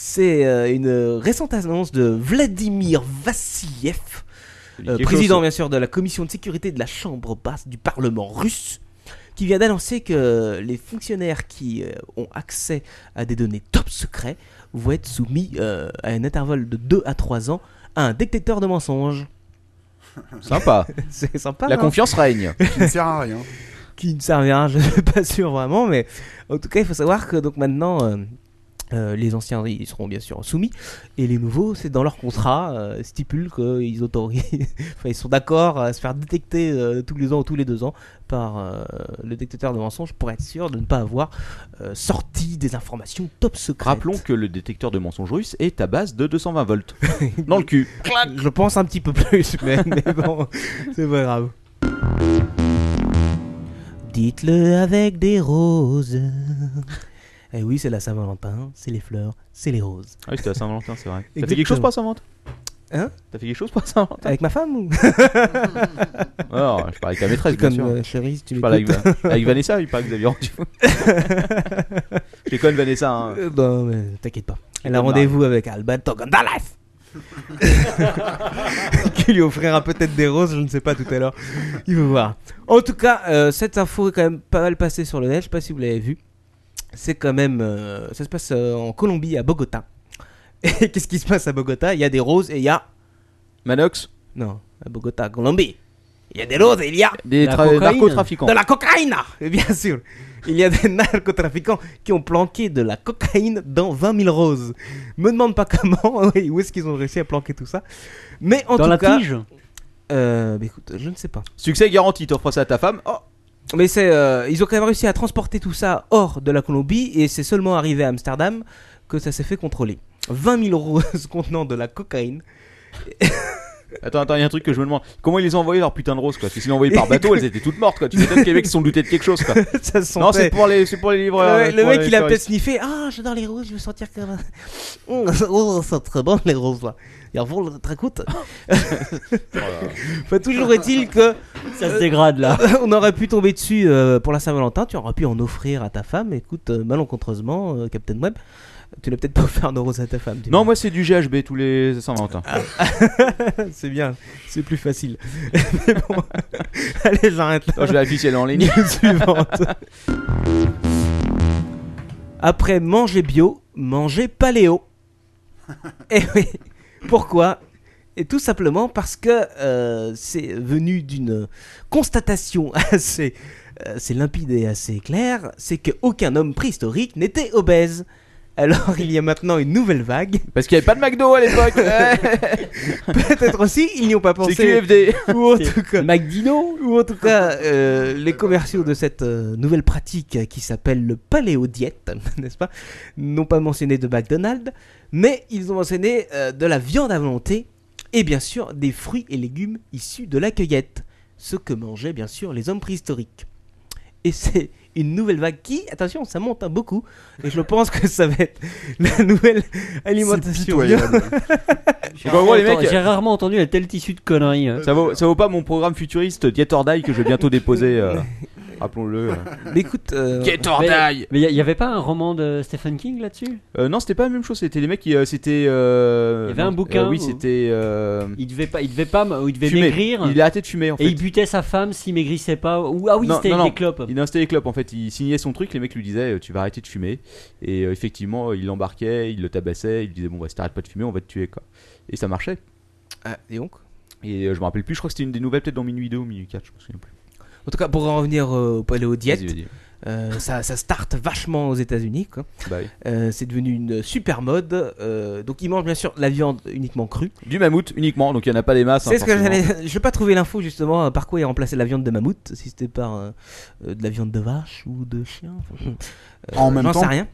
S5: C'est euh, une récente annonce de Vladimir Vassiliev,
S1: dit
S5: euh,
S1: quelque
S5: président
S1: chose, ça.
S5: bien sûr de la commission de sécurité de la Chambre basse du Parlement russe, qui vient d'annoncer que les fonctionnaires qui euh, ont accès à des données top secrets vont être soumis euh, à un intervalle de 2 à 3 ans à un détecteur de mensonges. *laughs*
S1: Sympa.
S5: C'est sympa.
S1: La
S5: hein.
S1: confiance *laughs* règne.
S4: Qui ne sert à rien.
S5: qui ne servira, je ne suis pas sûr vraiment, mais en tout cas, il faut savoir que donc maintenant, euh, euh, les anciens ils seront bien sûr soumis, et les nouveaux, c'est dans leur contrat, euh, stipule qu'ils autorisent, *laughs* enfin, ils sont d'accord à se faire détecter euh, tous les ans ou tous les deux ans par euh, le détecteur de mensonges pour être sûr de ne pas avoir euh, sorti des informations top secrètes.
S1: Rappelons que le détecteur de mensonges russe est à base de 220 *laughs* volts. Dans le cul.
S5: Je pense un petit peu plus, *laughs* mais, mais bon, c'est pas grave. Dites-le avec des roses. Eh oui, c'est la Saint-Valentin, c'est les fleurs, c'est les roses.
S1: Ah oui, c'était à Saint-Valentin, c'est vrai. T'as fait
S5: Exactement.
S1: quelque chose pour Saint-Valentin
S5: Hein
S1: T'as fait quelque chose pour Saint-Valentin
S5: Avec ma femme ou
S1: Eh. Alors, je parlais avec ta maîtresse,
S5: *laughs* Comme,
S1: bien sûr.
S5: euh, chérie, si tu
S1: je parlais avec,
S5: m'écoutes.
S1: avec Vanessa, il paraît que vous aviez
S5: *laughs*
S1: rendez-vous. je déconne, Vanessa. hein.
S5: Euh, bah, mais t'inquiète pas. Elle a
S1: Comme
S5: rendez-vous avec Alberto Gonzalez. qui lui offrira peut-être des roses, je ne sais pas tout à l'heure. Il faut voir. En tout cas, euh, cette info est quand même pas mal passée sur le net. Je sais pas si vous l'avez vu. C'est quand même. euh, ça se passe euh, en Colombie, à Bogota. Et *laughs* qu'est-ce qui se passe à Bogota Il y a des roses et il y a.
S1: Manox
S5: Non, à Bogota, Colombie. Il y a des roses et il y a.
S1: Des
S5: La
S1: tra-
S5: cocaïne.
S1: narcotrafiquants.
S5: De la cocaïne Et *laughs* Bien sûr Il y a des narcotrafiquants qui ont planqué de la cocaïne dans 20 000 roses. Me demande pas comment, *laughs* oui, où est-ce qu'ils ont réussi à planquer tout ça. Mais en
S3: Dans
S5: tout
S3: la
S5: cas.
S3: tige
S5: Euh, bah écoute, je ne sais pas.
S1: Succès garanti, t'offres ça à ta femme. Oh
S5: Mais c'est, euh, ils ont quand même réussi à transporter tout ça hors de la Colombie et c'est seulement arrivé à Amsterdam que ça s'est fait contrôler. 20 000 roses *laughs* contenant de la cocaïne. *laughs*
S1: Attends, attends, il y a un truc que je me demande. Comment ils les ont envoyés leur putain de roses, quoi Parce qu'ils l'ont envoyé par bateau, elles étaient toutes mortes, quoi. Tu m'étonnes que les mecs se sont doutés de quelque chose, quoi.
S5: Ça sentait.
S1: Non, c'est pour les, c'est pour les livreurs.
S5: Ouais,
S1: euh,
S5: le
S1: pour
S5: mec,
S1: les
S5: il a
S1: touristes.
S5: peut-être sniffé. Ah, j'adore les roses, je veux sentir comme. *laughs* Mmh, oh, c'est très bon les *laughs* roses là. Il y a un vent très coûte. Enfin, toujours est-il que *laughs*
S3: Ça se dégrade là.
S5: on aurait pu tomber dessus euh, pour la Saint-Valentin, tu aurais pu en offrir à ta femme. Écoute, euh, malencontreusement, euh, Captain Web, tu n'as peut-être pas offert de rose à ta femme. tu
S1: Non, moi c'est du GHB tous les Saint-Valentin.
S5: Ah. c'est bien, c'est plus facile. *laughs* Mais *laughs* bon, allez, j'arrête là.
S1: Non, je vais afficher là en ligne.
S5: News *laughs* suivante. Après manger bio, manger paléo. Et oui, pourquoi Et tout simplement parce que euh, c'est venu d'une constatation *laughs* assez, euh, assez limpide et assez claire, c'est qu'aucun homme préhistorique n'était obèse. Alors il y a maintenant une nouvelle vague. *laughs*
S1: Parce qu'il n'y avait pas de McDo à l'époque. *laughs*
S5: Peut-être aussi, ils n'y ont pas pensé.
S1: QFD.
S5: Ou en tout cas. Ou en tout cas, euh, les commerciaux de cette euh, nouvelle pratique qui s'appelle le paléodiète, *laughs* n'est-ce pas N'ont pas mentionné de McDonald's, mais ils ont mentionné euh, de la viande à volonté et bien sûr des fruits et légumes issus de la cueillette. Ce que mangeaient bien sûr les hommes préhistoriques. Et c'est une nouvelle vague qui, attention, ça monte à beaucoup. Et je pense que ça va être *laughs* la nouvelle alimentation.
S1: pitoyable.
S3: J'ai
S1: Donc,
S5: ben,
S1: en gros, les
S3: rarement-
S1: mecs-
S3: j'ai rarement entendu un tel tissu de conneries. hein.
S1: Ça vaut, ça vaut pas mon programme futuriste Diet or Die que je vais bientôt déposer.
S5: *laughs*
S1: euh, Rappelons-le. euh.
S5: Mais écoute, euh,
S3: Mais il n'y avait pas un roman de Stephen King là-dessus
S1: Euh, non, c'était pas la même chose. C'était les mecs qui. euh, c'était. euh,
S3: Il y avait un
S1: non,
S3: bouquin
S1: euh, oui,
S3: où-
S1: c'était. euh,
S3: Il devait pas, il devait pas, m- il devait
S1: Fumer.
S3: maigrir.
S1: Il a arrêté de fumer en fait.
S3: Et il butait sa femme s'il maigrissait pas. Ou ah oui,
S1: Non,
S3: c'était
S1: non,
S3: avec
S1: non.
S3: des clopes.
S1: Il installait les clopes en fait. Il signait son truc, les mecs lui disaient euh, Tu vas arrêter de fumer. Et euh, effectivement, il l'embarquait, il le tabassait, il lui disait Bon, bah, si t'arrêtes pas de fumer, on va te tuer quoi. Et ça marchait.
S5: Ah, et donc
S1: Et euh, je me rappelle plus, je crois que c'était une des nouvelles, peut-être dans Minuit 2 ou Minuit 4, je me souviens plus.
S5: En tout cas, pour en revenir euh, au paléodiète,
S1: Vas-y, vas-y.
S5: euh, ça, ça starte vachement aux États-Unis. quoi.
S1: Bah oui.
S5: Euh, c'est devenu une super mode. euh, donc, ils mangent bien sûr la viande uniquement crue.
S1: Du mammouth uniquement, donc il y en a pas des
S3: Ah,
S1: masses. hein,
S5: C'est ce que
S1: forcément.
S5: j'allais. Je n'ai pas trouvé l'info justement euh, par quoi est remplacé la viande de mammouth, si c'était par euh, euh, de la viande de vache ou de chien. enfin, euh,
S4: en même
S5: j'en
S4: temps,
S5: sais rien.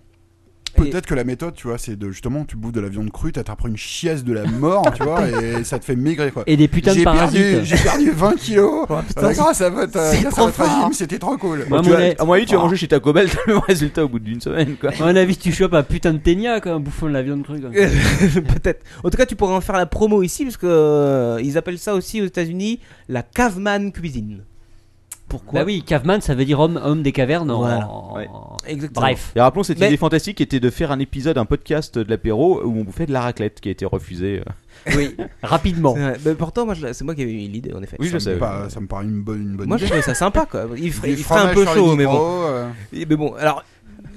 S4: Peut-être que la méthode, tu vois, c'est de justement, tu bouffes de la viande crue, t'as t'apprends une chiasse de
S5: *laughs*
S4: la mort, tu vois, et ça te fait maigrir quoi.
S3: Et des putains de
S4: J'ai perdu-
S3: parasites.
S4: J'ai perdu 20
S5: *laughs*
S4: kilos. Euh, grâce à votre, euh,
S3: c'est
S4: grâce à
S3: trop
S4: votre
S3: fort.
S4: régime, c'était trop cool.
S1: Bon,
S3: Ouais,
S1: tu
S3: mon
S1: vas-
S3: nez.
S1: à mon avis, tu vas
S3: Ah.
S1: manger chez Taco Bell, t'as le même *laughs* résultat au bout d'une semaine quoi.
S3: À mon avis, tu chopes un putain de ténia, quoi, un bouffon de la viande crue. quoi.
S5: Euh, Peut-être. En tout cas, tu pourrais en faire la promo ici parce que euh, ils appellent ça aussi aux États-Unis la caveman cuisine. Pourquoi
S3: Bah oui, caveman, ça veut dire homme, homme des cavernes. en-
S5: Voilà.
S3: en- en-
S5: Exactement.
S3: Bref.
S1: Et rappelons, cette
S5: Mais-
S1: idée fantastique était de faire un épisode, un podcast de l'apéro où on bouffait de la raclette qui a été refusée. euh.
S3: Oui, rapidement.
S5: C'est vrai. Mais pourtant, moi, je- c'est moi qui avais eu l'idée, en effet.
S1: Oui, je
S5: Ça me
S1: sais.
S5: dit pas-
S4: Ah, ça me paraît une bonne, une bonne
S5: Moi, je
S4: idée.
S5: trouvais ça sympa, quoi. Il ferait,
S4: Du
S5: il ferait un
S4: fromage
S5: peu
S4: sur les
S5: chaud, mais bon.
S4: micros, euh.
S5: Et- Mais bon, alors,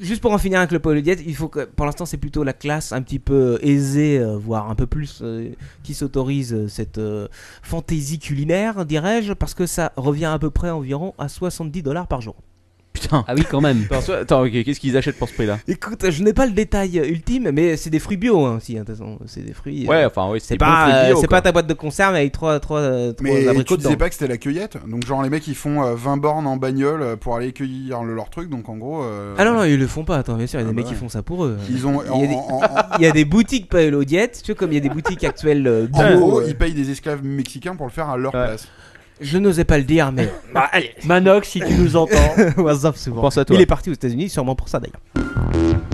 S5: juste pour en finir avec le polodiète, il faut que, pour l'instant, c'est plutôt la classe un petit peu aisée, euh, voire un peu plus, euh, qui s'autorise euh, cette euh, fantaisie culinaire, dirais-je, parce que ça revient à peu près environ à 70 dollars par jour.
S1: Putain.
S3: Ah oui, quand même.
S1: Attends, soit- attends, ok, qu'est-ce qu'ils achètent pour ce prix-là
S5: Écoute, je n'ai pas le détail ultime, mais c'est des fruits bio hein, aussi, hein, de toute façon, c'est des fruits. euh,
S1: Ouais, enfin, oui, c'est
S5: c'est
S1: des bons
S5: pas,
S1: fruits
S5: euh,
S1: bio,
S5: c'est
S1: quoi.
S5: pas ta boîte de conserve avec trois, trois, euh, trois
S4: Mais
S5: abricots
S4: tu disais
S5: dedans.
S4: pas que c'était la cueillette Donc genre les mecs ils font euh, 20 bornes en bagnole euh, pour aller cueillir le- leur truc donc en gros... euh,
S5: Ah non, non, ils le font pas, attends, bien sûr, il y a
S4: Ah
S5: des mecs
S4: bah
S5: qui
S4: ouais.
S5: font ça pour eux.
S4: Ils ont-
S5: Il y a des, *laughs*
S4: en- en-
S5: il y a des boutiques paléodiètes, tu vois, comme il y a des boutiques actuelles euh, bio.
S4: En gros
S5: euh,
S4: ils payent des esclaves mexicains pour le faire à leur place.
S5: Je n'osais pas le dire, mais.
S3: Manox, si tu nous entends.
S5: *laughs* What's up, souvent.
S1: pense à toi.
S5: Il est parti aux États-Unis, sûrement pour ça d'ailleurs.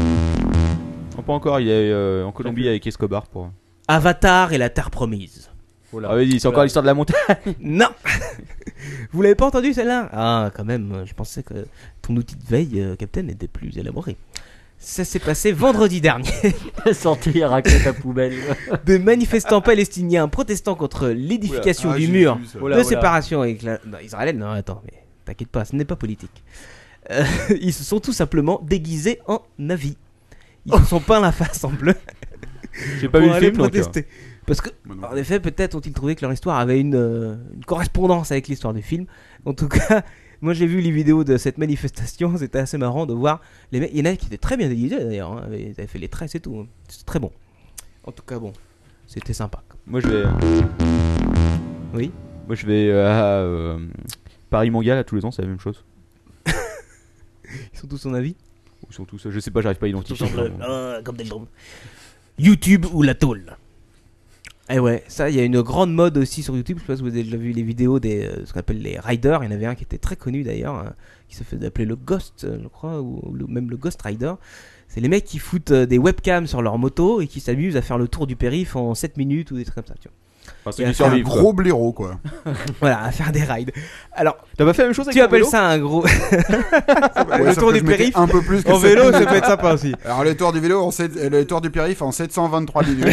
S1: Non, pas encore, il est euh, en Colombie avec Escobar pour.
S5: Avatar et la Terre Promise.
S1: Ah, vas-y, c'est encore l'histoire de la montagne.
S5: *laughs* Non *laughs* Vous l'avez pas entendu celle-là Ah, quand même, je pensais que ton outil de veille, euh, Captain, était plus élaboré. Ça s'est passé vendredi *laughs* dernier.
S3: *laughs* Sortir la raclette à poubelle.
S5: Des manifestants palestiniens protestant contre l'édification
S3: Oula. Ah,
S5: du
S3: j'ai
S5: mur
S3: vu ça.
S5: de
S3: Oula, oula.
S5: séparation avec la... non, israélienne. Non, attends, mais t'inquiète pas, ce n'est pas politique. Euh, *laughs* ils se sont tout simplement déguisés en navis. Ils se sont peints la face en bleu.
S1: *laughs* J'ai pas
S5: pour
S1: vu le
S5: aller
S1: film, donc,
S5: protester.
S1: euh.
S5: Parce que,
S4: bah
S5: en effet, peut-être ont-ils trouvé que leur histoire avait une, euh, une correspondance avec l'histoire du film. En tout cas, *laughs* moi j'ai vu les vidéos de cette manifestation, *laughs* c'était assez marrant de voir les mecs. Il y en a qui étaient très bien déguisés d'ailleurs, hein. ils avaient fait les tresses et tout. hein. C'est très bon. En tout cas, bon, c'était sympa.
S1: euh, Moi je vais.
S5: Oui.
S1: Moi je vais euh, à euh, Paris Manga là tous les ans, c'est la même chose.
S5: Ils sont tous son avis
S1: Ou sont tous, je sais pas, j'arrive pas à identifier.
S5: euh, Comme des drômes. YouTube ou la tôle Eh ouais, ça, il y a une grande mode aussi sur YouTube. Je sais pas si vous avez déjà vu les vidéos des euh, ce qu'on appelle les riders. Il y en avait un qui était très connu d'ailleurs, hein, qui se faisait appeler le Ghost, euh, je crois, ou le- même le Ghost Rider. C'est les mecs qui foutent euh, des webcams sur leur moto et qui s'amusent à faire le tour du périph' en 7 minutes ou des trucs comme ça, tu vois.
S1: Enfin, ceux
S5: Et
S1: qui
S5: à faire
S1: survivent, quoi.
S5: voilà, à faire des rides. Alors,
S1: T'as pas fait la même chose avec
S5: Tu
S1: ton
S5: appelles
S1: vélo
S5: ça un gros.
S4: Ouais,
S5: Ah, le
S4: sauf
S5: tour
S4: que
S5: du
S4: je mettais
S5: périph.
S4: un peu plus que
S5: en vélo,
S4: 7
S5: ça peut être sympa aussi.
S4: *laughs* Alors le tour du vélo, en sept- euh, le tour du périph en 723
S5: *laughs*
S4: minutes.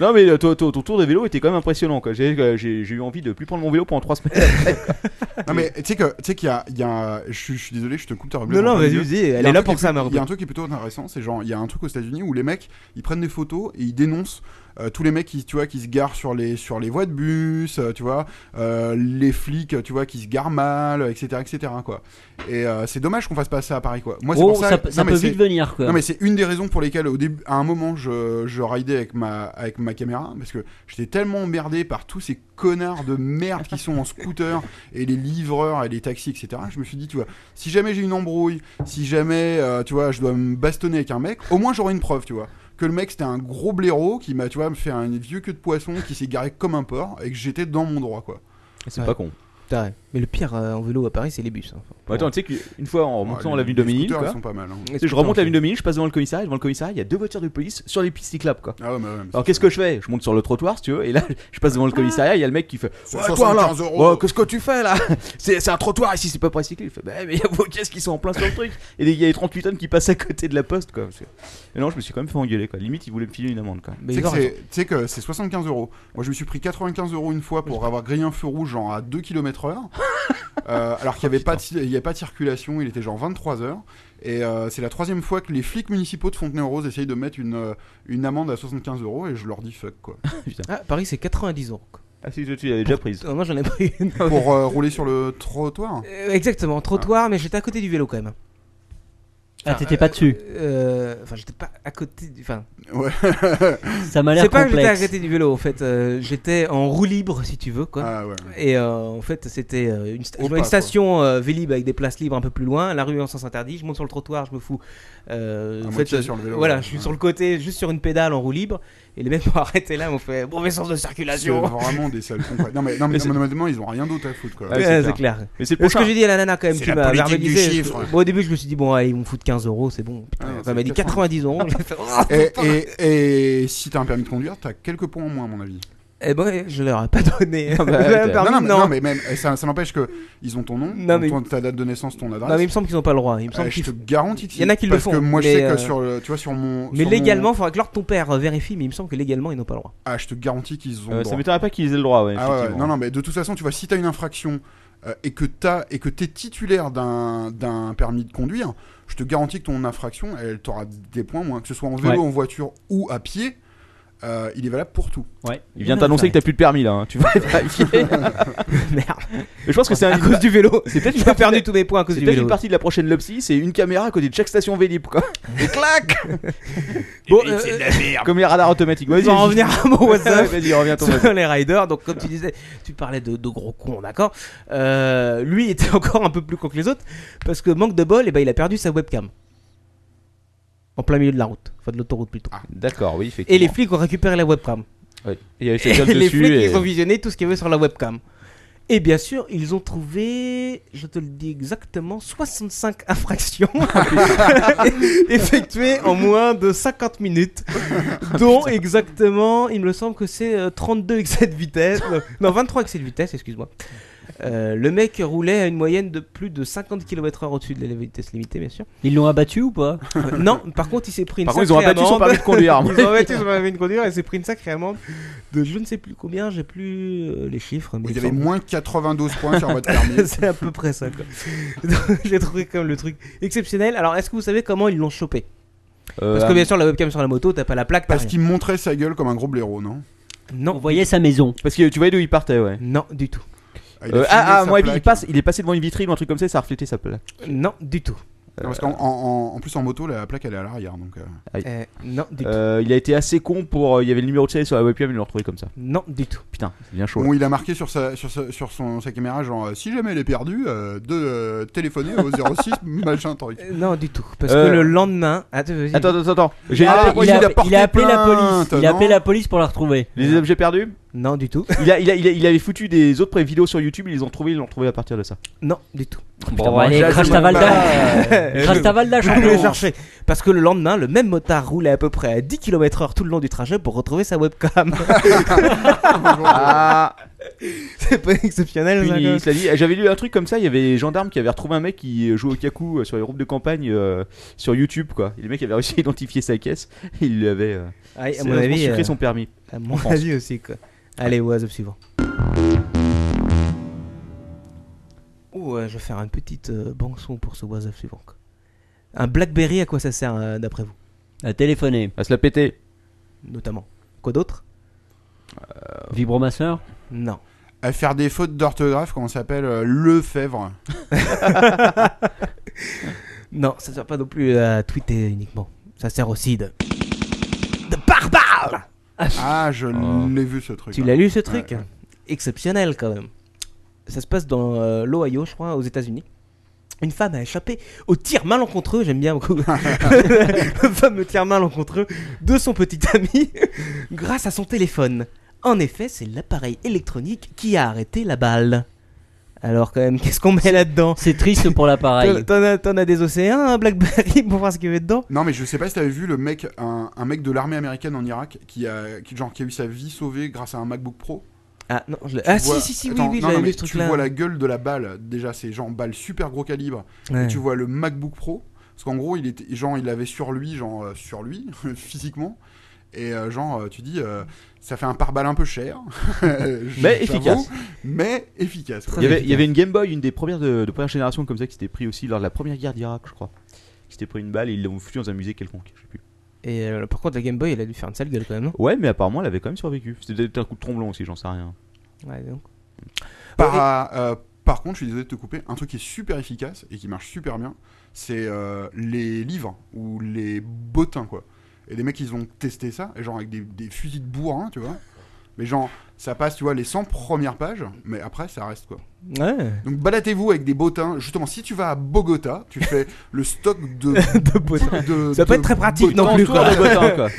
S1: Non mais euh, ton, ton- ton tour de vélo était quand même impressionnant. quoi. J'ai euh, j'ai- j'ai eu envie de plus prendre mon vélo pendant 3 semaines.
S5: *laughs*
S4: non mais tu sais que tu sais qu'il y a, il y a un- je, suis- je suis désolé, je te coupe ta rubrique.
S5: Non, non,
S4: en plein
S5: vas-y,
S4: milieu.
S5: vas-y, elle
S4: Il y a
S5: est
S4: un
S5: là
S4: truc
S5: pour
S4: qui
S5: ça,
S4: est
S5: ma
S4: plutôt- Il y
S5: rubrique.
S4: a un truc qui est plutôt intéressant, c'est genre il y a un truc aux États-Unis où les mecs ils prennent des photos et ils dénoncent euh, tous les mecs qui tu vois qui se garent sur les sur les voies de bus, euh, tu vois, euh, les flics, tu vois, qui se garent mal, euh, etc., etc. Quoi. Et euh, c'est dommage qu'on fasse pas ça à Paris, quoi. Moi, c'est
S3: Oh,
S4: pour ça.
S3: ça peut- ça
S4: mais
S3: peut
S4: c'est-
S3: vite venir, quoi.
S4: Non, mais c'est une des raisons pour lesquelles au début, à un moment, je, je ridais avec ma, avec ma caméra parce que j'étais tellement emmerdé par tous ces connards de merde qui sont en scooter *laughs* et les livreurs et les taxis, etc. Je me suis dit, tu vois, si jamais j'ai une embrouille, si jamais, euh, tu vois, je dois me bastonner avec un mec, au moins j'aurai une preuve, tu vois. Que le mec c'était un gros blaireau qui m'a, tu vois, me fait un vieux queue de poisson qui s'est garé comme un porc et que j'étais dans mon droit, quoi.
S1: C'est pas con.
S5: T'as raison. Mais le pire euh, en vélo à Paris, c'est les bus. hein.
S1: Bah, attends, tu sais qu'une fois en remontant
S4: Ouais, Ah,
S1: l'avenue
S4: les-
S1: Dominil,
S4: les scooters,
S1: quoi,
S4: ils sont pas mal, hein.
S1: tu sais, je remonte l'avenue Dominil, je passe devant le commissariat, et devant le commissariat, il y a deux voitures de police sur les pistes cyclables. Quoi.
S4: Ah ouais, mais ouais, mais
S1: Alors qu'est-ce que je fais Je monte sur le trottoir, si tu veux, et là, *laughs* je passe devant le commissariat, il y a le mec qui fait
S4: C'est
S1: Ouais, toi là
S4: 75 euros.
S1: ouais, Qu'est-ce que tu fais là *laughs* C'est c'est un trottoir ici, c'est pas pour cycler. Il fait Bah, mais *laughs* il y a vos caisses qui sont en plein sur le truc, et les- il y a les 38 tonnes qui passent à côté de la poste, quoi. C'est- Et non, je me suis quand même fait engueuler, quoi. Limite, ils voulaient me filer une amende, quand même.
S4: Tu sais que c'est- tu sais que c'est 75 euros. Moi, je me suis pris 95 euros une fois pour avoir grillé un feu rouge genre à 2 km
S5: *laughs*
S4: heure. Euh, alors qu'il n'y avait, pas de- il y avait pas de circulation, il était genre 23 heures. Et euh, c'est la troisième fois que les flics municipaux de Fontenay-aux-Roses essayent de mettre une, euh, une amende à 75 euros et je leur dis fuck
S5: *laughs*
S4: quoi.
S5: Ah, Paris, c'est 90 euros. quoi.
S1: Ah si, je tu l'avais déjà prise.
S5: Euh, Moi, j'en ai pris une.
S4: Pour euh, rouler sur le trottoir
S5: Euh, Exactement,
S4: Ah.
S5: trottoir, mais j'étais à côté du vélo quand même.
S3: Ah,
S5: Enfin,
S3: t'étais pas
S5: euh,
S3: dessus.
S5: euh, Enfin, j'étais pas à côté du. Enfin.
S4: Ouais.
S3: Ça m'a l'air
S5: C'est pas que j'étais à
S3: complexe.
S5: côté du vélo en fait. euh, j'étais en roue libre si tu veux quoi.
S4: ouais.
S5: Et euh, en fait, c'était euh, une, sta-
S4: Ah. Au
S5: je vois
S4: pas,
S5: une
S4: quoi.
S5: station euh, Vélib avec des places libres un peu plus loin. La rue en sens interdit. Je monte sur le trottoir, je me fous. euh,
S4: À
S5: en
S4: moitié
S5: euh,
S4: sur le vélo,
S5: voilà,
S4: ouais.
S5: je suis
S4: Ouais.
S5: sur le côté, juste sur une pédale en roue libre. Et les mecs *laughs* m'ont arrêté là, m'ont fait mauvais sens de
S4: C'est
S5: circulation.
S4: vraiment des sales cons, quoi. Non mais, non, mais,
S5: *laughs* Mais c'est-
S4: non, mais honnêtement, ils ont rien d'autre à foutre quoi.
S5: *laughs* Ouais, c'est clair. ce que j'ai dit à la nana quand même,
S4: C'est
S5: tu
S4: la
S5: m'as
S4: politique du
S5: verbalisé.
S4: chiffre.
S5: Moi, au début, je me suis dit, bon, allez, ils vont me foutre 15 euros, c'est bon. Putain,
S4: Ah,
S5: ça m'a
S4: c'est
S5: dit 90 euros.
S4: *laughs*
S5: j'ai fait, oh,
S4: et,
S5: putain.
S4: et, et si t'as un permis de conduire, t'as quelques points en moins, à mon avis.
S5: *laughs* Eh ben, je leur ai pas donné.
S4: Ah bah,
S5: *laughs* J'avais un
S4: t'as-
S5: permis,
S4: non, non, mais,
S5: non.
S4: non, mais même, eh, ça, ça n'empêche que ils ont ton nom,
S5: Non, mais-
S4: ton- ta date de naissance, ton adresse.
S5: Non, mais il me semble qu'ils n'ont pas le droit. Il me
S4: Eh,
S5: semble
S4: je
S5: qu'ils-
S4: te garantis que
S5: Il y en a qui le
S4: parce
S5: font.
S4: que moi, je
S5: mais,
S4: sais que
S5: euh,
S4: sur le- tu vois, sur mon-
S5: Mais
S4: sur
S5: légalement,
S4: mon-
S5: il faudra que l'ordre ton père euh, vérifie, mais il me semble que légalement, ils n'ont pas le droit. *laughs*
S4: Ah, je te garantis qu'ils
S1: Euh,
S4: ont. le
S1: ça
S4: droit.
S1: m'étonnerait pas qu'ils aient le droit, ouais.
S4: Ah ouais,
S1: effectivement.
S4: non, non, mais de toute façon, tu vois, si t'as une infraction euh, et que t'as et que t'es titulaire d'un d'un permis de conduire, je te garantis que ton infraction, elle t'aura des points moins, que ce soit en vélo,
S1: Ouais.
S4: en voiture ou à pied. euh, il est valable pour tout.
S3: Ouais.
S1: Il vient t'annoncer que t'as plus de permis là, hein. tu vas *laughs* vérifier.
S5: Merde.
S1: Mais je pense que c'est
S5: À
S1: un
S5: cause du vélo. *laughs*
S1: C'est peut-être
S5: J'ai
S1: une partie
S5: perdu
S1: de la-
S5: tous mes points à cause
S1: c'est
S5: du
S1: peut-être
S5: vélo.
S1: une partie de la prochaine Lopsy, c'est une caméra à côté de chaque station Vélib quoi. Et clac Bon, c'est de la merde. Comme les radars automatiques.
S5: euh, On
S1: Vas-y,
S5: va en
S1: vas-y.
S5: revenir à mon
S4: *laughs*
S1: *laughs*
S5: WhatsApp.
S1: Ouais, Vas-y,
S5: *laughs*
S1: reviens à ton
S5: sur
S1: WhatsApp.
S5: les riders. Donc, comme tu disais, tu parlais de, de gros cons, d'accord Euh, Lui était *laughs* encore un peu plus con que les autres parce que manque de bol, et ben, il a perdu sa webcam. En plein milieu de la route, enfin de l'autoroute plutôt.
S1: D'accord, oui, effectivement.
S5: Et les flics ont récupéré la webcam.
S1: Ouais. Il y avait
S5: Et
S1: cette gueule
S5: *laughs* les
S1: dessus.
S5: flics,
S1: et-
S5: ils ont visionné tout ce qu'il y avait sur la webcam. Et bien sûr, ils ont trouvé, je te le dis exactement, 65 *laughs* infractions effectuées en moins de
S1: *laughs*
S5: 50 minutes. Dont exactement, il me semble que c'est euh, 32 excès de vitesse. euh, Non, 23 excès de vitesse, excuse-moi. Euh, le mec roulait à une moyenne de plus de 50 km/h au-dessus de la vitesse limitée, bien sûr.
S3: Ils l'ont abattu ou pas
S5: Euh, *laughs* non, par contre, il s'est pris une
S1: Par contre, ils ont
S5: sacrée
S1: abattu son
S5: amende.
S1: permis de conduire, à mon
S5: *laughs* ils
S1: avis.
S5: ont abattu son permis de conduire et s'est pris une sacrée amende de je ne sais plus combien, j'ai plus euh, les chiffres. Mais
S4: Vous
S5: il
S4: avez
S5: semble-
S4: moins 92 points sur
S1: *laughs*
S4: votre permis.
S5: *laughs* C'est à peu près ça, quoi. Donc, J'ai trouvé comme le truc exceptionnel. Alors, est-ce que vous savez comment ils l'ont chopé
S1: Euh,
S5: Parce que
S1: euh,
S5: bien sûr, la webcam sur la moto, t'as pas la plaque, t'as
S4: Parce
S5: rien.
S4: qu'il montrait sa gueule comme un gros blaireau, non
S5: Non,
S3: On voyait sa maison.
S1: Parce que tu voyais d'où il partait, ouais.
S5: non, du tout.
S4: Ah, il a
S1: Euh,
S4: filmé
S1: ah, ah,
S4: sa
S1: moi, il- il,
S4: plaque.
S1: passe, il est passé devant une vitrine ou un truc comme ça, et ça a reflété sa plaque.
S5: Non, du tout.
S4: Non, parce qu'en en- en- en plus, en moto, la plaque elle est à l'arrière. donc. euh.
S1: Aïe.
S5: Euh, non, du tout.
S1: Euh, il a été assez con pour. euh, il y avait le numéro de série sur la webcam, il l'a retrouvé comme ça.
S5: Non, du tout.
S1: Putain, c'est bien chaud.
S4: Bon, il a marqué sur sa, sur sa- sur son, sa caméra, genre, euh, si jamais elle est perdue, euh, de euh, téléphoner au
S5: *laughs*
S4: 06, machin, truc.
S5: Euh, Non, du tout. Parce
S1: Euh,
S5: que le lendemain. Attends, vas-y.
S1: Attends, attends, attends.
S5: J'ai
S1: J'ai
S5: appelé-
S1: appelé-
S4: pourquoi
S3: Ah, il, a,
S4: il a porté
S3: il a appelé la
S4: plainte,
S3: police. Il a
S4: non
S3: appelé la police pour la retrouver.
S1: Les objets perdus
S5: Non, du tout.
S1: Il, a- il a- il a- il avait foutu des autres vidéos sur YouTube, ils les ont trouvés, ils l'ont retrouvé à partir de ça.
S5: Non, du tout.
S1: Bon, allez,
S5: je
S1: crache
S5: sais
S1: ta
S5: même
S1: Valda.
S5: pas, euh,
S1: Crache
S5: je-
S1: ta Valda,
S5: je
S1: champion.
S5: vais le chercher. Parce que le lendemain, le même motard roulait à peu près à 10 km/h tout le long du trajet pour retrouver sa
S1: *laughs*
S5: webcam.
S1: Ah.
S5: C'est pas exceptionnel. ça,
S1: Puni,
S5: quand même.
S1: cela dit. Eh, J'avais lu un truc comme ça, il y avait les gendarmes qui avaient retrouvé un mec qui jouait au kakou euh, sur les groupes de campagne euh, sur YouTube quoi. Et le mec avait réussi à identifier sa caisse, *laughs* et il lui avait euh,
S5: Ah, à mon
S1: sérieusement
S5: avis,
S1: sucré
S5: euh,
S1: son permis.
S5: À
S1: en
S5: mon
S1: France.
S5: avis aussi, quoi. Allez, oiseau suivant. Ouh, euh, je vais faire une petite euh, bande son pour ce oiseau suivant. quoi. Un Blackberry, à quoi ça sert euh, d'après vous
S3: À téléphoner.
S1: À se la péter.
S5: Notamment. Quoi d'autre
S3: Vibromasseur
S5: Non.
S4: À Euh, faire des fautes d'orthographe, comment ça s'appelle euh, Lefebvre.
S5: Non, ça sert pas non plus à tweeter uniquement. Ça sert aussi de. de barbare
S4: Ah,
S5: *laughs*
S4: je l'ai vu ce truc.
S5: Oh. Tu l'as lu ce truc Exceptionnel quand même. Ça se passe dans euh, l'Ohio, je crois, aux États-Unis. Une femme a échappé au tir malencontreux, j'aime
S4: *laughs*
S5: bien beaucoup. le fameux tir malencontreux de son petit ami grâce à son téléphone. En effet, c'est l'appareil électronique qui a arrêté la balle. Alors quand même, qu'est-ce qu'on met là-dedans
S3: C'est triste pour l'appareil.
S5: T'en as, t'en as des océans, hein, Blackberry, pour voir ce qu'il y avait dedans.
S4: Non, mais je sais pas si t'avais vu le mec, un, un mec de l'armée américaine en Irak qui a, qui, genre, qui a eu sa vie sauvée grâce à un MacBook Pro.
S5: Ah, non, je l'ai-
S4: Tu
S5: Ah, si, si, si, oui,
S4: Attends, non,
S5: oui, j'avais
S4: non,
S5: vu
S4: mais
S5: ce
S4: Tu
S5: truc-là.
S4: vois la gueule de la balle, déjà, c'est genre balle super gros calibre.
S5: Ouais.
S4: Et tu vois le MacBook Pro, parce qu'en gros, il était, genre, il l'avait sur lui, genre, euh, sur lui, *laughs* physiquement. Et euh, genre, euh, tu dis, euh, ça fait un pare-balles un peu cher. *laughs* Je-
S1: Mais
S4: j'avoue,
S1: efficace.
S4: Mais efficace. quoi.
S1: Il y, avait, il y avait une Game Boy, une des premières de, de première génération comme ça, qui s'était pris aussi lors de la première guerre d'Irak, je crois. Qui s'était pris une balle et ils l'ont foutu dans un musée quelconque, je sais plus.
S5: Et euh, par contre, la Game Boy, elle a dû faire une sale gueule quand même, non
S1: Ouais, mais apparemment, elle avait quand même survécu. C'était peut-être un coup de tromblon aussi, j'en sais rien.
S5: Ouais, donc.
S4: Par, euh, par contre, je suis désolé de te couper, un truc qui est super efficace et qui marche super bien, c'est euh, les livres ou les bottins, quoi. Et des mecs, ils ont testé ça, et genre avec des, des fusils de bourrin, tu vois. Mais genre, ça passe, tu vois, les 100 premières pages, mais après, ça reste, quoi.
S5: Ouais.
S4: Donc baladez-vous avec des bottins. Justement, si tu vas à Bogota, tu
S5: *laughs*
S4: fais le stock de,
S5: de bottins. Ça peut être très pratique non plus, quoi.
S1: hein,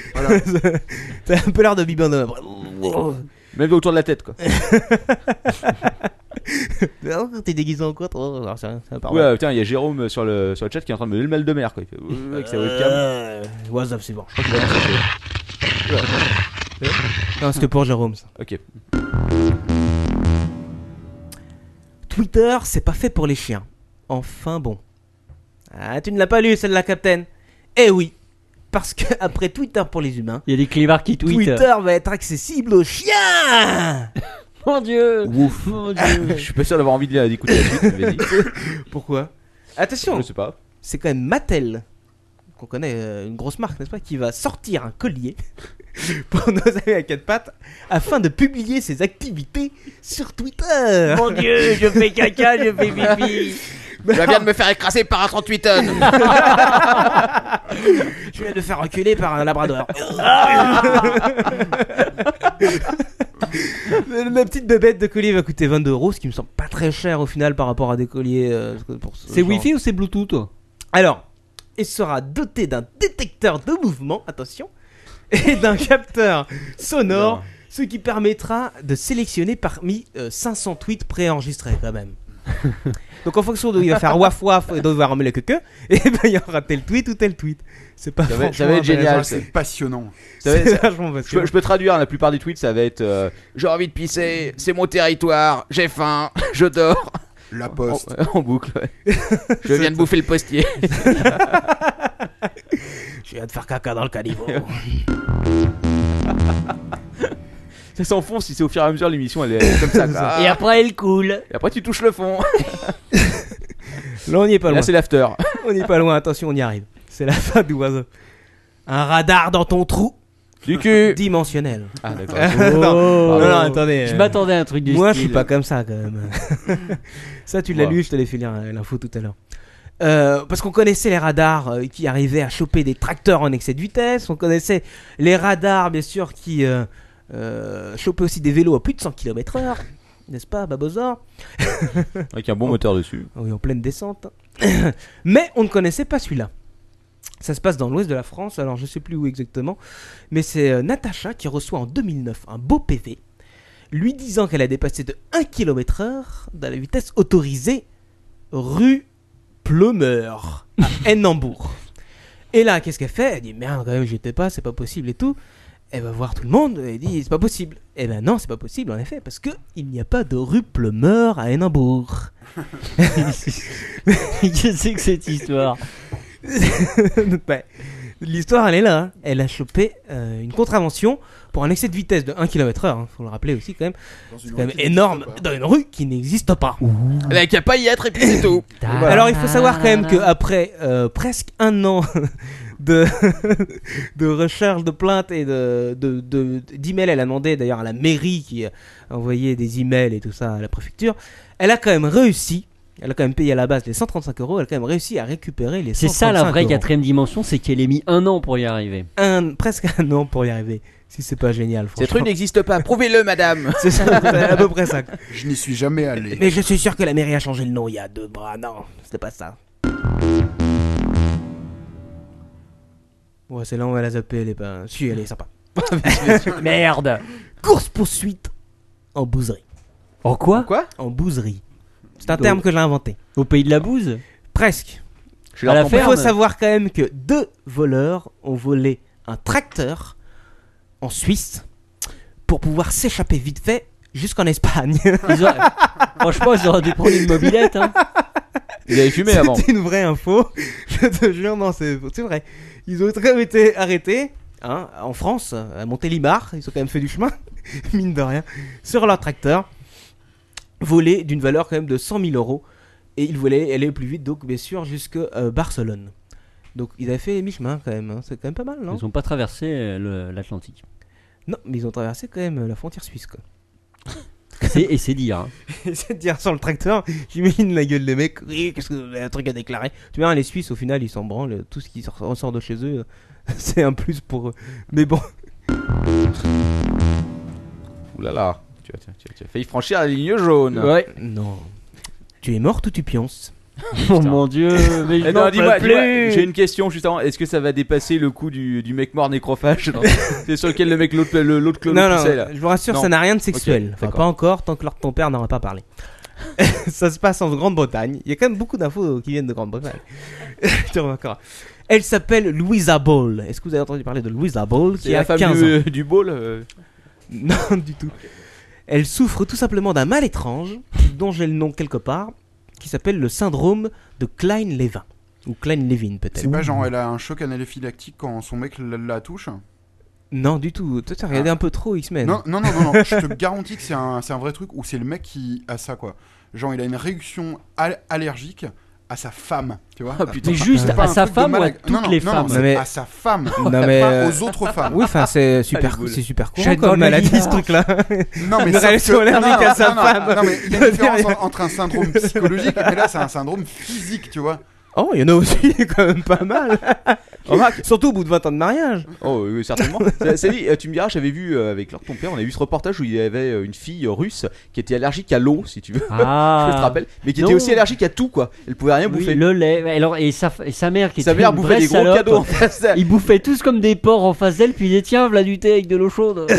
S5: *laughs*
S4: Voilà.
S5: T'as un peu l'air de Bibi en homme.
S1: Même autour de la tête, quoi.
S5: Eh, Alors, *laughs* T'es déguisé en quoi, toi Alors, c'est un- c'est un pardon.
S1: Ouais, putain, il y a Jérôme sur le, sur le chat qui est en train de me donner le mal de mer, quoi. Il fait, euh, avec sa
S5: Euh,
S1: webcam.
S5: What's up, c'est bon. Je
S1: crois qu'il a lancé.
S5: Ouais. Non, c'était pour Jérôme, ça.
S1: Ok.
S5: Twitter, c'est pas fait pour les chiens. Enfin bon. Ah, tu ne l'as pas lu celle-là, Captain Eh oui Parce que après Twitter pour les humains,
S3: Il y a des clivards qui tweetent.
S5: Twitter va être accessible aux chiens
S3: Mon dieu
S1: Ouf.
S3: Mon dieu
S1: Je suis pas sûr d'avoir envie de la- d'écouter la suite, mais vas-y.
S5: Pourquoi Attention
S1: Je sais pas.
S5: C'est quand même Mattel, qu'on connaît, euh, une grosse marque, n'est-ce pas, qui va sortir un collier *laughs* pour nos amis à quatre pattes afin de publier ses activités sur Twitter.
S17: Mon Dieu, je fais caca, je fais pipi.
S5: Mais
S14: Je viens de
S5: non,
S14: me faire écraser par un 38 tonnes.
S5: je viens de faire reculer par un *laughs* labrador. Ma petite bébête de collier va coûter 22 euros, ce qui me semble pas très cher au final par rapport à des colliers. euh, pour ce
S3: C'est
S5: genre.
S3: Wi-Fi ou c'est Bluetooth
S5: Alors, il sera doté d'un détecteur de mouvement, attention, et d'un capteur sonore, ce qui permettra de sélectionner parmi euh, 500 tweets préenregistrés quand même. Donc en fonction d'où il va faire waf waf et d'où il va remuer le queue, *laughs* et ben il y aura tel tweet ou tel tweet. C'est pas
S1: Ça va, ça
S5: franchement
S1: va être génial.
S5: intéressant.
S1: ça.
S4: passionnant.
S1: Ça va-
S5: C'est
S1: ça-
S5: vachement
S1: je, peux-
S5: passionnant.
S1: je peux traduire hein, la plupart des tweets, ça va être euh,
S14: J'ai envie de pisser, c'est mon territoire, j'ai faim, je dors.
S4: La
S5: Oh,
S4: poste.
S1: *laughs* En, en boucle. ouais.
S14: Je viens de bouffer le postier.
S5: Je viens de faire caca dans le *laughs* caniveau.
S1: Ça s'enfonce si c'est au fur et à mesure de l'émission, elle est comme ça. quoi.
S3: *laughs* Et après, elle coule.
S1: Et après, tu touches le fond.
S5: Là on n'y est pas
S1: Là,
S5: loin.
S1: c'est l'after.
S5: On n'est pas loin, attention, on y arrive. C'est la fin du oiseau. Un radar dans ton trou.
S1: Du cul.
S5: Dimensionnel.
S1: Ah, d'accord.
S5: non, non,
S3: Oh.
S5: non, attendez.
S3: Je
S5: euh,
S3: m'attendais à un truc du
S5: Moi,
S3: style.
S5: je suis pas comme ça, quand même.
S3: *laughs*
S5: *laughs* ça, tu l'as
S3: Ouais.
S5: lu, je te l'ai fait lire euh, l'info tout à l'heure. Euh, parce qu'on connaissait les radars euh, qui arrivaient à choper des tracteurs en excès de vitesse. On connaissait les radars, bien sûr, qui euh, euh, chopaient aussi des vélos à plus de 100 km/h. N'est-ce pas, Babozor
S1: Avec un bon moteur dessus.
S5: Oui, en pleine descente. *coughs* mais on ne connaissait pas celui-là. Ça se passe dans l'ouest de la France, alors je sais plus où exactement, mais c'est euh, Natacha qui reçoit en 2009 un beau PV lui disant qu'elle a dépassé de 1 km heure dans la vitesse autorisée rue Plumeur à Hennambourg. Et là, qu'est-ce qu'elle fait Elle dit merde, quand même, j'y étais pas, c'est pas possible et tout. Elle va voir tout le monde et elle dit c'est pas possible. Eh ben non, c'est pas possible en effet, parce que il n'y a pas de rue Plumeur à Hennambourg.
S3: *laughs*
S5: Qu'est-ce que cette histoire Ouais. L'histoire, elle est là. hein. Elle a chopé euh, une contravention pour un excès de vitesse de 1 km/h. hein. faut le rappeler aussi, quand même. C'est quand même énorme dans une rue qui n'existe pas.
S1: Là, qu'il n'y a pas à y être et puis c'est tout.
S3: Ah
S5: Alors il faut savoir quand même qu'après euh, presque un an *laughs* de, de recherche, de plaintes et de, de, de- d'emails, elle a demandé d'ailleurs à la mairie qui a envoyé des emails et tout ça à la préfecture, elle a quand même réussi, elle a quand même payé à la base les 135 euros, elle a quand même réussi à récupérer les
S3: C'est
S5: 135
S3: ça la vraie
S5: euros.
S3: quatrième dimension, c'est qu'elle ait mis un an pour y arriver.
S5: Un, presque un an pour y arriver. Si c'est pas génial,
S1: Ces trucs
S5: *laughs* franchement.
S1: n'existent pas. Prouvez-le, madame.
S5: C'est ça, c'est à peu près ça.
S4: Je n'y suis jamais allé.
S5: Mais je suis sûr que la mairie a changé le nom il y a deux bras. Non, c'était pas ça. Ouais, celle-là, on va la zapper, elle est pas. Si, elle est sympa.
S3: Merde
S5: Course-poursuite en bouserie.
S3: En quoi
S1: Quoi
S5: En bouserie. C'est un terme que j'ai inventé.
S3: Au pays de la bouse
S5: Presque.
S3: Chez leur À la
S5: Il
S3: campagne.
S5: faut
S3: ferme
S5: savoir quand même que deux voleurs ont volé un tracteur en Suisse pour pouvoir s'échapper vite fait jusqu'en Espagne.
S3: Ils auraient- Franchement, ils auraient dû prendre une mobilette. Hein.
S1: Ils avaient fumé
S5: C'est
S1: avant.
S5: une vraie info. *laughs* Je te jure, non, c'est c'est vrai. Ils ont quand même été arrêtés hein, en France, à Montélimar. Ils ont quand même fait du chemin, *laughs* mine de rien, sur leur tracteur, volé d'une valeur quand même de 100 000 euros. Et ils voulaient aller plus vite, donc bien sûr, jusque euh, Barcelone. Donc ils avaient fait mi-chemin quand même. hein. C'est quand même pas mal, non
S3: Ils n'ont pas traversé euh, le- l'Atlantique.
S5: Non, mais ils ont traversé quand même euh, la frontière suisse, quoi.
S3: C'est- Et c'est dire. hein.
S5: *laughs* C'est de dire sur le tracteur, j'imagine la gueule des mecs, oui, qu'est-ce que vous avez un truc à déclarer Tu vois, hein, les Suisses, au final, ils s'en branlent, tout ce qui sort- ressort de chez eux, *laughs* euh, c'est un plus pour eux. Mais bon,
S1: Ouh là là. Tu as, tu as- tu as- tu as failli franchir la ligne jaune.
S5: Bah,
S3: Ouais.
S5: Non. tu es mort ou tu pionces
S3: *laughs* Oh mon dieu, mais je
S1: Attends,
S3: n'en
S1: Eh dis-moi,
S3: peux
S1: dis-moi,
S3: plus.
S1: j'ai une question juste avant. Est-ce que ça va dépasser le coup du, du mec mort nécrophage C'est sur lequel le mec l'autre le- l'autre clone
S5: non, non,
S1: poussait, là.
S5: je vous rassure,
S1: Non.
S5: ça n'a rien de sexuel.
S1: Ok,
S5: Enfin,
S1: d'accord.
S5: pas encore, tant que leur ton père n'en a pas parlé. *laughs* ça se passe en Grande-Bretagne. Il y a quand même beaucoup d'infos qui viennent de Grande-Bretagne. *laughs* tu remarqueras. Elle s'appelle Louisa Ball. Est-ce que vous avez entendu parler de Louisa Ball
S1: C'est
S5: qui
S1: la
S5: a
S1: femme du,
S5: 15 ans
S1: euh, du ball. euh.
S5: *laughs* Non, du tout. Elle souffre tout simplement d'un mal étrange, dont j'ai le nom quelque part, qui s'appelle le syndrome de Klein-Levin. Ou Klein-Levin peut-être.
S4: C'est pas genre, elle a un choc anaphylactique quand son mec la, la touche
S5: Non, du tout. Toi, t'as regardé un peu trop X-Men.
S4: Ah. Non, non, non,
S5: *laughs*
S4: non, non, je te garantis que c'est un, c'est un vrai truc où c'est le mec qui a ça, quoi. Genre, il a une réaction al- allergique à sa femme, tu vois.
S5: Ah, putain.
S4: C'est
S5: Mais juste
S4: pas
S5: à
S4: un
S5: sa
S4: truc de
S5: femme ou à
S4: malade.
S5: toutes
S4: Non, non,
S5: les
S4: non,
S5: femmes
S4: non,
S5: Non, mais-
S4: c'est à sa femme,
S5: *laughs* Non,
S4: pas
S5: mais-
S4: aux autres femmes.
S5: Oui, enfin, c'est super, c'est super courant
S4: J'adore
S5: comme
S4: le
S5: maladie
S4: leader.
S5: ce truc-là.
S4: Non, mais
S5: Une
S4: sauf
S5: réaction
S4: que-
S5: allergique
S4: non,
S5: à sa
S4: non, non,
S5: femme.
S4: Non, mais il y a une différence en- entre un syndrome psychologique, mais là, c'est un syndrome physique, tu vois.
S5: Oh, il y en a aussi *laughs* quand même pas mal.
S1: Remarque.
S5: Surtout au bout de 20 ans de mariage.
S1: Oh oui, oui, certainement. Ça- ça dit, euh, tu me diras, j'avais vu euh, avec leur ton père, on a vu ce reportage où il y avait euh, une fille euh, russe qui était allergique à l'eau, si tu veux.
S3: Ah.
S1: *laughs* je te rappelle, mais qui
S3: Non.
S1: était aussi allergique à tout quoi. Elle pouvait rien bouffer.
S3: Oui, le lait. Alors, et, sa, et sa mère qui
S1: Sa
S3: était
S1: mère
S3: une
S1: bouffait
S3: vraie
S1: des gros
S3: salope,
S1: cadeaux en face
S3: *laughs*
S1: d'elle.
S3: Ils bouffaient tous comme des porcs en face d'elle, puis ils disaient tiens, v'là du thé avec de l'eau chaude.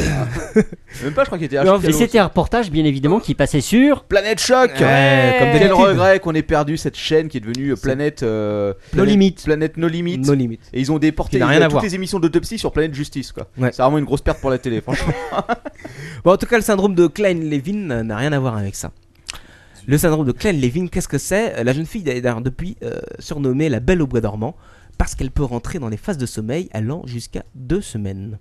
S1: Même pas, je crois qu'elle était
S3: Non,
S1: allergique. à
S3: et
S1: l'eau.
S3: c'était un reportage, bien évidemment, qui passait sur.
S1: Planète Choc
S3: Ouais, comme
S1: Quel
S3: d'habitude.
S1: regret qu'on ait perdu cette chaîne qui est devenue euh, Planète euh,
S3: No
S1: Planète-
S3: Limit.
S1: Planète No Limit.
S5: No Limit.
S1: Et ils ont déporté
S5: Qui n'a
S1: ils
S5: rien
S1: ont
S5: à
S1: toutes
S5: voir.
S1: les émissions d'autopsie sur Planète Justice quoi. C'est vraiment une grosse perte pour la télé franchement.
S5: Bon, en tout cas, le syndrome de Klein-Levin euh, n'a rien à voir avec ça. Le syndrome de Klein-Levin, qu'est-ce que c'est Euh, La jeune fille est d'ailleurs depuis euh, surnommée la Belle au bois dormant parce qu'elle peut rentrer dans des phases de sommeil allant jusqu'à deux semaines.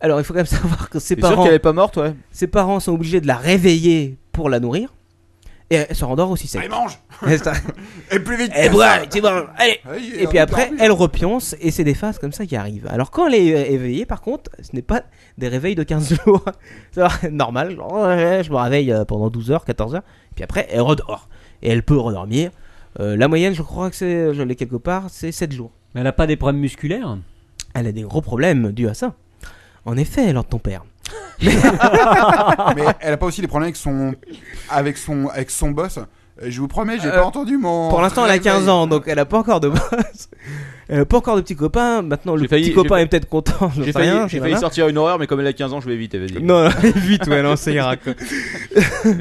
S5: Alors, il faut quand même *laughs* savoir que ses
S1: T'es sûr
S5: parents.
S1: qu'elle est pas morte, ouais.
S5: Ses parents sont obligés de la réveiller pour la nourrir. Et elle se rendort aussi sec. Elle
S4: mange
S5: Et
S4: plus vite
S5: Et tu vois, allez
S4: Allez,
S5: Eh Et puis
S4: on
S5: après,
S4: dort plus.
S5: elle repionce et c'est des phases comme ça qui arrivent. Alors quand elle est euh, éveillée, par contre, ce n'est pas des réveils de 15 *laughs* jours. C'est vrai, normal, genre, ouais, je me réveille euh, pendant 12 heures, 14 heures, puis après, elle redort. Et elle peut redormir. Euh, la moyenne, je crois que c'est, euh, je l'ai quelque part, c'est 7 jours.
S3: Mais elle a pas des problèmes musculaires hein.
S5: Elle a des gros problèmes dus à ça. En effet, alors ton père.
S4: mais elle a pas aussi des problèmes avec son avec son avec son boss
S18: Et je vous promets, j'ai
S5: Euh,
S18: pas entendu mon.
S5: Pour l'instant, elle a 15
S18: réveil.
S5: ans, donc elle a pas encore de *laughs* base. Elle a pas encore de petits copains. Maintenant, le
S1: J'ai failli-
S5: petit copain
S1: j'ai-
S5: est peut-être content. j'en
S1: J'ai
S5: sais
S1: failli,
S5: rien,
S1: j'ai
S5: c'est
S1: failli
S5: nana.
S1: sortir une horreur, mais comme elle a 15 ans, je vais éviter, vas-y.
S5: Non, non, *laughs* vite, ouais, non, ça
S1: *laughs*
S5: ira. quoi.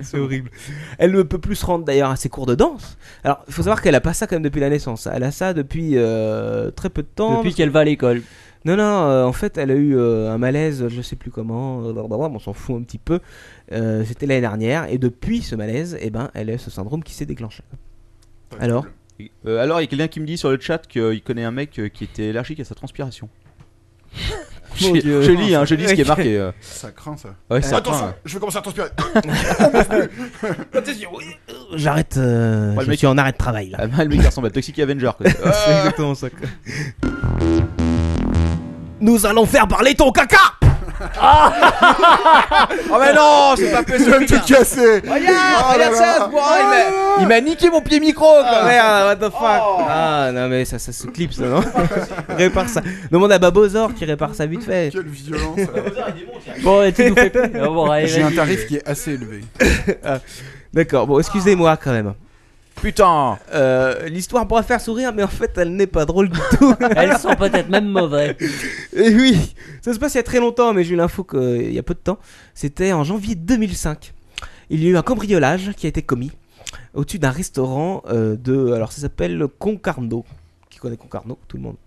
S5: C'est horrible. Elle ne peut plus se rendre d'ailleurs à ses cours de danse. Alors, il faut savoir qu'elle a pas ça quand même depuis la naissance. Elle a ça depuis euh, très peu de temps.
S3: Depuis qu'elle va à l'école.
S5: Non, non, euh, en fait, elle a eu euh, un malaise, je sais plus comment, blablabla, on s'en fout un petit peu. Euh, C'était l'année dernière, et depuis ce malaise, eh ben, elle a ce syndrome qui s'est déclenché. Alors
S1: Euh, alors, il y a quelqu'un qui me dit sur le chat qu'il connaît un mec euh, qui était allergique à sa transpiration. je,
S18: Mon Dieu.
S1: je lis, hein, je lis ce qui est marqué. euh.
S18: Ça craint ça.
S1: Ouais, hein. ça
S18: Attention,
S1: craint.
S18: je vais commencer à transpirer. On peut plus. Attention.
S5: J'arrête, euh,
S1: Ouais, le
S5: je
S1: mec-
S5: suis en arrêt de travail là.
S1: Ah, bah, le mec, il ressemble à Toxic Avenger. quoi.
S5: *laughs* C'est exactement ça. quoi. Nous allons faire parler ton caca
S16: Oh mais non, c'est pas possible.
S18: Je vais tout casser.
S14: Oh
S16: Regarde, regarde ça, ce bourrin, il m'a-
S5: Il m'a niqué mon pied micro quoi. Ah, Merde, what the fuck Ah non mais ça, ça se clip ça non *laughs* Répare ça. Demande à Babozor qui répare ça vite fait.
S18: Quelle violence.
S3: Bon, et tu nous *laughs* fais plus. Au revoir, allez,
S18: J'ai un
S3: vas-y.
S18: tarif qui est assez élevé.
S5: Ah, D'accord, bon excusez-moi quand même. Euh,
S1: Putain
S5: L'histoire pourra faire sourire mais en fait elle n'est pas drôle du tout.
S3: Elles sont peut-être même mauvaises.
S5: Et oui, ça se passe il y a très longtemps, mais j'ai eu l'info qu'il y a peu de temps. C'était en janvier 2005. Il y a eu un cambriolage qui a été commis au-dessus d'un restaurant euh, de. Alors ça s'appelle Concarneau. Qui connaît Concarneau Tout le monde.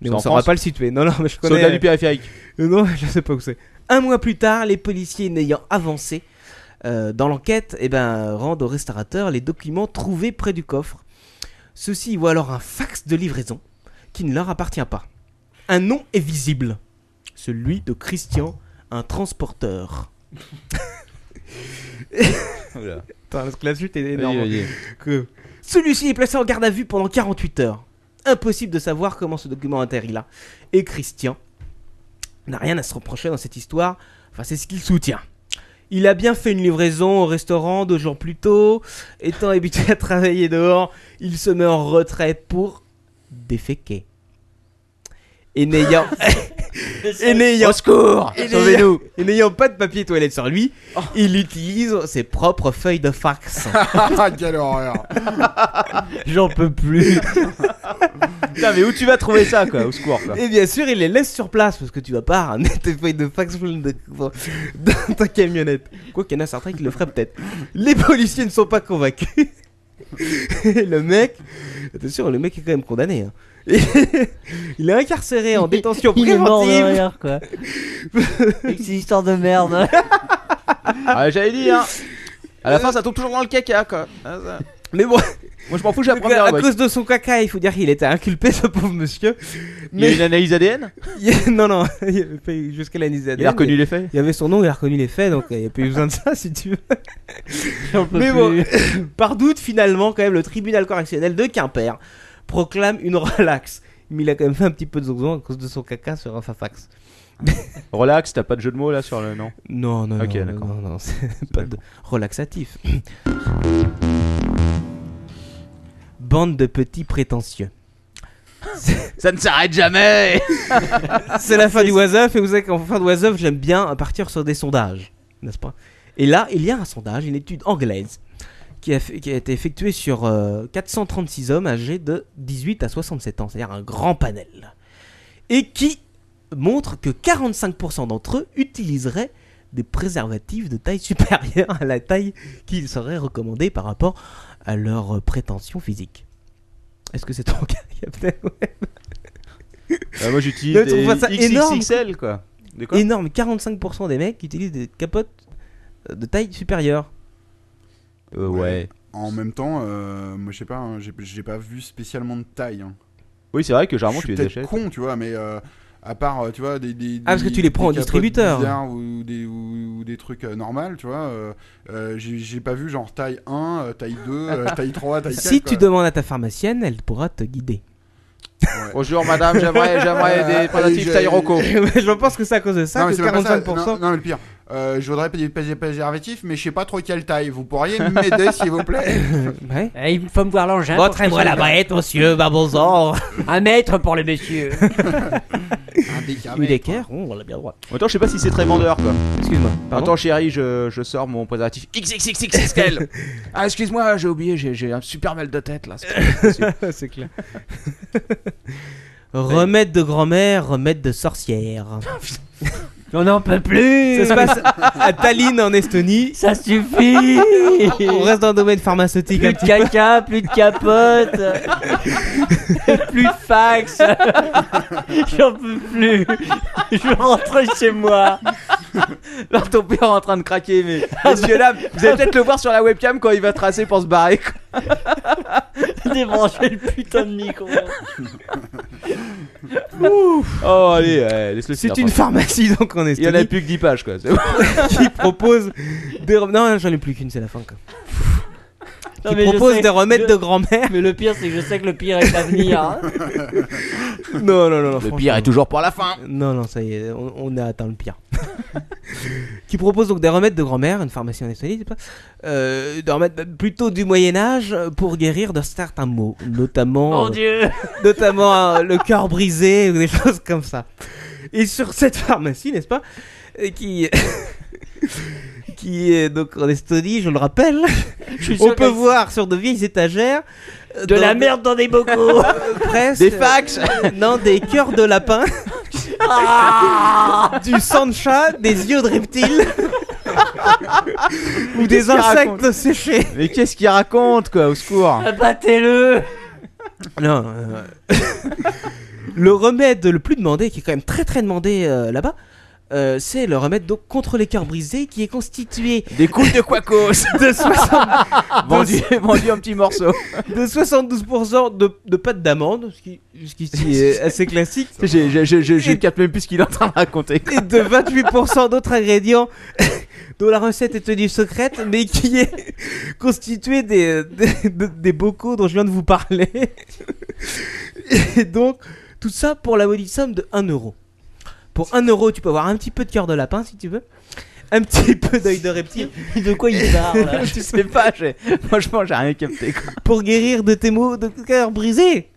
S5: Mais
S1: C'est
S5: on
S1: en
S5: ne saura
S1: France
S5: pas le situer. Non, non, mais je
S1: C'est
S5: connais.
S1: au-delà du périphérique.
S5: Euh, Non, *laughs* je sais pas où c'est. Un mois plus tard, les policiers n'ayant avancé euh, dans l'enquête, eh ben, rendent au restaurateur les documents trouvés près du coffre. Ceux-ci y voient alors un fax de livraison qui ne leur appartient pas. Un nom est visible, celui de Christian, un transporteur.
S1: Oula.
S5: Attends, parce que la chute est
S1: Vas-y,
S5: énorme.
S1: vas-y.
S5: Que- Celui-ci est placé en garde à vue pendant 48 heures. Impossible de savoir comment ce document atterrit là. Et Christian n'a rien à se reprocher dans cette histoire. Enfin, c'est ce qu'il soutient. Il a bien fait une livraison au restaurant deux jours plus tôt. Étant *laughs* habitué à travailler dehors, il se met en retraite pour déféquer.
S1: *laughs*
S5: Et n'ayant. et n'ayant.
S16: Au secours
S5: Et n'ayant-
S16: Sauvez-nous
S5: Et n'ayant pas de papier toilette sur lui,
S1: Oh.
S5: il utilise ses propres feuilles
S1: *laughs*
S5: de fax.
S18: Ah, Quelle horreur.
S5: J'en peux plus.
S1: Putain, mais où tu vas trouver ça, quoi Au secours, quoi.
S5: Et bien sûr, il les laisse sur place parce que tu vas pas ramener tes feuilles de fax full de- dans ta camionnette. Quoi qu'il y en a certains qui le feraient peut-être. Les policiers ne sont pas convaincus. Et le mec, attention, le mec est quand même condamné. hein. Et- Il est incarcéré en détention
S3: *laughs* Il est mort de
S5: préventive.
S3: rire, quoi.
S5: *laughs*
S3: Avec ces histoires de merde. hein.
S1: Ah, j'avais dit, hein. À la fin, ça tombe toujours dans le caca, quoi. Ah, ça-
S5: Mais bon,
S1: Moi, je m'en fous, j'ai la
S5: donc,
S1: première
S5: à
S1: rubrique.
S5: cause de son caca, il faut dire qu'il était inculpé, ce pauvre monsieur.
S1: Il y a
S5: Mais
S1: une analyse ADN
S5: Il y a- Non, *laughs* non, il y avait pas eu- jusqu'à l'analyse ADN.
S1: Il a reconnu
S5: mais
S1: les faits
S5: Il y avait son nom, il a reconnu les faits, donc euh, il n'y a pas eu besoin de ça si tu veux.
S3: J'en peux
S5: Mais bon,
S3: plus.
S5: *laughs* par doute, finalement, quand même, le tribunal correctionnel de Quimper proclame une relaxe. Mais il a quand même fait un petit peu de zonzon à cause de son caca sur un fafax.
S1: Relax, t'as pas de jeu de mots là sur le nom
S5: Non, non,
S1: Ok,
S5: non,
S1: d'accord.
S5: non, non, c'est pas de relaxatif. *coughs* Bande de petits prétentieux.
S1: Ça ne s'arrête jamais
S5: *laughs* C'est la fin du Wasaf et vous savez qu'en fin de Wasaf, j'aime bien partir sur des sondages, n'est-ce pas Et là, il y a un sondage, une étude anglaise qui a, fait- qui a été effectuée sur euh, 436 hommes âgés de 18 à 67 ans, c'est-à-dire un grand panel, et qui montre que 45% d'entre eux utiliseraient des préservatifs de taille supérieure à la taille qui serait recommandée par rapport à leurs euh, prétentions physiques. Est-ce que c'est *laughs* ton cas, Captain
S1: Bah, Moi, j'utilise
S5: Non, mais tu trouves pas ça
S1: des
S5: énorme,
S1: XXXL, quoi. De quoi
S5: énorme, 45% des mecs utilisent des capotes euh, de taille supérieure.
S1: Euh, Ouais.
S18: En même temps, euh, moi je sais pas, hein, j'ai- j'ai pas vu spécialement de taille. hein.
S1: Oui, c'est vrai que généralement,
S18: je
S1: tu
S18: suis
S1: les
S18: peut-être
S1: achètes.
S18: con, tu vois, mais euh, à part, euh, tu vois, des, des-
S5: Ah, parce que
S18: des-
S5: tu les prends
S18: des
S5: au
S18: capotes
S5: distributeur.
S18: bizarres ou des, ou- ou des trucs euh, normaux, tu vois. euh, euh, j'ai j'ai pas vu genre taille 1, euh, taille 2,
S5: *laughs*
S18: euh, taille 3,
S4: Ah,
S18: taille 4.
S5: Si tu
S18: quoi.
S5: demandes à ta pharmacienne, elle pourra te guider.
S1: Bonjour madame, j'aimerais, j'aimerais
S18: Euh,
S1: des préservatifs
S18: j'ai-
S1: taille Rocco.
S5: Je pense que c'est à cause de ça
S18: Non, mais
S5: que
S18: c'est même pas ça. Non,
S5: 45%.
S18: non, mais le pire. Euh, je voudrais payer des préservatifs, mais je sais pas trop quelle taille. Vous pourriez m'aider, s'il vous
S5: *laughs*
S18: plaît
S5: Ouais.
S3: Eh, Il faut me voir l'engin.
S5: Ah, Montrez-moi la baguette, monsieur Babozor.
S3: Un mètre pour le monsieur.
S5: Udecker, on l'a bien droit.
S1: Attends, je sais pas si c'est très vendeur quoi.
S5: Excuse-moi. pardon
S1: Attends, chérie, je, je sors mon préservatif XXXXXL. ah, excuse-moi, j'ai oublié, j'ai j'ai un super mal de tête là.
S5: C'est clair. Remède de grand-mère, remède de sorcière.
S3: *laughs* On n'en peut plus
S5: Ça se passe à Tallinn en Estonie.
S3: Ça
S5: *laughs*
S3: suffit
S5: On reste dans le domaine pharmaceutique un
S3: Plus de
S5: petit peu.
S3: caca, plus de capote, plus de fax. *laughs* J'en peux plus. Je veux rentrer chez moi.
S14: Alors ton père est en train de craquer, mais messieurs là, vous allez peut-être le voir sur la webcam quand il va tracer pour se barrer. quoi.
S3: Débrancher le putain de micro.
S1: Oh, allez, euh, laisse-le
S5: C'est
S1: finir,
S5: une
S1: pardon.
S5: pharmacie donc en
S1: Il y en a
S5: Estonie
S1: plus que 10 pages quoi. C'est bon.
S5: qui propose des rem- Non, j'en ai plus qu'une, c'est la fin. Quoi.
S3: Non,
S5: Qui
S3: mais je
S5: propose
S3: sais-
S5: des remèdes
S3: je-
S5: de grand-mère.
S3: Mais le pire, c'est que je sais que le pire est à venir. hein.
S5: Non, non, non, non.
S1: *laughs* Le pire est toujours pour la fin.
S5: Non, non, ça y est, on, on a atteint le pire. *laughs* qui propose donc des remèdes de grand-mère, une pharmacie en Estonie, c'est pas euh, Des remèdes bah, plutôt du Moyen-Âge pour guérir de certains maux, notamment,
S3: Mon
S5: euh,
S3: Oh, dieu.
S5: notamment euh, le cœur brisé ou des *laughs* choses comme ça. Et sur cette pharmacie, n'est-ce pas euh, Qui. *laughs* qui est donc en Estonie, je le rappelle.
S3: Je suis
S5: On
S3: sûr
S5: peut
S3: que-
S5: voir sur de vieilles étagères. euh,
S3: De
S5: dans
S3: la merde dans des bocaux.
S5: Presque.
S14: Des fax
S5: *laughs* Non, des cœurs de lapin,
S3: Ah
S5: du sang de chat, des yeux de reptile. Ou des insectes séchés.
S1: Mais qu'est-ce qu'il raconte quoi, au secours
S3: Battez-le.
S5: Non. euh, *laughs* le remède le plus demandé, qui est quand même très très demandé euh, là-bas, euh, c'est le remède donc, contre les cœurs brisés, qui est constitué
S1: Des couilles de *laughs* Quacos
S5: de, soixante-
S1: vendu, vendu en petits morceaux.
S5: de 72% de, de pâte d'amande, ce qui, ce qui ici est assez classique,
S1: J'ai- j'ai- j'ai- j'ai- Je capte même plus ce qu'il est en train de raconter.
S5: et de 28% d'autres ingrédients *laughs* dont la recette est tenue secrète, mais qui est constituée des, des, de- des bocaux dont je viens de vous parler. Et donc, tout ça pour la modique somme de 1 euro. Pour 1 euro, tu peux avoir un petit peu de cœur de lapin si tu veux, un petit *laughs* peu d'œil de reptile,
S3: De quoi il parle là
S1: Je sais pas, j'ai- franchement, j'ai rien capté. quoi.
S5: pour guérir de tes maux de cœur brisé.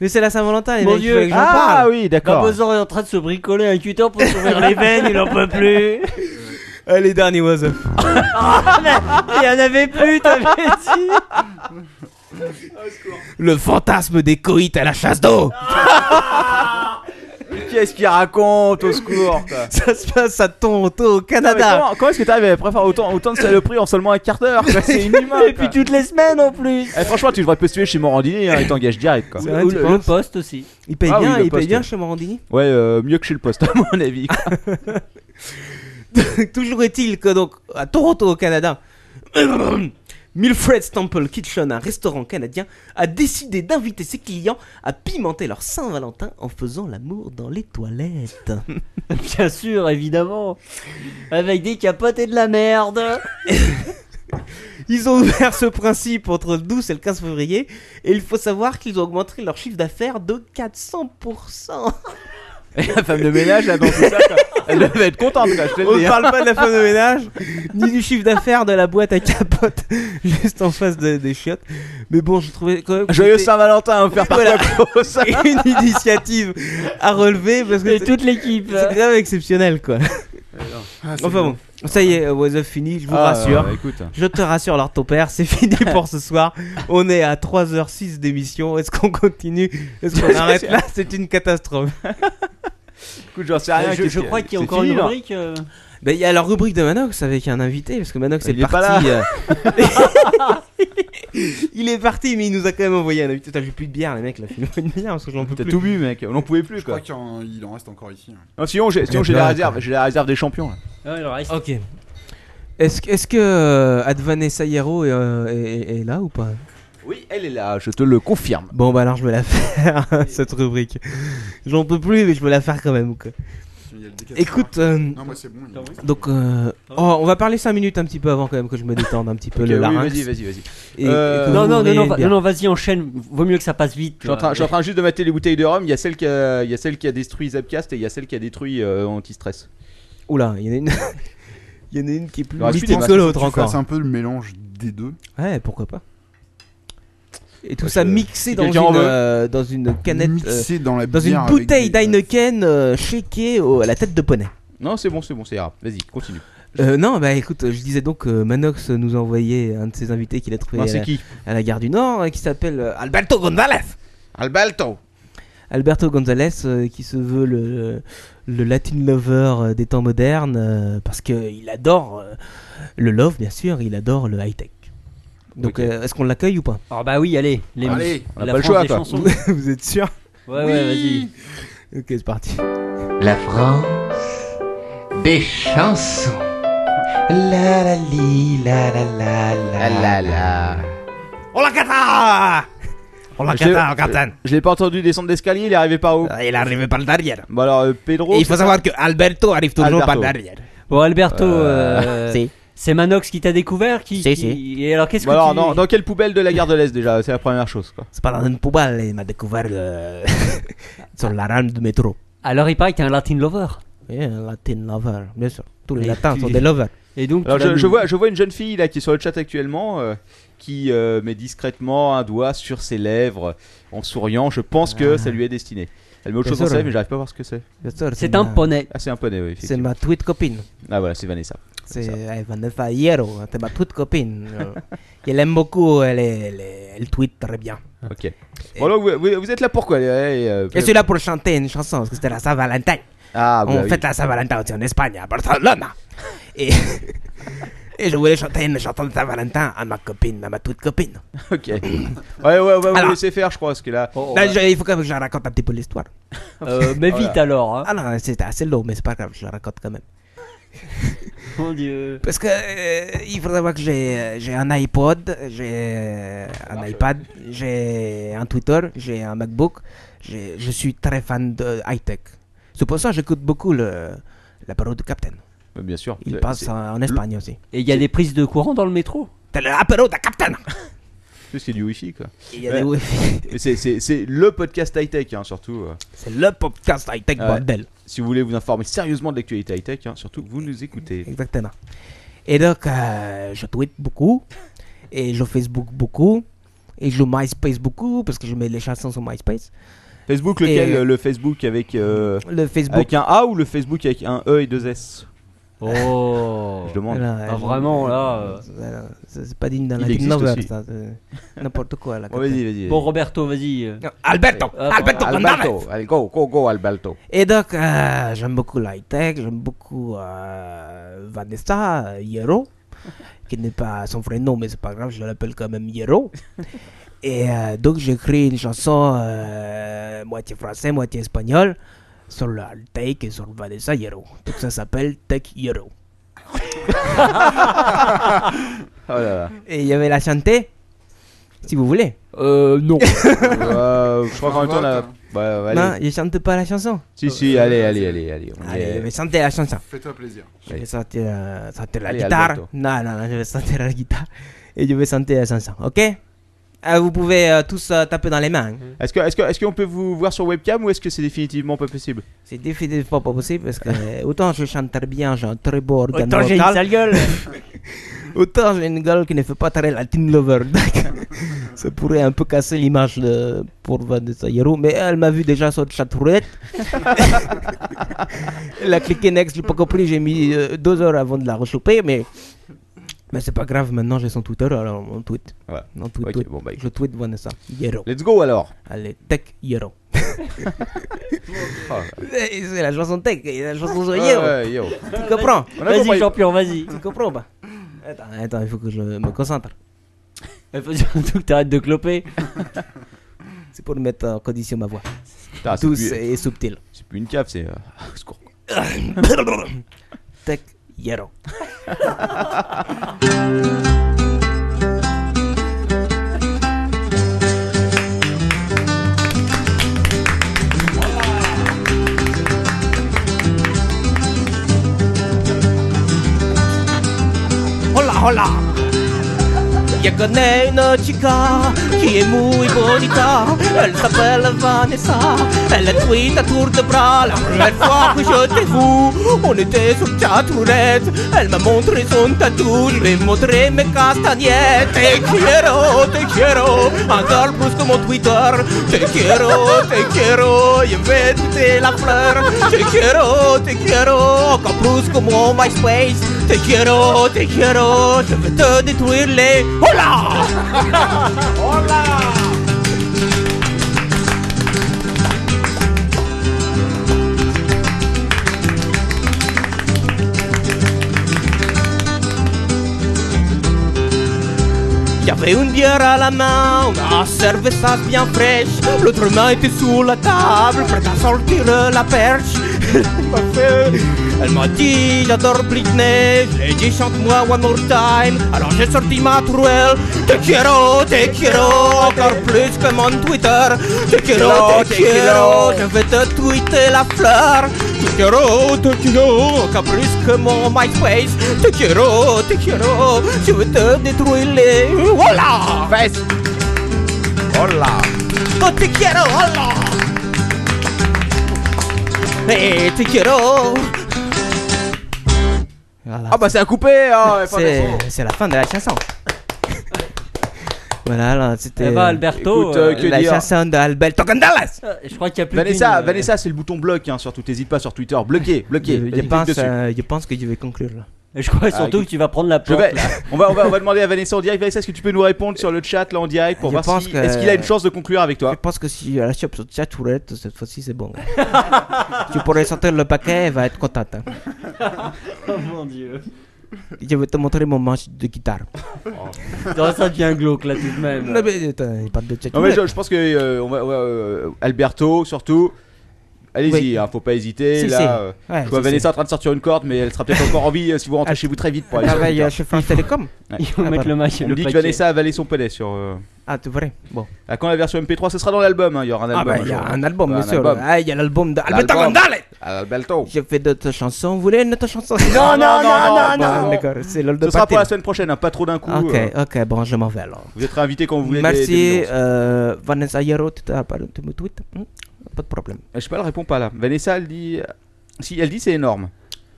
S5: Mais c'est la Saint-Valentin, les
S3: Mon
S5: mecs, il
S3: Dieu.
S5: fallait que j'en
S1: Ah
S5: parle.
S1: oui,
S3: Bah,
S1: d'accord.
S3: Bozor est en train de se bricoler un cutter pour
S1: *laughs*
S3: s'ouvrir les veines, il en peut plus. Ah,
S5: Allez, dernier
S3: *laughs*
S5: was up.
S3: Il y en avait plus, t'avais dit.
S5: Le fantasme des coïts à la chasse d'eau.
S1: Qu'est-ce qu'il raconte, au secours quoi.
S5: Ça se passe à Toronto, au
S1: Non, mais
S5: Canada.
S3: Ah,
S1: comment comment est-ce que t'arrives à préparer autant, autant de saloperies en seulement un quart d'heure quoi *laughs* C'est inhumain.
S3: Et
S1: quoi.
S3: puis toutes les semaines en plus.
S1: Eh, franchement, tu devrais postuler chez Morandini hein, et t'engages direct quoi.
S5: C'est vrai,
S3: Ou
S5: tu
S3: le,
S5: penses
S3: le poste aussi.
S5: Il paye
S1: Ah oui,
S5: bien,
S1: le
S5: il paye
S1: poste.
S5: bien chez Morandini.
S1: Ouais, euh, mieux que chez le poste, à mon avis. quoi.
S5: *laughs* Toujours est-il que donc à Toronto au Canada, *clears throat* Milfred Temple Kitchen, un restaurant canadien, a décidé d'inviter ses clients à pimenter leur Saint-Valentin en faisant l'amour dans les toilettes.
S3: Bien sûr, évidemment. Avec des capotes et de la merde.
S5: Ils ont *laughs* ouvert ce principe entre le 12 et le 15 février et il faut savoir qu'ils ont augmenté leur chiffre d'affaires de 400%.
S1: Et la femme de ménage, là, dans tout ça, quoi, elle devait être contente, quoi, je te
S5: On
S1: le
S5: ne
S1: dis. hein.
S5: parle pas de la femme de ménage, ni du chiffre d'affaires de la boîte à capote *laughs* juste en face de- des chiottes. Mais bon, je trouvais quand même que
S1: Joyeux
S5: c'était
S1: Saint-Valentin, offert par
S5: Voilà.
S1: Quacos.
S5: *laughs* une initiative à relever parce que
S3: Et
S5: c'est-
S3: toute l'équipe.
S5: c'est grave exceptionnel quoi.
S18: Ah, c'est
S5: Enfin bon, ça y est, was up fini, je vous
S1: Ah,
S5: rassure.
S1: bah, écoute.
S5: Je te rassure, alors ton père, c'est *laughs* fini pour ce soir. On est à 3h06 d'émission. Est-ce qu'on continue Est-ce *laughs* qu'on arrête là C'est une catastrophe.
S1: Écoute, j'en sais rien.
S3: je,
S1: qu'est-ce
S3: je crois
S1: que-
S3: qu'il y
S1: c'est
S3: a encore
S1: fini,
S3: une
S1: là.
S3: rubrique. euh,
S5: Ben, il y a la rubrique de Manox avec un invité, parce que Manox
S1: Il
S5: est
S1: est pas
S5: parti. euh, il est parti, mais il nous a quand même envoyé un invité. Putain, j'ai plus de bière, les mecs, là, fais-moi une bière, parce que j'en peux
S1: *laughs* T'as
S5: plus.
S1: tout bu, mec. On n'en pouvait plus,
S18: Je crois
S1: quoi.
S18: qu'il en- il en reste encore ici. hein.
S1: Non, sinon, j'ai sinon, j'ai
S5: plein,
S1: la réserve. J'ai la réserve des champions. là.
S3: Ah ouais, le
S1: Oh,
S3: reste.
S5: Ok. Est-ce que, est-ce que euh, Advanessa Hierro est, euh, est- est- est là ou pas
S1: Oui, elle est là, je te le confirme.
S5: Bon, bah alors je vais la *laughs* faire, cette rubrique. J'en peux plus, mais je vais la faire quand même. quoi.
S18: Il y a le décathlon.
S5: Écoute, euh,
S18: Non, moi c'est bon. il en reste.
S5: donc, euh, oh, on va parler 5 minutes un petit peu avant quand même que je me détende un petit peu
S1: Ok,
S5: le
S1: oui,
S5: larynx.
S1: vas-y, vas-y, vas-y.
S5: Et- et
S1: Euh,
S5: que
S3: Non, non,
S5: vous
S3: non,
S5: ouvrez
S3: non,
S5: une
S3: va-
S5: bière.
S3: non, vas-y, enchaîne. Vaut mieux que ça passe vite. euh.
S1: Je suis, en train, je suis en train juste de mater les bouteilles de rhum. Il y a celle qui a, il y a, celle qui a détruit Zapcast et il y a celle qui a détruit euh, Antistress.
S5: Oula, il y en a une. *laughs* Il y en a une qui est plus
S1: Il
S4: bah,
S1: aurait pu
S5: mythique
S1: des
S5: que
S1: masses,
S5: l'autre
S18: Tu fasses
S5: encore.
S18: un peu le mélange des deux.
S5: Ouais, pourquoi pas. Et tout ça mixé dans une,
S18: quelqu'un en veut
S5: euh, dans une canette, euh,
S18: Mixé dans la bière
S5: une
S18: avec
S5: bouteille
S18: des-
S5: d'Heineken euh, shakée au- à la tête de poney.
S14: Non, c'est bon, c'est bon, c'est ira. Vas-y, continue.
S5: Euh, non, bah écoute, je disais donc euh, Manox nous a envoyé un de ses invités qu'il a trouvé
S14: Non,
S5: à,
S14: c'est
S5: la-
S14: qui
S5: à la gare du Nord, euh, qui s'appelle euh, Alberto Gonzalez. Alberto. Alberto Gonzalez, euh, qui se veut le, le Latin lover euh, des temps modernes, euh, parce qu'il adore euh, le love, bien sûr, il adore le high-tech. Donc, euh, est-ce qu'on l'accueille ou pas
S3: Ah bah oui, allez, les
S5: Allez,
S3: la France des chansons.
S1: *laughs*
S5: Vous êtes sûr
S3: Ouais, ouais, vas-y.
S5: Ok, c'est parti.
S16: La France des chansons. La la li, la la la la la la.
S1: Oh,
S5: On la cata On la
S1: Je l'ai-
S5: cata, on cata.
S1: Je l'ai pas entendu descendre l'escalier, il est arrivé par où
S5: Ah, Il est arrivé par derrière.
S1: Bon alors, euh, Pedro.
S5: Et il faut
S1: c'est
S5: savoir
S1: ça
S5: que Alberto arrive toujours
S1: Alberto.
S5: par derrière.
S3: Bon, Alberto,
S1: Euh,
S3: euh,
S1: si.
S3: c'est Manox qui t'a découvert qui,
S5: Si,
S3: qui-
S5: si.
S3: Et alors, qu'est-ce
S1: Bon,
S3: que
S1: Bah alors,
S3: tu...
S1: dans, dans quelle poubelle de la gare de l'Est déjà C'est la première chose quoi.
S5: C'est pas dans une poubelle, il m'a découvert euh, *laughs* sur la rame du métro.
S3: Alors, il paraît que t'es un Latin lover.
S5: Oui, un Latin lover, bien sûr. Tous les
S3: Et
S5: latins
S3: tu-
S5: sont des lovers.
S3: Et donc,
S1: Alors je, je vois, je vois une jeune fille là qui est sur le chat actuellement euh, qui euh, met discrètement un doigt sur ses lèvres en souriant. Je pense
S5: Ah.
S1: que ça lui est destiné. Elle met autre
S5: Bien
S1: chose dans
S5: sûr.
S1: sa lèvre, mais j'arrive pas à voir ce que c'est.
S5: Bien sûr,
S3: C'est un
S5: ma-
S3: poney.
S1: Ah, c'est un poney, oui.
S5: C'est
S1: effectivement.
S5: ma tweet copine.
S1: Ah, voilà, c'est Vanessa.
S5: C'est oh, elle va Vanessa Hierro, c'est ma tweet copine. Euh, elle aime beaucoup, elle, est- elle, est- elle tweet très bien.
S1: Ok. Bon, alors, vous, vous- vous êtes là pourquoi
S5: Je suis Ah. là pour chanter une chanson, parce que c'était la Saint-Valentin.
S1: euh, Ah, bah
S5: On
S1: oui.
S5: fête la Saint-Valentin aussi en Espagne, à Barcelone. Et, et je voulais chanter une chanson de Saint-Valentin à ma copine, à ma toute copine.
S1: *laughs* Ok. Ouais, ouais, ouais, vous
S5: Alors- Oh,
S1: laissez faire, je crois, parce que là.
S5: Là, je- il faut quand même que je la raconte un petit peu l'histoire.
S1: Euh, mais vite, *laughs* Voilà.
S3: alors. hein.
S5: Ah non, c'était assez long, mais c'est pas grave, je la raconte quand même.
S3: Mon dieu.
S5: Parce que euh, il faut savoir que j'ai euh, j'ai un iPod, j'ai euh, un iPad, j'ai un Twitter, j'ai un MacBook. J'ai- Je suis très fan de high-tech. C'est pour ça que j'écoute beaucoup le, la parole du Captain.
S1: Bah, Bien sûr.
S5: Il
S1: C'est-
S5: passe
S1: c'est-
S5: en, en Espagne aussi.
S3: Et il y a des prises de courant dans le
S1: *laughs*
S3: métro
S5: T'as l'apéro de Captain
S1: c'est- C'est du wifi quoi.
S5: Il y a
S1: Ouais.
S5: des wifi. *laughs*
S1: Mais c'est- C'est c'est le podcast high-tech, hein, surtout. euh.
S5: C'est le podcast high-tech,
S1: Ouais.
S5: bordel.
S1: Si vous voulez vous informer sérieusement de l'actualité high-tech, hein, surtout, vous nous écoutez.
S5: Exactement. Et donc, euh, je tweet beaucoup, et je Facebook beaucoup, et je MySpace beaucoup, parce que je mets les chansons sur MySpace.
S1: Facebook, lequel
S5: Et-
S1: euh, Le Facebook avec. euh,
S5: Le Facebook.
S1: Avec un A ou le Facebook avec un E et deux S
S3: Oh.
S1: Je demande.
S5: Voilà,
S3: Ah,
S5: je-
S3: vraiment, là, euh.
S5: Voilà, ça, C'est pas digne d'un
S1: Il
S5: Latin
S1: existe
S5: lover,
S1: aussi.
S5: ça.
S1: *laughs*
S5: c'est N'importe quoi, là.
S1: Bon, vas-y, vas-y.
S3: Bon,
S1: vas-y.
S3: Roberto, vas-y. euh.
S5: Alberto
S3: Hop,
S5: Alberto Gonzalez
S14: Alberto, allez, go, go, go, Alberto.
S5: Et donc, euh, j'aime beaucoup l'high-tech, j'aime beaucoup euh, Vanessa euh, Hierro, qui n'est pas son vrai nom, mais c'est pas grave, je l'appelle quand même
S1: *laughs*
S5: Hierro. Et euh, donc, j'écris une chanson euh, moitié français, moitié espagnol, sur le high-tech et sur Vanessa Hierro. Donc, ça s'appelle Tech Hierro.
S1: Oh là là.
S5: Et il y avait la chanter, si vous voulez.
S3: Euh, *laughs* non.
S1: Euh, je crois qu'en même temps, on a- Bah, ouais, allez.
S5: Non, il chante pas la chanson.
S1: Si, si, allez, allez, allez, allez. on
S5: Allez,
S1: est-
S5: je vais chanter la chanson.
S18: Fais-toi plaisir.
S5: Je vais sortir, euh, sortir la
S1: Allez,
S5: guitare.
S1: Alberto.
S5: Non, non, non, je vais sortir la *laughs* guitare. Et je vais chanter la chanson, ok Euh, Vous pouvez euh, tous euh, taper dans les mains.
S1: Est-ce que, est-ce que, est-ce qu'on peut vous voir sur webcam ou est-ce que c'est définitivement pas possible
S5: C'est définitivement pas possible parce que euh, autant je chante très bien, j'ai un très beau organe
S3: Autant j'ai une
S5: vocal,
S3: sale *laughs* gueule.
S5: autant j'ai une gueule qui ne fait pas très Latin lover. *laughs* Donc, ça pourrait un peu casser l'image de pour Vanessa Hierro, mais elle m'a vu déjà sur le chat
S1: *laughs*
S5: roulette. elle a cliqué next, j'ai pas compris, j'ai mis euh, deux heures avant de la rechoper, mais mais c'est pas grave, maintenant j'ai son Twitter, alors on tweet.
S1: Ouais.
S5: On tweet,
S1: Ok,
S5: tweet.
S1: bon, bah,
S5: je tweet Vanessa Hierro.
S1: Let's go alors
S5: Allez, tech Hierro.
S1: *laughs* Ah,
S5: Et c'est la chanson tech, et la chanson sur
S1: ouais,
S5: Hierro.
S1: ouais, yo.
S5: Tu comprends
S1: On a compris.
S3: Vas-y, champion, vas-y.
S5: Tu comprends pas Attends, attends, il faut que je me concentre.
S3: *laughs* Il faut surtout que t'arrêtes de cloper.
S5: C'est pour mettre en condition ma voix.
S1: Putain, c'est,
S5: Douce
S1: plus,
S5: et subtile.
S1: c'est plus une cave, c'est. euh, ah, au secours.
S5: Tech Hierro. Hola, hola. Je connais une chica qui est muy bonita. Elle s'appelle Vanessa. Elle tweet à e tour de bras la première fois que je t'ai vu. On était sur chatroulette. Elle m'a montré son tatou. Je lui ai montré mes castagnettes. Te quiero, te quiero, andar plus que mon Twitter. Te quiero, te quiero, je vais goûter la fleur. Te quiero, te quiero, encore plus que mon MySpace. Te quiero, te quiero, je vais te détruire les. Hola! J'avais une bière à la main, un cerveza bien fraîche. L'autre main était sous la table, prête à sortir la perche. *laughs* Elle m'a dit, j'adore Britney. Je lui ai dit, chante-moi one more time. Alors j'ai sorti ma truelle. Te quiero, te quiero, encore plus que mon Twitter. Te quiero, te quiero, je vais te tweeter la fleur. Te quiero, te quiero, encore plus que mon MySpace. Te quiero, te quiero, je vais te détruire les. Voilà! Hola! Oh, te quiero, hola! Eh, te quiero!
S1: Ah bah c'est à couper hein, pas
S5: C'est-
S1: raison.
S5: C'est la fin de la chanson. voilà, là, c'était.
S3: Eh ben, Alberto,
S1: Écoute, euh, que
S5: la
S1: dire
S5: chanson d'Alberto Gonzalez.
S3: Euh, Je crois qu'il y a plus
S1: Vanessa,
S3: qu'une, euh,
S1: Vanessa, c'est le bouton bloc, hein, surtout. T'hésites pas sur Twitter. Bloqué, bloqué.
S5: Je, je
S1: Vas-y, clique
S5: pense,
S1: dessus.
S5: euh, je pense que je vais conclure là.
S3: *laughs* Je crois surtout
S1: Ah,
S3: que tu vas prendre la
S1: Je
S3: plante.
S1: vais-
S3: là.
S1: on, va, on, va, on va demander à Vanessa en direct. Vanessa, est-ce que tu peux nous répondre sur le chat là en direct pour
S5: Je
S1: voir
S5: pense
S1: si,
S5: que-
S1: est-ce qu'il a une chance de conclure avec toi
S5: Je pense que si elle chope sur ta tourette, cette fois-ci c'est bon. *laughs* tu pourrais sortir le paquet, elle va être contente. hein.
S3: oh mon *laughs* dieu.
S5: Je vais te montrer mon manche de guitare.
S3: Non, ça devient glauque là tout de même.
S5: Non, mais attends, il parle de
S1: Non, mais
S5: tchatourette.
S1: je, je pense que euh, on va- on va, euh, Alberto surtout. Allez-y,
S5: Oui.
S1: hein, faut pas hésiter.
S5: Si,
S1: là,
S5: si.
S1: euh,
S5: Ouais,
S1: je vois
S5: si,
S1: Vanessa en train de sortir une corde, mais elle sera peut-être encore en vie euh, si vous rentrez chez vous très vite pour aller. sur
S5: Travaille
S1: Twitter.
S5: à chez France Télécom.
S1: Ouais.
S3: Ils vont
S5: Ah,
S3: mettre
S5: pardon.
S3: le match
S1: On
S3: le
S1: me dit que
S3: paquet.
S1: Vanessa a avalé son palais sur. euh,
S5: Ah, c'est vrai. Bon.
S1: À quand la version MP3 Ce sera dans l'album. hein, Il y aura un album.
S5: Ah, bah, il y a
S1: jour.
S5: un album,
S1: Ouais,
S5: bien
S1: un
S5: sûr.
S1: album.
S5: Ah, il y a l'album d'Alberto
S1: L'album.
S5: Gonzalez.
S1: Alberto.
S5: J'ai fait d'autres chansons. Vous voulez une autre chanson
S1: Non, non, non, non,
S5: Bon,
S1: non.
S5: Ah, D'accord, c'est l'heure de
S1: Ce sera pour
S5: partir.
S1: la semaine prochaine, hein, pas trop d'un coup.
S5: Ok,
S1: euh,
S5: ok, bon, je m'en vais alors.
S1: Vous êtes invité quand vous voulez. dès-
S5: Merci,
S1: 2011.
S5: euh, Vanessa Hierro, tu, t'as pas- tu me tweets Hmm, Pas de problème.
S1: Euh, Je sais pas, elle répond pas là. Vanessa, elle dit. Si, elle dit c'est énorme.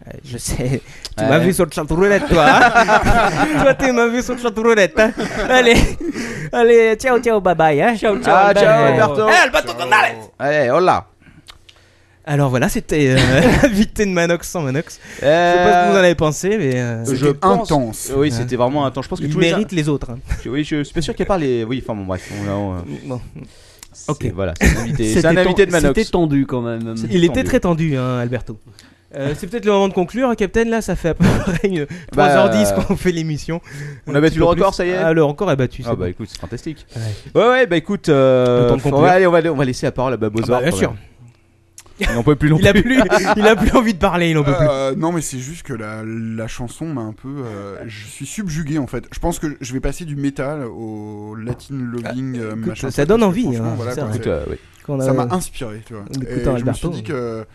S5: Euh, je sais, tu
S1: Ouais.
S5: m'as vu sur le chatroulette, toi. hein. *laughs* toi, tu m'as vu sur le
S1: *laughs*
S5: chatroulette. hein. Allez, allez, ciao, ciao, bye bye. hein.
S3: Ciao, ciao.
S1: Ah, ciao
S3: Alberto.
S1: Alberto. Allez, oh hola.
S5: Alors voilà, c'était euh, *laughs* l'invité de Manox sans Manox. Je sais pas ce que vous en avez pensé, mais euh,
S4: C'était
S1: je pense-
S4: intense.
S1: Euh, Oui, c'était vraiment intense. Je pense que
S5: il
S1: tous les
S5: mérite les,
S1: *laughs*
S5: autres. hein.
S1: Oui, je suis pas sûr qu'elle parle les. Oui, enfin bon, bref. on- on, euh,
S5: Bon.
S1: c'est-
S5: Ok.
S1: Voilà, c'est un invité, c'est
S3: C'était
S1: un
S3: ten-
S1: invité de
S3: C'était
S1: Manox.
S3: tendu quand même.
S5: Il était
S1: tendu.
S5: très tendu, hein, Alberto. Euh, c'est peut-être le moment de conclure, hein, Captain. Là, ça fait à peu *laughs* près une- 3h10
S1: Bah, euh,
S5: qu'on fait l'émission.
S1: on
S5: Un
S1: a battu
S5: petit peu
S1: le
S5: plus.
S1: record, ça y est
S5: Ah, le record est battu.
S1: Ah
S5: c'est
S1: bah
S5: bon.
S1: écoute, c'est fantastique.
S5: Ouais.
S1: Ouais, ouais, bah écoute. euh,
S5: Le temps de conclure.
S1: on va- allez, on va, on va laisser la parole à Babozor.
S5: Ah bah, bien
S1: quand
S5: sûr.
S1: même. Il n'en peut plus longtemps.
S5: Il a
S1: *laughs*
S5: plus, il a plus envie de parler, il en peut
S1: Ah,
S5: plus.
S4: Euh, non, mais c'est juste que la, la chanson m'a un peu. euh, je suis subjugué en fait. Je pense que je vais passer du métal au Latin loving euh,
S5: écoute,
S4: machin.
S5: ça
S4: truc,
S5: donne
S4: parce que
S5: envie,
S4: franchement,
S5: hein,
S4: voilà,
S5: c'est
S4: quoi,
S5: vrai.
S4: c'est-
S1: Écoute, euh, oui.
S5: Qu'on a-
S4: Ça m'a inspiré, tu vois.
S5: en
S4: Et je
S5: écoutant
S4: me
S5: Alberto,
S4: suis dit
S5: ouais.
S4: que.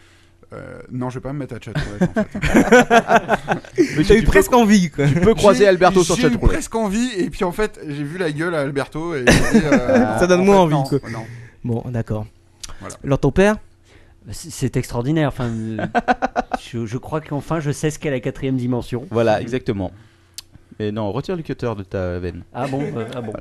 S4: euh, non, je vais pas me mettre à chatroulette en fait.
S1: Mais
S5: T'as
S1: tu-
S5: eu
S1: tu peux-
S5: presque envie,
S1: *laughs*
S5: quoi.
S1: Tu peux croiser
S4: J'ai-
S1: Alberto sur
S4: J'ai eu
S1: chatroulette.
S4: presque envie, et puis en fait, j'ai vu la gueule à Alberto, et j'ai dit, euh,
S5: Ça donne
S4: en
S5: moins
S4: fait,
S5: envie,
S4: non,
S5: quoi.
S4: non.
S5: Bon, d'accord.
S4: Voilà.
S5: Alors, ton père
S3: C'est- C'est extraordinaire. Enfin, euh, je, je crois qu'enfin je sais ce qu'est la quatrième dimension.
S1: Voilà, exactement. Mais non, retire le cutter de ta veine.
S3: Ah bon, euh, ah bon.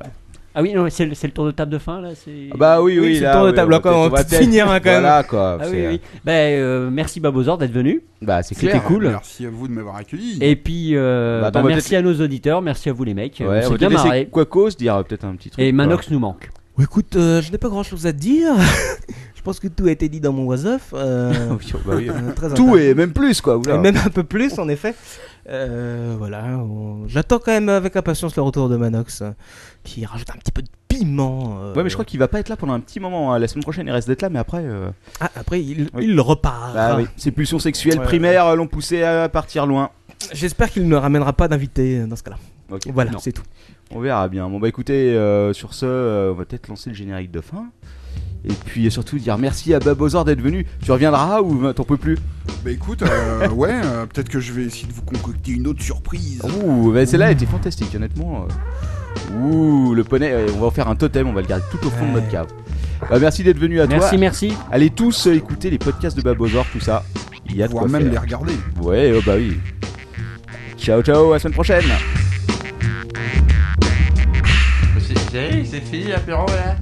S3: Ah oui, non, mais c'est le, c'est le tour de table de fin là. c'est-
S1: Ah bah oui, oui,
S5: c'est
S1: là,
S5: le tour de
S1: oui,
S5: table,
S1: on va
S5: quoi, on
S1: peut-être-
S5: va peut-être finir, hein, quand même.
S1: Voilà quoi.
S3: Ah oui,
S1: Bah c'est-
S3: oui. Ben, euh, merci Babozor d'être venu.
S1: Bah c'est
S3: C'était
S1: clair.
S3: cool.
S4: Merci à vous de m'avoir accueilli.
S3: Et puis, euh,
S1: Bah, attends,
S3: bah,
S1: on va
S3: merci à nos auditeurs, merci à vous les mecs.
S1: Ouais,
S3: on
S1: on
S3: s'est
S1: va te
S3: bien
S1: laisser
S3: marré.
S1: Quacos dire euh, peut-être un petit truc.
S3: Et
S1: quoi.
S3: Manox nous manque.
S5: Bon, Écoute, euh, je n'ai pas grand chose à te dire. *laughs* je pense que tout a été dit dans mon was-off. euh,
S1: *laughs* Oui, oh, *laughs* bah
S5: *laughs*
S1: oui.
S5: euh, très
S1: Tout
S5: intéressant.
S1: et même plus quoi. oula.
S5: Et même un peu plus, en effet. Euh, voilà, on- j'attends quand même avec impatience le retour de Manox, euh, qui rajoute un petit peu de piment. euh.
S1: Ouais, mais je crois qu'il va pas être là pendant un petit moment. hein. La semaine prochaine, il reste d'être là, mais après. euh,
S5: Ah, après, il,
S1: Oui.
S5: il repart.
S1: bah oui. Ses pulsions sexuelles
S5: Ah, Ouais,
S1: primaires euh, l'ont poussé à partir loin.
S5: J'espère qu'il ne ramènera pas d'invité euh, dans ce cas-là.
S1: Ok,
S5: Voilà,
S1: non.
S5: c'est tout.
S1: On verra bien. Bon, bah écoutez, euh, sur ce, euh, on va peut-être lancer le générique de fin. Et puis euh, surtout dire merci à Babozor d'être venu. Tu reviendras ou euh, t'en peux plus
S4: Bah écoute, euh, ouais, euh, peut-être que je vais essayer de vous concocter une autre surprise.
S1: Ouh, bah celle-là elle était fantastique, honnêtement. euh. Ouh, le poney, euh, on va en faire un totem, on va le garder tout au fond de notre cave. Bah, merci d'être venu à
S3: Merci,
S1: toi.
S3: merci.
S1: Allez tous euh, écouter les podcasts de Babozor, tout ça. Il y a de
S4: Voire
S1: quoi
S4: même
S1: faire.
S4: les regarder.
S1: Ouais, oh bah oui. Ciao, ciao, à la semaine prochaine.
S19: Voici-
S16: chérie, c'est fini l'apéro là